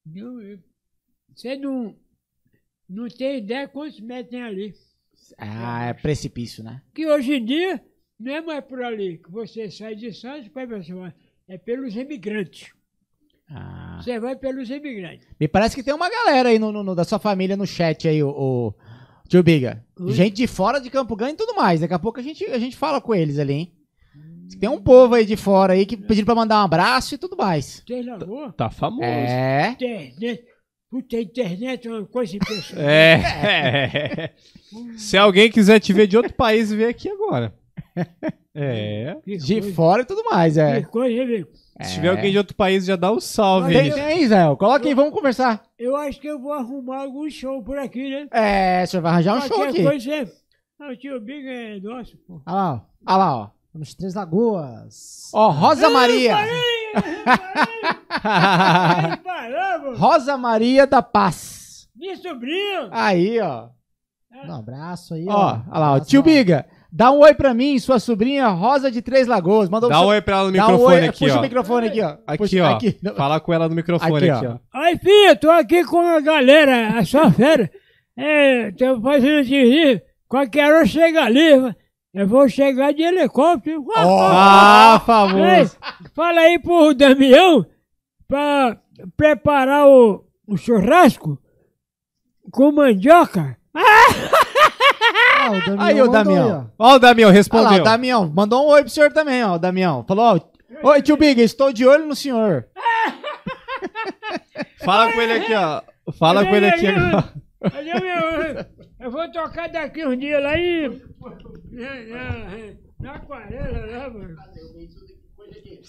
Speaker 4: não, eu- você não, não tem ideia quantos metros tem ali.
Speaker 1: Ah, é precipício, né?
Speaker 4: Que hoje em dia não é mais por ali que você sai de Santos para pessoa. É pelos imigrantes.
Speaker 1: Ah.
Speaker 4: Você vai pelos imigrantes.
Speaker 1: Me parece que tem uma galera aí no, no- no- da sua família no chat aí, o, o- Tio Biga.
Speaker 4: Oi?
Speaker 1: Gente de fora de Campo Grande e tudo mais. Daqui a pouco a gente, a gente fala com eles ali, hein? Tem um povo aí de fora aí que pediram pra mandar um abraço e tudo mais.
Speaker 4: Tem lagoa?
Speaker 3: Tá famoso.
Speaker 1: É.
Speaker 4: Internet. Puta, internet é uma coisa impressionante.
Speaker 3: É. [LAUGHS] Se alguém quiser te ver de outro país, vê aqui agora. É.
Speaker 4: Que
Speaker 1: De
Speaker 4: coisa,
Speaker 1: fora e tudo mais, é.
Speaker 4: Que coisa, hein, velho?
Speaker 3: Se tiver alguém de outro país, já dá um salve.
Speaker 1: Tem, tem, Israel. Coloca aí, vamos conversar.
Speaker 4: Eu acho que eu vou arrumar algum show por aqui, né?
Speaker 1: É, o senhor vai arranjar um show
Speaker 4: Qualquer
Speaker 1: aqui.
Speaker 4: coisa é. Ah, o tio Big é nosso, pô.
Speaker 2: Olha lá, ó.
Speaker 1: Olha lá, ó.
Speaker 2: Vamos Três Lagoas.
Speaker 1: Ó, Rosa Maria.
Speaker 4: Aí, parou,
Speaker 1: [LAUGHS]
Speaker 4: pô.
Speaker 1: Rosa Maria da Paz.
Speaker 4: Minha sobrinha!
Speaker 1: Aí, ó.
Speaker 2: Dá um abraço aí,
Speaker 1: Ó, olha lá, ó.
Speaker 2: Abraço,
Speaker 1: Tio Biga, dá um oi pra mim, sua sobrinha Rosa de Três Lagoas. Manda
Speaker 3: Dá um
Speaker 1: seu-
Speaker 3: oi pra ela no
Speaker 1: dá um
Speaker 3: microfone
Speaker 1: oi-
Speaker 3: aqui,
Speaker 1: Puxa o
Speaker 3: ó.
Speaker 1: microfone aqui, ó.
Speaker 3: Aqui,
Speaker 1: Puxa-
Speaker 3: ó.
Speaker 1: aqui. Não.
Speaker 3: Fala com ela no
Speaker 1: Aqui,
Speaker 3: microfone aqui,
Speaker 1: ó.
Speaker 3: ó.
Speaker 4: Aí, filho, tô aqui com a galera, a sua fera. É, tô fazendo xixi. Qualquer hora eu chego ali. Eu vou chegar de helicóptero.
Speaker 3: Ah,
Speaker 4: Ei,
Speaker 3: famoso.
Speaker 4: fala aí pro Damião pra preparar o, o churrasco com mandioca.
Speaker 2: Ah, o Damião
Speaker 1: Aí, ô,
Speaker 2: mandou
Speaker 1: Damião.
Speaker 2: ó.
Speaker 3: Ó, o Damião
Speaker 1: Olha lá, o
Speaker 3: respondeu.
Speaker 1: Damião, mandou um oi pro senhor também, ó, o Damião. Falou, ó, oi tio Biga, estou de olho no senhor.
Speaker 3: [LAUGHS] Fala com ele aqui, ó. Fala com ele aqui agora.
Speaker 4: Olha, meu, Eu vou tocar daqui uns dias lá em. é. Na aquarela lá, mano.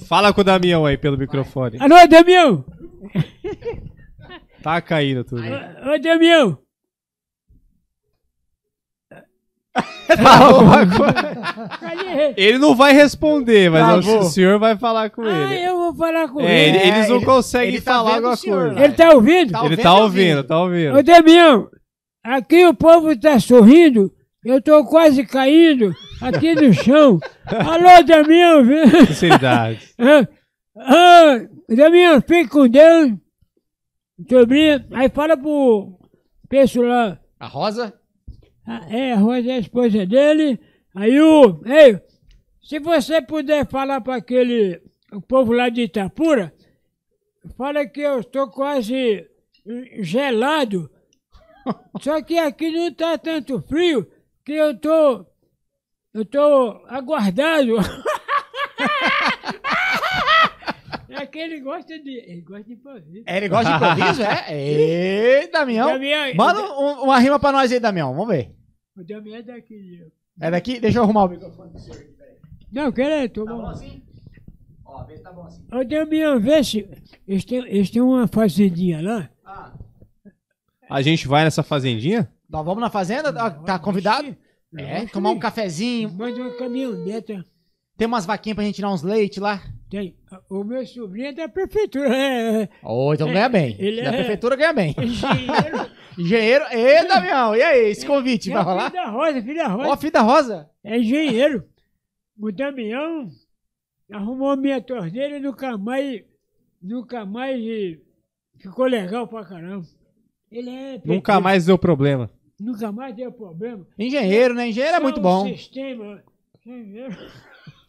Speaker 3: Fala com o Damião aí pelo microfone.
Speaker 4: Alô, Damião!
Speaker 3: Tá caindo tudo. né?
Speaker 4: Ô, Damião!
Speaker 3: [LAUGHS]
Speaker 4: Cadê?
Speaker 3: Ele não vai responder, mas
Speaker 1: Travou.
Speaker 3: o senhor vai falar com
Speaker 4: Ah,
Speaker 3: ele.
Speaker 4: eu vou falar com
Speaker 3: É, ele-
Speaker 4: ele.
Speaker 3: eles não
Speaker 1: ele-
Speaker 3: conseguem
Speaker 1: ele tá
Speaker 3: falar
Speaker 1: vendo
Speaker 3: alguma
Speaker 1: o senhor,
Speaker 3: coisa.
Speaker 1: né?
Speaker 4: Ele tá ouvindo?
Speaker 1: Tá
Speaker 3: ele
Speaker 1: vendo
Speaker 3: tá
Speaker 1: e
Speaker 3: ouvindo, tá ouvindo.
Speaker 4: Ô, Damião! Aqui o povo tá sorrindo. Eu tô quase caindo aqui
Speaker 3: [LAUGHS]
Speaker 4: no chão. Alô, Damião!
Speaker 3: Sinceridade.
Speaker 4: Ah, ah, Damião, fique com Deus. Sobrinha. Aí fala pro pessoal lá.
Speaker 1: A Rosa?
Speaker 4: Ah, É, a Rosa é a esposa dele. Aí o. Ei, se você puder falar para aquele. O povo lá de Itapura, fala que eu estou quase eh, gelado. Só que aqui não tá tanto frio que eu tô. Eu tô aguardado. é que ele gosta de. Ele gosta de fazer.
Speaker 1: É, ele gosta de improviso,
Speaker 4: [LAUGHS]
Speaker 1: é? Ei, Damião.
Speaker 4: Damião,
Speaker 1: Manda um- uma rima pra nós aí, Damião, vamos ver.
Speaker 4: O Damião é daquele.
Speaker 1: É daqui? Deixa eu arrumar o microfone do senhor.
Speaker 4: Não, quero é tomar. um.
Speaker 5: bom assim? Ó, vê se tá bom assim.
Speaker 4: Ô, Damião, vê se. Eles têm, eles têm uma fazendinha lá.
Speaker 5: Ah,
Speaker 3: A gente vai nessa fazendinha?
Speaker 1: Nós vamos na fazenda? Ó, Tá convidado?
Speaker 4: Não,
Speaker 1: É,
Speaker 4: acho
Speaker 1: tomar um
Speaker 4: que-
Speaker 1: cafezinho.
Speaker 4: Manda uma caminhoneta.
Speaker 1: Tem umas vaquinhas pra gente tirar uns leite lá.
Speaker 4: Tem. O meu sobrinho é da prefeitura. [LAUGHS] É, é,
Speaker 1: Ô, então ganha bem.
Speaker 4: ele
Speaker 1: da
Speaker 4: é-
Speaker 1: prefeitura ganha bem.
Speaker 4: é
Speaker 1: [LAUGHS] Engenheiro.
Speaker 4: engenheiro.
Speaker 1: Ê, Damião, e aí? Esse convite
Speaker 4: É
Speaker 1: vai
Speaker 4: filho
Speaker 1: rolar?
Speaker 4: da Rosa, filho da
Speaker 1: Ó,
Speaker 4: Rosa.
Speaker 1: filho da Rosa.
Speaker 4: É engenheiro. o Damião arrumou minha torneira e nunca mais, nunca mais eh, ficou legal pra caramba. Ele é
Speaker 3: Nunca
Speaker 4: perfeito,
Speaker 3: mais deu problema.
Speaker 4: nunca mais deu problema.
Speaker 1: Engenheiro, né? Engenheiro é muito bom.
Speaker 4: Um sistema.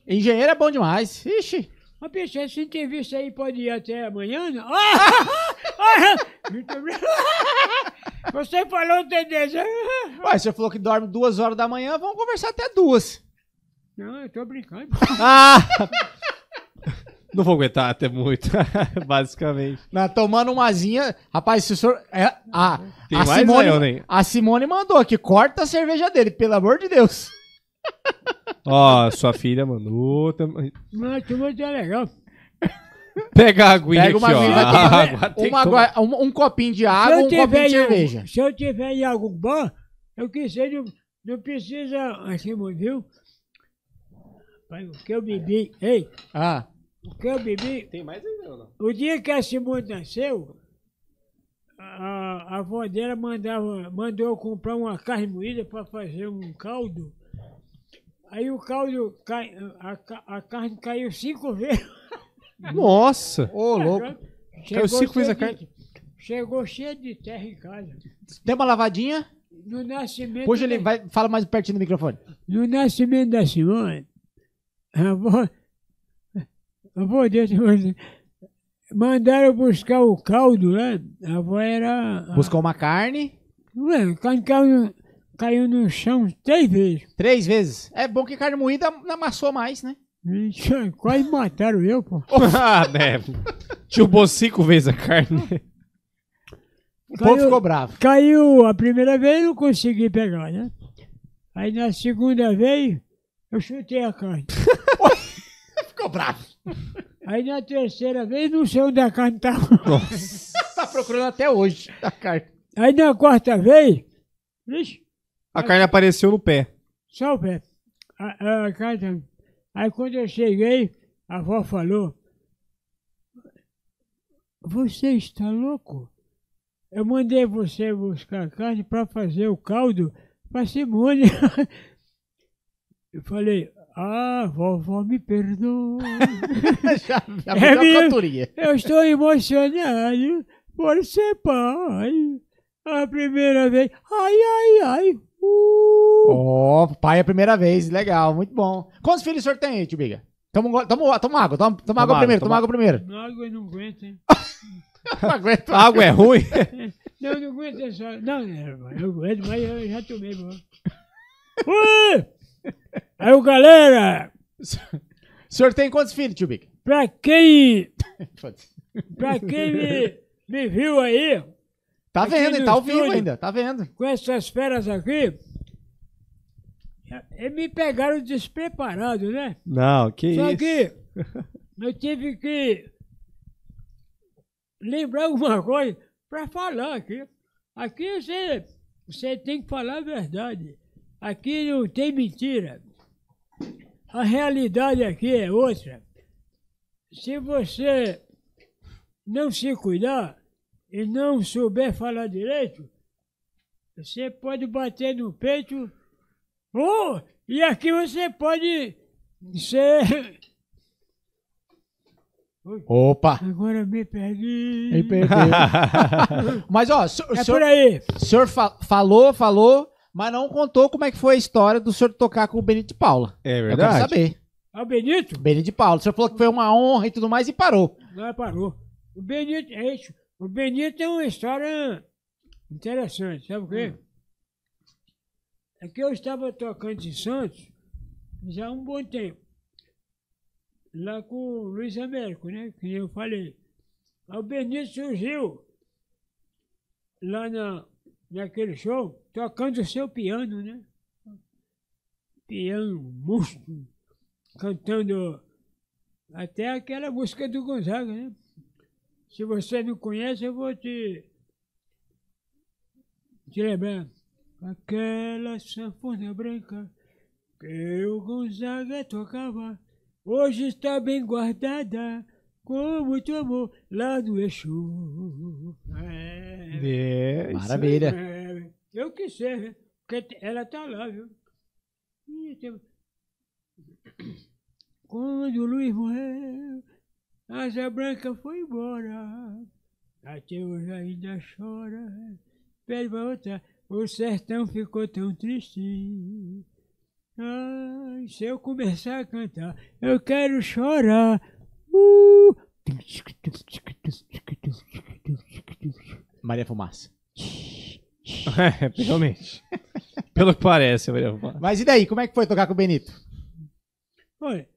Speaker 1: Engenheiro é bom demais. Ixi.
Speaker 4: Uma pessoa, essa entrevista aí pode ir até amanhã? não? [LAUGHS] Ah! Ah! Muito obrigado. Você falou né? tendência.
Speaker 1: Ué, você falou que dorme duas horas da manhã, vamos conversar até duas.
Speaker 4: Não, eu tô brincando.
Speaker 1: Ah!
Speaker 3: Não vou aguentar até muito, [LAUGHS] basicamente.
Speaker 1: Não, Né, tomando uma asinha. Rapaz, se o senhor. é, a,
Speaker 3: Tem
Speaker 1: a
Speaker 3: mais,
Speaker 1: Simone,
Speaker 3: né, Eonem?
Speaker 1: a Simone mandou aqui, corta a cerveja dele, pelo amor de Deus.
Speaker 3: Ó, sua filha mandou. tam-
Speaker 4: Mas tu muito legal.
Speaker 3: Pega a aguinha
Speaker 1: Pega uma
Speaker 3: aqui, ó.
Speaker 1: aguinha aqui,
Speaker 3: A
Speaker 1: né?
Speaker 3: água tem
Speaker 1: Uma
Speaker 3: que tomar.
Speaker 1: agora- um, um copinho de água, um copinho de
Speaker 4: em algum-
Speaker 1: cerveja.
Speaker 4: se eu tiver em algum bar, eu que seja, não precisa, assim, viu? Pai, o que eu bebi, ei,
Speaker 1: Ah,
Speaker 4: o que eu bebi,
Speaker 3: Tem mais ainda, ou não?
Speaker 4: o dia que a Simone nasceu, a, a avó dela mandava, mandou eu comprar uma carne moída para fazer um caldo. Aí o caldo, cai, a, ca- a carne caiu cinco [LAUGHS] vezes.
Speaker 3: Nossa!
Speaker 1: ô louco.
Speaker 4: Chegou
Speaker 3: cinco vezes a
Speaker 4: cheio de- Chegou cheio de terra em casa.
Speaker 1: Tem uma lavadinha?
Speaker 4: No nascimento.
Speaker 1: Puxa
Speaker 4: da-
Speaker 1: ele, vai, fala mais pertinho do microfone.
Speaker 4: No nascimento da Simone, a avó, a avó dele mandaram buscar o caldo lá. A avó era.
Speaker 1: Buscou uma carne
Speaker 4: Ué, quando caiu, no- caiu no chão três vezes.
Speaker 1: três vezes. É bom que carne moída não amassou mais, né?
Speaker 4: Ixi, Quase mataram eu, pô.
Speaker 3: [LAUGHS] ah, né? Chubou cinco vezes a carne.
Speaker 1: O
Speaker 4: Caiu-
Speaker 1: povo ficou bravo.
Speaker 4: Caiu a primeira vez, não consegui pegar, né? Aí na segunda vez, eu chutei a carne.
Speaker 1: Ficou bravo.
Speaker 4: Aí na terceira vez, não sei onde a carne tava.
Speaker 1: Tá procurando até hoje a carne.
Speaker 4: Aí na quarta vez, vixe,
Speaker 3: A carne apareceu no pé.
Speaker 4: só o pé. A, a carne- Aí quando eu cheguei, a avó falou: Você está louco? Eu mandei você buscar a carne para fazer o caldo para Simone. [LAUGHS] Eu falei: Ah, vovó, me perdoa. [LAUGHS]
Speaker 1: já [LAUGHS] já [LAUGHS] é
Speaker 4: mesmo?
Speaker 1: uma cantoria.
Speaker 4: Eu estou emocionado por ser pai. A primeira vez. Ai, ai, ai. Uh.
Speaker 1: Ó, pai é a primeira vez. Legal, muito bom. Quantos filhos o senhor tem, tio Biga? Toma, um go- toma, toma água, toma, toma água
Speaker 3: água,
Speaker 1: primeiro,
Speaker 3: toma
Speaker 1: toma água primeiro.
Speaker 4: Água eu não aguento, hein?
Speaker 1: [LAUGHS] Não aguento.
Speaker 3: A água é ruim? [LAUGHS]
Speaker 4: Não, eu não aguento essa. Não, não, eu aguento, mas eu já tomei, mano. Ui! Aí, ô, galera,
Speaker 1: O senhor tem quantos filhos, tio Biga?
Speaker 4: pra quem,
Speaker 1: Foda-se.
Speaker 4: pra quem me, me viu aí,
Speaker 1: Tá
Speaker 4: Aqui
Speaker 1: vendo,
Speaker 4: no
Speaker 1: hein? Tá ao vivo
Speaker 4: estúdio.
Speaker 1: ainda, tá vendo.
Speaker 4: com essas feras aqui, eles me pegaram despreparado, né?
Speaker 3: Não, que
Speaker 4: Só
Speaker 3: isso. É [LAUGHS]
Speaker 4: que eu tive que lembrar alguma coisa para falar aqui. Aqui você, você tem que falar a verdade. Aqui não tem mentira. A realidade aqui é outra. Se você não se cuidar e não souber falar direito, você pode bater no peito. Oh, e aqui você pode ser.
Speaker 1: Opa.
Speaker 4: Agora me perdi.
Speaker 1: [LAUGHS] Mas, ó, o senhor- o
Speaker 4: É
Speaker 1: senhor-
Speaker 4: por aí.
Speaker 1: o senhor fa- falou, falou, mas não contou como é que foi a história do senhor tocar com o Benito de Paula.
Speaker 3: É
Speaker 1: Eu quero
Speaker 3: verdade.
Speaker 1: saber.
Speaker 4: Ah, O Benito?
Speaker 1: Benito de Paula. O senhor falou que foi uma honra e tudo mais e parou.
Speaker 4: Agora parou. O Benito, é isso. O Benito é uma história interessante, sabe o quê? É que eu estava tocando em Santos já há um bom tempo. Lá com o Luiz Américo, né? Que nem eu falei. Aí o Benito surgiu lá na, naquele show, tocando o seu piano, né? Piano monstro, cantando até aquela música do Gonzaga, né? Se você não conhece, eu vou te, te lembrar. Aquela sanfona branca que o Gonzaga tocava, hoje está bem guardada, com muito amor, lá no Exu. É,
Speaker 3: É, isso aí.
Speaker 1: Maravilha.
Speaker 4: é, eu que sei, né? Porque ela tá lá, viu? Ih, tem- Quando o Luiz morreu, a Asa Branca foi embora. Até hoje ainda chora. Pede pra outra. O sertão ficou tão triste. Ai, se eu começar a cantar, eu quero chorar. Uh!
Speaker 1: Maria Fumaça.
Speaker 3: É, realmente. Pelo que parece, eu ia falar.
Speaker 1: Mas e daí, como é que foi tocar com o Benito?
Speaker 4: Olha,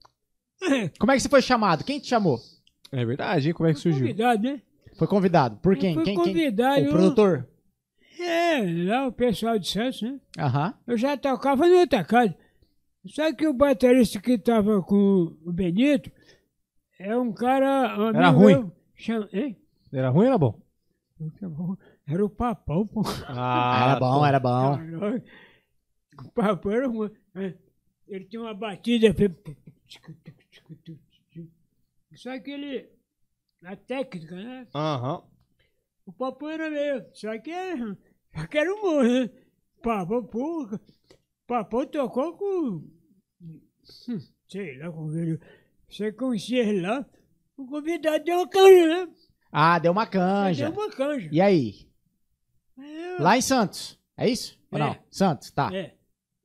Speaker 1: Como é que você foi chamado? Quem te chamou?
Speaker 3: É verdade, hein? Como é que
Speaker 4: fui
Speaker 3: surgiu?
Speaker 4: convidado, né?
Speaker 1: Foi convidado. Por quem?
Speaker 4: fui
Speaker 1: Quem, quem?
Speaker 4: convidado.
Speaker 1: O
Speaker 4: eu-
Speaker 1: produtor?
Speaker 4: É, lá o pessoal de Santos, né?
Speaker 1: Aham.
Speaker 4: Eu já tocava na outra casa. Só que o baterista que tava com o Benito é um cara. um
Speaker 3: Era
Speaker 4: amigo
Speaker 3: ruim.
Speaker 4: meu, chama- hein?
Speaker 3: Era ruim ou era bom?
Speaker 4: Puta, bom. Era o papão, pô.
Speaker 3: Ah,
Speaker 1: era bom, era bom.
Speaker 4: Caralho. [LAUGHS] O papão era um. é, Ele tinha uma batida. Só que ele. A técnica, né?
Speaker 3: Aham.
Speaker 4: O papo era meu, só que, só que era humor, né? Papo, pô, papo tocou com, hum, sei lá, com ele, sei com os seis lá, o convidado deu uma canja, né?
Speaker 1: Ah, deu uma
Speaker 4: Deu
Speaker 1: canja.
Speaker 4: uma canja.
Speaker 1: E aí?
Speaker 4: Eu-
Speaker 1: Lá em Santos. É isso? Ou
Speaker 4: É.
Speaker 1: não? Santos, tá.
Speaker 4: É,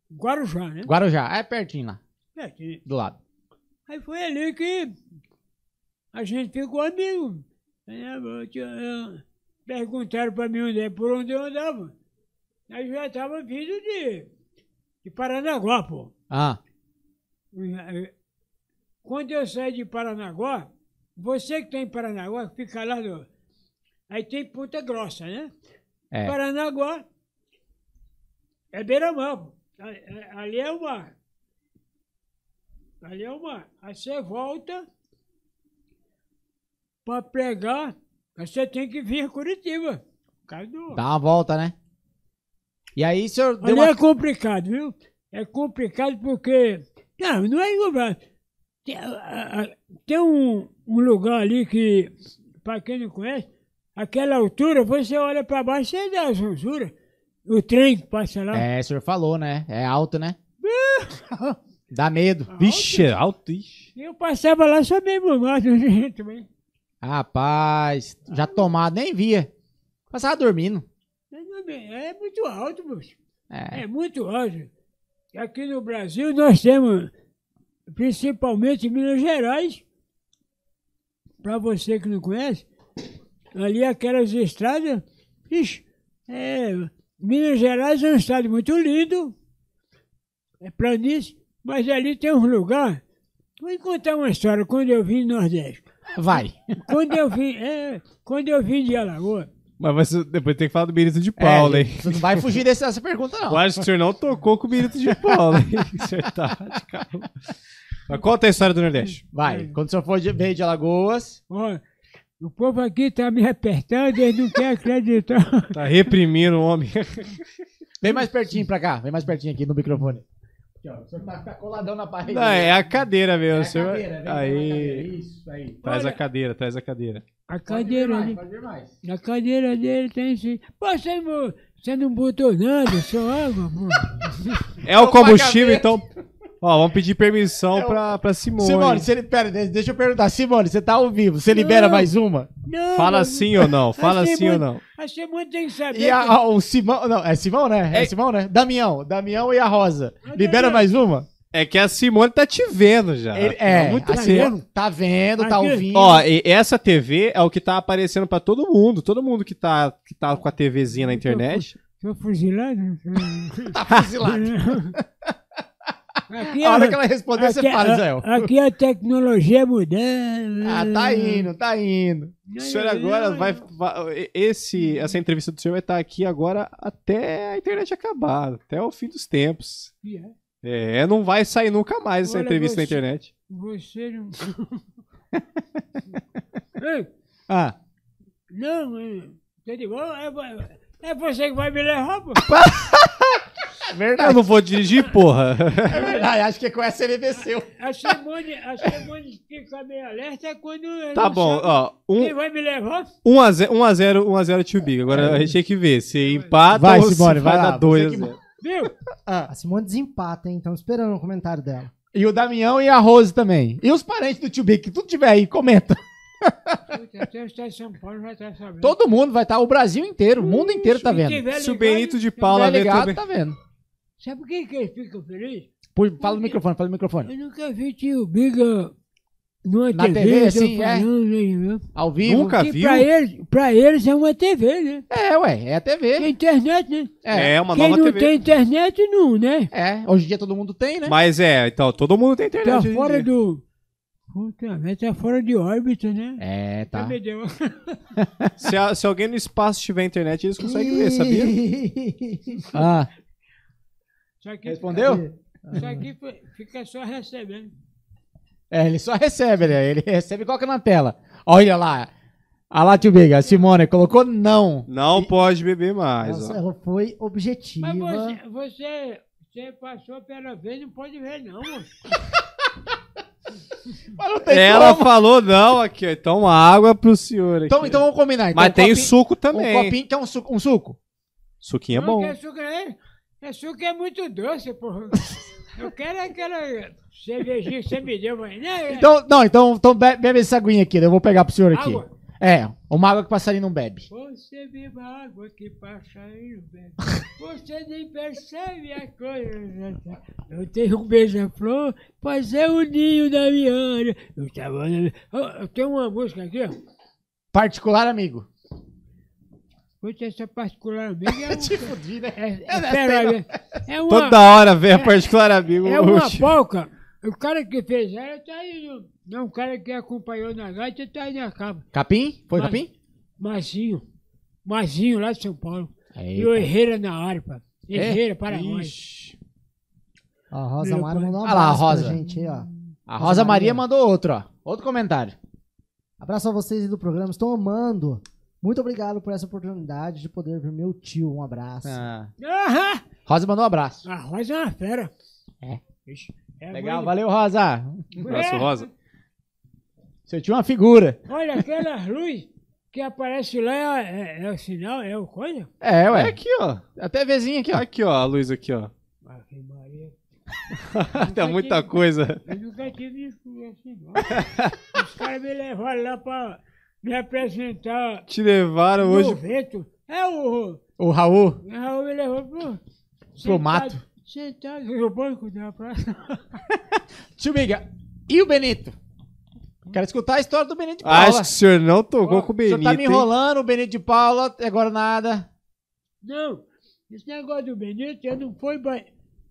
Speaker 4: Guarujá, né?
Speaker 1: Guarujá. É pertinho lá,
Speaker 4: É, que-
Speaker 1: do lado.
Speaker 4: Aí foi ali que a gente ficou amigo. Aí, né, eu tinha- eu- Perguntaram pra mim onde, é- por onde eu andava. Aí eu já tava vindo de, de Paranaguá, pô.
Speaker 1: Ah,
Speaker 4: Quando eu saí de Paranaguá, você que tem Paranaguá, que fica lá no. Aí tem Ponta Grossa, né?
Speaker 1: é.
Speaker 4: Paranaguá é beira-mar. pô. A- a- Ali é o mar. Ali é o mar. Aí você volta para pregar, aí você tem que vir a Curitiba. Por causa do-
Speaker 1: Dá uma volta, né? E aí, o senhor deu
Speaker 4: Ali
Speaker 1: uma...
Speaker 4: é complicado, viu? É complicado porque. Não, não é igual. Tem, a- a- tem um, um lugar ali que, para quem não conhece, aquela altura, você olha para baixo e dá a zonzura. O trem que passa lá.
Speaker 1: É, o senhor falou, né? É alto, né?
Speaker 3: [LAUGHS]
Speaker 1: Dá medo.
Speaker 3: Vixe, é alto, ixi.
Speaker 4: Eu passava lá só mesmo [LAUGHS] né, mais do jeito, mas
Speaker 1: Rapaz, já tomado, nem via. Passava dormindo.
Speaker 4: mas não É é muito alto, moço.
Speaker 1: É.
Speaker 4: É muito ódio. Aqui no Brasil nós temos, principalmente em Minas Gerais, para você que não conhece, ali aquelas estradas, ixi, é, Minas Gerais é um estado muito lindo, é planície, mas ali tem um lugar. Vou contar uma história quando eu vim do Nordeste.
Speaker 1: Vai.
Speaker 4: Quando eu vim, é, quando eu vim de Alagoas,
Speaker 3: Mas você- depois tem que falar do Benito de [LAUGHS] Paula,
Speaker 1: É,
Speaker 3: hein?
Speaker 1: Você não vai fugir dessa, dessa pergunta,
Speaker 3: Eu
Speaker 1: não.
Speaker 3: acho que o senhor não tocou com o Benito de
Speaker 1: [LAUGHS]
Speaker 3: Paula, hein? O senhor tá de carro. Mas conta a história do Nordeste.
Speaker 1: Vai. Quando o senhor for de, veio de Alagoas,
Speaker 4: ó, o povo aqui está me apertando, eles não querem acreditar.
Speaker 3: Tá reprimindo
Speaker 1: [LAUGHS]
Speaker 3: o homem.
Speaker 1: vem mais pertinho pra cá. Vem mais pertinho aqui no microfone. Aqui, ó, o senhor tá, tá coladão na parede.
Speaker 3: Não, é a cadeira mesmo.
Speaker 1: É a
Speaker 3: o senhor-
Speaker 1: cadeira, vem
Speaker 3: aí.
Speaker 1: pra cadeira, Isso, aí.
Speaker 3: Traz
Speaker 4: Olha.
Speaker 3: a cadeira, traz a cadeira.
Speaker 4: A
Speaker 1: Pode ver
Speaker 4: cadeira
Speaker 1: mais,
Speaker 4: dele,
Speaker 1: pode ver mais.
Speaker 4: a cadeira dele tem esse. Pô, você não, você não botou nada, [LAUGHS] só água, pô.
Speaker 3: É o
Speaker 1: Opa, cadeira.
Speaker 3: combustível, então. Ó, vamos pedir permissão pra, pra Simone.
Speaker 1: É Simone, você, pera, deixa eu perguntar. Simone, você tá ao vivo. Você libera
Speaker 4: Não.
Speaker 1: mais uma?
Speaker 4: Não,
Speaker 3: Fala
Speaker 4: mas-
Speaker 3: sim ou não, fala
Speaker 4: a
Speaker 3: sim ou
Speaker 4: Simone-
Speaker 3: não.
Speaker 4: A Simone tem que saber.
Speaker 1: assim. E a- a- o Simão. Não, é Simão, né? É,
Speaker 3: É.
Speaker 1: Simão, né? Damião. Damião e a Rosa.
Speaker 4: Ah,
Speaker 1: Libera
Speaker 4: Damião.
Speaker 1: mais uma?
Speaker 3: É que a Simone tá te vendo já.
Speaker 1: Ele-
Speaker 3: Tá
Speaker 1: é,
Speaker 3: muito
Speaker 1: a
Speaker 3: tempo.
Speaker 1: Simone Tá vendo, tá
Speaker 4: Aqui.
Speaker 1: ouvindo.
Speaker 3: Ó, e essa TV é o que tá aparecendo pra todo mundo. Todo mundo que tá, que tá com a TVzinha na internet.
Speaker 4: que- Sou fuzilado?
Speaker 1: tá fuzilado.
Speaker 4: [LAUGHS] aqui é
Speaker 1: A hora que ela responder, você
Speaker 4: aqui-
Speaker 1: fala, Israel.
Speaker 4: a- Aqui a tecnologia é mudando.
Speaker 1: Ah, tá indo, tá indo.
Speaker 3: O senhor agora vai. vai- Esse,
Speaker 4: Uhum.
Speaker 3: essa entrevista do senhor vai estar aqui agora até a internet acabar, até o fim dos tempos. É, não vai sair nunca mais essa
Speaker 4: Olha,
Speaker 3: entrevista na
Speaker 4: você-
Speaker 3: internet.
Speaker 4: Você não. [LAUGHS] Ei,
Speaker 1: Ah,
Speaker 4: não, é, tá de bom? É, vo- é você que vai me levar, pô.
Speaker 3: Eu
Speaker 1: É verdade.
Speaker 3: Ah, não vou dirigir, porra.
Speaker 4: [LAUGHS]
Speaker 1: É verdade, acho que com essa ele venceu.
Speaker 4: A Simone, a Simone fica meio alerta quando. eu
Speaker 3: Tá
Speaker 4: não
Speaker 3: bom,
Speaker 4: sei
Speaker 3: ó.
Speaker 4: Quem
Speaker 3: 1
Speaker 4: vai me levar?
Speaker 3: a 0 1 a 0 1 a 0 Tio Big.
Speaker 4: É.
Speaker 3: Agora a gente tem que ver se empata
Speaker 1: Vai,
Speaker 3: ou se
Speaker 1: Simone, vai lá,
Speaker 3: dar né? 2
Speaker 1: você que-
Speaker 4: Viu?
Speaker 2: A Simone desempata, hein? Estamos então, esperando o comentário dela.
Speaker 1: E o Damião e a Rose também. E os parentes do tio Bic, que tudo tiver aí, comenta.
Speaker 4: Puta, até o estado de São Paulo vai estar sabendo.
Speaker 1: Todo mundo vai estar, o Brasil inteiro, o mundo inteiro tá
Speaker 4: Se
Speaker 1: vendo.
Speaker 4: tiver
Speaker 3: Se o
Speaker 4: ligado,
Speaker 3: Benito de
Speaker 4: se
Speaker 3: Paula
Speaker 1: Tá
Speaker 3: ver
Speaker 1: ligado,
Speaker 3: também.
Speaker 1: tá vendo.
Speaker 4: Sabe por que, que eles ficam felizes?
Speaker 1: Pô, Fala no microfone, fala no microfone.
Speaker 4: Eu nunca vi tio Biga numa
Speaker 1: Na
Speaker 4: TV,
Speaker 1: TV, assim, é?
Speaker 4: falando, né, né?
Speaker 1: Ao vivo.
Speaker 3: Nunca
Speaker 4: Que
Speaker 3: viu?
Speaker 4: pra eles, pra eles é uma TV, né?
Speaker 1: É, ué, é a
Speaker 4: É
Speaker 1: TV.
Speaker 4: internet, né?
Speaker 1: É.
Speaker 3: É, uma
Speaker 4: Quem
Speaker 3: nova
Speaker 4: não
Speaker 3: TV.
Speaker 4: tem internet, não, né?
Speaker 1: É, hoje em dia todo mundo tem, né?
Speaker 3: Mas é, então, todo mundo tem internet.
Speaker 4: Tá
Speaker 3: hoje em
Speaker 4: fora
Speaker 3: dia.
Speaker 4: do... Puta, mas tá fora de órbita, né?
Speaker 1: É, tá.
Speaker 4: Também deu.
Speaker 3: Se, a- se alguém no espaço tiver internet, eles conseguem ver, sabia?
Speaker 2: [LAUGHS]
Speaker 1: Ah,
Speaker 4: Só
Speaker 3: É,
Speaker 4: que-
Speaker 1: respondeu?
Speaker 4: Só que foi- fica só recebendo.
Speaker 1: É, ele só recebe, né? Ele [LAUGHS] recebe e coloca na tela. Olha lá. Olha lá, tio Biga. A Simone colocou não.
Speaker 3: Não pode beber mais.
Speaker 2: Nossa,
Speaker 3: ó.
Speaker 2: ela foi objetiva.
Speaker 4: Mas você, você, você passou pela vez, não pode ver, não.
Speaker 1: Mas não tem
Speaker 3: Ela
Speaker 1: como.
Speaker 3: falou não aqui, ó. Então água pro senhor aqui.
Speaker 1: Então, então vamos combinar. Então,
Speaker 3: Mas
Speaker 1: um
Speaker 3: tem
Speaker 1: copinho-
Speaker 3: suco
Speaker 1: Um
Speaker 3: também.
Speaker 1: copinho que é um suco. Um suco.
Speaker 3: Suquinho é
Speaker 4: não,
Speaker 3: bom.
Speaker 4: que açúcar é, açúcar é muito doce, porra. Eu quero é aquela cervejinha que você me deu, mas... Né?
Speaker 1: Então, não, então, então be- bebe essa aguinha aqui. Eu vou pegar pro senhor aqui.
Speaker 4: Água.
Speaker 1: É, uma água que o passarinho não bebe.
Speaker 4: Você beba água que passarinho bebe. Você nem percebe a coisa. né? Eu tenho um beija-flor, mas é o ninho da minha área. Eu tava na- Ó, Eu tenho uma música aqui, ó.
Speaker 1: Particular amigo.
Speaker 4: Puta, essa particular minha é um...
Speaker 1: Te fudi, né?
Speaker 4: É, é, pera, é, é uma,
Speaker 3: Toda hora vem a particular amigo.
Speaker 4: é uma
Speaker 3: hoje.
Speaker 4: polca. O cara que fez ela tá aí. no- Não, o cara que acompanhou na gaita tá aí na capa.
Speaker 1: Capim? Foi
Speaker 4: Mas-
Speaker 1: capim?
Speaker 4: Mazinho. Mazinho lá de São Paulo. E o
Speaker 1: Eita.
Speaker 4: Herreira na harpa. Herreira para nós.
Speaker 3: Ixi.
Speaker 2: Ó, a Rosa
Speaker 4: Meu
Speaker 2: Mara
Speaker 4: pai.
Speaker 2: mandou um
Speaker 1: Ah lá, a
Speaker 2: abraço
Speaker 1: Rosa.
Speaker 2: pra gente aí, ó.
Speaker 1: A Rosa Maria mandou outro, ó. Outro comentário.
Speaker 2: Abraço a vocês aí do programa, estou amando. Muito obrigado por essa oportunidade de poder ver meu tio. Um abraço.
Speaker 4: Tá.
Speaker 1: Ah,
Speaker 4: Aham!
Speaker 1: Rosa mandou um abraço.
Speaker 4: A Rosa é uma fera.
Speaker 1: É.
Speaker 4: Ixi, é
Speaker 1: Legal,
Speaker 4: mãe
Speaker 1: valeu, Rosa.
Speaker 4: de-
Speaker 3: Abraço,
Speaker 4: É,
Speaker 3: Rosa.
Speaker 1: Você tinha uma figura.
Speaker 4: Olha aquelas luzes que aparece lá, é, é, é o sinal, é o coisa.
Speaker 1: É,
Speaker 3: É
Speaker 1: ué.
Speaker 3: aqui, ó.
Speaker 1: Até vezinha aqui, ó.
Speaker 3: Aqui, ó, a luz aqui, ó.
Speaker 4: Ave Maria.
Speaker 3: Tá muita coisa.
Speaker 4: Eu nunca tive isso assim, não. Os caras me levaram lá pra me apresentar
Speaker 3: Te levaram
Speaker 4: hoje... no
Speaker 3: hoje.
Speaker 4: vento. É o
Speaker 1: O Raul.
Speaker 4: o Raul me levou pro... sentado-
Speaker 1: mato.
Speaker 4: Sentado no banco da praça. [LAUGHS]
Speaker 1: Tio Biga. E o Benito? Quero escutar a história do Benito de Paula.
Speaker 3: Ah, Acho que o senhor não tocou
Speaker 4: Ó,
Speaker 3: com o
Speaker 1: o
Speaker 3: Benito.
Speaker 1: senhor tá me
Speaker 3: hein?
Speaker 1: enrolando, o Benito de Paula, até agora nada.
Speaker 4: Não, esse negócio do Benito, eu não fui... Ba...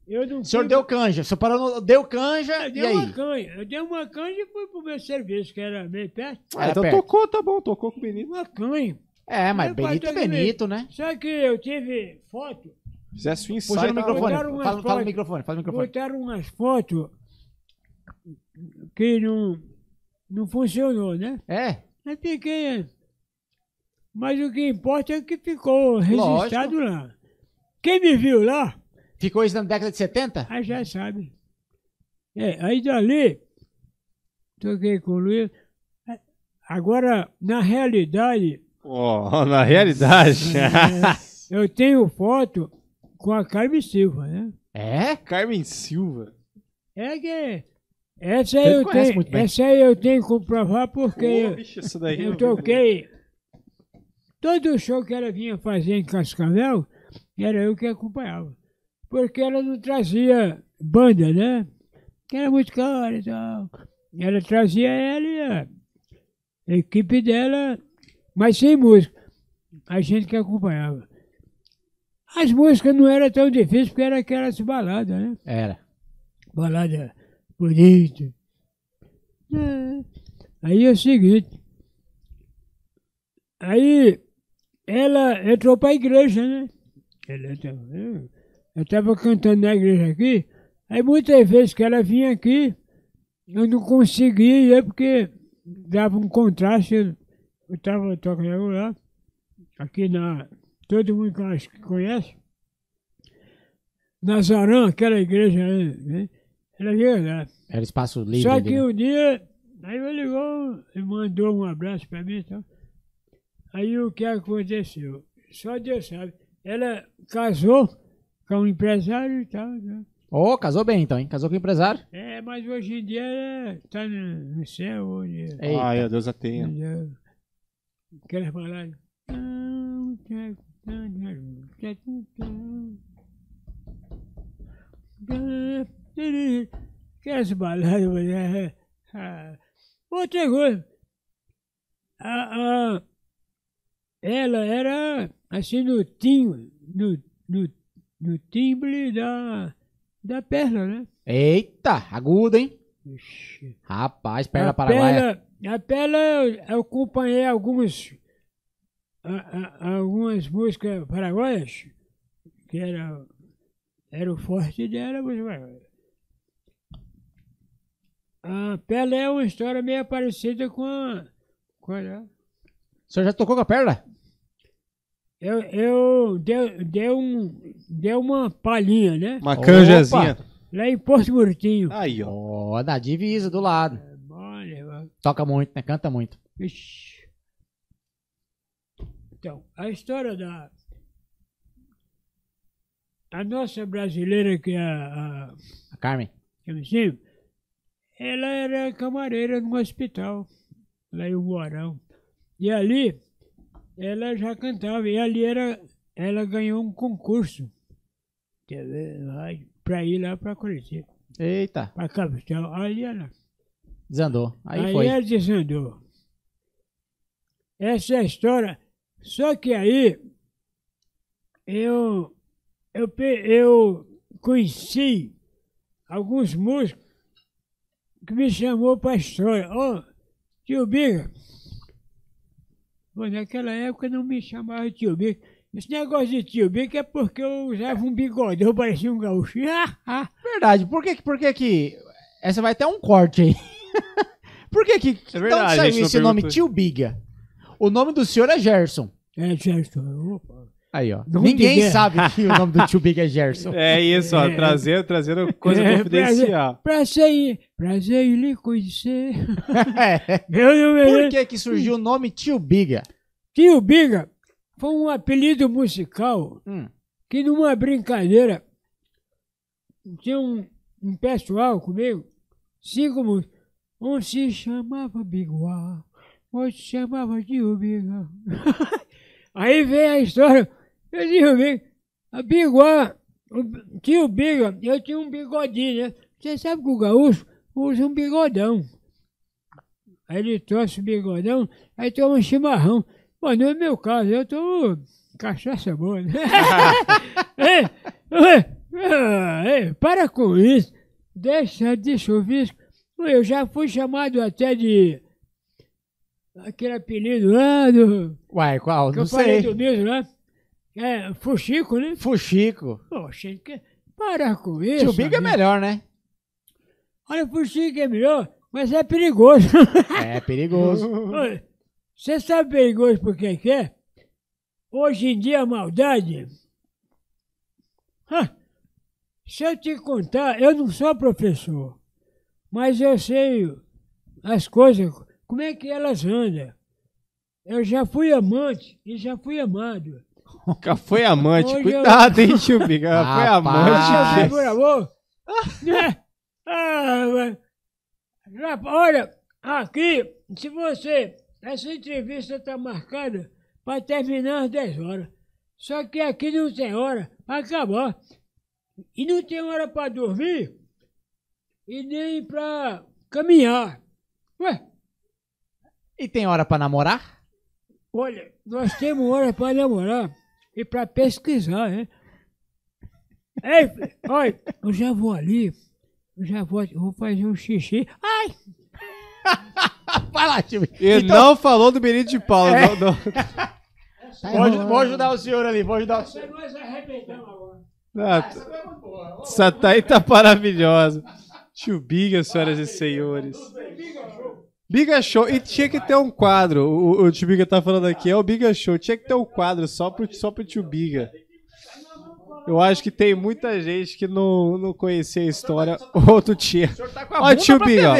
Speaker 4: Eu não
Speaker 1: O senhor
Speaker 4: fui
Speaker 1: deu canja. O senhor parou, no- deu canja,
Speaker 4: Eu
Speaker 1: e
Speaker 4: dei É, uma
Speaker 1: aí?
Speaker 4: canja, eu dei uma canja e fui pro meu serviço, que era meio perto.
Speaker 3: Ah,
Speaker 1: Era
Speaker 3: então
Speaker 1: perto.
Speaker 3: tocou, tá bom, tocou com o Benito.
Speaker 4: Uma canja.
Speaker 1: É, mas
Speaker 4: Eu
Speaker 1: Benito é
Speaker 4: falei,
Speaker 1: Benito, né?
Speaker 4: Só que eu tive foto,
Speaker 3: Fizesse um
Speaker 1: Puxa
Speaker 3: ensaio.
Speaker 1: no
Speaker 3: tá
Speaker 1: microfone.
Speaker 4: botaram umas
Speaker 1: Fala, fala no
Speaker 4: fotos.
Speaker 1: microfone, fala no microfone.
Speaker 4: botaram umas fotos que não, não funcionou, né?
Speaker 1: É,
Speaker 4: Aí fiquei. Mas o que importa é que ficou registrado lá. Quem me viu lá,
Speaker 1: ficou isso na década de 70?
Speaker 4: aí já sabe. É, aí dali, toquei com o Luiz. Agora, na realidade,
Speaker 3: Ó, na realidade.
Speaker 4: Eu tenho foto com a Carmen Silva, né?
Speaker 1: É?
Speaker 3: [LAUGHS] Carmen Silva.
Speaker 4: É que. Essa
Speaker 1: Ele
Speaker 4: aí, eu
Speaker 1: conhece
Speaker 4: tenho,
Speaker 1: muito bem.
Speaker 4: essa aí eu tenho que comprovar porque
Speaker 3: Pô,
Speaker 4: eu,
Speaker 3: bicho, essa daí
Speaker 4: eu
Speaker 3: é-
Speaker 4: toquei. Todo show que ela vinha fazer em Cascavel, era eu que acompanhava. Porque ela não trazia banda, né? Que era muito cara e tal. Ela trazia ela e a a equipe dela, mas sem música. A gente que acompanhava. As músicas não eram tão difíceis porque era aquelas baladas, né?
Speaker 1: Era.
Speaker 4: balada bonita. É. Aí é o seguinte. Aí ela entrou pra igreja, né? Ela entrou- eu- eu estava cantando na igreja aqui. Aí muitas vezes que ela vinha aqui, eu não conseguia ir porque dava um contraste. Eu estava tocando lá, aqui na. Todo mundo que eu acho que conhece. Nazarã, aquela igreja, né? né? Ela veio lá.
Speaker 1: Era espaço livre.
Speaker 4: Só
Speaker 1: ali,
Speaker 4: que
Speaker 1: né?
Speaker 4: um dia, aí ele ligou e mandou um abraço pra mim e tal. Aí o que aconteceu? Só Deus sabe. Ela casou com um empresário e tal. tal.
Speaker 1: Ô, casou bem então, hein? Casou com o empresário.
Speaker 4: É, mas hoje em dia é, tá no, no céu hoje.
Speaker 1: Eita.
Speaker 3: Ai, a Deus a tenha.
Speaker 4: é, Aquelas baladas. Não, tá, tá, tá, tá, tá. Tá, Aquelas baladas, mas é. ah, Outra coisa. A, a, ela era assim no timbre, no, no, no timbre da, da perna, né?
Speaker 1: Eita, agudo, hein?
Speaker 4: Ixi.
Speaker 1: Rapaz, perna paraguaia.
Speaker 4: Perla, a Perla eu, eu acompanhei alguns, a- a- algumas músicas paraguaias, que era, era o forte dela, mas mas- a Perla é uma história meio parecida com a. Com a
Speaker 1: O senhor já tocou com a perna?
Speaker 4: eu eu dei, dei, um, dei uma palhinha, né?
Speaker 3: Uma canjazinha.
Speaker 4: Lá em Porto Murtinho.
Speaker 3: Aí, ó.
Speaker 1: Ó, da divisa, do lado.
Speaker 4: Olha, mano.
Speaker 1: Toca muito, né? Canta muito.
Speaker 4: Ixi. Então, a história da. A nossa brasileira, que é a, a
Speaker 1: A Carmen.
Speaker 4: MC, ela era camareira num hospital, lá em Guarão. E ali, ela já cantava, e ali era, ela ganhou um concurso para ir lá para Curitiba,
Speaker 1: Eita,
Speaker 4: para capital. Ali ela.
Speaker 1: desandou. Aí,
Speaker 4: Aí,
Speaker 1: foi.
Speaker 4: ela desandou. Essa é a história. Só que aí eu, eu, pe- eu conheci alguns músicos que me chamou para a história. Ô, tio Biga. Pô, naquela época não me chamava de tio Biga. Esse negócio de tio Biga é porque eu usava um bigodão, parecia um gaúcho. [LAUGHS]
Speaker 1: Verdade, por que, por que que... Essa vai ter um corte aí. [LAUGHS] por que que...
Speaker 3: É verdade,
Speaker 1: então
Speaker 3: a
Speaker 1: saiu
Speaker 3: gente não
Speaker 1: esse nome,
Speaker 3: perguntou.
Speaker 1: Tio Biga? O nome do senhor é Gerson.
Speaker 4: é, Gerson, opa.
Speaker 1: Aí, ó.
Speaker 4: Não
Speaker 1: Ninguém
Speaker 4: diga. [LAUGHS]
Speaker 1: sabe que o nome do Tio Biga é Gerson.
Speaker 3: É isso, ó. Trazendo, trazendo coisa
Speaker 4: É,
Speaker 3: confidencial.
Speaker 4: Prazer, prazer em lhe conhecer. [LAUGHS]
Speaker 1: É.
Speaker 4: Meu nome
Speaker 1: Por
Speaker 4: é
Speaker 1: que que surgiu o nome Tio Biga?
Speaker 4: Tio Biga foi um apelido musical
Speaker 1: Hum.
Speaker 4: que numa brincadeira tinha um, um pessoal comigo, cinco músicos. Um se chamava Biguá, outro se chamava Tio Biga. [LAUGHS] Aí vem a história do Tio Biga. A Biguá, o B- Tio Biga, eu tinha um bigodinho, né? Você sabe que o gaúcho usa um bigodão. Aí ele trouxe o bigodão, aí toma um chimarrão. Bom, no é meu caso, eu tomo cachaça boa,
Speaker 1: [LAUGHS]
Speaker 4: né? Ei, ei, ei, para com isso. Deixa de chuvisco. Eu já fui chamado até de... Aquele apelido lá do...
Speaker 1: Uai, qual?
Speaker 4: Que
Speaker 1: Não
Speaker 4: eu falei do
Speaker 1: sei.
Speaker 4: mesmo, né? É, Fuxico, né?
Speaker 1: Fuxico.
Speaker 4: Poxa, que... para com isso.
Speaker 1: Tio Biga é
Speaker 4: amigo.
Speaker 1: melhor, né?
Speaker 4: Olha, Fuxico é melhor, mas é perigoso. [LAUGHS]
Speaker 1: É perigoso.
Speaker 4: Olha, Você sabe perigoso por que que é? Hoje em dia a maldade. Hã? Se eu te contar, eu não sou professor, mas eu sei as coisas, como é que elas andam. Eu já fui amante e já fui amado.
Speaker 3: Nunca foi amante.
Speaker 4: Hoje eu-
Speaker 3: Cuidado, hein, tio Biga. Foi
Speaker 1: Rapaz.
Speaker 3: amante.
Speaker 4: Ah, Mas por amor. né? [LAUGHS] Ah, mas- Rapa- Olha, aqui, se você. Essa entrevista está marcada para terminar às 10 horas. Só que aqui não tem hora para acabar. E não tem hora para dormir e nem para caminhar. Ué,
Speaker 1: E tem hora pra namorar?
Speaker 4: olha, nós temos hora para namorar e para pesquisar, né? Ei, olha, eu já vou ali, eu já vou, eu vou fazer um xixi. Ai,
Speaker 1: Vai lá, Tio Biga.
Speaker 3: E não falou do Benito de Paula. não- não.
Speaker 2: Tá
Speaker 1: Vou, aj-
Speaker 5: Ah.
Speaker 2: enrolando.
Speaker 1: vou ajudar o senhor ali, vou ajudar o senhor.
Speaker 4: nós arrebentamos agora.
Speaker 3: Ah, t- Essa daí tá maravilhosa. Tio Biga, senhoras e senhores. Biga Show. E tinha que ter um quadro. O, o Tio Biga tá falando aqui. É o Biga Show. Tinha que ter um quadro só pro, só pro Tio Biga. Eu acho que tem muita gente que não, não conhecia a história. Outro tinha. Ó, Tio Biga. ó.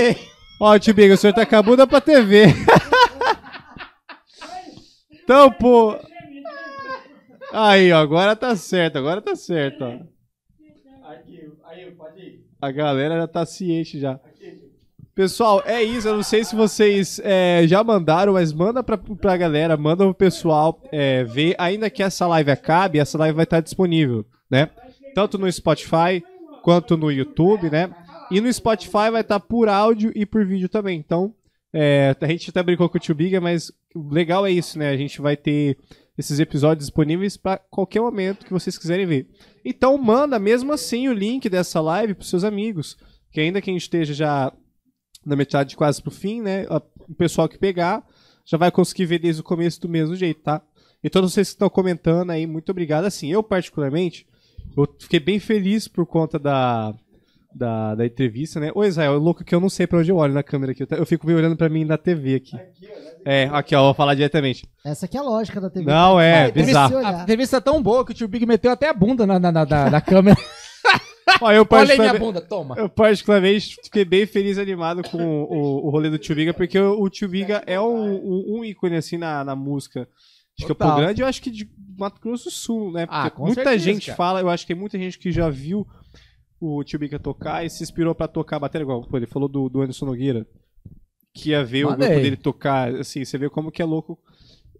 Speaker 3: Ó, Tio Biga, o senhor tá com a bunda pra TV. Então, pô. Aí, ó, agora tá certo, agora tá certo, ó.
Speaker 5: Aqui, a Aí, pode ir.
Speaker 3: A galera já tá ciente já. Pessoal, é isso. Eu não sei se vocês é, já mandaram, mas manda pra, pra galera, manda pro pessoal é, ver. Ainda que essa live acabe, essa live vai estar disponível, né? Tanto no Spotify quanto no YouTube, né? E no Spotify vai estar por áudio e por vídeo também. Então, é, a gente até brincou com o Tio Biga, mas o legal é isso, né? A gente vai ter esses episódios disponíveis pra qualquer momento que vocês quiserem ver. Então, manda mesmo assim o link dessa live pros seus amigos. Que ainda que a gente esteja já na metade quase pro fim, né? a- O pessoal que pegar já vai conseguir ver desde o começo do mesmo jeito, tá? E todos vocês que estão comentando aí, muito obrigado. Assim, eu particularmente, eu fiquei bem feliz por conta da, da, da entrevista, né? Ô Israel, é louco que eu não sei pra onde eu olho na câmera aqui. Eu, ta- eu fico me olhando pra mim na TV aqui. É, aqui ó, vou falar diretamente.
Speaker 2: Essa aqui é a lógica da TV.
Speaker 1: tá
Speaker 3: Não, é,
Speaker 2: Vai, tem que
Speaker 3: bizarro.
Speaker 2: se
Speaker 1: A
Speaker 2: olhar.
Speaker 1: entrevista é tão boa que o tio Big meteu até a bunda na, na, na- na- na [LAUGHS] câmera.
Speaker 3: Ó,
Speaker 1: Olha
Speaker 3: eu
Speaker 1: aí minha
Speaker 3: particularmente-
Speaker 1: bunda, toma.
Speaker 3: Eu particularmente fiquei bem feliz e animado com o, o rolê do Tio Biga, porque o, o Tio Biga é um, um- um ícone assim na, na música de Campo
Speaker 1: Total.
Speaker 3: Grande, eu acho que de Mato Grosso do Sul, né? Porque
Speaker 1: Ah, com
Speaker 3: muita
Speaker 1: certeza,
Speaker 3: gente
Speaker 1: cara.
Speaker 3: fala, eu acho que tem muita gente que já viu o Tio Biga tocar e se inspirou pra tocar bateria igual. Pô, ele falou do, do Anderson Nogueira, que ia ver o
Speaker 1: Mandei.
Speaker 3: grupo dele tocar, assim, você vê como que é louco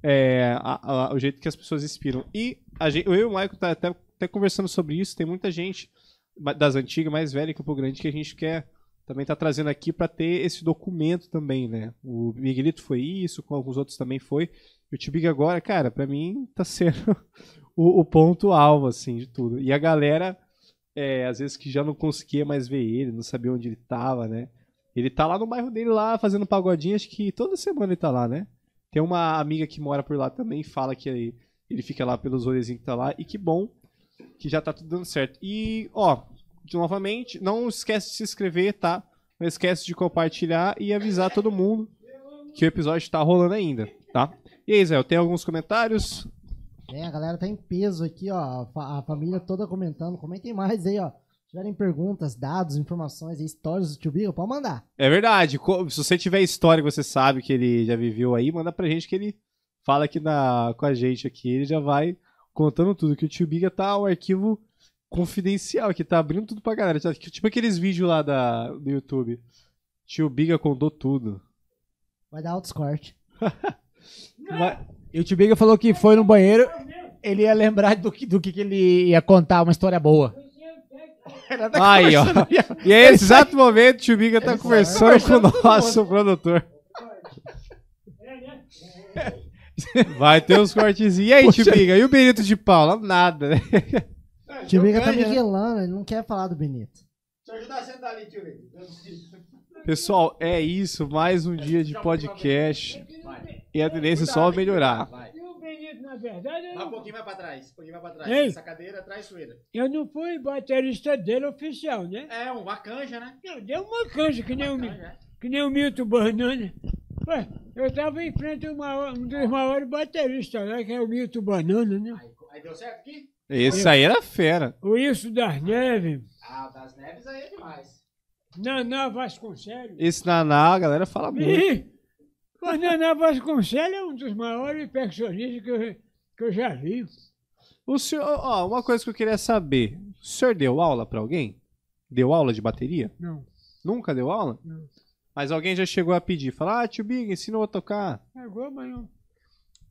Speaker 3: é, a- a- o jeito que as pessoas inspiram. E a gente, eu e o Maicon tá até, até conversando sobre isso, tem muita gente ma- das antigas, mais velha que o Grande, que a gente quer também tá trazendo aqui pra ter esse documento também, né? O Miguelito foi isso, com alguns outros também foi. E o Tibiga agora, cara, pra mim tá sendo [LAUGHS] o, o ponto alvo, assim, de tudo. E a galera, é, às vezes que já não conseguia mais ver ele, não sabia onde ele tava, né? Ele tá lá no bairro dele, lá, fazendo pagodinho, acho que toda semana ele tá lá, né? Tem uma amiga que mora por lá também, fala que ele, ele fica lá pelos rolezinhos que tá lá, e que bom que já tá tudo dando certo. E, ó, de- novamente, não esquece de se inscrever, tá? Não esquece de compartilhar e avisar todo mundo que o episódio tá rolando ainda, tá? E aí, Zé, tem alguns comentários?
Speaker 2: É, a galera tá em peso aqui, ó. A fa- a família toda comentando. Comentem mais aí, ó. Se tiverem perguntas, dados, informações, e histórias do Tio Biga, pode mandar.
Speaker 3: É verdade. co- Se você tiver história que você sabe que ele já viveu aí, manda pra gente que ele fala aqui na, com a gente aqui. Ele já vai contando tudo. Que o Tio Biga tá um arquivo confidencial, que tá abrindo tudo pra galera. tá- Tipo aqueles vídeos lá da, do YouTube. Tio Biga contou tudo.
Speaker 2: Vai dar altos cortes.
Speaker 3: Mas-
Speaker 1: E o tio Biga falou que foi no banheiro, ele ia lembrar do que, do que, que ele ia contar, uma história boa.
Speaker 3: aí, ó. E é nesse exato momento o Tio Biga tá
Speaker 2: Ele tá
Speaker 3: conversando com o
Speaker 1: conversando com
Speaker 3: nosso produtor. Vai ter uns cortes. E aí,
Speaker 1: Poxa.
Speaker 3: Tio Biga? E o Benito de Paula? Nada, né?
Speaker 2: O Tio Biga tá miguelando, ele não quer falar do Benito.
Speaker 5: Deixa eu ajudar a sentar tá ali, tio um Biga.
Speaker 3: Pessoal, é isso. Mais um dia de podcast. E a tendência é só melhorar.
Speaker 5: Vai.
Speaker 4: E o Benito, na verdade, eu
Speaker 1: Tá
Speaker 5: Vai um
Speaker 4: não,
Speaker 5: pouquinho mais pra trás. Um pouquinho mais pra trás.
Speaker 4: Ei.
Speaker 5: Essa cadeira traiçoeira.
Speaker 4: eu não fui baterista dele oficial, né?
Speaker 5: É,
Speaker 1: um
Speaker 5: uma canja, né?
Speaker 4: Não, deu uma canja, que nem o, Mi-
Speaker 5: Canja.
Speaker 4: que nem o Milton Banana. Ué, eu tava em frente a uma- um dos maiores bateristas lá, que é o Milton Banana, né?
Speaker 5: Aí, aí deu certo aqui?
Speaker 3: Esse aí era fera.
Speaker 4: O Wilson das Neves,
Speaker 5: Ah, o das neves aí é demais.
Speaker 4: Naná Vasconcelos.
Speaker 3: Esse Naná, a galera fala muito.
Speaker 4: Ih, O Naná Vasconcelos é um dos maiores percussionistas que eu, que eu já vi.
Speaker 3: O senhor, ó, uma coisa que eu queria saber. O senhor deu aula pra alguém? Deu aula de bateria?
Speaker 4: Não.
Speaker 3: Nunca deu aula?
Speaker 4: Não.
Speaker 3: Mas alguém já chegou a pedir, falar, ah, tio Big, ensinou a tocar.
Speaker 4: Agora, é mas não.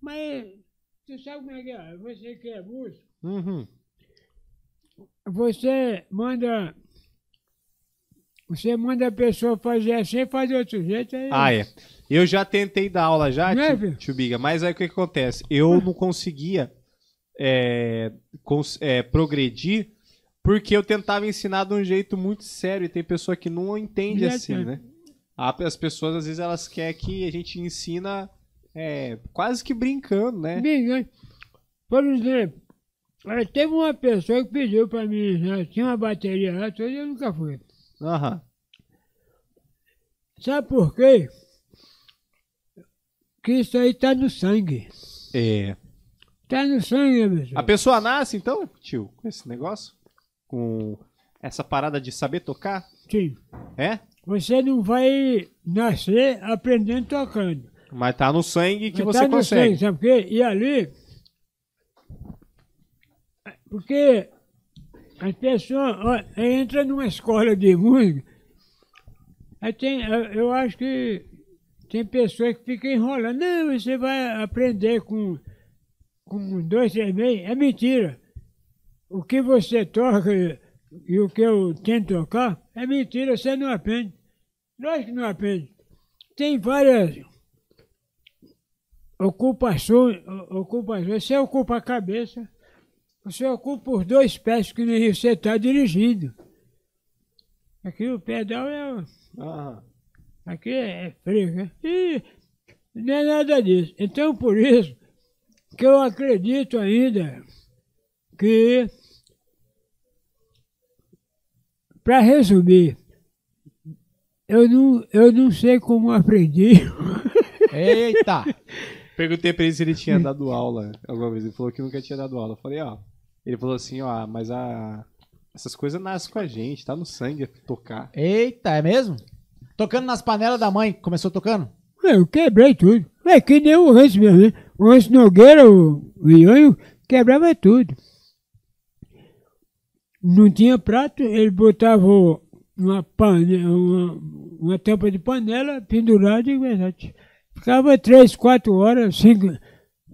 Speaker 4: Mas você sabe como é que é? Você que é músico,
Speaker 3: Uhum.
Speaker 4: você manda. Você manda a pessoa fazer assim, fazer outro jeito. Aí,
Speaker 3: Ah, é. Eu já tentei dar aula já,
Speaker 4: Né, Ah.
Speaker 3: tio,
Speaker 4: filho?
Speaker 3: tio Biga, mas aí o que, que acontece? Eu não conseguia é, cons- é, progredir porque eu tentava ensinar de um jeito muito sério e tem pessoa que não entende
Speaker 4: Já
Speaker 3: assim,
Speaker 4: tem.
Speaker 3: né? A- As pessoas, às vezes, elas querem que a gente ensina é, quase que brincando, né?
Speaker 4: Ninguém. Por exemplo, eh, teve uma pessoa que pediu pra mim, né? tinha uma bateria lá, toda eu nunca fui.
Speaker 3: Aham.
Speaker 4: Sabe por quê? Que isso aí tá no sangue.
Speaker 3: É.
Speaker 4: Tá no sangue,
Speaker 3: A
Speaker 4: meu
Speaker 3: pessoa nasce, então, tio, com esse negócio? Com essa parada de saber tocar?
Speaker 4: Sim.
Speaker 3: É?
Speaker 4: Você não vai nascer aprendendo tocando.
Speaker 3: Mas tá no sangue que
Speaker 4: Mas
Speaker 3: você
Speaker 4: tá no
Speaker 3: consegue.
Speaker 4: sangue, sabe por quê? E ali. Porque As pessoas ó, entra numa escola de música, aí tem, eu- eu acho que tem pessoas que ficam enrolando. Não, você vai aprender com, com dois, três meses. É mentira. O que você toca e o que eu tento tocar é mentira, você não aprende. Lógico que não aprende. Tem várias ocupações, o- ocupações. Você ocupa a cabeça, você ocupa os dois pés que nem você está dirigindo. Aqui o pedal é. o-
Speaker 3: Aham.
Speaker 4: Aqui é frio, né? E não é nada disso. Então, por isso que eu acredito ainda que, para resumir, eu não, eu não sei como aprendi. [LAUGHS]
Speaker 1: Eita!
Speaker 3: Perguntei pra ele se ele tinha dado aula alguma vez. Ele falou que nunca tinha dado aula. Eu falei, ó. Ele falou assim, ó, mas a. Essas coisas nascem com a gente, tá no sangue tocar.
Speaker 1: Eita, é mesmo? Tocando nas panelas da mãe, começou tocando?
Speaker 4: Eu quebrei tudo. É que nem o Hans mesmo, né? O Hans Nogueira, o, o Ionho, quebrava tudo. Não tinha prato, ele botava o- uma, pane- uma, uma tampa de panela pendurada e verdade. Ficava três, quatro horas sem,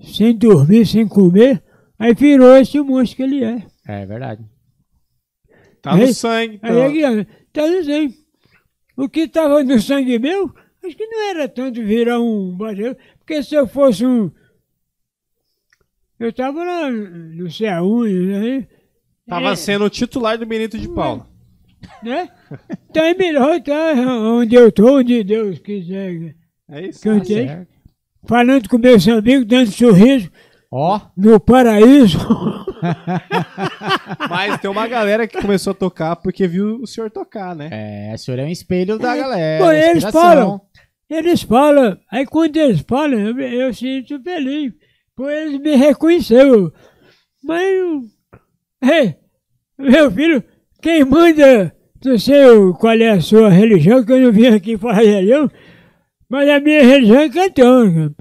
Speaker 4: sem dormir, sem comer. Aí virou esse monstro que ele é.
Speaker 1: É verdade.
Speaker 3: Tá no
Speaker 4: Ei,
Speaker 3: sangue,
Speaker 4: Aí
Speaker 3: então.
Speaker 4: ele tá dizendo, o que estava no sangue meu, acho que não era tanto virar um bateu, porque se eu fosse um. Eu estava lá no C1, né?
Speaker 3: Tava sendo o titular do Benito de Paula.
Speaker 4: né? Então é melhor estar onde eu estou, onde Deus quiser.
Speaker 3: É isso?
Speaker 4: Que eu tenho.
Speaker 1: certo.
Speaker 4: Falando com meus amigos, dando sorriso
Speaker 1: Ó,
Speaker 4: no paraíso.
Speaker 3: [LAUGHS]
Speaker 4: [LAUGHS]
Speaker 3: Mas tem uma galera que começou a tocar porque viu o senhor tocar, né?
Speaker 1: é, o senhor é um espelho da galera.
Speaker 4: Pô, eles
Speaker 1: inspiração.
Speaker 4: falam. Eles falam, aí quando eles falam, eu, eu sinto feliz, pois eles me reconheceram. Mas, eu- Ei, meu filho, quem manda, não sei o- qual é a sua religião, que eu não vim aqui falar de religião, mas a minha religião é católica.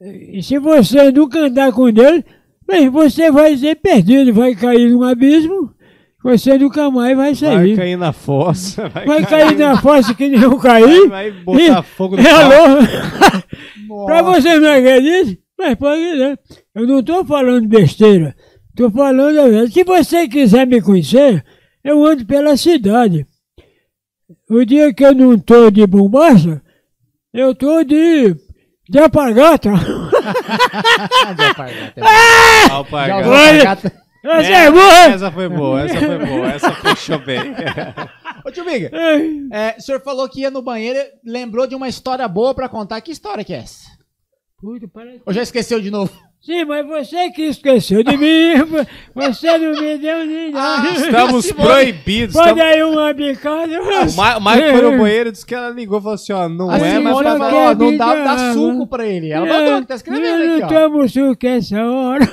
Speaker 4: E se você nunca andar com Deus, bem, você vai ser perdido, vai cair num abismo, você nunca mais
Speaker 3: Vai
Speaker 4: vai sair.
Speaker 3: cair na fossa, vai,
Speaker 4: Vai cair na fossa que nem eu caí.
Speaker 3: Vai botar fogo no
Speaker 4: É
Speaker 3: pau.
Speaker 4: louco. [LAUGHS] pra você não acreditar, mas pode dizer. Eu não tô falando besteira. Tô falando a verdade. Se você quiser me conhecer, eu ando pela cidade. O dia que eu não tô de bombacha, eu tô de. de apagata.
Speaker 1: Ah, já [LAUGHS] faz, já tem. Já
Speaker 4: [LAUGHS]
Speaker 1: usou
Speaker 3: Alpargata.
Speaker 4: Olha.
Speaker 1: alpargata.
Speaker 4: Você
Speaker 3: É,
Speaker 4: é boa!
Speaker 3: Essa foi boa, essa foi boa, essa fechou bem.
Speaker 1: Ô, tio Biga, é, o senhor falou que ia no banheiro, lembrou de uma história boa pra contar. Que história que é essa?
Speaker 4: Puta, parece-
Speaker 1: Ou já esqueceu de novo?
Speaker 4: Sim, mas você que esqueceu de mim, [LAUGHS] você não me deu nem
Speaker 1: Ah,
Speaker 4: nada.
Speaker 3: Estamos proibidos.
Speaker 4: Pode
Speaker 3: Estamos...
Speaker 4: aí uma bicada.
Speaker 3: O Ma- o Maicon foi no banheiro e disse que ela ligou e falou assim: ó, não
Speaker 1: A
Speaker 3: é, mas
Speaker 1: Simone
Speaker 3: pra
Speaker 1: falou, ó, não dá,
Speaker 4: vida,
Speaker 1: dá suco
Speaker 4: mano.
Speaker 1: pra ele. Ela mandou que tá escrevendo
Speaker 4: Eu
Speaker 1: aqui, ó.
Speaker 4: É, não tomo suco essa hora.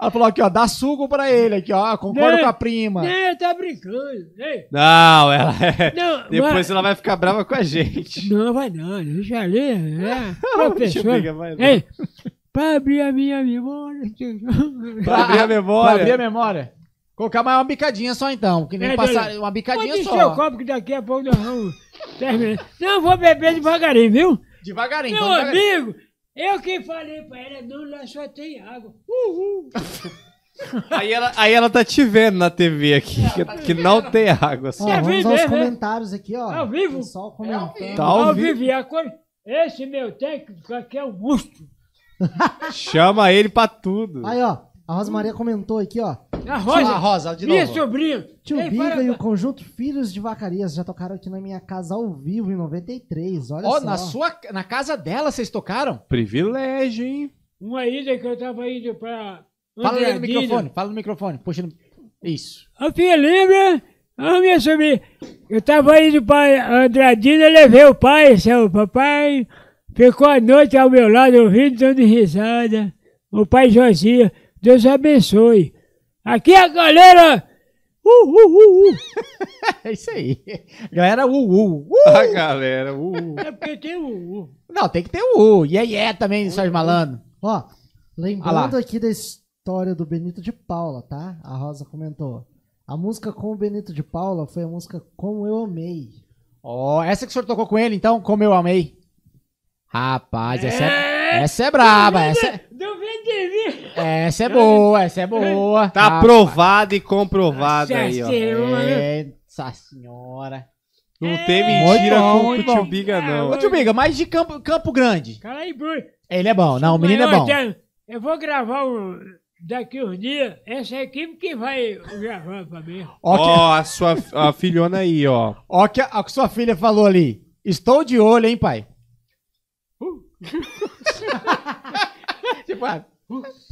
Speaker 1: Ela falou aqui, ó, dá suco pra ele aqui, ó. Concordo
Speaker 4: Né?
Speaker 1: com a prima.
Speaker 4: [LAUGHS] Não, tá brincando. Ei,
Speaker 3: Não, ela é.
Speaker 4: Não,
Speaker 3: Depois
Speaker 4: mas-
Speaker 3: ela vai ficar brava com a gente.
Speaker 4: Não, vai não, deixa ali. É,
Speaker 3: Deixa eu
Speaker 4: professor.
Speaker 3: pegar mais um.
Speaker 4: Ei, pra abrir a minha memória.
Speaker 3: Pra abrir a memória.
Speaker 1: Pra abrir a memória. Colocar mais uma bicadinha só então. Que nem
Speaker 4: É,
Speaker 1: passar
Speaker 4: Daniel.
Speaker 1: uma
Speaker 4: Pode
Speaker 1: bicadinha
Speaker 4: encher o
Speaker 1: só.
Speaker 4: copo que daqui a pouco nós vamos terminar. Não, vou beber devagarinho, viu?
Speaker 1: Devagarinho.
Speaker 4: Meu
Speaker 1: então, devagarinho.
Speaker 4: amigo, eu que falei pra ela, não, lá só tem água. Uhul.
Speaker 3: Aí ela, aí ela tá te vendo na TV aqui, que, que não tem água. assim,
Speaker 2: Ó,
Speaker 1: Tá
Speaker 3: Só.
Speaker 4: Quer
Speaker 2: vamos
Speaker 4: ver
Speaker 2: aos
Speaker 1: né?
Speaker 4: mesmo, é?
Speaker 2: comentários aqui, ó.
Speaker 4: Ao vivo?
Speaker 1: É
Speaker 2: Pessoal comentando.
Speaker 3: Tá
Speaker 4: Ao
Speaker 3: ao
Speaker 4: vivo,
Speaker 3: vivo.
Speaker 4: e a coisa- Esse meu técnico aqui é um monstro.
Speaker 3: Chama ele pra tudo.
Speaker 2: Aí, ó. A Rosa Maria comentou aqui, ó.
Speaker 4: A Rosa,
Speaker 1: Ah, Rosa, de
Speaker 4: minha
Speaker 1: novo.
Speaker 4: sobrinha.
Speaker 2: Tio
Speaker 4: Ei,
Speaker 2: Biga
Speaker 4: fala-
Speaker 2: e o conjunto Filhos de Vacarias já tocaram aqui na minha casa ao vivo em 93. Olha
Speaker 1: Ó,
Speaker 2: só.
Speaker 1: na sua, na casa dela vocês tocaram?
Speaker 3: Privilégio, hein?
Speaker 4: Uma ida que eu tava indo pra.
Speaker 1: Fala aí no
Speaker 4: Andradina.
Speaker 1: microfone, fala no microfone. Puxa no... Isso. [LAUGHS]
Speaker 4: Ô filha, lembra? Ô minha sobrinha. Eu tava indo pra Andradina, levei o pai, seu papai. Ficou a noite ao meu lado, ouvindo, dando risada. O pai Josia, Deus abençoe. Aqui é a galera! Uh, uh, uh, uh.
Speaker 1: É isso aí. Galera, uh, uh, uh.
Speaker 3: A galera. Uh.
Speaker 4: É porque tem o. o-
Speaker 1: Não, tem que ter o uh. Yeah, yeah também do Sérgio Malandro.
Speaker 2: Ó,
Speaker 1: Ah
Speaker 2: lembrando aqui da história do Benito de Paula, tá? A Rosa comentou. A música com o Benito de Paula foi a música Como Eu Amei.
Speaker 1: Ó, essa que o senhor tocou com ele, então, como eu amei. Rapaz, essa é, essa é braba, essa é,
Speaker 4: Do VTV.
Speaker 1: essa é boa, essa é boa.
Speaker 3: Tá
Speaker 1: pronto.
Speaker 3: aprovado e comprovado
Speaker 4: Nossa
Speaker 3: aí, ó.
Speaker 4: Senhora.
Speaker 1: Nossa senhora.
Speaker 3: Não tem
Speaker 1: Muito
Speaker 3: mentira
Speaker 1: bom,
Speaker 3: com o
Speaker 1: muito
Speaker 3: tio
Speaker 1: bom.
Speaker 3: Biga, não.
Speaker 1: Ô, tio Biga, mas de Campo, Campo Grande.
Speaker 4: Cala aí, boi.
Speaker 1: Ele é bom, não, o menino é
Speaker 4: Maior,
Speaker 1: bom.
Speaker 4: tá? Eu vou gravar o- daqui uns dias. Essa equipe que vai gravar pra mim.
Speaker 1: Ó, que,
Speaker 3: Ó, a sua a filhona aí, ó.
Speaker 1: ó que, ó que sua filha falou ali. Estou de olho, hein, pai? tipo, ah,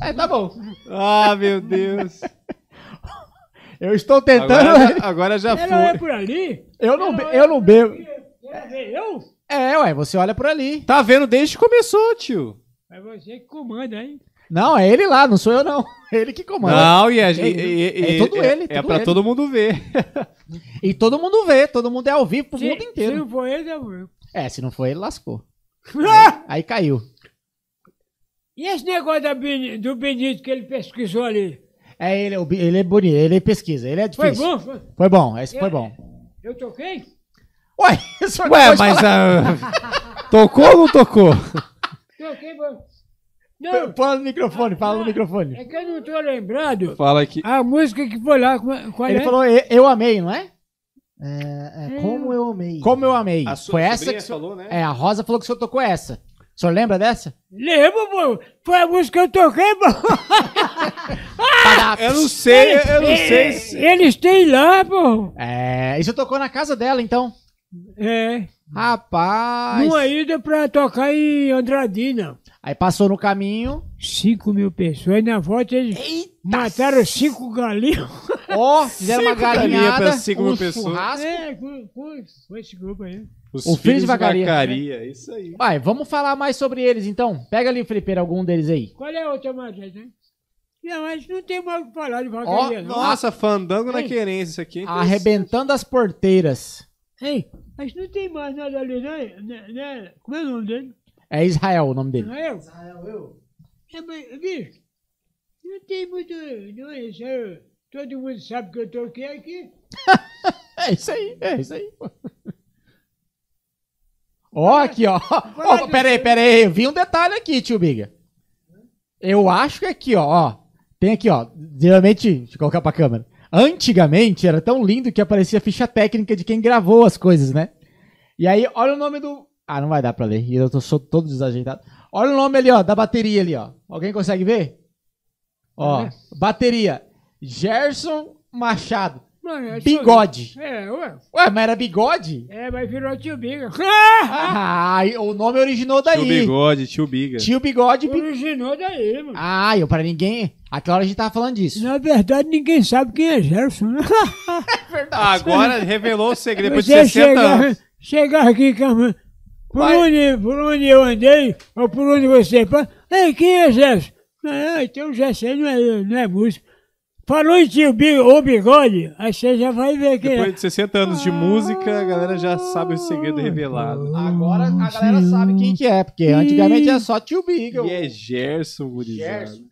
Speaker 1: é, tá bom.
Speaker 3: Ah, meu Deus.
Speaker 1: Eu estou tentando.
Speaker 3: Agora, já- agora já
Speaker 1: Então-
Speaker 4: Ela é
Speaker 3: foi.
Speaker 4: por ali?
Speaker 1: eu, não, be- eu não bebo.
Speaker 4: Quer ver eu?
Speaker 1: É, ué, você olha por ali.
Speaker 3: Tá vendo desde que começou, tio.
Speaker 4: É você que comanda, hein?
Speaker 1: Não, é ele lá, não sou eu, não. [LAUGHS] Ele que comanda.
Speaker 3: não, e a
Speaker 1: é-
Speaker 3: gente.
Speaker 1: é todo ele,
Speaker 3: É
Speaker 1: todo
Speaker 3: pra
Speaker 1: ele.
Speaker 3: todo mundo
Speaker 1: [LAUGHS]
Speaker 3: ver.
Speaker 1: E todo mundo vê, todo mundo é ao vivo pro
Speaker 4: Se-
Speaker 1: mundo
Speaker 4: Se
Speaker 1: inteiro.
Speaker 4: não for ele, eu vou.
Speaker 1: É, se não for ele, lascou. Aí caiu.
Speaker 4: E esse negócio da Ben- do Benito que ele pesquisou ali?
Speaker 1: É, ele, é o bi- ele é bonito, ele pesquisa, ele é
Speaker 4: Foi
Speaker 1: difícil.
Speaker 4: bom? Foi-
Speaker 1: Foi bom, esse foi bom.
Speaker 4: Eu toquei?
Speaker 1: [LAUGHS] Ué, o senhor
Speaker 3: Ué,
Speaker 1: acabou de
Speaker 3: mas
Speaker 1: falar.
Speaker 3: ah, tocou ou não tocou?
Speaker 4: Toquei, bom. Não,
Speaker 1: Fala no microfone, fala no microfone.
Speaker 4: é que eu não tô lembrado
Speaker 3: Fala aqui.
Speaker 4: a música que foi lá. Qual qual
Speaker 1: Ele
Speaker 4: é?
Speaker 1: falou, "E- eu amei, não é?
Speaker 2: É, é Como Eu Amei.
Speaker 1: Como eu amei. Foi essa que o senhor...
Speaker 3: falou, né?
Speaker 1: É, a Rosa falou que o senhor tocou essa. O senhor lembra dessa?
Speaker 4: Lembro, bom. Foi a música que eu toquei, bom.
Speaker 3: É, Eu não sei, eu não sei se.
Speaker 4: Eles têm lá, bom.
Speaker 1: É, e o senhor tocou na casa dela, então?
Speaker 4: É.
Speaker 1: Rapaz.
Speaker 3: é
Speaker 4: Uma ida pra tocar em Andradina.
Speaker 1: Aí passou no
Speaker 3: [LAUGHS]
Speaker 1: caminho.
Speaker 4: 5 mil pessoas. Na volta eles mataram cinco galinhos.
Speaker 1: Ó, fizeram uma
Speaker 3: Cinco galinha
Speaker 1: galinhada,
Speaker 3: pra cinco mil
Speaker 1: um
Speaker 3: pessoas.
Speaker 1: churrasco.
Speaker 4: É, com, com, com esse grupo aí.
Speaker 3: Os
Speaker 1: O filho
Speaker 3: filhos É
Speaker 1: de vacaria.
Speaker 3: isso aí.
Speaker 1: Vai, vamos falar mais sobre eles, então. Pega ali, Felipe, algum deles aí.
Speaker 4: Qual é a outra matéria, hein? Não, mas não tem mais o que falar de
Speaker 1: Ó, Ah,
Speaker 4: vacaria, não.
Speaker 3: Nossa, fandango na querência isso aqui. é
Speaker 1: Arrebentando as porteiras.
Speaker 4: Ei, mas não tem mais nada ali, né? né, né? Como é o nome dele?
Speaker 1: É Israel o nome dele.
Speaker 4: Não é eu? É, mas, bicho, não tem muito... Não é isso, eu- todo mundo sabe que eu toquei aqui.
Speaker 1: É isso aí, é isso aí. pô. Ó, aqui, ó. Ó, pera aí, pera aí. Eu vi um detalhe aqui, tio Biga. Eu acho que aqui, ó, ó. Tem aqui, ó. Geralmente, deixa eu colocar pra câmera. Antigamente era tão lindo que aparecia a ficha técnica de quem gravou as coisas, né? E aí, olha o nome do. Ah, não vai dar pra ler. e Eu tô sou todo desajeitado. Olha o nome ali, ó, da bateria ali, ó. Alguém consegue ver? Ó,
Speaker 4: É.
Speaker 1: bateria. Gerson Machado.
Speaker 4: Mano, eu sou-
Speaker 1: Bigode.
Speaker 4: É, ué.
Speaker 1: Ué, mas era bigode? [LAUGHS]
Speaker 4: É, mas virou tio Biga. [LAUGHS]
Speaker 1: Ah, o nome originou
Speaker 3: Tio
Speaker 1: daí.
Speaker 3: Bigode, tio Biga.
Speaker 1: Tio Bigode. Bi-
Speaker 4: Originou daí, mano.
Speaker 1: Ah, eu pra ninguém. Aquela hora a gente tava falando disso.
Speaker 4: Na é verdade, ninguém sabe quem é Gerson, né?
Speaker 3: Agora revelou o segredo depois de
Speaker 1: é
Speaker 4: Você
Speaker 3: 60
Speaker 4: chegar,
Speaker 3: anos.
Speaker 4: chegar aqui, Carmen. Por
Speaker 3: Vai.
Speaker 4: onde, por onde eu andei, ou por onde você passa. Ei, quem é Gerson? Ah, então Gerson não é, não é músico. Falou em tio Bi- ou bigode, aí você já vai ver quem
Speaker 3: Depois
Speaker 4: é.
Speaker 3: de 60 anos de música, a galera já sabe o segredo revelado.
Speaker 1: Agora a galera sabe quem que é, porque antigamente era só tio Big.
Speaker 3: E é Gerson, gurizada.
Speaker 1: Gerson.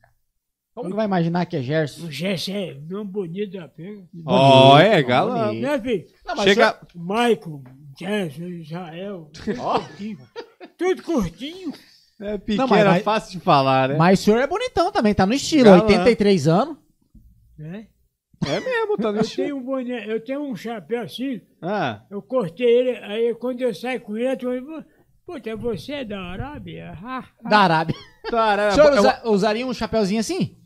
Speaker 1: Como que vai imaginar que é Gerson?
Speaker 4: O Gerson é nome bonito da pega.
Speaker 3: Ó, é,
Speaker 1: Bonito,
Speaker 3: galã.
Speaker 1: bonito.
Speaker 4: Né, filho?
Speaker 1: Não, mas
Speaker 3: Chega.
Speaker 4: Michael, Gerson,
Speaker 3: [LAUGHS]
Speaker 4: Israel, tudo
Speaker 1: Ó.
Speaker 4: curtinho. Tudo curtinho.
Speaker 1: Não,
Speaker 3: É
Speaker 1: mas-
Speaker 3: pequena,
Speaker 1: mas-
Speaker 3: fácil de falar,
Speaker 1: o-
Speaker 3: né?
Speaker 1: Mas o senhor é bonitão também, tá no estilo.
Speaker 3: Galã.
Speaker 1: 83 anos.
Speaker 4: Né?
Speaker 3: É mesmo, tá no
Speaker 1: [LAUGHS]
Speaker 4: Eu
Speaker 3: estilo.
Speaker 4: tenho um boné, eu tenho um chapéu assim,
Speaker 3: Ah,
Speaker 4: eu cortei ele, aí quando eu saio com ele, eu falei, puta, você é da Arábia? "Ah." Ha, ha.
Speaker 1: Da Arábia.
Speaker 3: cara,
Speaker 1: O senhor
Speaker 3: eu-
Speaker 1: usa- usaria um chapéuzinho assim?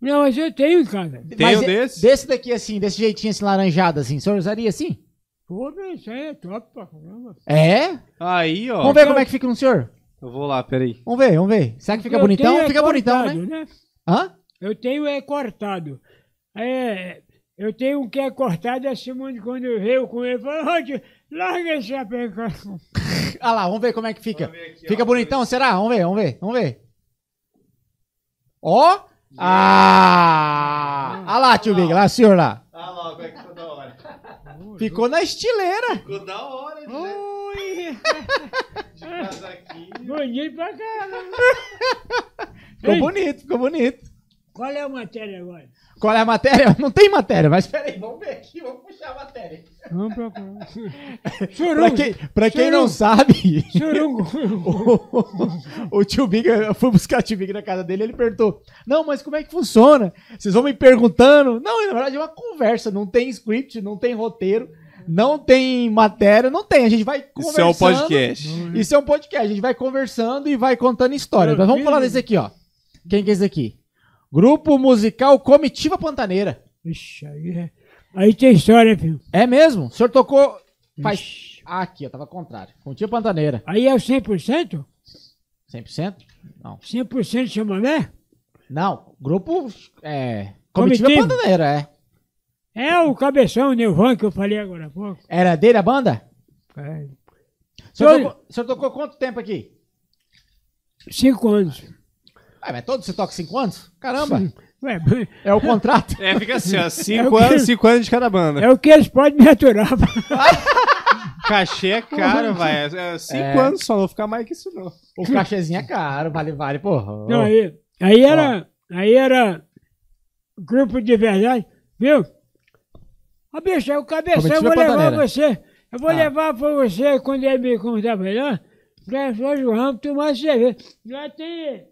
Speaker 4: Não, mas eu tenho, cara.
Speaker 3: Tem um
Speaker 1: e-
Speaker 3: desse?
Speaker 1: Desse daqui assim, desse jeitinho assim, laranjado assim. O senhor usaria assim?
Speaker 4: Pô, meu, isso aí é top pra caramba.
Speaker 1: É?
Speaker 3: Aí, ó. então
Speaker 1: Vamos ver como é que fica no senhor.
Speaker 3: Eu vou lá, peraí.
Speaker 1: Vamos ver, vamos ver. Será que fica
Speaker 4: Eu
Speaker 1: bonitão?
Speaker 4: tenho é
Speaker 1: Fica bonitão, né?
Speaker 4: cortado,
Speaker 1: Hã?
Speaker 4: Eu tenho é cortado. É, eu tenho um que é cortado, a Simone, quando eu veio com ele, falou, "Ô, tio, larga esse chapéu, cara.
Speaker 1: Ah lá, vamos ver como é que fica. fica bonitão, será? Vamos ver, vamos ver, vamos ver. Ó! Ah! Ah lá, tio Big, lá, senhor lá.
Speaker 3: Ah, lá, como é que ficou da hora?
Speaker 1: Ficou na estileira.
Speaker 3: Ficou da hora,
Speaker 4: Ui,
Speaker 3: De casaquinho.
Speaker 4: bonito pra caramba.
Speaker 1: Ficou
Speaker 4: Ei.
Speaker 1: bonito, ficou bonito.
Speaker 4: Qual é a matéria agora?
Speaker 1: Qual é a matéria? Não tem matéria, mas peraí, vamos ver aqui, vamos puxar a matéria.
Speaker 4: Vamos procurar.
Speaker 1: Pra
Speaker 4: Chorungo.
Speaker 1: quem, pra quem não
Speaker 4: Chorungo.
Speaker 1: sabe,
Speaker 4: Chorungo.
Speaker 1: o, o tio Big, eu fui buscar o tio Big na casa dele, ele perguntou: Não, mas como é que funciona? Vocês vão me perguntando? Não, na verdade é uma conversa, não tem script, não tem roteiro, não tem matéria, não tem. A gente vai
Speaker 3: Isso é
Speaker 1: conversando.
Speaker 3: o podcast.
Speaker 1: Isso é um podcast, a gente vai conversando e vai contando histórias. Mas vamos falar desse aqui, ó. Quem que é esse aqui? Grupo musical Comitiva Pantaneira.
Speaker 4: [LAUGHS] Ixi, aí, é- aí tem história, filho.
Speaker 1: É mesmo? O senhor tocou. Faz... Ah, aqui, eu tava ao contrário. Comitiva Pantaneira.
Speaker 4: Aí é o 100%?
Speaker 1: 100%? Não.
Speaker 4: 100% chamamé?
Speaker 1: Não, grupo é, Comitiva
Speaker 4: Comitiva.
Speaker 1: Pantaneira, é.
Speaker 4: É o cabeção, o Nilvan, que eu falei agora há pouco.
Speaker 1: Era dele a banda?
Speaker 4: É.
Speaker 1: O senhor,
Speaker 4: Oi.
Speaker 1: tocou, o senhor tocou quanto tempo aqui?
Speaker 4: Cinco anos.
Speaker 1: Ah, mas todos você toca 5 anos? Caramba,
Speaker 4: Ué, [LAUGHS]
Speaker 1: é o contrato.
Speaker 3: É, fica assim,
Speaker 1: [LAUGHS]
Speaker 3: ó.
Speaker 4: É
Speaker 3: Cinco
Speaker 4: o quê?
Speaker 3: anos, cinco anos de cada banda.
Speaker 4: é o que eles podem me aturar.
Speaker 3: Cachê é caro, vai. É, cinco
Speaker 1: É.
Speaker 3: anos só, não vou ficar mais que isso, não.
Speaker 1: O cachezinho é caro, vale, vale, porra.
Speaker 4: Não, aí, aí era. Aí era. Grupo de verdade, viu? Ô bicho, é o cabeção,
Speaker 1: Comitiva
Speaker 4: eu vou levar
Speaker 1: Pantaneira.
Speaker 4: você. Eu vou
Speaker 1: Ah.
Speaker 4: levar pra você quando ele me convidar melhor. Pra São João tomar cerveja. Lá tem.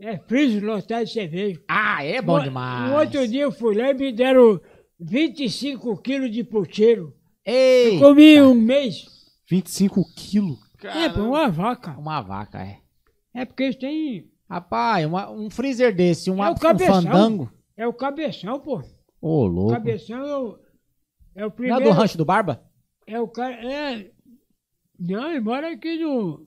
Speaker 4: É friso lotado de cerveja.
Speaker 1: Ah, é bom demais.
Speaker 4: No um outro dia eu fui lá e me deram 25 quilos de puteiro.
Speaker 1: Ei,
Speaker 4: Comi um mês.
Speaker 3: 25 quilos.
Speaker 4: É, pô, uma vaca.
Speaker 1: uma vaca, é.
Speaker 4: É porque eles têm.
Speaker 1: Rapaz, uma- um freezer desse, um,
Speaker 4: É o
Speaker 1: um
Speaker 4: cabeção.
Speaker 1: fandango.
Speaker 4: É o cabeção, pô.
Speaker 1: Ô, louco.
Speaker 4: Cabeção é o. É o
Speaker 1: Não é
Speaker 4: primeiro.
Speaker 1: do rancho do Barba?
Speaker 4: É o cara. É. Não, ele mora aqui no.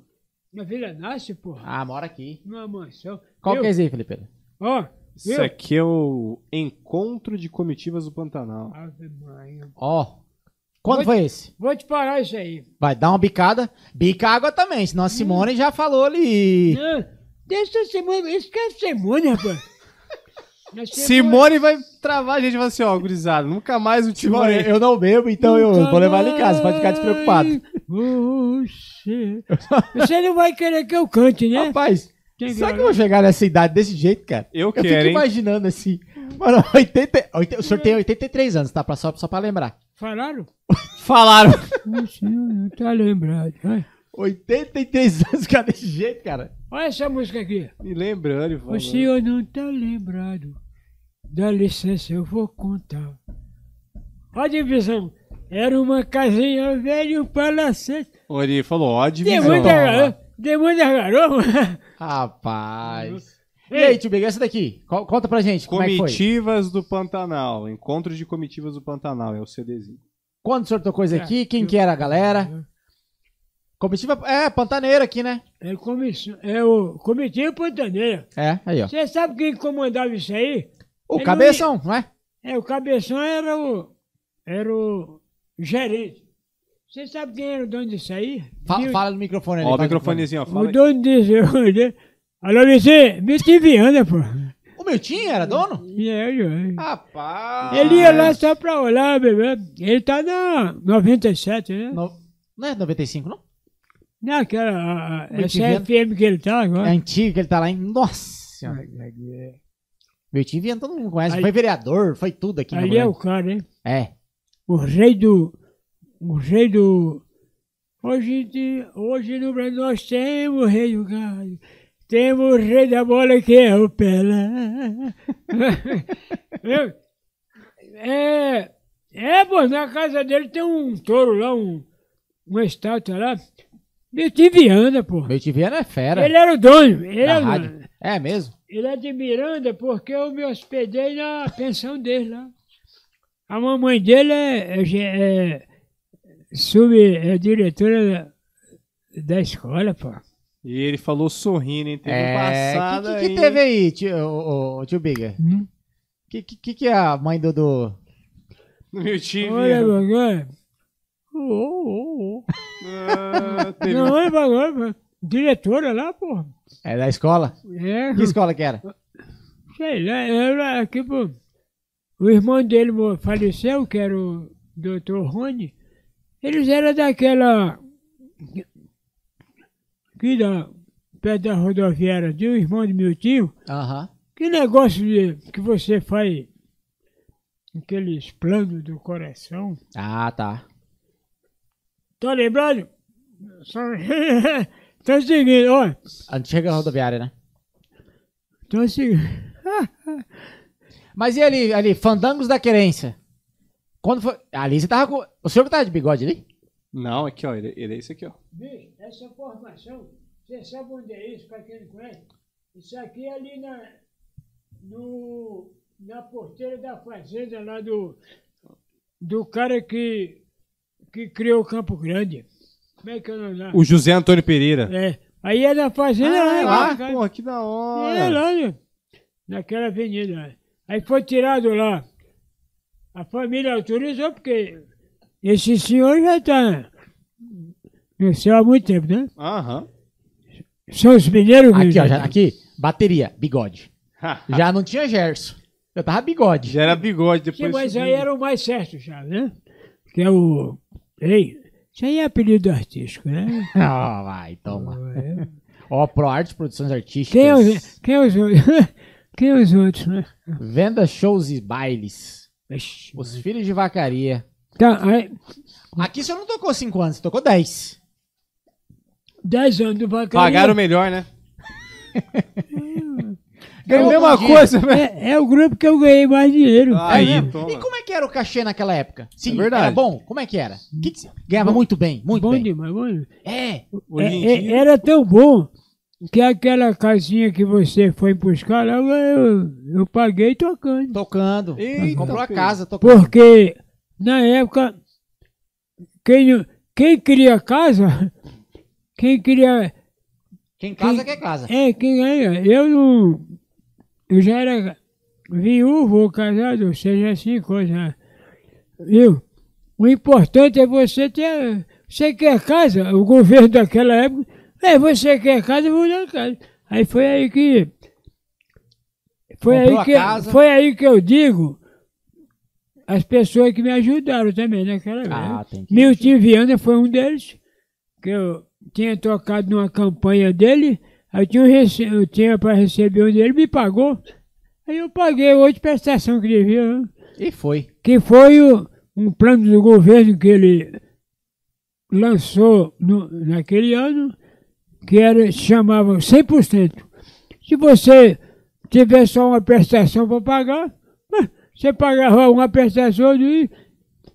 Speaker 4: Na Vila Nasce, pô.
Speaker 1: Ah, mora aqui.
Speaker 4: Numa mansão.
Speaker 1: Qual
Speaker 4: Viu?
Speaker 1: que é esse aí, Felipe?
Speaker 4: Ó.
Speaker 3: Isso
Speaker 4: Viu?
Speaker 3: aqui é o Encontro de Comitivas do Pantanal.
Speaker 4: Ave Maria.
Speaker 1: Ó. Quando
Speaker 4: Oi.
Speaker 1: foi esse?
Speaker 4: Vou te parar
Speaker 1: [LAUGHS]
Speaker 4: isso aí.
Speaker 1: Vai dar uma bicada. Bica água também,
Speaker 4: Hum.
Speaker 1: senão a Simone já falou ali.
Speaker 4: Não, deixa a semana. Esquece a semana,
Speaker 1: [LAUGHS]
Speaker 4: rapaz. Na semana-
Speaker 3: Simone vai travar a gente e vai assim, ó, gurizada, nunca mais o Timone.
Speaker 1: Simone, eu não bebo, então eu
Speaker 4: Nunca
Speaker 1: vou levar ele em casa, pode ficar despreocupado.
Speaker 4: mais
Speaker 1: [LAUGHS]
Speaker 4: Você. Você não vai querer que eu cante, né?
Speaker 1: Rapaz,
Speaker 4: Tem
Speaker 1: será
Speaker 4: violão?
Speaker 1: que eu vou chegar nessa idade desse jeito, cara?
Speaker 3: Eu
Speaker 1: eu
Speaker 3: quero,
Speaker 1: fico
Speaker 3: hein?
Speaker 1: imaginando assim. Mano, [LAUGHS] 80, 80 o senhor tem 83 anos, tá? Pra- Só, só pra lembrar.
Speaker 4: Falaram?
Speaker 1: Falaram.
Speaker 4: O senhor não tá lembrado. vai.
Speaker 1: 83 [LAUGHS] anos, cara, desse jeito, cara.
Speaker 4: Olha essa música aqui.
Speaker 3: Me lembrando,
Speaker 4: O
Speaker 3: falou.
Speaker 4: senhor não tá lembrado. Dá licença, eu vou contar. Olha a divisão. Era uma casinha velha, e um palacete.
Speaker 3: Ori falou, ó, a
Speaker 4: Tem
Speaker 3: divisão.
Speaker 4: muita garota. Tem muita garota.
Speaker 1: Rapaz. E
Speaker 4: Ei.
Speaker 1: aí, tio Big, essa daqui? Co- Conta pra gente como é que foi.
Speaker 3: Comitivas do Pantanal. Encontro de Comitivas do Pantanal. É o CDzinho.
Speaker 1: Quando o senhor tocou isso aqui, quem que era a galera? Comitiva, é, Pantaneira aqui, né?
Speaker 4: É, comissão, é o Comitinho Pantaneira.
Speaker 1: É, aí, ó.
Speaker 4: Você sabe quem comandava isso aí?
Speaker 1: O
Speaker 4: Ele
Speaker 1: Cabeção, não é?
Speaker 4: É, o Cabeção era o, era o gerente. Você sabe quem era o dono disso aí?
Speaker 1: Fa-
Speaker 4: Viu?
Speaker 1: Fala no microfone ali.
Speaker 3: Ó, o
Speaker 1: fala no
Speaker 3: microfonezinho, ó. Fala
Speaker 4: O
Speaker 3: aí.
Speaker 4: dono disso. né? Alô, Vici, Vici Viana, pô.
Speaker 1: O Miltinho era dono?
Speaker 4: E aí, eu-
Speaker 1: Rapaz.
Speaker 4: Ele ia lá só pra olhar, bebê. Ele tá na 97, né?
Speaker 1: No- Não é 95, não?
Speaker 4: Naquela. a- a-
Speaker 1: Muito
Speaker 4: Essa
Speaker 1: vendo.
Speaker 4: FM que ele tá
Speaker 1: É
Speaker 4: agora.
Speaker 1: antigo que ele tá lá, hein? Nossa senhora. Miltinho Viana, todo mundo conhece.
Speaker 4: Aí-
Speaker 1: Foi vereador, foi tudo aqui. em
Speaker 4: Ali
Speaker 1: Campo
Speaker 4: é o
Speaker 1: Grande.
Speaker 4: cara, hein?
Speaker 1: É.
Speaker 4: O rei do. O rei do. Hoje, de- hoje no Brasil nós temos o rei do gado. Temos o rei da bola que é o Pelé. [LAUGHS] Eu- é, é, pô, na casa dele tem um touro lá, um, uma estátua lá. Betim Viana, pô.
Speaker 1: Miltinho Viana é fera.
Speaker 4: Ele era o dono. Ele
Speaker 1: da
Speaker 4: era o
Speaker 1: rádio.
Speaker 4: dono.
Speaker 1: É mesmo?
Speaker 4: Ele é de Miranda porque eu me hospedei na pensão dele lá. A mamãe dele é, é, ge- é, sub, é diretora da, da escola, pô.
Speaker 3: E ele falou sorrindo, hein? Teve
Speaker 1: é.
Speaker 3: um passado
Speaker 1: que, que, que
Speaker 3: aí. [LAUGHS]
Speaker 1: teve aí, tio, ô, ô, tio Bigger?
Speaker 4: Hum?
Speaker 1: Que, que, que que a mãe do. do...
Speaker 3: No meu time.
Speaker 4: Olha, bagulho. Oh, oh, oh.
Speaker 3: Ah, teve-
Speaker 4: Não, olha, bagulho. pô. Diretora lá, pô.
Speaker 1: É da escola?
Speaker 4: É,
Speaker 1: Que escola que era?
Speaker 4: sei lá, ela aqui, pô. é, tipo, O irmão dele mo- faleceu, que era o Dr. Rony. Eles eram daquela. Aqui da. perto da rodoviária de um irmão do meu tio.
Speaker 1: Aham.
Speaker 4: Que negócio de, que você faz aquele esplêndido do coração.
Speaker 1: Ah, tá.
Speaker 4: Tá lembrado? [LAUGHS] Só... tá seguindo, ó.
Speaker 1: Antiga rodoviária, né?
Speaker 4: Tá seguindo.
Speaker 1: Mas e ali, ali, Fandangos da Querência? Quando foi. Ali você tava com. O senhor que tava de bigode ali?
Speaker 3: Não, aqui, ó. Ele, ele é esse aqui, ó.
Speaker 4: Vem, essa formação, você sabe onde é isso, para quem não conhece? Isso aqui é ali na, no, na porteira da fazenda lá do, do cara que, que criou o Campo Grande. Como é que é o nome lá?
Speaker 3: O José Antônio Pereira.
Speaker 4: É, aí é na fazenda
Speaker 3: Ah, é lá?
Speaker 4: cara.
Speaker 3: Pô, que da hora.
Speaker 4: É lá, né? naquela avenida. lá. Aí foi tirado lá. A família autorizou, porque esse senhor já está no céu há muito tempo, né?
Speaker 3: Aham. [LAUGHS]
Speaker 4: São os mineiros que-
Speaker 1: Aqui, ó. já- aqui, bateria, bigode. Já não tinha Gerson. Eu tava bigode.
Speaker 3: Já era bigode,
Speaker 4: Sim,
Speaker 3: depois...
Speaker 4: mas
Speaker 3: subiu.
Speaker 4: aí era o mais certo já, né? Que é o. Ei, isso aí é apelido artístico, né?
Speaker 1: Ah, vai, toma.
Speaker 4: É.
Speaker 1: Ó, ProArte Produções Artísticas.
Speaker 4: Quem é
Speaker 3: um-
Speaker 4: os, quem é os, [LAUGHS] outros? quem é os outros, né?
Speaker 1: Venda shows e bailes.
Speaker 4: Ixi.
Speaker 1: Os filhos de vacaria.
Speaker 4: Tá, aí,
Speaker 1: Aqui você não tocou 5 anos, você tocou 10.
Speaker 4: 10 anos do vacaria.
Speaker 3: Pagaram melhor, né?
Speaker 1: Ganhou
Speaker 3: é
Speaker 1: por
Speaker 3: a mesma
Speaker 1: dia.
Speaker 3: coisa, velho.
Speaker 4: É, é o grupo que eu ganhei mais dinheiro. né?
Speaker 3: Aí,
Speaker 1: É mesmo?
Speaker 3: toma.
Speaker 1: E como é que era o cachê naquela época? Sim,
Speaker 3: verdade. Hum.
Speaker 1: era bom? Como é que era? Que que se- Ganhava muito bem, muito
Speaker 4: bom
Speaker 1: bem.
Speaker 4: demais, bom demais.
Speaker 1: É,
Speaker 3: Hoje em
Speaker 4: É, é,
Speaker 3: dia-
Speaker 4: era tão bom que aquela casinha que você foi buscar lá, eu, eu paguei tocando.
Speaker 1: tocando.
Speaker 3: Eita,
Speaker 1: comprou a
Speaker 3: pô.
Speaker 1: casa, tocando.
Speaker 4: Porque na época, quem, não- quem cria casa, quem cria.
Speaker 1: Quem casa quer casa.
Speaker 4: É, quem ganha. Eu não. Eu já era viúvo ou casado, ou seja assim, coisa. Viu? O importante é você ter. Você quer casa? O governo daquela época. É, você quer casa, eu vou dar casa. Aí foi aí que. Foi
Speaker 1: Comprou
Speaker 4: aí
Speaker 1: a
Speaker 4: que,
Speaker 1: casa.
Speaker 4: foi aí que eu digo. As pessoas que me ajudaram também naquela época.
Speaker 1: Ah, tem que-
Speaker 4: Milton Viana foi um deles, que eu tinha tocado numa campanha dele, aí eu tinha, um rece- eu tinha para receber um dele, me pagou. Aí eu paguei outra prestação que devia, né?
Speaker 1: E foi.
Speaker 4: que foi o- um plano do governo que ele lançou no- naquele ano, que era, se chamava 100%. Se você tiver só uma prestação para pagar, você pagava uma prestação de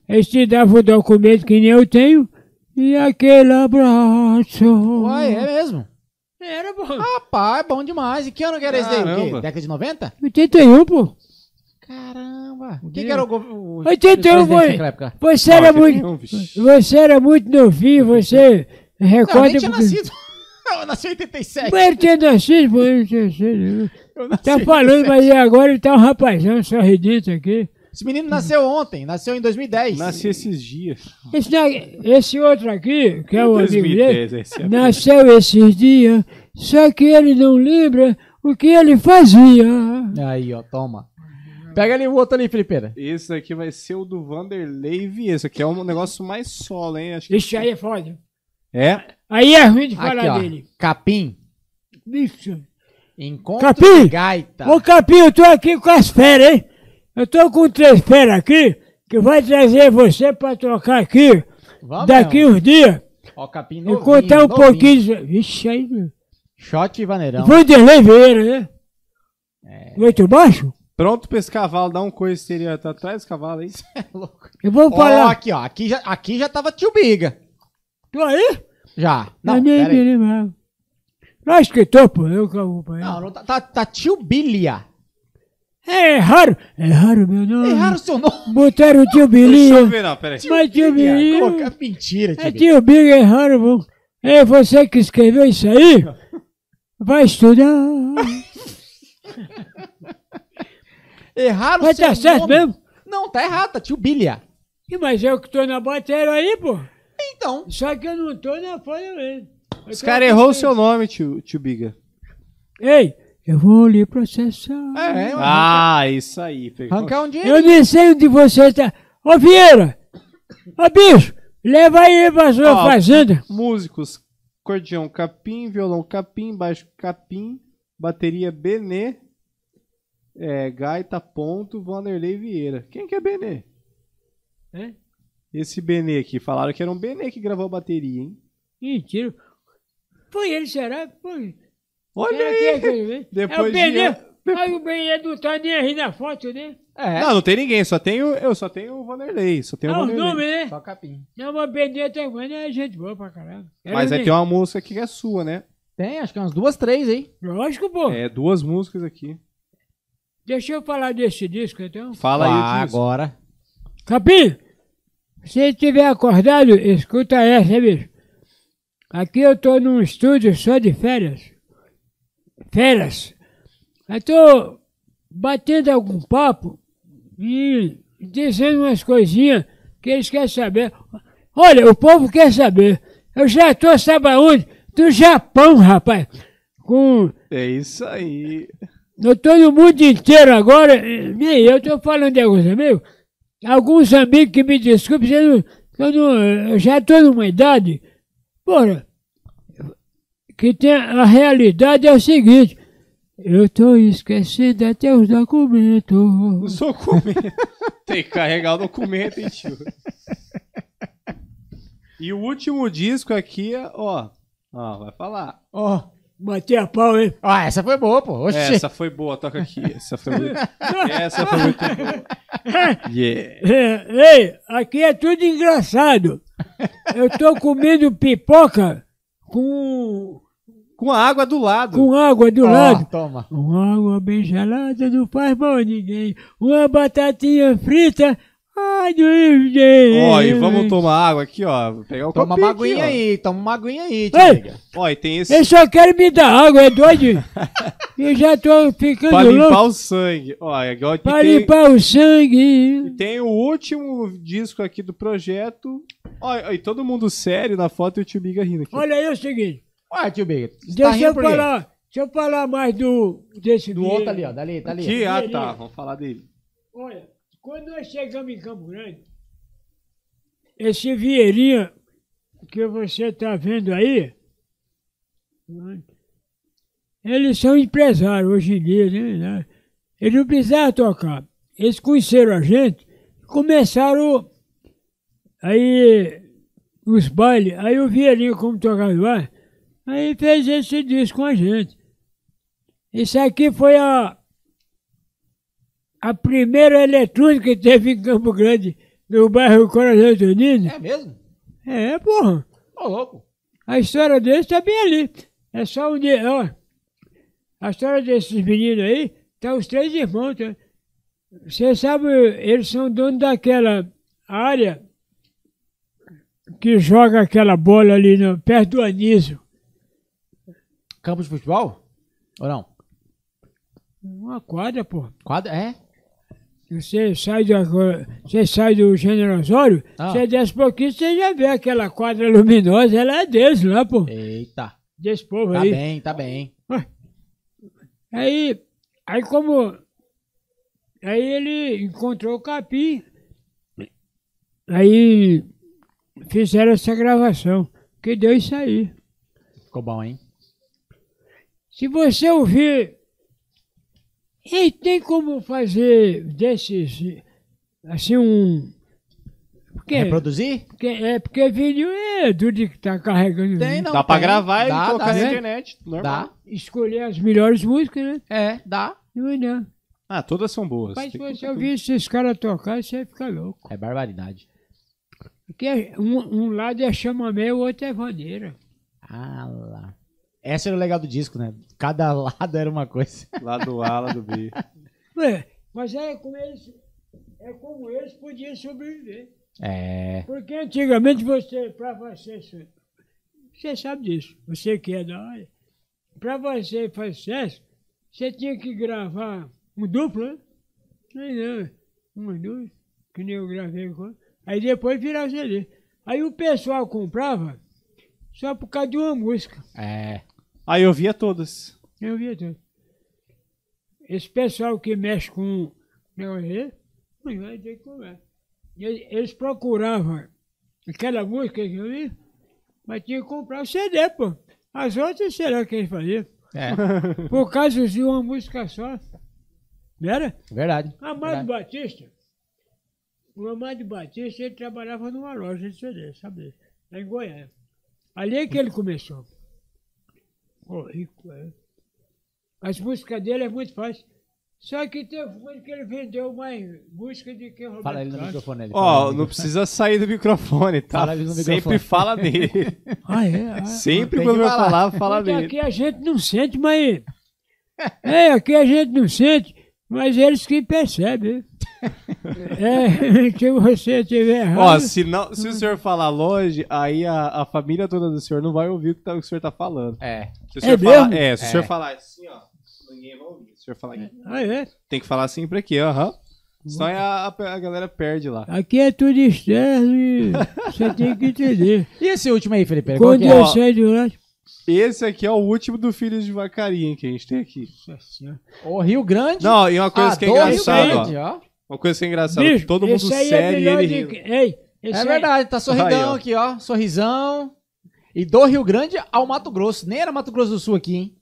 Speaker 4: eles te davam o documento que nem eu tenho e aquele
Speaker 3: Hum.
Speaker 4: abraço.
Speaker 1: Uai, é mesmo.
Speaker 4: Era bom.
Speaker 1: Rapaz, é bom demais. E que ano que era esse daí? O quê?
Speaker 3: Caramba.
Speaker 1: Década de 90?
Speaker 4: 81, pô.
Speaker 1: Caramba. O que, que era o governo?
Speaker 4: 81 foi.
Speaker 1: naquela época?
Speaker 4: Você era
Speaker 3: Não,
Speaker 4: muito.
Speaker 3: não, vixe.
Speaker 4: Você era muito novinho, você
Speaker 1: Não, eu nem
Speaker 4: recorda.
Speaker 1: tinha
Speaker 4: porque-
Speaker 1: nascido. [LAUGHS] Eu nasci em 87.
Speaker 4: Mas ele tinha nascido, pô, ele tinha nascido.
Speaker 1: Eu nasci
Speaker 4: Tá
Speaker 1: em
Speaker 4: falando, mas agora ele tá um rapazão sorridente aqui.
Speaker 1: Esse menino nasceu ontem, nasceu em 2010.
Speaker 3: Nasci esses dias.
Speaker 4: Esse, da- esse outro aqui, que é o amigo dele,
Speaker 3: 2010, esse é
Speaker 4: nasceu esses dias, só que ele não lembra o que ele fazia.
Speaker 1: Aí, ó, toma. Pega ali o outro ali, Felipeira.
Speaker 3: Esse aqui vai ser o do Vanderlei Esse aqui é um negócio mais solo, hein? Acho que...
Speaker 4: Isso aí é foda.
Speaker 3: É?
Speaker 4: Aí é ruim de falar
Speaker 1: Aqui, ó.
Speaker 4: dele.
Speaker 1: Capim.
Speaker 4: Bicho.
Speaker 1: Encontro
Speaker 4: Capim!
Speaker 1: de gaita.
Speaker 4: Ô Capim, eu tô aqui com as feras, hein? Eu tô com três feras aqui, que vai trazer você pra trocar aqui,
Speaker 1: Vamos
Speaker 4: daqui
Speaker 1: mesmo.
Speaker 4: uns dias,
Speaker 1: Ó, capim
Speaker 4: e
Speaker 1: novinho,
Speaker 4: contar um
Speaker 1: novinho. Então.
Speaker 4: pouquinho. de- Vixe, aí. meu.
Speaker 1: Shot e vaneirão.
Speaker 4: Vanderlei Vieira, né?
Speaker 1: É.
Speaker 4: Muito baixo?
Speaker 3: Pronto pra esse cavalo, dá um coice, seria. Tá atrás desse cavalo aí?
Speaker 4: Eu vou
Speaker 1: Ó,
Speaker 4: falar.
Speaker 1: aqui, ó. Aqui já, aqui já tava tio Biga.
Speaker 4: Tô aí? É
Speaker 1: Já. Não,
Speaker 4: Mas nem
Speaker 1: pera aí.
Speaker 4: me lembrava. Acho que tô, é pô. Eu que acompanho.
Speaker 1: Não, não tá, tá, tá tio Bilia.
Speaker 4: É raro. É raro meu nome.
Speaker 1: Erraram o seu nome.
Speaker 4: Botaram o
Speaker 3: [LAUGHS]
Speaker 4: tio
Speaker 3: Deixa eu
Speaker 4: Bilinho.
Speaker 3: ver, não, peraí.
Speaker 4: Mas [LAUGHS] tio Bilinho.
Speaker 1: Colocar mentira,
Speaker 3: Tá
Speaker 1: tio
Speaker 4: É
Speaker 1: Bilia.
Speaker 4: tio Bilinho, é raro, bom. É você que escreveu isso aí? Vai estudar.
Speaker 1: Erraram o
Speaker 4: Mas
Speaker 1: seu
Speaker 4: tá certo
Speaker 1: nome.
Speaker 4: mesmo?
Speaker 1: Não, tá errado, tá tio Bilia.
Speaker 4: Ih, Mas eu que tô na bateria aí, pô.
Speaker 1: Então,
Speaker 4: Só que eu não tô na folha mesmo. Eu
Speaker 3: Os
Speaker 4: tô
Speaker 3: caras
Speaker 4: aqui
Speaker 3: errou o
Speaker 4: sem-
Speaker 3: seu nome, tio, tio Biga.
Speaker 4: Ei, eu vou lhe processar.
Speaker 1: é, eu-
Speaker 3: Ah, isso aí. pegou.
Speaker 1: arrancar um dinheiro.
Speaker 4: Eu nem sei onde você tá. Ô Vieira! Ô bicho! Leva aí pra sua
Speaker 3: Ó.
Speaker 4: fazenda.
Speaker 3: Músicos: cordião capim, violão capim, baixo capim, bateria Benê, é, Gaita Ponto, Vanderlei Vieira. Quem que é Benê? É?
Speaker 4: Hã?
Speaker 3: Esse Benê aqui. Falaram que era um Benê que gravou a bateria, hein?
Speaker 4: Mentira. Foi ele, será? Foi.
Speaker 3: Olha
Speaker 4: Será
Speaker 3: aí!
Speaker 4: que é aquele, né?
Speaker 3: Depois
Speaker 4: é o
Speaker 3: de
Speaker 4: Benê.
Speaker 3: an-
Speaker 4: Aí o Benê não tá nem aí na foto, né?
Speaker 1: É,
Speaker 3: Não, não tem ninguém, só tenho, eu só tenho o Vanderlei. Só tenho o é
Speaker 4: Ah, o
Speaker 3: Vanderlei.
Speaker 4: nome, né?
Speaker 1: só capim.
Speaker 4: Não, mas Benê tá mano, é gente boa pra caralho. Era
Speaker 3: Mas aí
Speaker 4: nem-
Speaker 3: tem uma música aqui que é sua, né?
Speaker 1: Tem, acho que umas duas, três aí.
Speaker 4: Lógico, pô.
Speaker 3: É, duas músicas aqui.
Speaker 4: Deixa eu falar desse disco, então.
Speaker 3: Fala
Speaker 1: Ah,
Speaker 3: aí o disco.
Speaker 1: agora.
Speaker 4: Capim, se tiver acordado, escuta essa, bicho. Aqui eu tô num estúdio só de férias. Férias. Eu tô batendo algum papo e dizendo umas coisinhas que eles querem saber. Olha, o povo quer saber. Eu já tô, sabe aonde? Do Japão, rapaz. Com
Speaker 3: É isso aí.
Speaker 4: eu tô no mundo inteiro agora, eh, nem eu tô falando de alguns amigos. Alguns amigos que me desculpem, eu, não- eu, não- eu já tô numa idade. Porra, que tem a realidade é o seguinte. Eu tô esquecendo até os documentos.
Speaker 3: Os documentos. [LAUGHS] Tem que carregar o documento, hein, tio? [LAUGHS] E o último disco aqui, é- ó. Ó, vai falar.
Speaker 1: Ó,
Speaker 4: Bati a pau, hein?
Speaker 1: ó, Ah, essa foi boa, pô. Oxi.
Speaker 3: Essa foi boa, toca aqui. Essa foi [LAUGHS] muito, essa foi muito boa. [LAUGHS] Yeah.
Speaker 4: É, Ei, aqui é tudo [LAUGHS] engraçado. Eu tô comendo pipoca com,
Speaker 3: Com a água do lado.
Speaker 4: com água do
Speaker 1: Ó,
Speaker 4: lado.
Speaker 1: Toma.
Speaker 4: Uma água bem gelada não faz mal a ninguém. Uma batatinha frita. Ai, não ninguém.
Speaker 3: Ó, e vamos tomar água aqui, ó. Vou Pegar o
Speaker 1: Toma
Speaker 3: copinho
Speaker 1: uma
Speaker 3: aqui,
Speaker 1: aguinha
Speaker 3: ó.
Speaker 1: aí, toma uma aguinha aí,
Speaker 4: Ei!
Speaker 1: tia.
Speaker 3: Ó, e tem esse
Speaker 4: Eles só querem me dar água, é
Speaker 3: [LAUGHS]
Speaker 4: doido? Eu já tô ficando
Speaker 3: pra limpar
Speaker 4: louco.
Speaker 3: o sangue. Ó, é igual e
Speaker 4: Pra
Speaker 3: tem,
Speaker 4: limpar o sangue.
Speaker 3: e tem o último disco aqui do projeto. Ó, e- ó, e todo mundo sério na foto e o tio Biga rindo aqui.
Speaker 4: Olha aí o seguinte.
Speaker 1: Ué, tio Big. você tá
Speaker 4: Deixa
Speaker 1: rindo
Speaker 4: eu
Speaker 1: por quê?
Speaker 4: falar. Deixa eu falar mais do, desse
Speaker 1: Do
Speaker 4: vídeo.
Speaker 1: outro ali, ó. Dali, tá ali.
Speaker 3: Aqui, ah tá, vamos falar dele.
Speaker 4: Olha, quando nós chegamos em Campo Grande, esse Vieirinha que você está vendo aí, né, eles são empresários hoje em dia, né, né? Eles não precisavam tocar. Eles conheceram a gente, começaram aí os bailes. Aí o Vieirinha, como tocava lá, aí fez esse disco com a gente. Isso aqui foi a a primeira eletrônica que teve em Campo Grande, no bairro Coração Tunino.
Speaker 1: É mesmo?
Speaker 4: É, porra.
Speaker 1: Ô, louco.
Speaker 4: A história deles tá bem ali. É só um dia, ó. A história desses meninos aí, tá os três irmãos. Tá? Você sabe, eles são donos daquela área que joga aquela bola ali no, perto do Anísio.
Speaker 1: Campo de futebol? Ou não?
Speaker 4: Uma quadra, porra.
Speaker 1: Quadra? É?
Speaker 4: Você sai, da, você sai do General Osório,
Speaker 1: Ah.
Speaker 4: você desce um pouquinho, você já vê aquela quadra luminosa, ela é deles lá, pô.
Speaker 1: Eita.
Speaker 4: Desse povo
Speaker 1: Tá
Speaker 4: aí.
Speaker 1: bem, tá bem.
Speaker 4: Aí, aí como... Aí ele encontrou o Capim, aí fizeram essa gravação, que deu isso aí.
Speaker 1: Ficou bom, hein?
Speaker 4: Se você ouvir, e tem como fazer desses, assim, um... Porque,
Speaker 1: Reproduzir?
Speaker 4: porque- é porque vídeo é tudo que tá carregando. né?
Speaker 1: não.
Speaker 3: dá pra
Speaker 1: tem. dá,
Speaker 3: gravar e colocar
Speaker 1: dá,
Speaker 3: na
Speaker 1: sim.
Speaker 3: internet. Normal.
Speaker 1: Dá.
Speaker 4: Escolher as melhores músicas, né?
Speaker 1: É, dá.
Speaker 4: Não é não.
Speaker 3: Ah, todas são boas.
Speaker 4: Mas se
Speaker 3: Tem que
Speaker 4: você
Speaker 3: colocar
Speaker 4: ouvir esses caras tocar, você fica louco.
Speaker 1: É barbaridade.
Speaker 4: Porque é- um, um lado é chamamé, o outro é vaneira.
Speaker 1: Ah lá. Esse era o legal do disco, né? Cada [LAUGHS] lado era uma coisa.
Speaker 3: tudo. Lá do A, lá do B.
Speaker 4: Ué, mas é como eles, é como eles podiam sobreviver.
Speaker 1: É.
Speaker 4: Porque antigamente você, para você, su- você sabe disso, você que é da área, para você fazer sucesso, você tinha que gravar um duplo, né? Não, não, uma, duas, que nem eu gravei agora. Aí depois virava CD. Aí o pessoal comprava só por causa de uma música.
Speaker 1: É.
Speaker 3: Aí eu via todas.
Speaker 4: Eu via tudo. Esse pessoal que mexe com negócio, não vai ter como é. Eles, eles procuravam aquela música que eu vi, mas tinha que comprar o CD, pô. [LAUGHS] As outras será que eles faziam?
Speaker 1: É.
Speaker 4: Por causa de uma música só. Não era?
Speaker 1: Verdade.
Speaker 4: Amado Batista. O Amado Batista, ele trabalhava numa loja de CD, sabe? Lá em Goiânia. Ali é que ele começou. Ô, rico, é. As músicas dele é muito fácil. Só que teve um ano que ele vendeu mais música do que Roberto
Speaker 1: Fala ele no
Speaker 4: Carlos.
Speaker 1: microfone. ele fala
Speaker 3: Ó,
Speaker 1: no
Speaker 3: não
Speaker 1: microfone.
Speaker 3: precisa sair do microfone, tá?
Speaker 1: Fala ali no microfone.
Speaker 3: Sempre
Speaker 1: [LAUGHS]
Speaker 3: fala nele.
Speaker 4: Ah, é? Ah,
Speaker 3: Sempre
Speaker 1: Tem
Speaker 3: quando
Speaker 1: que
Speaker 3: vai
Speaker 1: falar.
Speaker 3: falar, fala
Speaker 4: Porque
Speaker 3: nele.
Speaker 4: aqui a gente não sente, mas. [LAUGHS] É, aqui a gente não sente, mas eles que percebem. É, [LAUGHS] se você tiver
Speaker 3: Ó,
Speaker 4: é errado.
Speaker 3: se, não, se o senhor falar longe, aí a, a família toda do senhor não vai ouvir o que, tá- o que o senhor tá falando.
Speaker 1: É.
Speaker 3: Se o
Speaker 4: É
Speaker 3: senhor falar,
Speaker 4: mesmo?
Speaker 3: é, se o
Speaker 1: É.
Speaker 3: senhor falar assim, ó, ninguém vai ouvir. Se o senhor falar aqui,
Speaker 4: Ah, é.
Speaker 3: tem que falar sempre aqui, aham. Só a, a, a galera perde lá.
Speaker 4: Aqui é tudo
Speaker 1: [LAUGHS]
Speaker 4: externo e você tem que entender.
Speaker 1: E esse último aí, Felipe? Qual
Speaker 4: Quando
Speaker 1: que é?
Speaker 4: eu saí de lá.
Speaker 3: Esse aqui é o último do Filhos de Vacaria que a gente tem aqui.
Speaker 1: O Rio Grande.
Speaker 3: Não, e uma coisa que é
Speaker 1: adora o Rio
Speaker 3: engraçada,
Speaker 1: Grande, ó.
Speaker 3: ó. Uma coisa que é engraçada, que todo mundo
Speaker 4: esse aí é
Speaker 3: sério e
Speaker 4: melhor
Speaker 3: ele
Speaker 4: de...
Speaker 3: rindo.
Speaker 4: que- Ei, esse
Speaker 1: É
Speaker 4: aí-
Speaker 1: verdade, tá sorridão
Speaker 3: Aí, ó.
Speaker 1: aqui, ó. Sorrisão. E do Rio Grande ao Mato Grosso. Nem era Mato Grosso do Sul aqui, hein?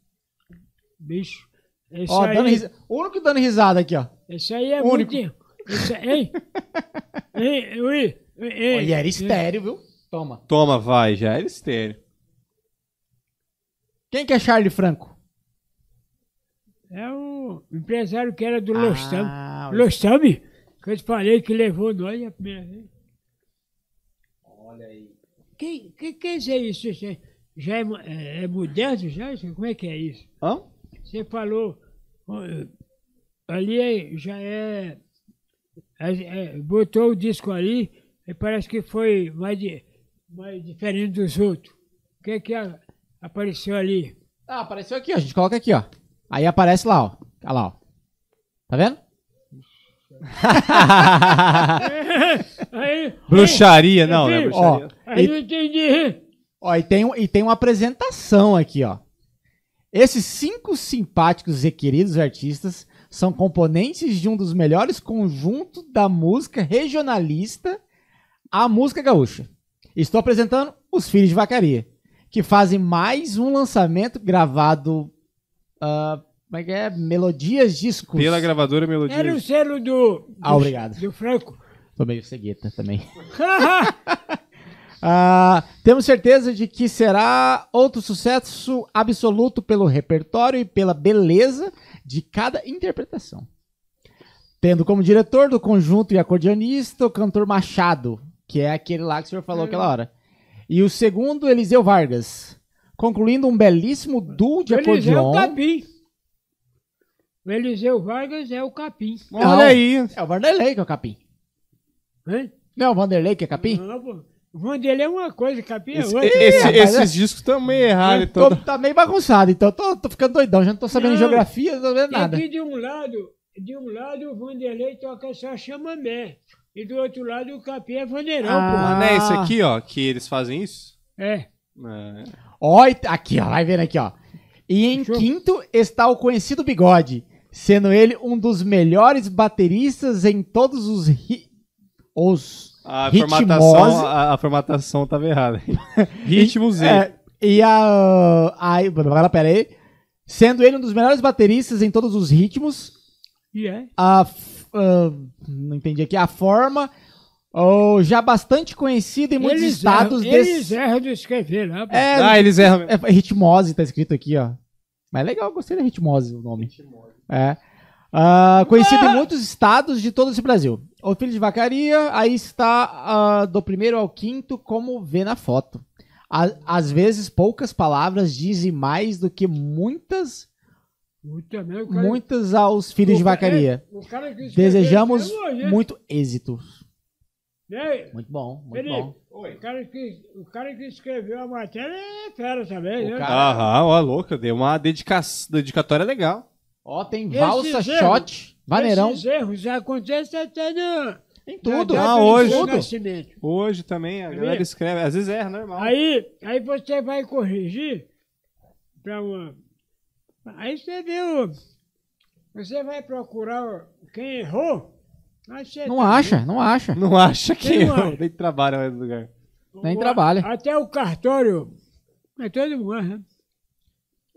Speaker 4: Bicho, esse
Speaker 1: Ó,
Speaker 4: aí...
Speaker 1: dando risa... O único dando risada aqui, ó.
Speaker 4: Esse aí é
Speaker 1: Único.
Speaker 4: muito... Esse... Ei, ei, ui, ei, ei.
Speaker 1: Olha, era estéreo, viu? Toma.
Speaker 3: Toma, vai, já era estéreo.
Speaker 1: Quem que é Charlie Franco?
Speaker 4: É o empresário que era do
Speaker 1: Ah,
Speaker 4: Lostam.
Speaker 1: olha.
Speaker 4: Lostam, que eu te falei que levou nós a primeira vez.
Speaker 6: Olha aí.
Speaker 4: Que, que, que é isso? Isso é- já é, mo- é, é moderno? Já? Isso- Como é que é isso?
Speaker 3: Hã?
Speaker 4: Você falou. ó, Ali é- já é, é- é, Botou o disco ali e parece que foi mais, di- mais diferente dos outros. O que é que a- apareceu ali?
Speaker 1: Ah, apareceu aqui, ó. A gente coloca aqui, ó. Aí aparece lá, ó. Olha lá, ó. Tá vendo?
Speaker 4: Aí,
Speaker 3: Bruxaria, não, não é
Speaker 4: filho,
Speaker 3: bruxaria.
Speaker 4: aí eu entendi.
Speaker 1: Ó, e tem, um- e tem uma apresentação aqui, ó. Esses cinco simpáticos e queridos artistas são componentes de um dos melhores conjuntos da música regionalista, a música gaúcha. Estou apresentando os Filhos de Vacaria, que fazem mais um lançamento gravado. ah, como é que é? Melodias Discos.
Speaker 3: Pela gravadora Melodia.
Speaker 4: Era o selo do. do-
Speaker 1: Ah, obrigado. [LAUGHS]
Speaker 4: Do Franco.
Speaker 1: Tô meio cegueta também. Ah, temos certeza de que será outro sucesso absoluto pelo repertório e pela beleza de cada interpretação. Tendo como diretor do conjunto e acordeonista o cantor Machado, que é aquele lá que o senhor falou
Speaker 4: Uhum.
Speaker 1: aquela hora. E o segundo, Eliseu Vargas. Concluindo um belíssimo duo de
Speaker 4: o Eliseu é o
Speaker 1: acordeon.
Speaker 4: Capim. O Eliseu Vargas é o Capim.
Speaker 1: Não.
Speaker 3: Olha aí.
Speaker 1: É o Vanderlei que é o capim.
Speaker 4: Hein?
Speaker 1: Não é o Vanderlei que é capim?
Speaker 4: Não, pô. O Vanderlei é uma coisa, Capim é
Speaker 3: Esse-
Speaker 4: outra.
Speaker 3: esse-
Speaker 1: rapaz,
Speaker 3: esses discos também
Speaker 4: Ah,
Speaker 3: erraram. Então,
Speaker 1: Tô, tá meio bagunçado, então tô, tô ficando doidão. Já não tô sabendo
Speaker 4: Não.
Speaker 1: geografia, não tô sabendo
Speaker 4: E
Speaker 1: nada.
Speaker 4: aqui de um lado, de um lado o Vanderlei toca só chamamé. E do outro lado o Capim é Vandeirão,
Speaker 1: Ah.
Speaker 3: Não é esse aqui, ó, que eles fazem isso?
Speaker 4: pô. É.
Speaker 3: É.
Speaker 1: Ó, e- aqui, ó, vai vendo aqui, ó. E em
Speaker 4: Deixa eu-
Speaker 1: quinto está o conhecido Bigode, sendo ele um dos melhores bateristas em todos os ri- os
Speaker 3: A
Speaker 1: Ritmose.
Speaker 3: formatação, a, a formatação tava errada. [LAUGHS] Ritmo Z.
Speaker 1: É, e a aí, pera aí. Sendo ele um dos melhores bateristas em todos os ritmos,
Speaker 4: E é.
Speaker 1: a f- ah, não entendi aqui a forma oh, já bastante conhecida em muitos
Speaker 4: Eles
Speaker 1: estados
Speaker 4: erram- Eles
Speaker 1: desse
Speaker 4: erram de escrever lá, né, pô.
Speaker 1: é,
Speaker 3: Ah, eles erram mesmo.
Speaker 1: É, ritmose tá escrito aqui, ó. Mas é legal, gostei da ritmose o nome. É. Ah, conhecido em muitos estados de todo esse Brasil. O Filho de Vacaria, aí está ah, do primeiro ao quinto, como vê na foto. Á- às vezes, poucas palavras dizem mais do que muitas,
Speaker 4: Puta, né, o cara-
Speaker 1: muitas aos Filhos de
Speaker 4: o cara-
Speaker 1: Vacaria.
Speaker 4: o cara que escreveu
Speaker 1: Desejamos
Speaker 4: isso é longe, né?
Speaker 1: muito êxito.
Speaker 4: Né?
Speaker 1: Muito bom, muito
Speaker 4: Felipe,
Speaker 1: bom.
Speaker 4: O, cara que, o cara que escreveu a matéria é fera também,
Speaker 1: O
Speaker 4: né?
Speaker 1: cara-
Speaker 3: Aham, ó, louco, deu uma dedica- dedicatória legal.
Speaker 1: Ó, tem
Speaker 4: Esse
Speaker 1: valsa,
Speaker 4: gênio,
Speaker 1: shot, vaneirão,
Speaker 4: Esses erros já acontecem até no,
Speaker 1: em
Speaker 4: na
Speaker 1: tudo.
Speaker 4: data
Speaker 3: Ah,
Speaker 4: de
Speaker 3: hoje.
Speaker 4: seu
Speaker 1: Tudo.
Speaker 4: nascimento.
Speaker 3: Hoje também a
Speaker 4: Quer
Speaker 3: galera
Speaker 4: ver?
Speaker 3: escreve, às vezes erra, normal.
Speaker 4: Aí, aí você vai corrigir para uma. Aí você vê o. Você vai procurar o- quem errou. aí você
Speaker 1: Não
Speaker 4: tá
Speaker 1: acha, não acha.
Speaker 3: Não acha que
Speaker 4: Quem não
Speaker 3: eu nem trabalho mais no lugar.
Speaker 4: vendo.
Speaker 1: nem
Speaker 4: O-
Speaker 1: trabalha.
Speaker 4: Até o cartório. É todo mundo, né?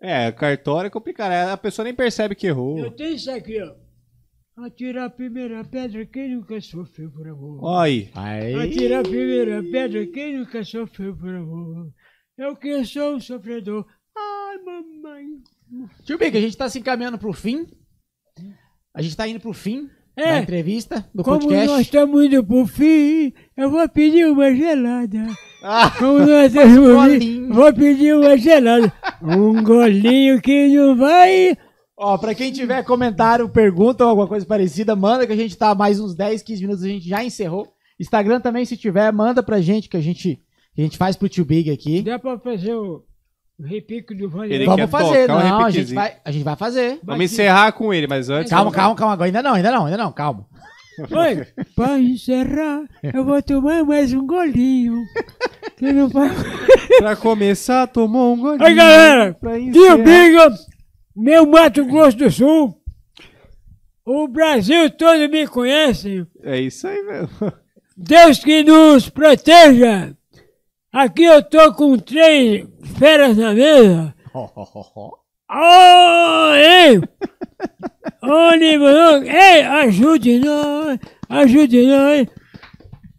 Speaker 3: É, cartório é complicado, a pessoa nem percebe que
Speaker 4: Eu
Speaker 3: errou.
Speaker 4: tenho isso aqui, ó. Atirar a primeira pedra quem nunca sofreu por amor.
Speaker 3: Ó aí.
Speaker 1: Aí.
Speaker 4: Atira a primeira pedra, quem nunca sofreu por amor? Eu que sou um sofredor. Ai, mamãe.
Speaker 1: Tio Big, a gente tá se encaminhando pro fim. A gente tá indo pro fim da
Speaker 4: É.
Speaker 1: entrevista, do
Speaker 4: Como
Speaker 1: podcast.
Speaker 4: nós estamos indo pro fim, eu vou pedir uma gelada.
Speaker 3: Ah!
Speaker 4: Como nós estamos
Speaker 1: golinho.
Speaker 4: indo, vou pedir uma gelada. Um golinho que não vai.
Speaker 1: Ó, pra quem tiver comentário, pergunta ou alguma coisa parecida, manda que a gente tá mais uns 10, 15 minutos, a gente já encerrou. Instagram também, se tiver, manda pra gente que a gente, que a gente faz pro tio Big aqui.
Speaker 4: Dá pra fazer o o repique do
Speaker 3: Ele
Speaker 4: Vanderlei.
Speaker 3: quer
Speaker 1: Vamos fazer,
Speaker 3: tocar um
Speaker 1: não, a gente,
Speaker 3: repiquezinho.
Speaker 1: vai, a gente vai fazer.
Speaker 3: Vamos encerrar com ele, mas antes.
Speaker 1: Calma, calma, calma, agora ainda não, ainda não, ainda não, calma.
Speaker 4: Oi, pra encerrar, eu vou tomar mais um golinho. Que não vai.
Speaker 3: Pra começar, tomou um golinho.
Speaker 4: Oi, galera!
Speaker 3: Pra
Speaker 4: Tio
Speaker 3: encerrar.
Speaker 4: Biga, meu Mato Grosso do Sul, o Brasil todo me conhece.
Speaker 3: É isso aí [LAUGHS] mesmo.
Speaker 4: Deus que nos proteja. Aqui eu tô com três feras na mesa. Oh, ei! Ô, Nivaldo, ei, ajude nós, ajude nós.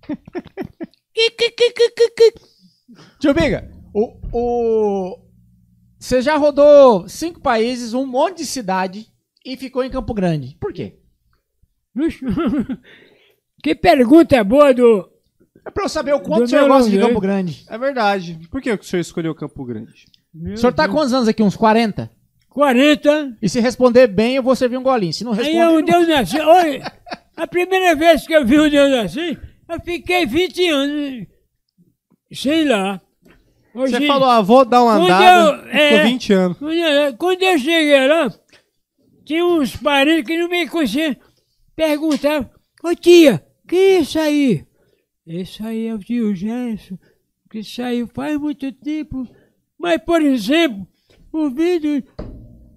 Speaker 4: [LAUGHS] Que, que, que, que, que, que.
Speaker 1: Tio Biga, o, o... você já rodou cinco países, um monte de cidade e ficou em Campo Grande. Por quê?
Speaker 4: Vixe, Que pergunta boa do...
Speaker 1: É pra eu saber o quanto
Speaker 4: Do
Speaker 1: o senhor
Speaker 4: meu
Speaker 1: gosta de
Speaker 4: jeito.
Speaker 1: Campo Grande.
Speaker 3: É verdade. Por que o senhor escolheu Campo Grande?
Speaker 1: O senhor tá quantos anos aqui? Uns 40?
Speaker 4: 40...
Speaker 1: E se responder bem, eu vou servir um golinho. Se não
Speaker 4: Aí
Speaker 1: responder.
Speaker 4: eu,
Speaker 1: não-
Speaker 4: Deus nasci. Olha, a primeira vez que eu vi o Deus nasci, eu fiquei 20 anos, sei lá. Hoje,
Speaker 3: Você falou, ah, vou dar uma
Speaker 4: Onde
Speaker 3: andada.
Speaker 4: eu-
Speaker 3: Ficou
Speaker 4: é.
Speaker 3: 20 anos.
Speaker 4: Quando eu- Quando eu cheguei lá, tinha uns parentes que não me conheciam, perguntavam, ô tia, que é isso aí? Isso aí é o tio Gerson, que saiu faz muito tempo. Mas, por exemplo, o vídeo...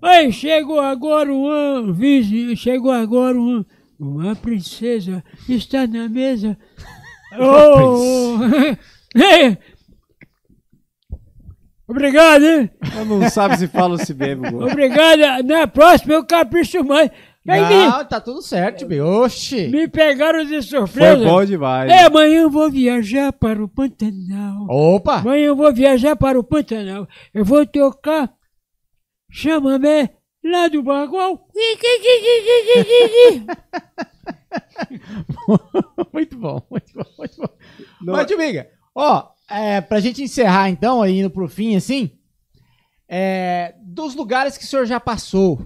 Speaker 4: Aí chegou agora um uma vizinha, chegou agora uma, uma princesa, está na mesa. Oh, [LAUGHS] é. Obrigado, hein?
Speaker 3: Eu não sabe se fala ou se bebe, gol.
Speaker 4: Obrigado. Na próxima eu capricho mais. Aí
Speaker 1: Não, tá tudo certo, tio Biga. Oxi.
Speaker 4: me, me pegaram de surpresa.
Speaker 3: Foi bom demais.
Speaker 4: É, amanhã eu vou viajar para o Pantanal.
Speaker 1: Opa!
Speaker 4: Amanhã eu vou viajar para o Pantanal. Eu vou tocar chamamé lá do Bagual.
Speaker 1: [LAUGHS] muito bom, muito bom, muito bom. Mas, tio Biga, ó, é, pra gente encerrar então, aí indo pro fim, assim, é, dos lugares que o senhor já passou,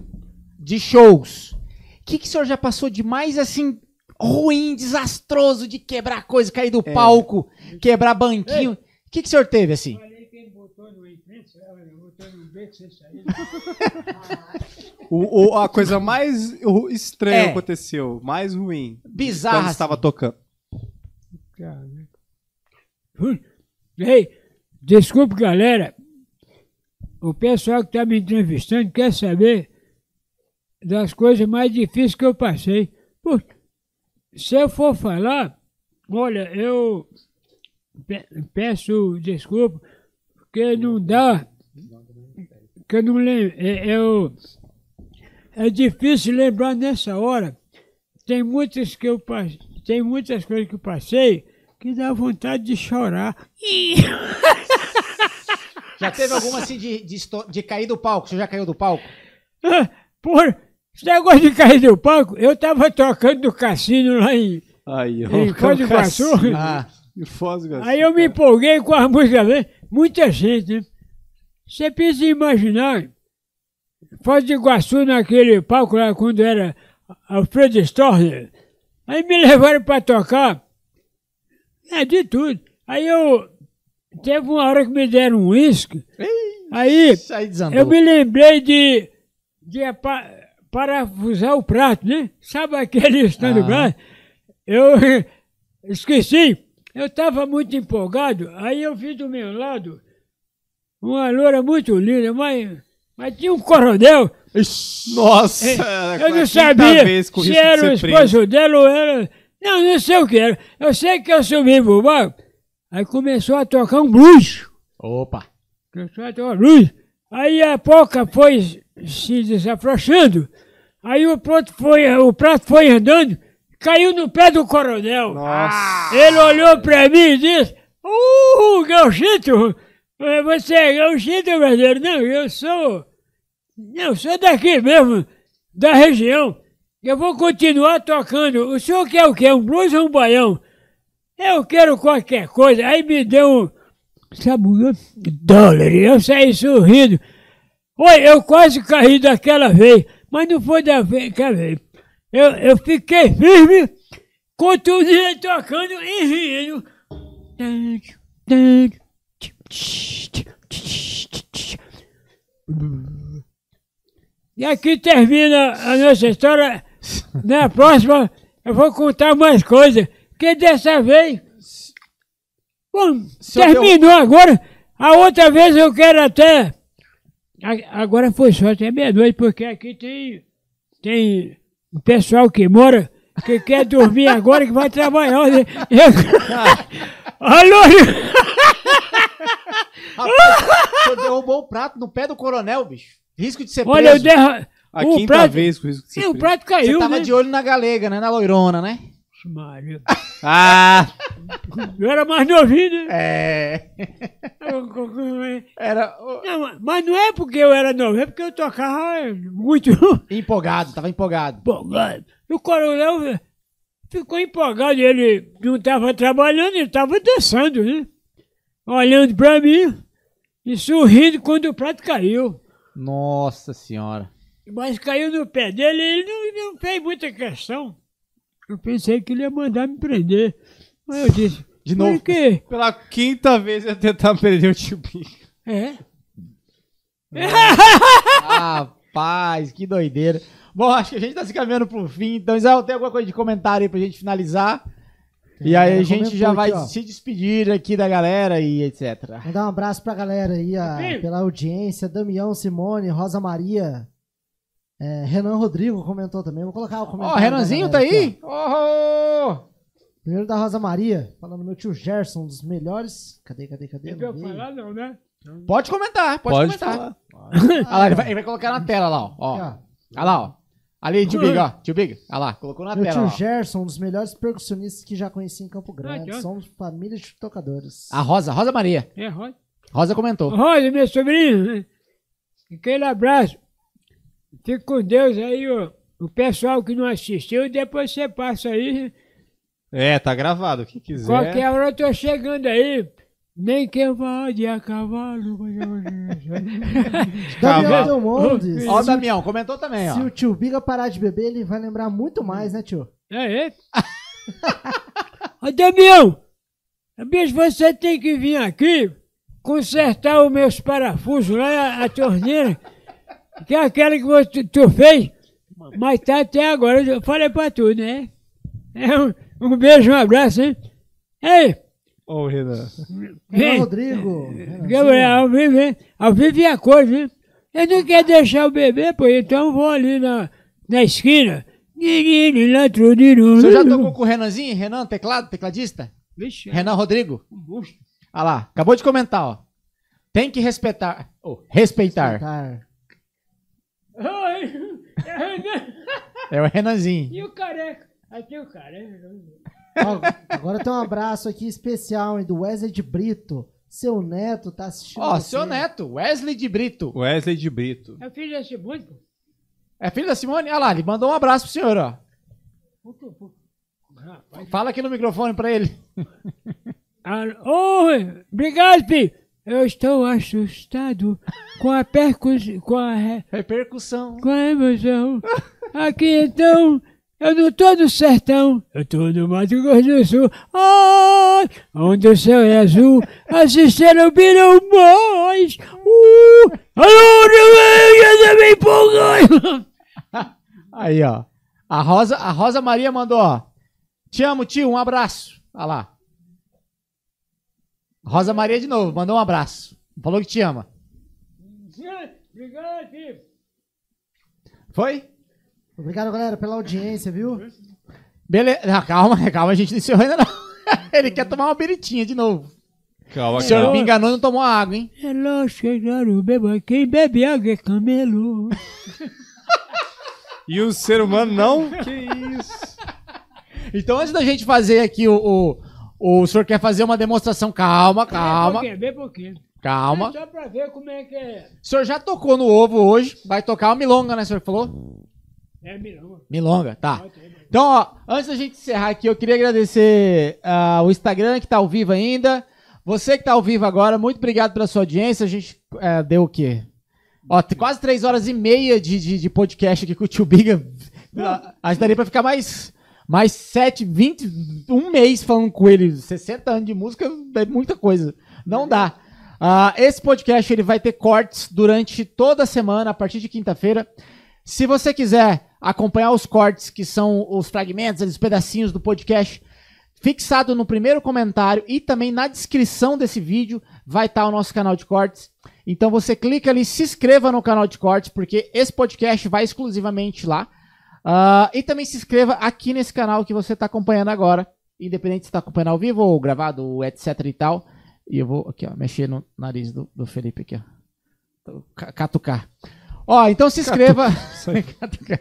Speaker 1: de shows, o que, que o senhor já passou de mais, assim, ruim, desastroso, de quebrar coisa, cair do palco, quebrar banquinho? O que, que o senhor teve, assim?
Speaker 3: O- o- a coisa mais ru- estranha
Speaker 1: É.
Speaker 3: aconteceu, mais ruim. Quando
Speaker 1: Bizarro. assim.
Speaker 3: estava tocando.
Speaker 4: né? Ei, desculpe, galera. O pessoal que está me entrevistando quer saber das coisas mais difíceis que eu passei. Pô, se eu for falar, olha, eu pe- peço desculpa, porque não dá. Que eu não lembro. É, eu, é difícil lembrar nessa hora. Tem muitas que eu passei, tem muitas coisas que eu passei que dá vontade de chorar.
Speaker 1: Já teve alguma, assim, de, de, esto- de cair do palco? O senhor já caiu do palco?
Speaker 4: Ah, Porra, esse negócio de cair do palco, eu tava tocando no cassino lá em,
Speaker 3: Aí, ó, é
Speaker 4: em Foz do
Speaker 3: assim?
Speaker 4: Iguaçu.
Speaker 1: Ah,
Speaker 3: E Foz do Iguaçu.
Speaker 4: Aí eu me empolguei com a música, né? muita gente, né? Você precisa imaginar, Foz do Iguaçu naquele palco lá quando era Alfredo Storner. Aí me levaram pra tocar, é de tudo. Aí eu, teve uma hora que me deram um uísque, aí
Speaker 1: isso aí desandou.
Speaker 4: eu me lembrei de, de apa- parafusar o prato, né? Sabe aquele stand
Speaker 1: Ah.
Speaker 4: braço? Eu [LAUGHS] esqueci. Eu estava muito empolgado. Aí eu vi do meu lado uma loura muito linda, mas, mas tinha um coronel.
Speaker 3: Nossa! é
Speaker 4: Eu
Speaker 3: quinta
Speaker 4: não sabia
Speaker 3: vez com
Speaker 4: se
Speaker 3: risco de
Speaker 4: era o
Speaker 3: ser preso.
Speaker 4: esposo dela ou era. Não, não sei o que era. Eu sei que eu subi pro barco. Aí começou a tocar um blues.
Speaker 1: Opa.
Speaker 4: um Começou a ter uma luz. Aí a boca foi se desafrouxando. Aí o prato foi, o prato foi andando, caiu no pé do coronel.
Speaker 3: Nossa.
Speaker 4: Ele olhou pra mim e disse: Uh, Gauchito, eh, você é Gauchito brasileiro? Não, eu sou. Não, sou daqui mesmo, da região. Eu vou continuar tocando. O senhor quer o quê? Um blues ou um baião? Eu quero qualquer coisa. Aí me deu um. Sabe, um dólar. E Eu saí sorrindo. Oi, eu quase caí daquela vez, mas não foi daquela vez. Eu, eu fiquei firme, continuei tocando e rindo. E aqui termina a
Speaker 1: [LAUGHS]
Speaker 4: nossa história. Na próxima eu vou contar mais coisas, porque dessa vez. Bom,
Speaker 3: Se eu
Speaker 4: terminou agora. A outra vez eu quero até. A- Agora foi só até meia-noite, porque aqui tem, tem um pessoal que mora, que quer dormir agora, que vai trabalhar. né?
Speaker 1: [LAUGHS]
Speaker 4: Eu- Alô!
Speaker 1: Rapaz, o senhor derrubou o prato no pé do coronel, bicho. Risco de ser
Speaker 4: Olha, eu
Speaker 1: É preso.
Speaker 4: derra...
Speaker 3: A
Speaker 4: o
Speaker 3: quinta
Speaker 4: prato...
Speaker 3: vez com isso que você
Speaker 4: Sim, o
Speaker 3: fez.
Speaker 4: prato
Speaker 1: Você
Speaker 4: caiu,
Speaker 1: tava
Speaker 4: né?
Speaker 1: de olho na galega, né? Na loirona, né?
Speaker 4: Mário,
Speaker 3: Ah!
Speaker 4: Eu era mais novinho, né?
Speaker 1: [LAUGHS] É. Era ô,
Speaker 4: Não, mas não é porque eu era novo, é porque eu tocava muito. [LAUGHS]
Speaker 1: empolgado, tava empolgado.
Speaker 4: empolgado. E o coronel eh, ficou empolgado, ele não estava trabalhando, ele estava dançando, né? Olhando para mim e sorrindo quando o prato caiu.
Speaker 1: Nossa senhora.
Speaker 4: Mas caiu no pé dele e ele não, não fez muita questão. Eu pensei que ele ia mandar me prender. Mas eu disse,
Speaker 1: De
Speaker 4: "Por
Speaker 1: novo. [LAUGHS]
Speaker 4: quê?
Speaker 3: Pela quinta vez eu ia tentar perder o Tibica.
Speaker 4: É.
Speaker 1: Rapaz, que doideira. Bom, acho que a gente tá se caminhando pro fim. Então, Israel, tem alguma coisa de comentário aí pra gente finalizar? E aí a
Speaker 2: galera
Speaker 1: gente
Speaker 2: né? comentou
Speaker 1: já vai
Speaker 2: aqui, ó.
Speaker 1: se despedir aqui da galera e etc.
Speaker 2: Mandar um abraço pra galera aí, a-
Speaker 4: Sim.
Speaker 2: pela audiência. Damião, Simone, Rosa Maria. é, Renan Rodrigo comentou também. Vou colocar o
Speaker 1: Ó,
Speaker 2: comentário.
Speaker 1: o Renanzinho
Speaker 2: da
Speaker 1: tá
Speaker 2: galera aqui,
Speaker 1: aí? Oh!
Speaker 2: ó. Primeiro da Rosa Maria, falando meu tio Gerson, um dos melhores. Cadê, cadê, cadê?
Speaker 4: Não deu pra
Speaker 2: Não veio.
Speaker 4: falar não, né?
Speaker 1: Pode comentar, pode,
Speaker 3: Pode
Speaker 1: comentar.
Speaker 3: falar.
Speaker 1: Olha lá, ele vai, ele vai colocar na tela lá, ó. ó.
Speaker 2: Aqui, ó.
Speaker 1: Olha lá, ó. Ali, tio
Speaker 2: [LAUGHS]
Speaker 1: Big, ó. Tio Big, olha lá, colocou na
Speaker 2: Meu
Speaker 1: tela.
Speaker 2: tio
Speaker 1: ó.
Speaker 2: Gerson, um dos melhores percussionistas que já conheci em Campo Grande.
Speaker 4: Ah, que
Speaker 2: Somos família de tocadores.
Speaker 1: A Rosa, Rosa Maria.
Speaker 4: É, Rosa.
Speaker 1: Rosa comentou.
Speaker 4: Rosa, meu sobrinho, né? aquele abraço. Fique com Deus aí, ó. o pessoal que não assistiu, depois você passa aí. né?
Speaker 3: É, tá gravado, quem quiser.
Speaker 4: Qualquer hora eu tô chegando aí. Nem quem pode a cavalo.
Speaker 2: Damião
Speaker 3: Cavalo.
Speaker 2: Delmondes.
Speaker 1: Ó, o Damião, comentou também,
Speaker 2: Se
Speaker 1: ó.
Speaker 2: o tio Biga parar de beber, ele vai lembrar muito mais, né, tio?
Speaker 4: É, é. [LAUGHS] Ô, Damião, bicho, você tem que vir aqui consertar os meus parafusos lá, a, a torneira, que é aquela que você, tu fez, mas tá até agora. Eu falei pra tu, né? É, um, um beijo, um abraço, hein? Ei,
Speaker 3: Ô, Renan.
Speaker 2: Renan
Speaker 4: vem.
Speaker 2: Rodrigo. Renanzinho.
Speaker 4: Gabriel, ao vivo, hein? Ao vivo é a coisa, hein? Eu não quero deixar o bebê, pô, então eu vou ali na, na esquina.
Speaker 1: O
Speaker 4: O
Speaker 1: senhor já tocou com o Renanzinho? Renan, teclado, tecladista? Renan Rodrigo? Olha lá, acabou de comentar, ó. Tem que respeitar. Oh, respeitar.
Speaker 2: Tar.
Speaker 4: Oi! é Renan.
Speaker 1: É o Renanzinho.
Speaker 4: [LAUGHS] E o careca? Aqui é o careca. né?
Speaker 2: Ó, agora tem um abraço aqui especial, hein, do Wesley de Brito. Seu neto tá assistindo.
Speaker 1: Ó,
Speaker 2: você.
Speaker 1: seu neto, Wesley de Brito.
Speaker 3: Wesley de Brito.
Speaker 4: Eu fiz esse muito, pô.
Speaker 1: É filho da Simone? Olha lá, ele mandou um abraço pro senhor, ó.
Speaker 4: Puta, pô. Rapaz.
Speaker 1: Fala aqui no microfone pra ele.
Speaker 4: Ah, oi, obrigado, filho. Eu estou assustado com a percussão, com a, re-
Speaker 1: Repercussão.
Speaker 4: com a emoção. Aqui então, eu não tô no sertão, eu tô no Mato Grosso do Sul. Ai, onde o céu é azul, assistiram viram mais. Uh, alô, eu me empolgou.
Speaker 1: Aí, ó. A Rosa, a Rosa Maria mandou, ó. Te amo, tio, um abraço. Olha lá. Rosa Maria de novo, mandou um abraço. Falou que te ama.
Speaker 4: Obrigado, filho.
Speaker 1: Foi?
Speaker 2: Obrigado, galera, pela audiência, viu?
Speaker 1: Beleza. Ah, calma, [LAUGHS] calma, a gente não encerrou ainda não. [LAUGHS] Ele quer tomar uma biritinha de novo.
Speaker 3: Calma,
Speaker 1: O senhor
Speaker 3: calma.
Speaker 1: me enganou e não tomou água, hein?
Speaker 4: É lá chegar o bebo, quem bebe água é camelo.
Speaker 3: E o ser humano não? Que isso?
Speaker 1: Então, antes da gente fazer aqui o. O, o senhor quer fazer uma demonstração? Calma, calma,
Speaker 4: Bem pouquinho, bem pouquinho.
Speaker 1: calma.
Speaker 4: É só pra ver como é que é.
Speaker 1: O senhor já tocou no ovo hoje. Vai tocar uma milonga, né, o senhor falou?
Speaker 4: É Milão.
Speaker 1: Milonga, tá. Então, ó, antes da gente encerrar aqui, eu queria agradecer ah, o Instagram que tá ao vivo ainda. Você que tá ao vivo agora, muito obrigado pela sua audiência. A gente eh, deu o quê? Ó, t- quase três horas e meia de, de, de podcast aqui com o tio Biga. Ah, Acho que daria pra ficar mais, mais sete, vinte, um mês falando com ele. 60 anos de música é muita coisa. Não dá. Ah, esse podcast ele vai ter cortes durante toda a semana, a partir de quinta-feira. Se você quiser acompanhar os cortes, que são os fragmentos, os pedacinhos do podcast, fixado no primeiro comentário e também na descrição desse vídeo vai estar o nosso canal de cortes. Então você clica ali, se inscreva no canal de cortes, porque esse podcast vai exclusivamente lá. Ah, e também se inscreva aqui nesse canal que você está acompanhando agora, independente se está acompanhando ao vivo ou gravado, etc e tal. E eu vou aqui, ó, mexer no nariz do, do Felipe aqui, ó. Tô ca- Catucar. Ó, então se inscreva. [LAUGHS] Catucar.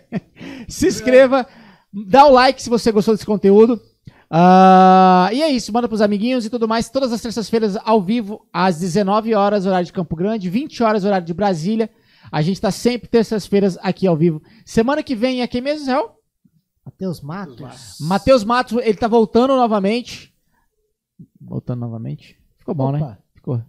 Speaker 1: se inscreva, dá o like se você gostou desse conteúdo. Ah, e é isso, manda pros amiguinhos e tudo mais. Todas as terças-feiras ao vivo, às 19 horas, horário de Campo Grande, 20 horas, horário de Brasília. A gente tá sempre terças-feiras aqui ao vivo. Semana que vem é quem mesmo, Israel?
Speaker 2: Matheus Matos.
Speaker 1: Matheus Matos, ele tá voltando novamente. Voltando novamente? Ficou bom, né?
Speaker 2: Opa.
Speaker 1: Ficou.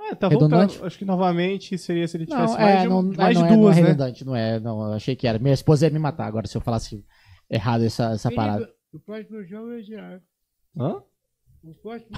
Speaker 3: Ah, tá
Speaker 1: Redundante?
Speaker 3: voltando. Acho que novamente seria se ele tivesse
Speaker 1: Não,
Speaker 3: mais,
Speaker 1: é,
Speaker 3: de,
Speaker 1: não,
Speaker 3: mais
Speaker 1: não
Speaker 3: de
Speaker 1: é-
Speaker 3: duas,
Speaker 1: não é
Speaker 3: né?
Speaker 1: redundante, não é, não, eu achei que era. Minha esposa ia me matar agora se eu falasse errado essa, essa parada.
Speaker 4: O próximo jogo é Israel.
Speaker 3: Hã?
Speaker 4: O
Speaker 1: [LAUGHS]
Speaker 4: próximo.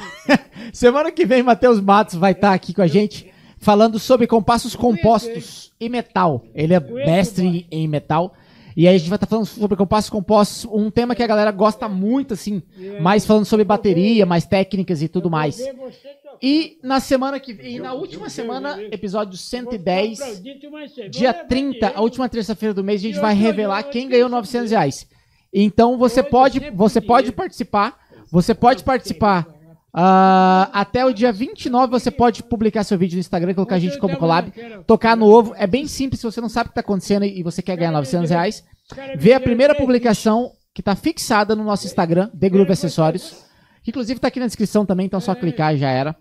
Speaker 1: Semana que vem, Matheus Matos vai estar aqui com a gente falando sobre compassos compostos e metal. Ele é mestre em metal. E aí a gente vai estar falando sobre compassos compostos, um tema que a galera
Speaker 4: É.
Speaker 1: gosta muito, assim, mais falando sobre bateria, mais técnicas e tudo mais.
Speaker 4: Eu vou ver você tocar.
Speaker 1: E na semana que e na última semana, episódio
Speaker 4: Vou
Speaker 1: 110,
Speaker 4: aplaudir mais cedo.
Speaker 1: Dia
Speaker 4: Vou levar
Speaker 1: 30,
Speaker 4: dinheiro.
Speaker 1: a última terça-feira do mês, a gente vai revelar quem ganhou 900 reais. Então você
Speaker 4: Hoje
Speaker 1: pode,
Speaker 4: sempre
Speaker 1: você pode
Speaker 4: dinheiro.
Speaker 1: participar, você pode participar ah, até o dia 29, você pode publicar seu vídeo no Instagram, colocar a
Speaker 4: é
Speaker 1: gente como collab, tocar no ovo, é bem simples, se você não sabe o que tá acontecendo e você quer ganhar 900 reais,
Speaker 4: é
Speaker 1: vê a primeira publicação que tá fixada no nosso Instagram, The Groove Acessórios, que inclusive tá aqui na descrição também, então é só clicar e já era.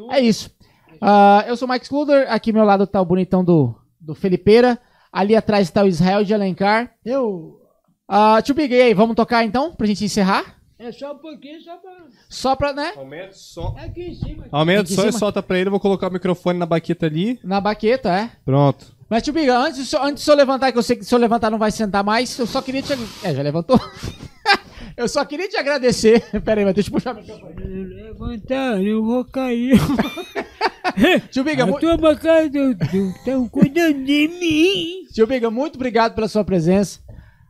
Speaker 4: um.
Speaker 1: É isso. Ah, eu sou o Mike Scluder, aqui ao meu lado tá o bonitão do, do Felipeira. Ali atrás tá o Israel de Alencar.
Speaker 2: Eu.
Speaker 1: Ah, tio Big, e aí, vamos tocar então, pra gente encerrar?
Speaker 4: É só um pouquinho, só pra. tá
Speaker 1: Só pra, né?
Speaker 3: Aumenta o som.
Speaker 4: Aqui em cima.
Speaker 3: Aumenta o
Speaker 1: Aqui em
Speaker 3: som e
Speaker 1: cima.
Speaker 3: solta pra ele. Eu vou colocar o microfone na baqueta ali.
Speaker 1: Na baqueta, é.
Speaker 3: Pronto.
Speaker 1: Mas, tio Big, antes, do senhor- antes de eu levantar, que eu sei que se eu levantar não vai sentar mais, eu só queria te. ag- É, já levantou? [LAUGHS] eu só queria te agradecer. [LAUGHS] Pera aí, mas deixa eu puxar o microfone.
Speaker 4: Eu Levantar, eu vou
Speaker 1: [LAUGHS]
Speaker 4: cair.
Speaker 1: Tio Biga,
Speaker 4: A
Speaker 1: mu-
Speaker 4: turma cai do. Estão cuidando de mim.
Speaker 1: tio Biga, muito obrigado pela sua presença.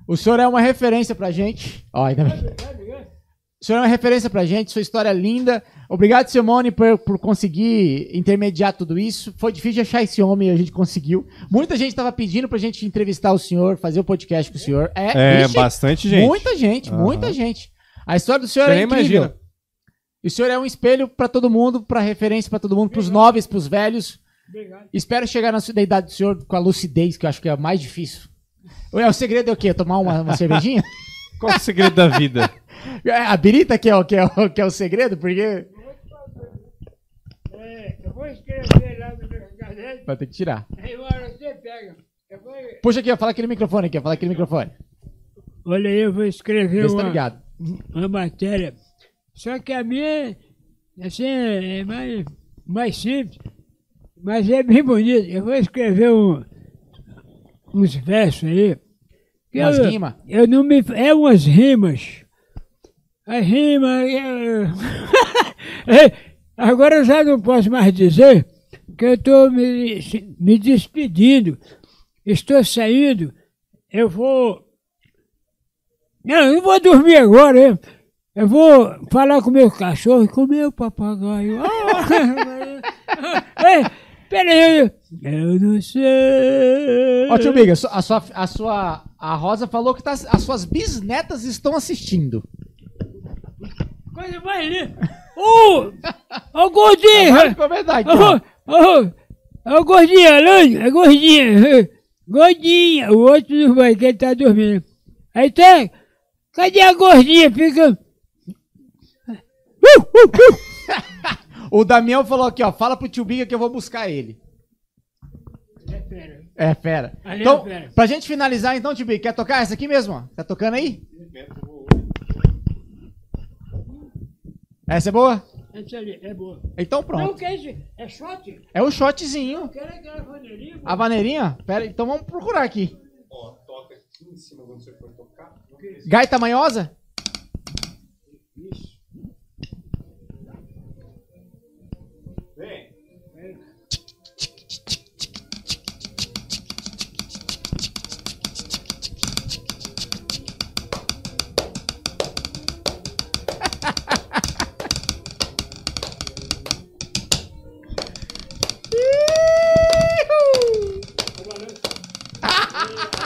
Speaker 1: O senhor é uma referência pra gente. Ó, ainda bem. O senhor é uma referência pra gente, sua história é linda. Obrigado, Simone, por, por conseguir intermediar tudo isso. Foi difícil achar esse homem e a gente conseguiu. Muita gente tava pedindo pra gente entrevistar o senhor, fazer o podcast com o senhor. É,
Speaker 3: É,
Speaker 1: ixi,
Speaker 3: bastante gente.
Speaker 1: muita gente,
Speaker 3: Aham.
Speaker 1: muita gente. A história do senhor
Speaker 3: Você
Speaker 1: é
Speaker 3: nem
Speaker 1: incrível.
Speaker 3: imagina.
Speaker 1: E o senhor é um espelho pra todo mundo, pra referência pra todo mundo, pros novos, pros velhos.
Speaker 4: Obrigado.
Speaker 1: Espero chegar na sua- na idade do senhor com a lucidez, que eu acho que é a mais difícil. Ué, o segredo é o quê? Tomar uma- uma cervejinha?
Speaker 3: Qual é o segredo da vida?
Speaker 1: [LAUGHS] É, Habilita que é, o, que, é o, que é o segredo, porque.
Speaker 4: É, eu vou escrever lá no meu caderno.
Speaker 1: Vai ter que tirar.
Speaker 4: Aí uma hora você pega. Eu vou.
Speaker 1: Puxa aqui, ó, fala aquele microfone aqui, ó, fala aquele microfone.
Speaker 4: Olha aí, eu vou
Speaker 1: Vê
Speaker 4: escrever
Speaker 1: se tá
Speaker 4: uma,
Speaker 1: ligado.
Speaker 4: uma matéria. Só que a minha assim, é mais, mais simples, mas é bem bonita. Eu vou escrever um- uns versos aí. que
Speaker 1: Umas
Speaker 4: eu,
Speaker 1: rimas?
Speaker 4: Eu não me, é umas rimas. As rimas. [LAUGHS] eu- É, agora eu já não posso mais dizer que eu estou me, me despedindo. Estou saindo. Eu vou. Não, eu não vou dormir agora, hein? Eu vou falar com o meu cachorro e com o meu papagaio. Ah, é [LAUGHS] Ei, peraí, eu não sei.
Speaker 1: Ó, tio Biga, a sua, a sua. A sua- a Rosa falou que tá- as suas bisnetas estão
Speaker 4: [LAUGHS]
Speaker 1: assistindo.
Speaker 4: Coisa mais linda. Ô, ô
Speaker 1: Tá
Speaker 4: gordinho.
Speaker 1: Vai comentar aqui,
Speaker 4: Ô,
Speaker 1: ó.
Speaker 4: ô, ô é gordinho, Alane, é gordinho. Gordinha, o outro não vai, que ele tá dormindo. Aí tá, cadê a gordinha? Fica. Uh, uh, uh.
Speaker 1: O Damião falou aqui, ó. Fala pro tio Biga que eu vou buscar ele. É fera.
Speaker 4: Ali é
Speaker 1: então,
Speaker 4: fera.
Speaker 1: pra gente finalizar, então, tio Biga, quer tocar essa aqui mesmo? ó? Tá tocando aí? Essa é boa?
Speaker 4: Essa ali é boa.
Speaker 1: Então
Speaker 4: Não,
Speaker 1: pronto.
Speaker 4: que é isso? É shot?
Speaker 1: É um shotzinho.
Speaker 4: Quero aquela bandeirinha.
Speaker 1: A vaneirinha? Pera, então vamos procurar aqui. Gaita manhosa?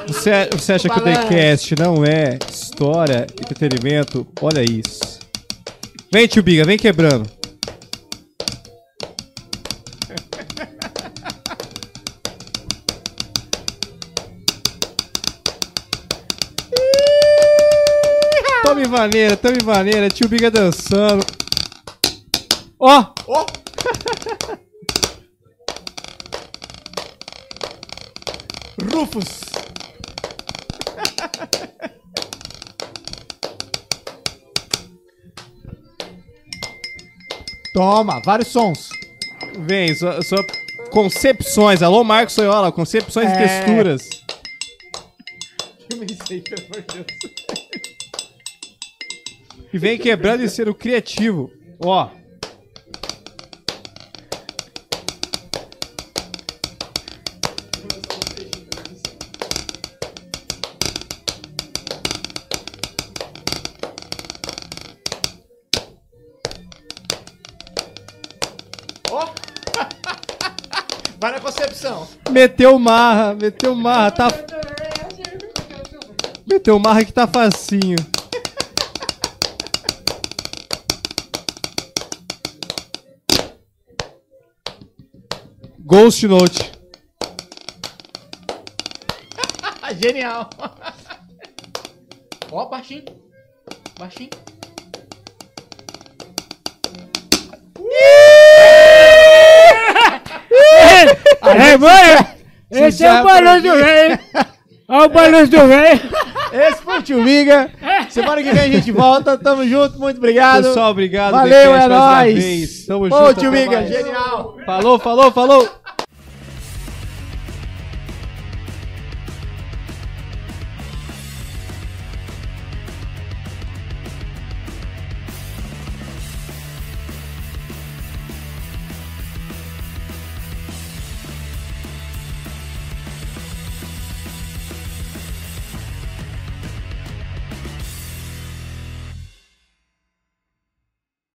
Speaker 3: Você, você acha que o
Speaker 1: Balanço.
Speaker 3: TheCast não é história, entretenimento? Olha isso. Vem, tio Biga, vem quebrando. Tome vaneira, tome vaneira, tio Biga dançando. Ó! [LAUGHS]
Speaker 5: Ó.
Speaker 3: Rufus!
Speaker 1: Toma, vários sons.
Speaker 3: Vem, só, só concepções. Alô, Marcos Soiola, concepções e
Speaker 1: É.
Speaker 3: texturas. E vem quebrando e sendo criativo. Ó.
Speaker 1: Vai na concepção.
Speaker 3: Meteu marra, meteu marra, tá. Meteu marra que tá facinho. Ghost Note.
Speaker 1: Genial. [LAUGHS] Ó, baixinho. Baixinho.
Speaker 4: É, mãe!
Speaker 1: Você
Speaker 4: Esse é
Speaker 1: já
Speaker 4: o balanço do
Speaker 1: aprendeu.
Speaker 4: rei! Olha o balanço do rei!
Speaker 1: Esse foi o Tio Miga. Semana que vem a gente volta. Tamo junto, muito obrigado.
Speaker 3: Pessoal, obrigado.
Speaker 1: Valeu,
Speaker 3: TheCast
Speaker 1: é
Speaker 3: mais uma
Speaker 1: nóis.
Speaker 3: vez. Tamo
Speaker 1: Ô,
Speaker 3: junto.
Speaker 1: Tio
Speaker 3: até
Speaker 1: Miga,
Speaker 3: mais.
Speaker 1: genial.
Speaker 3: Falou, falou, falou.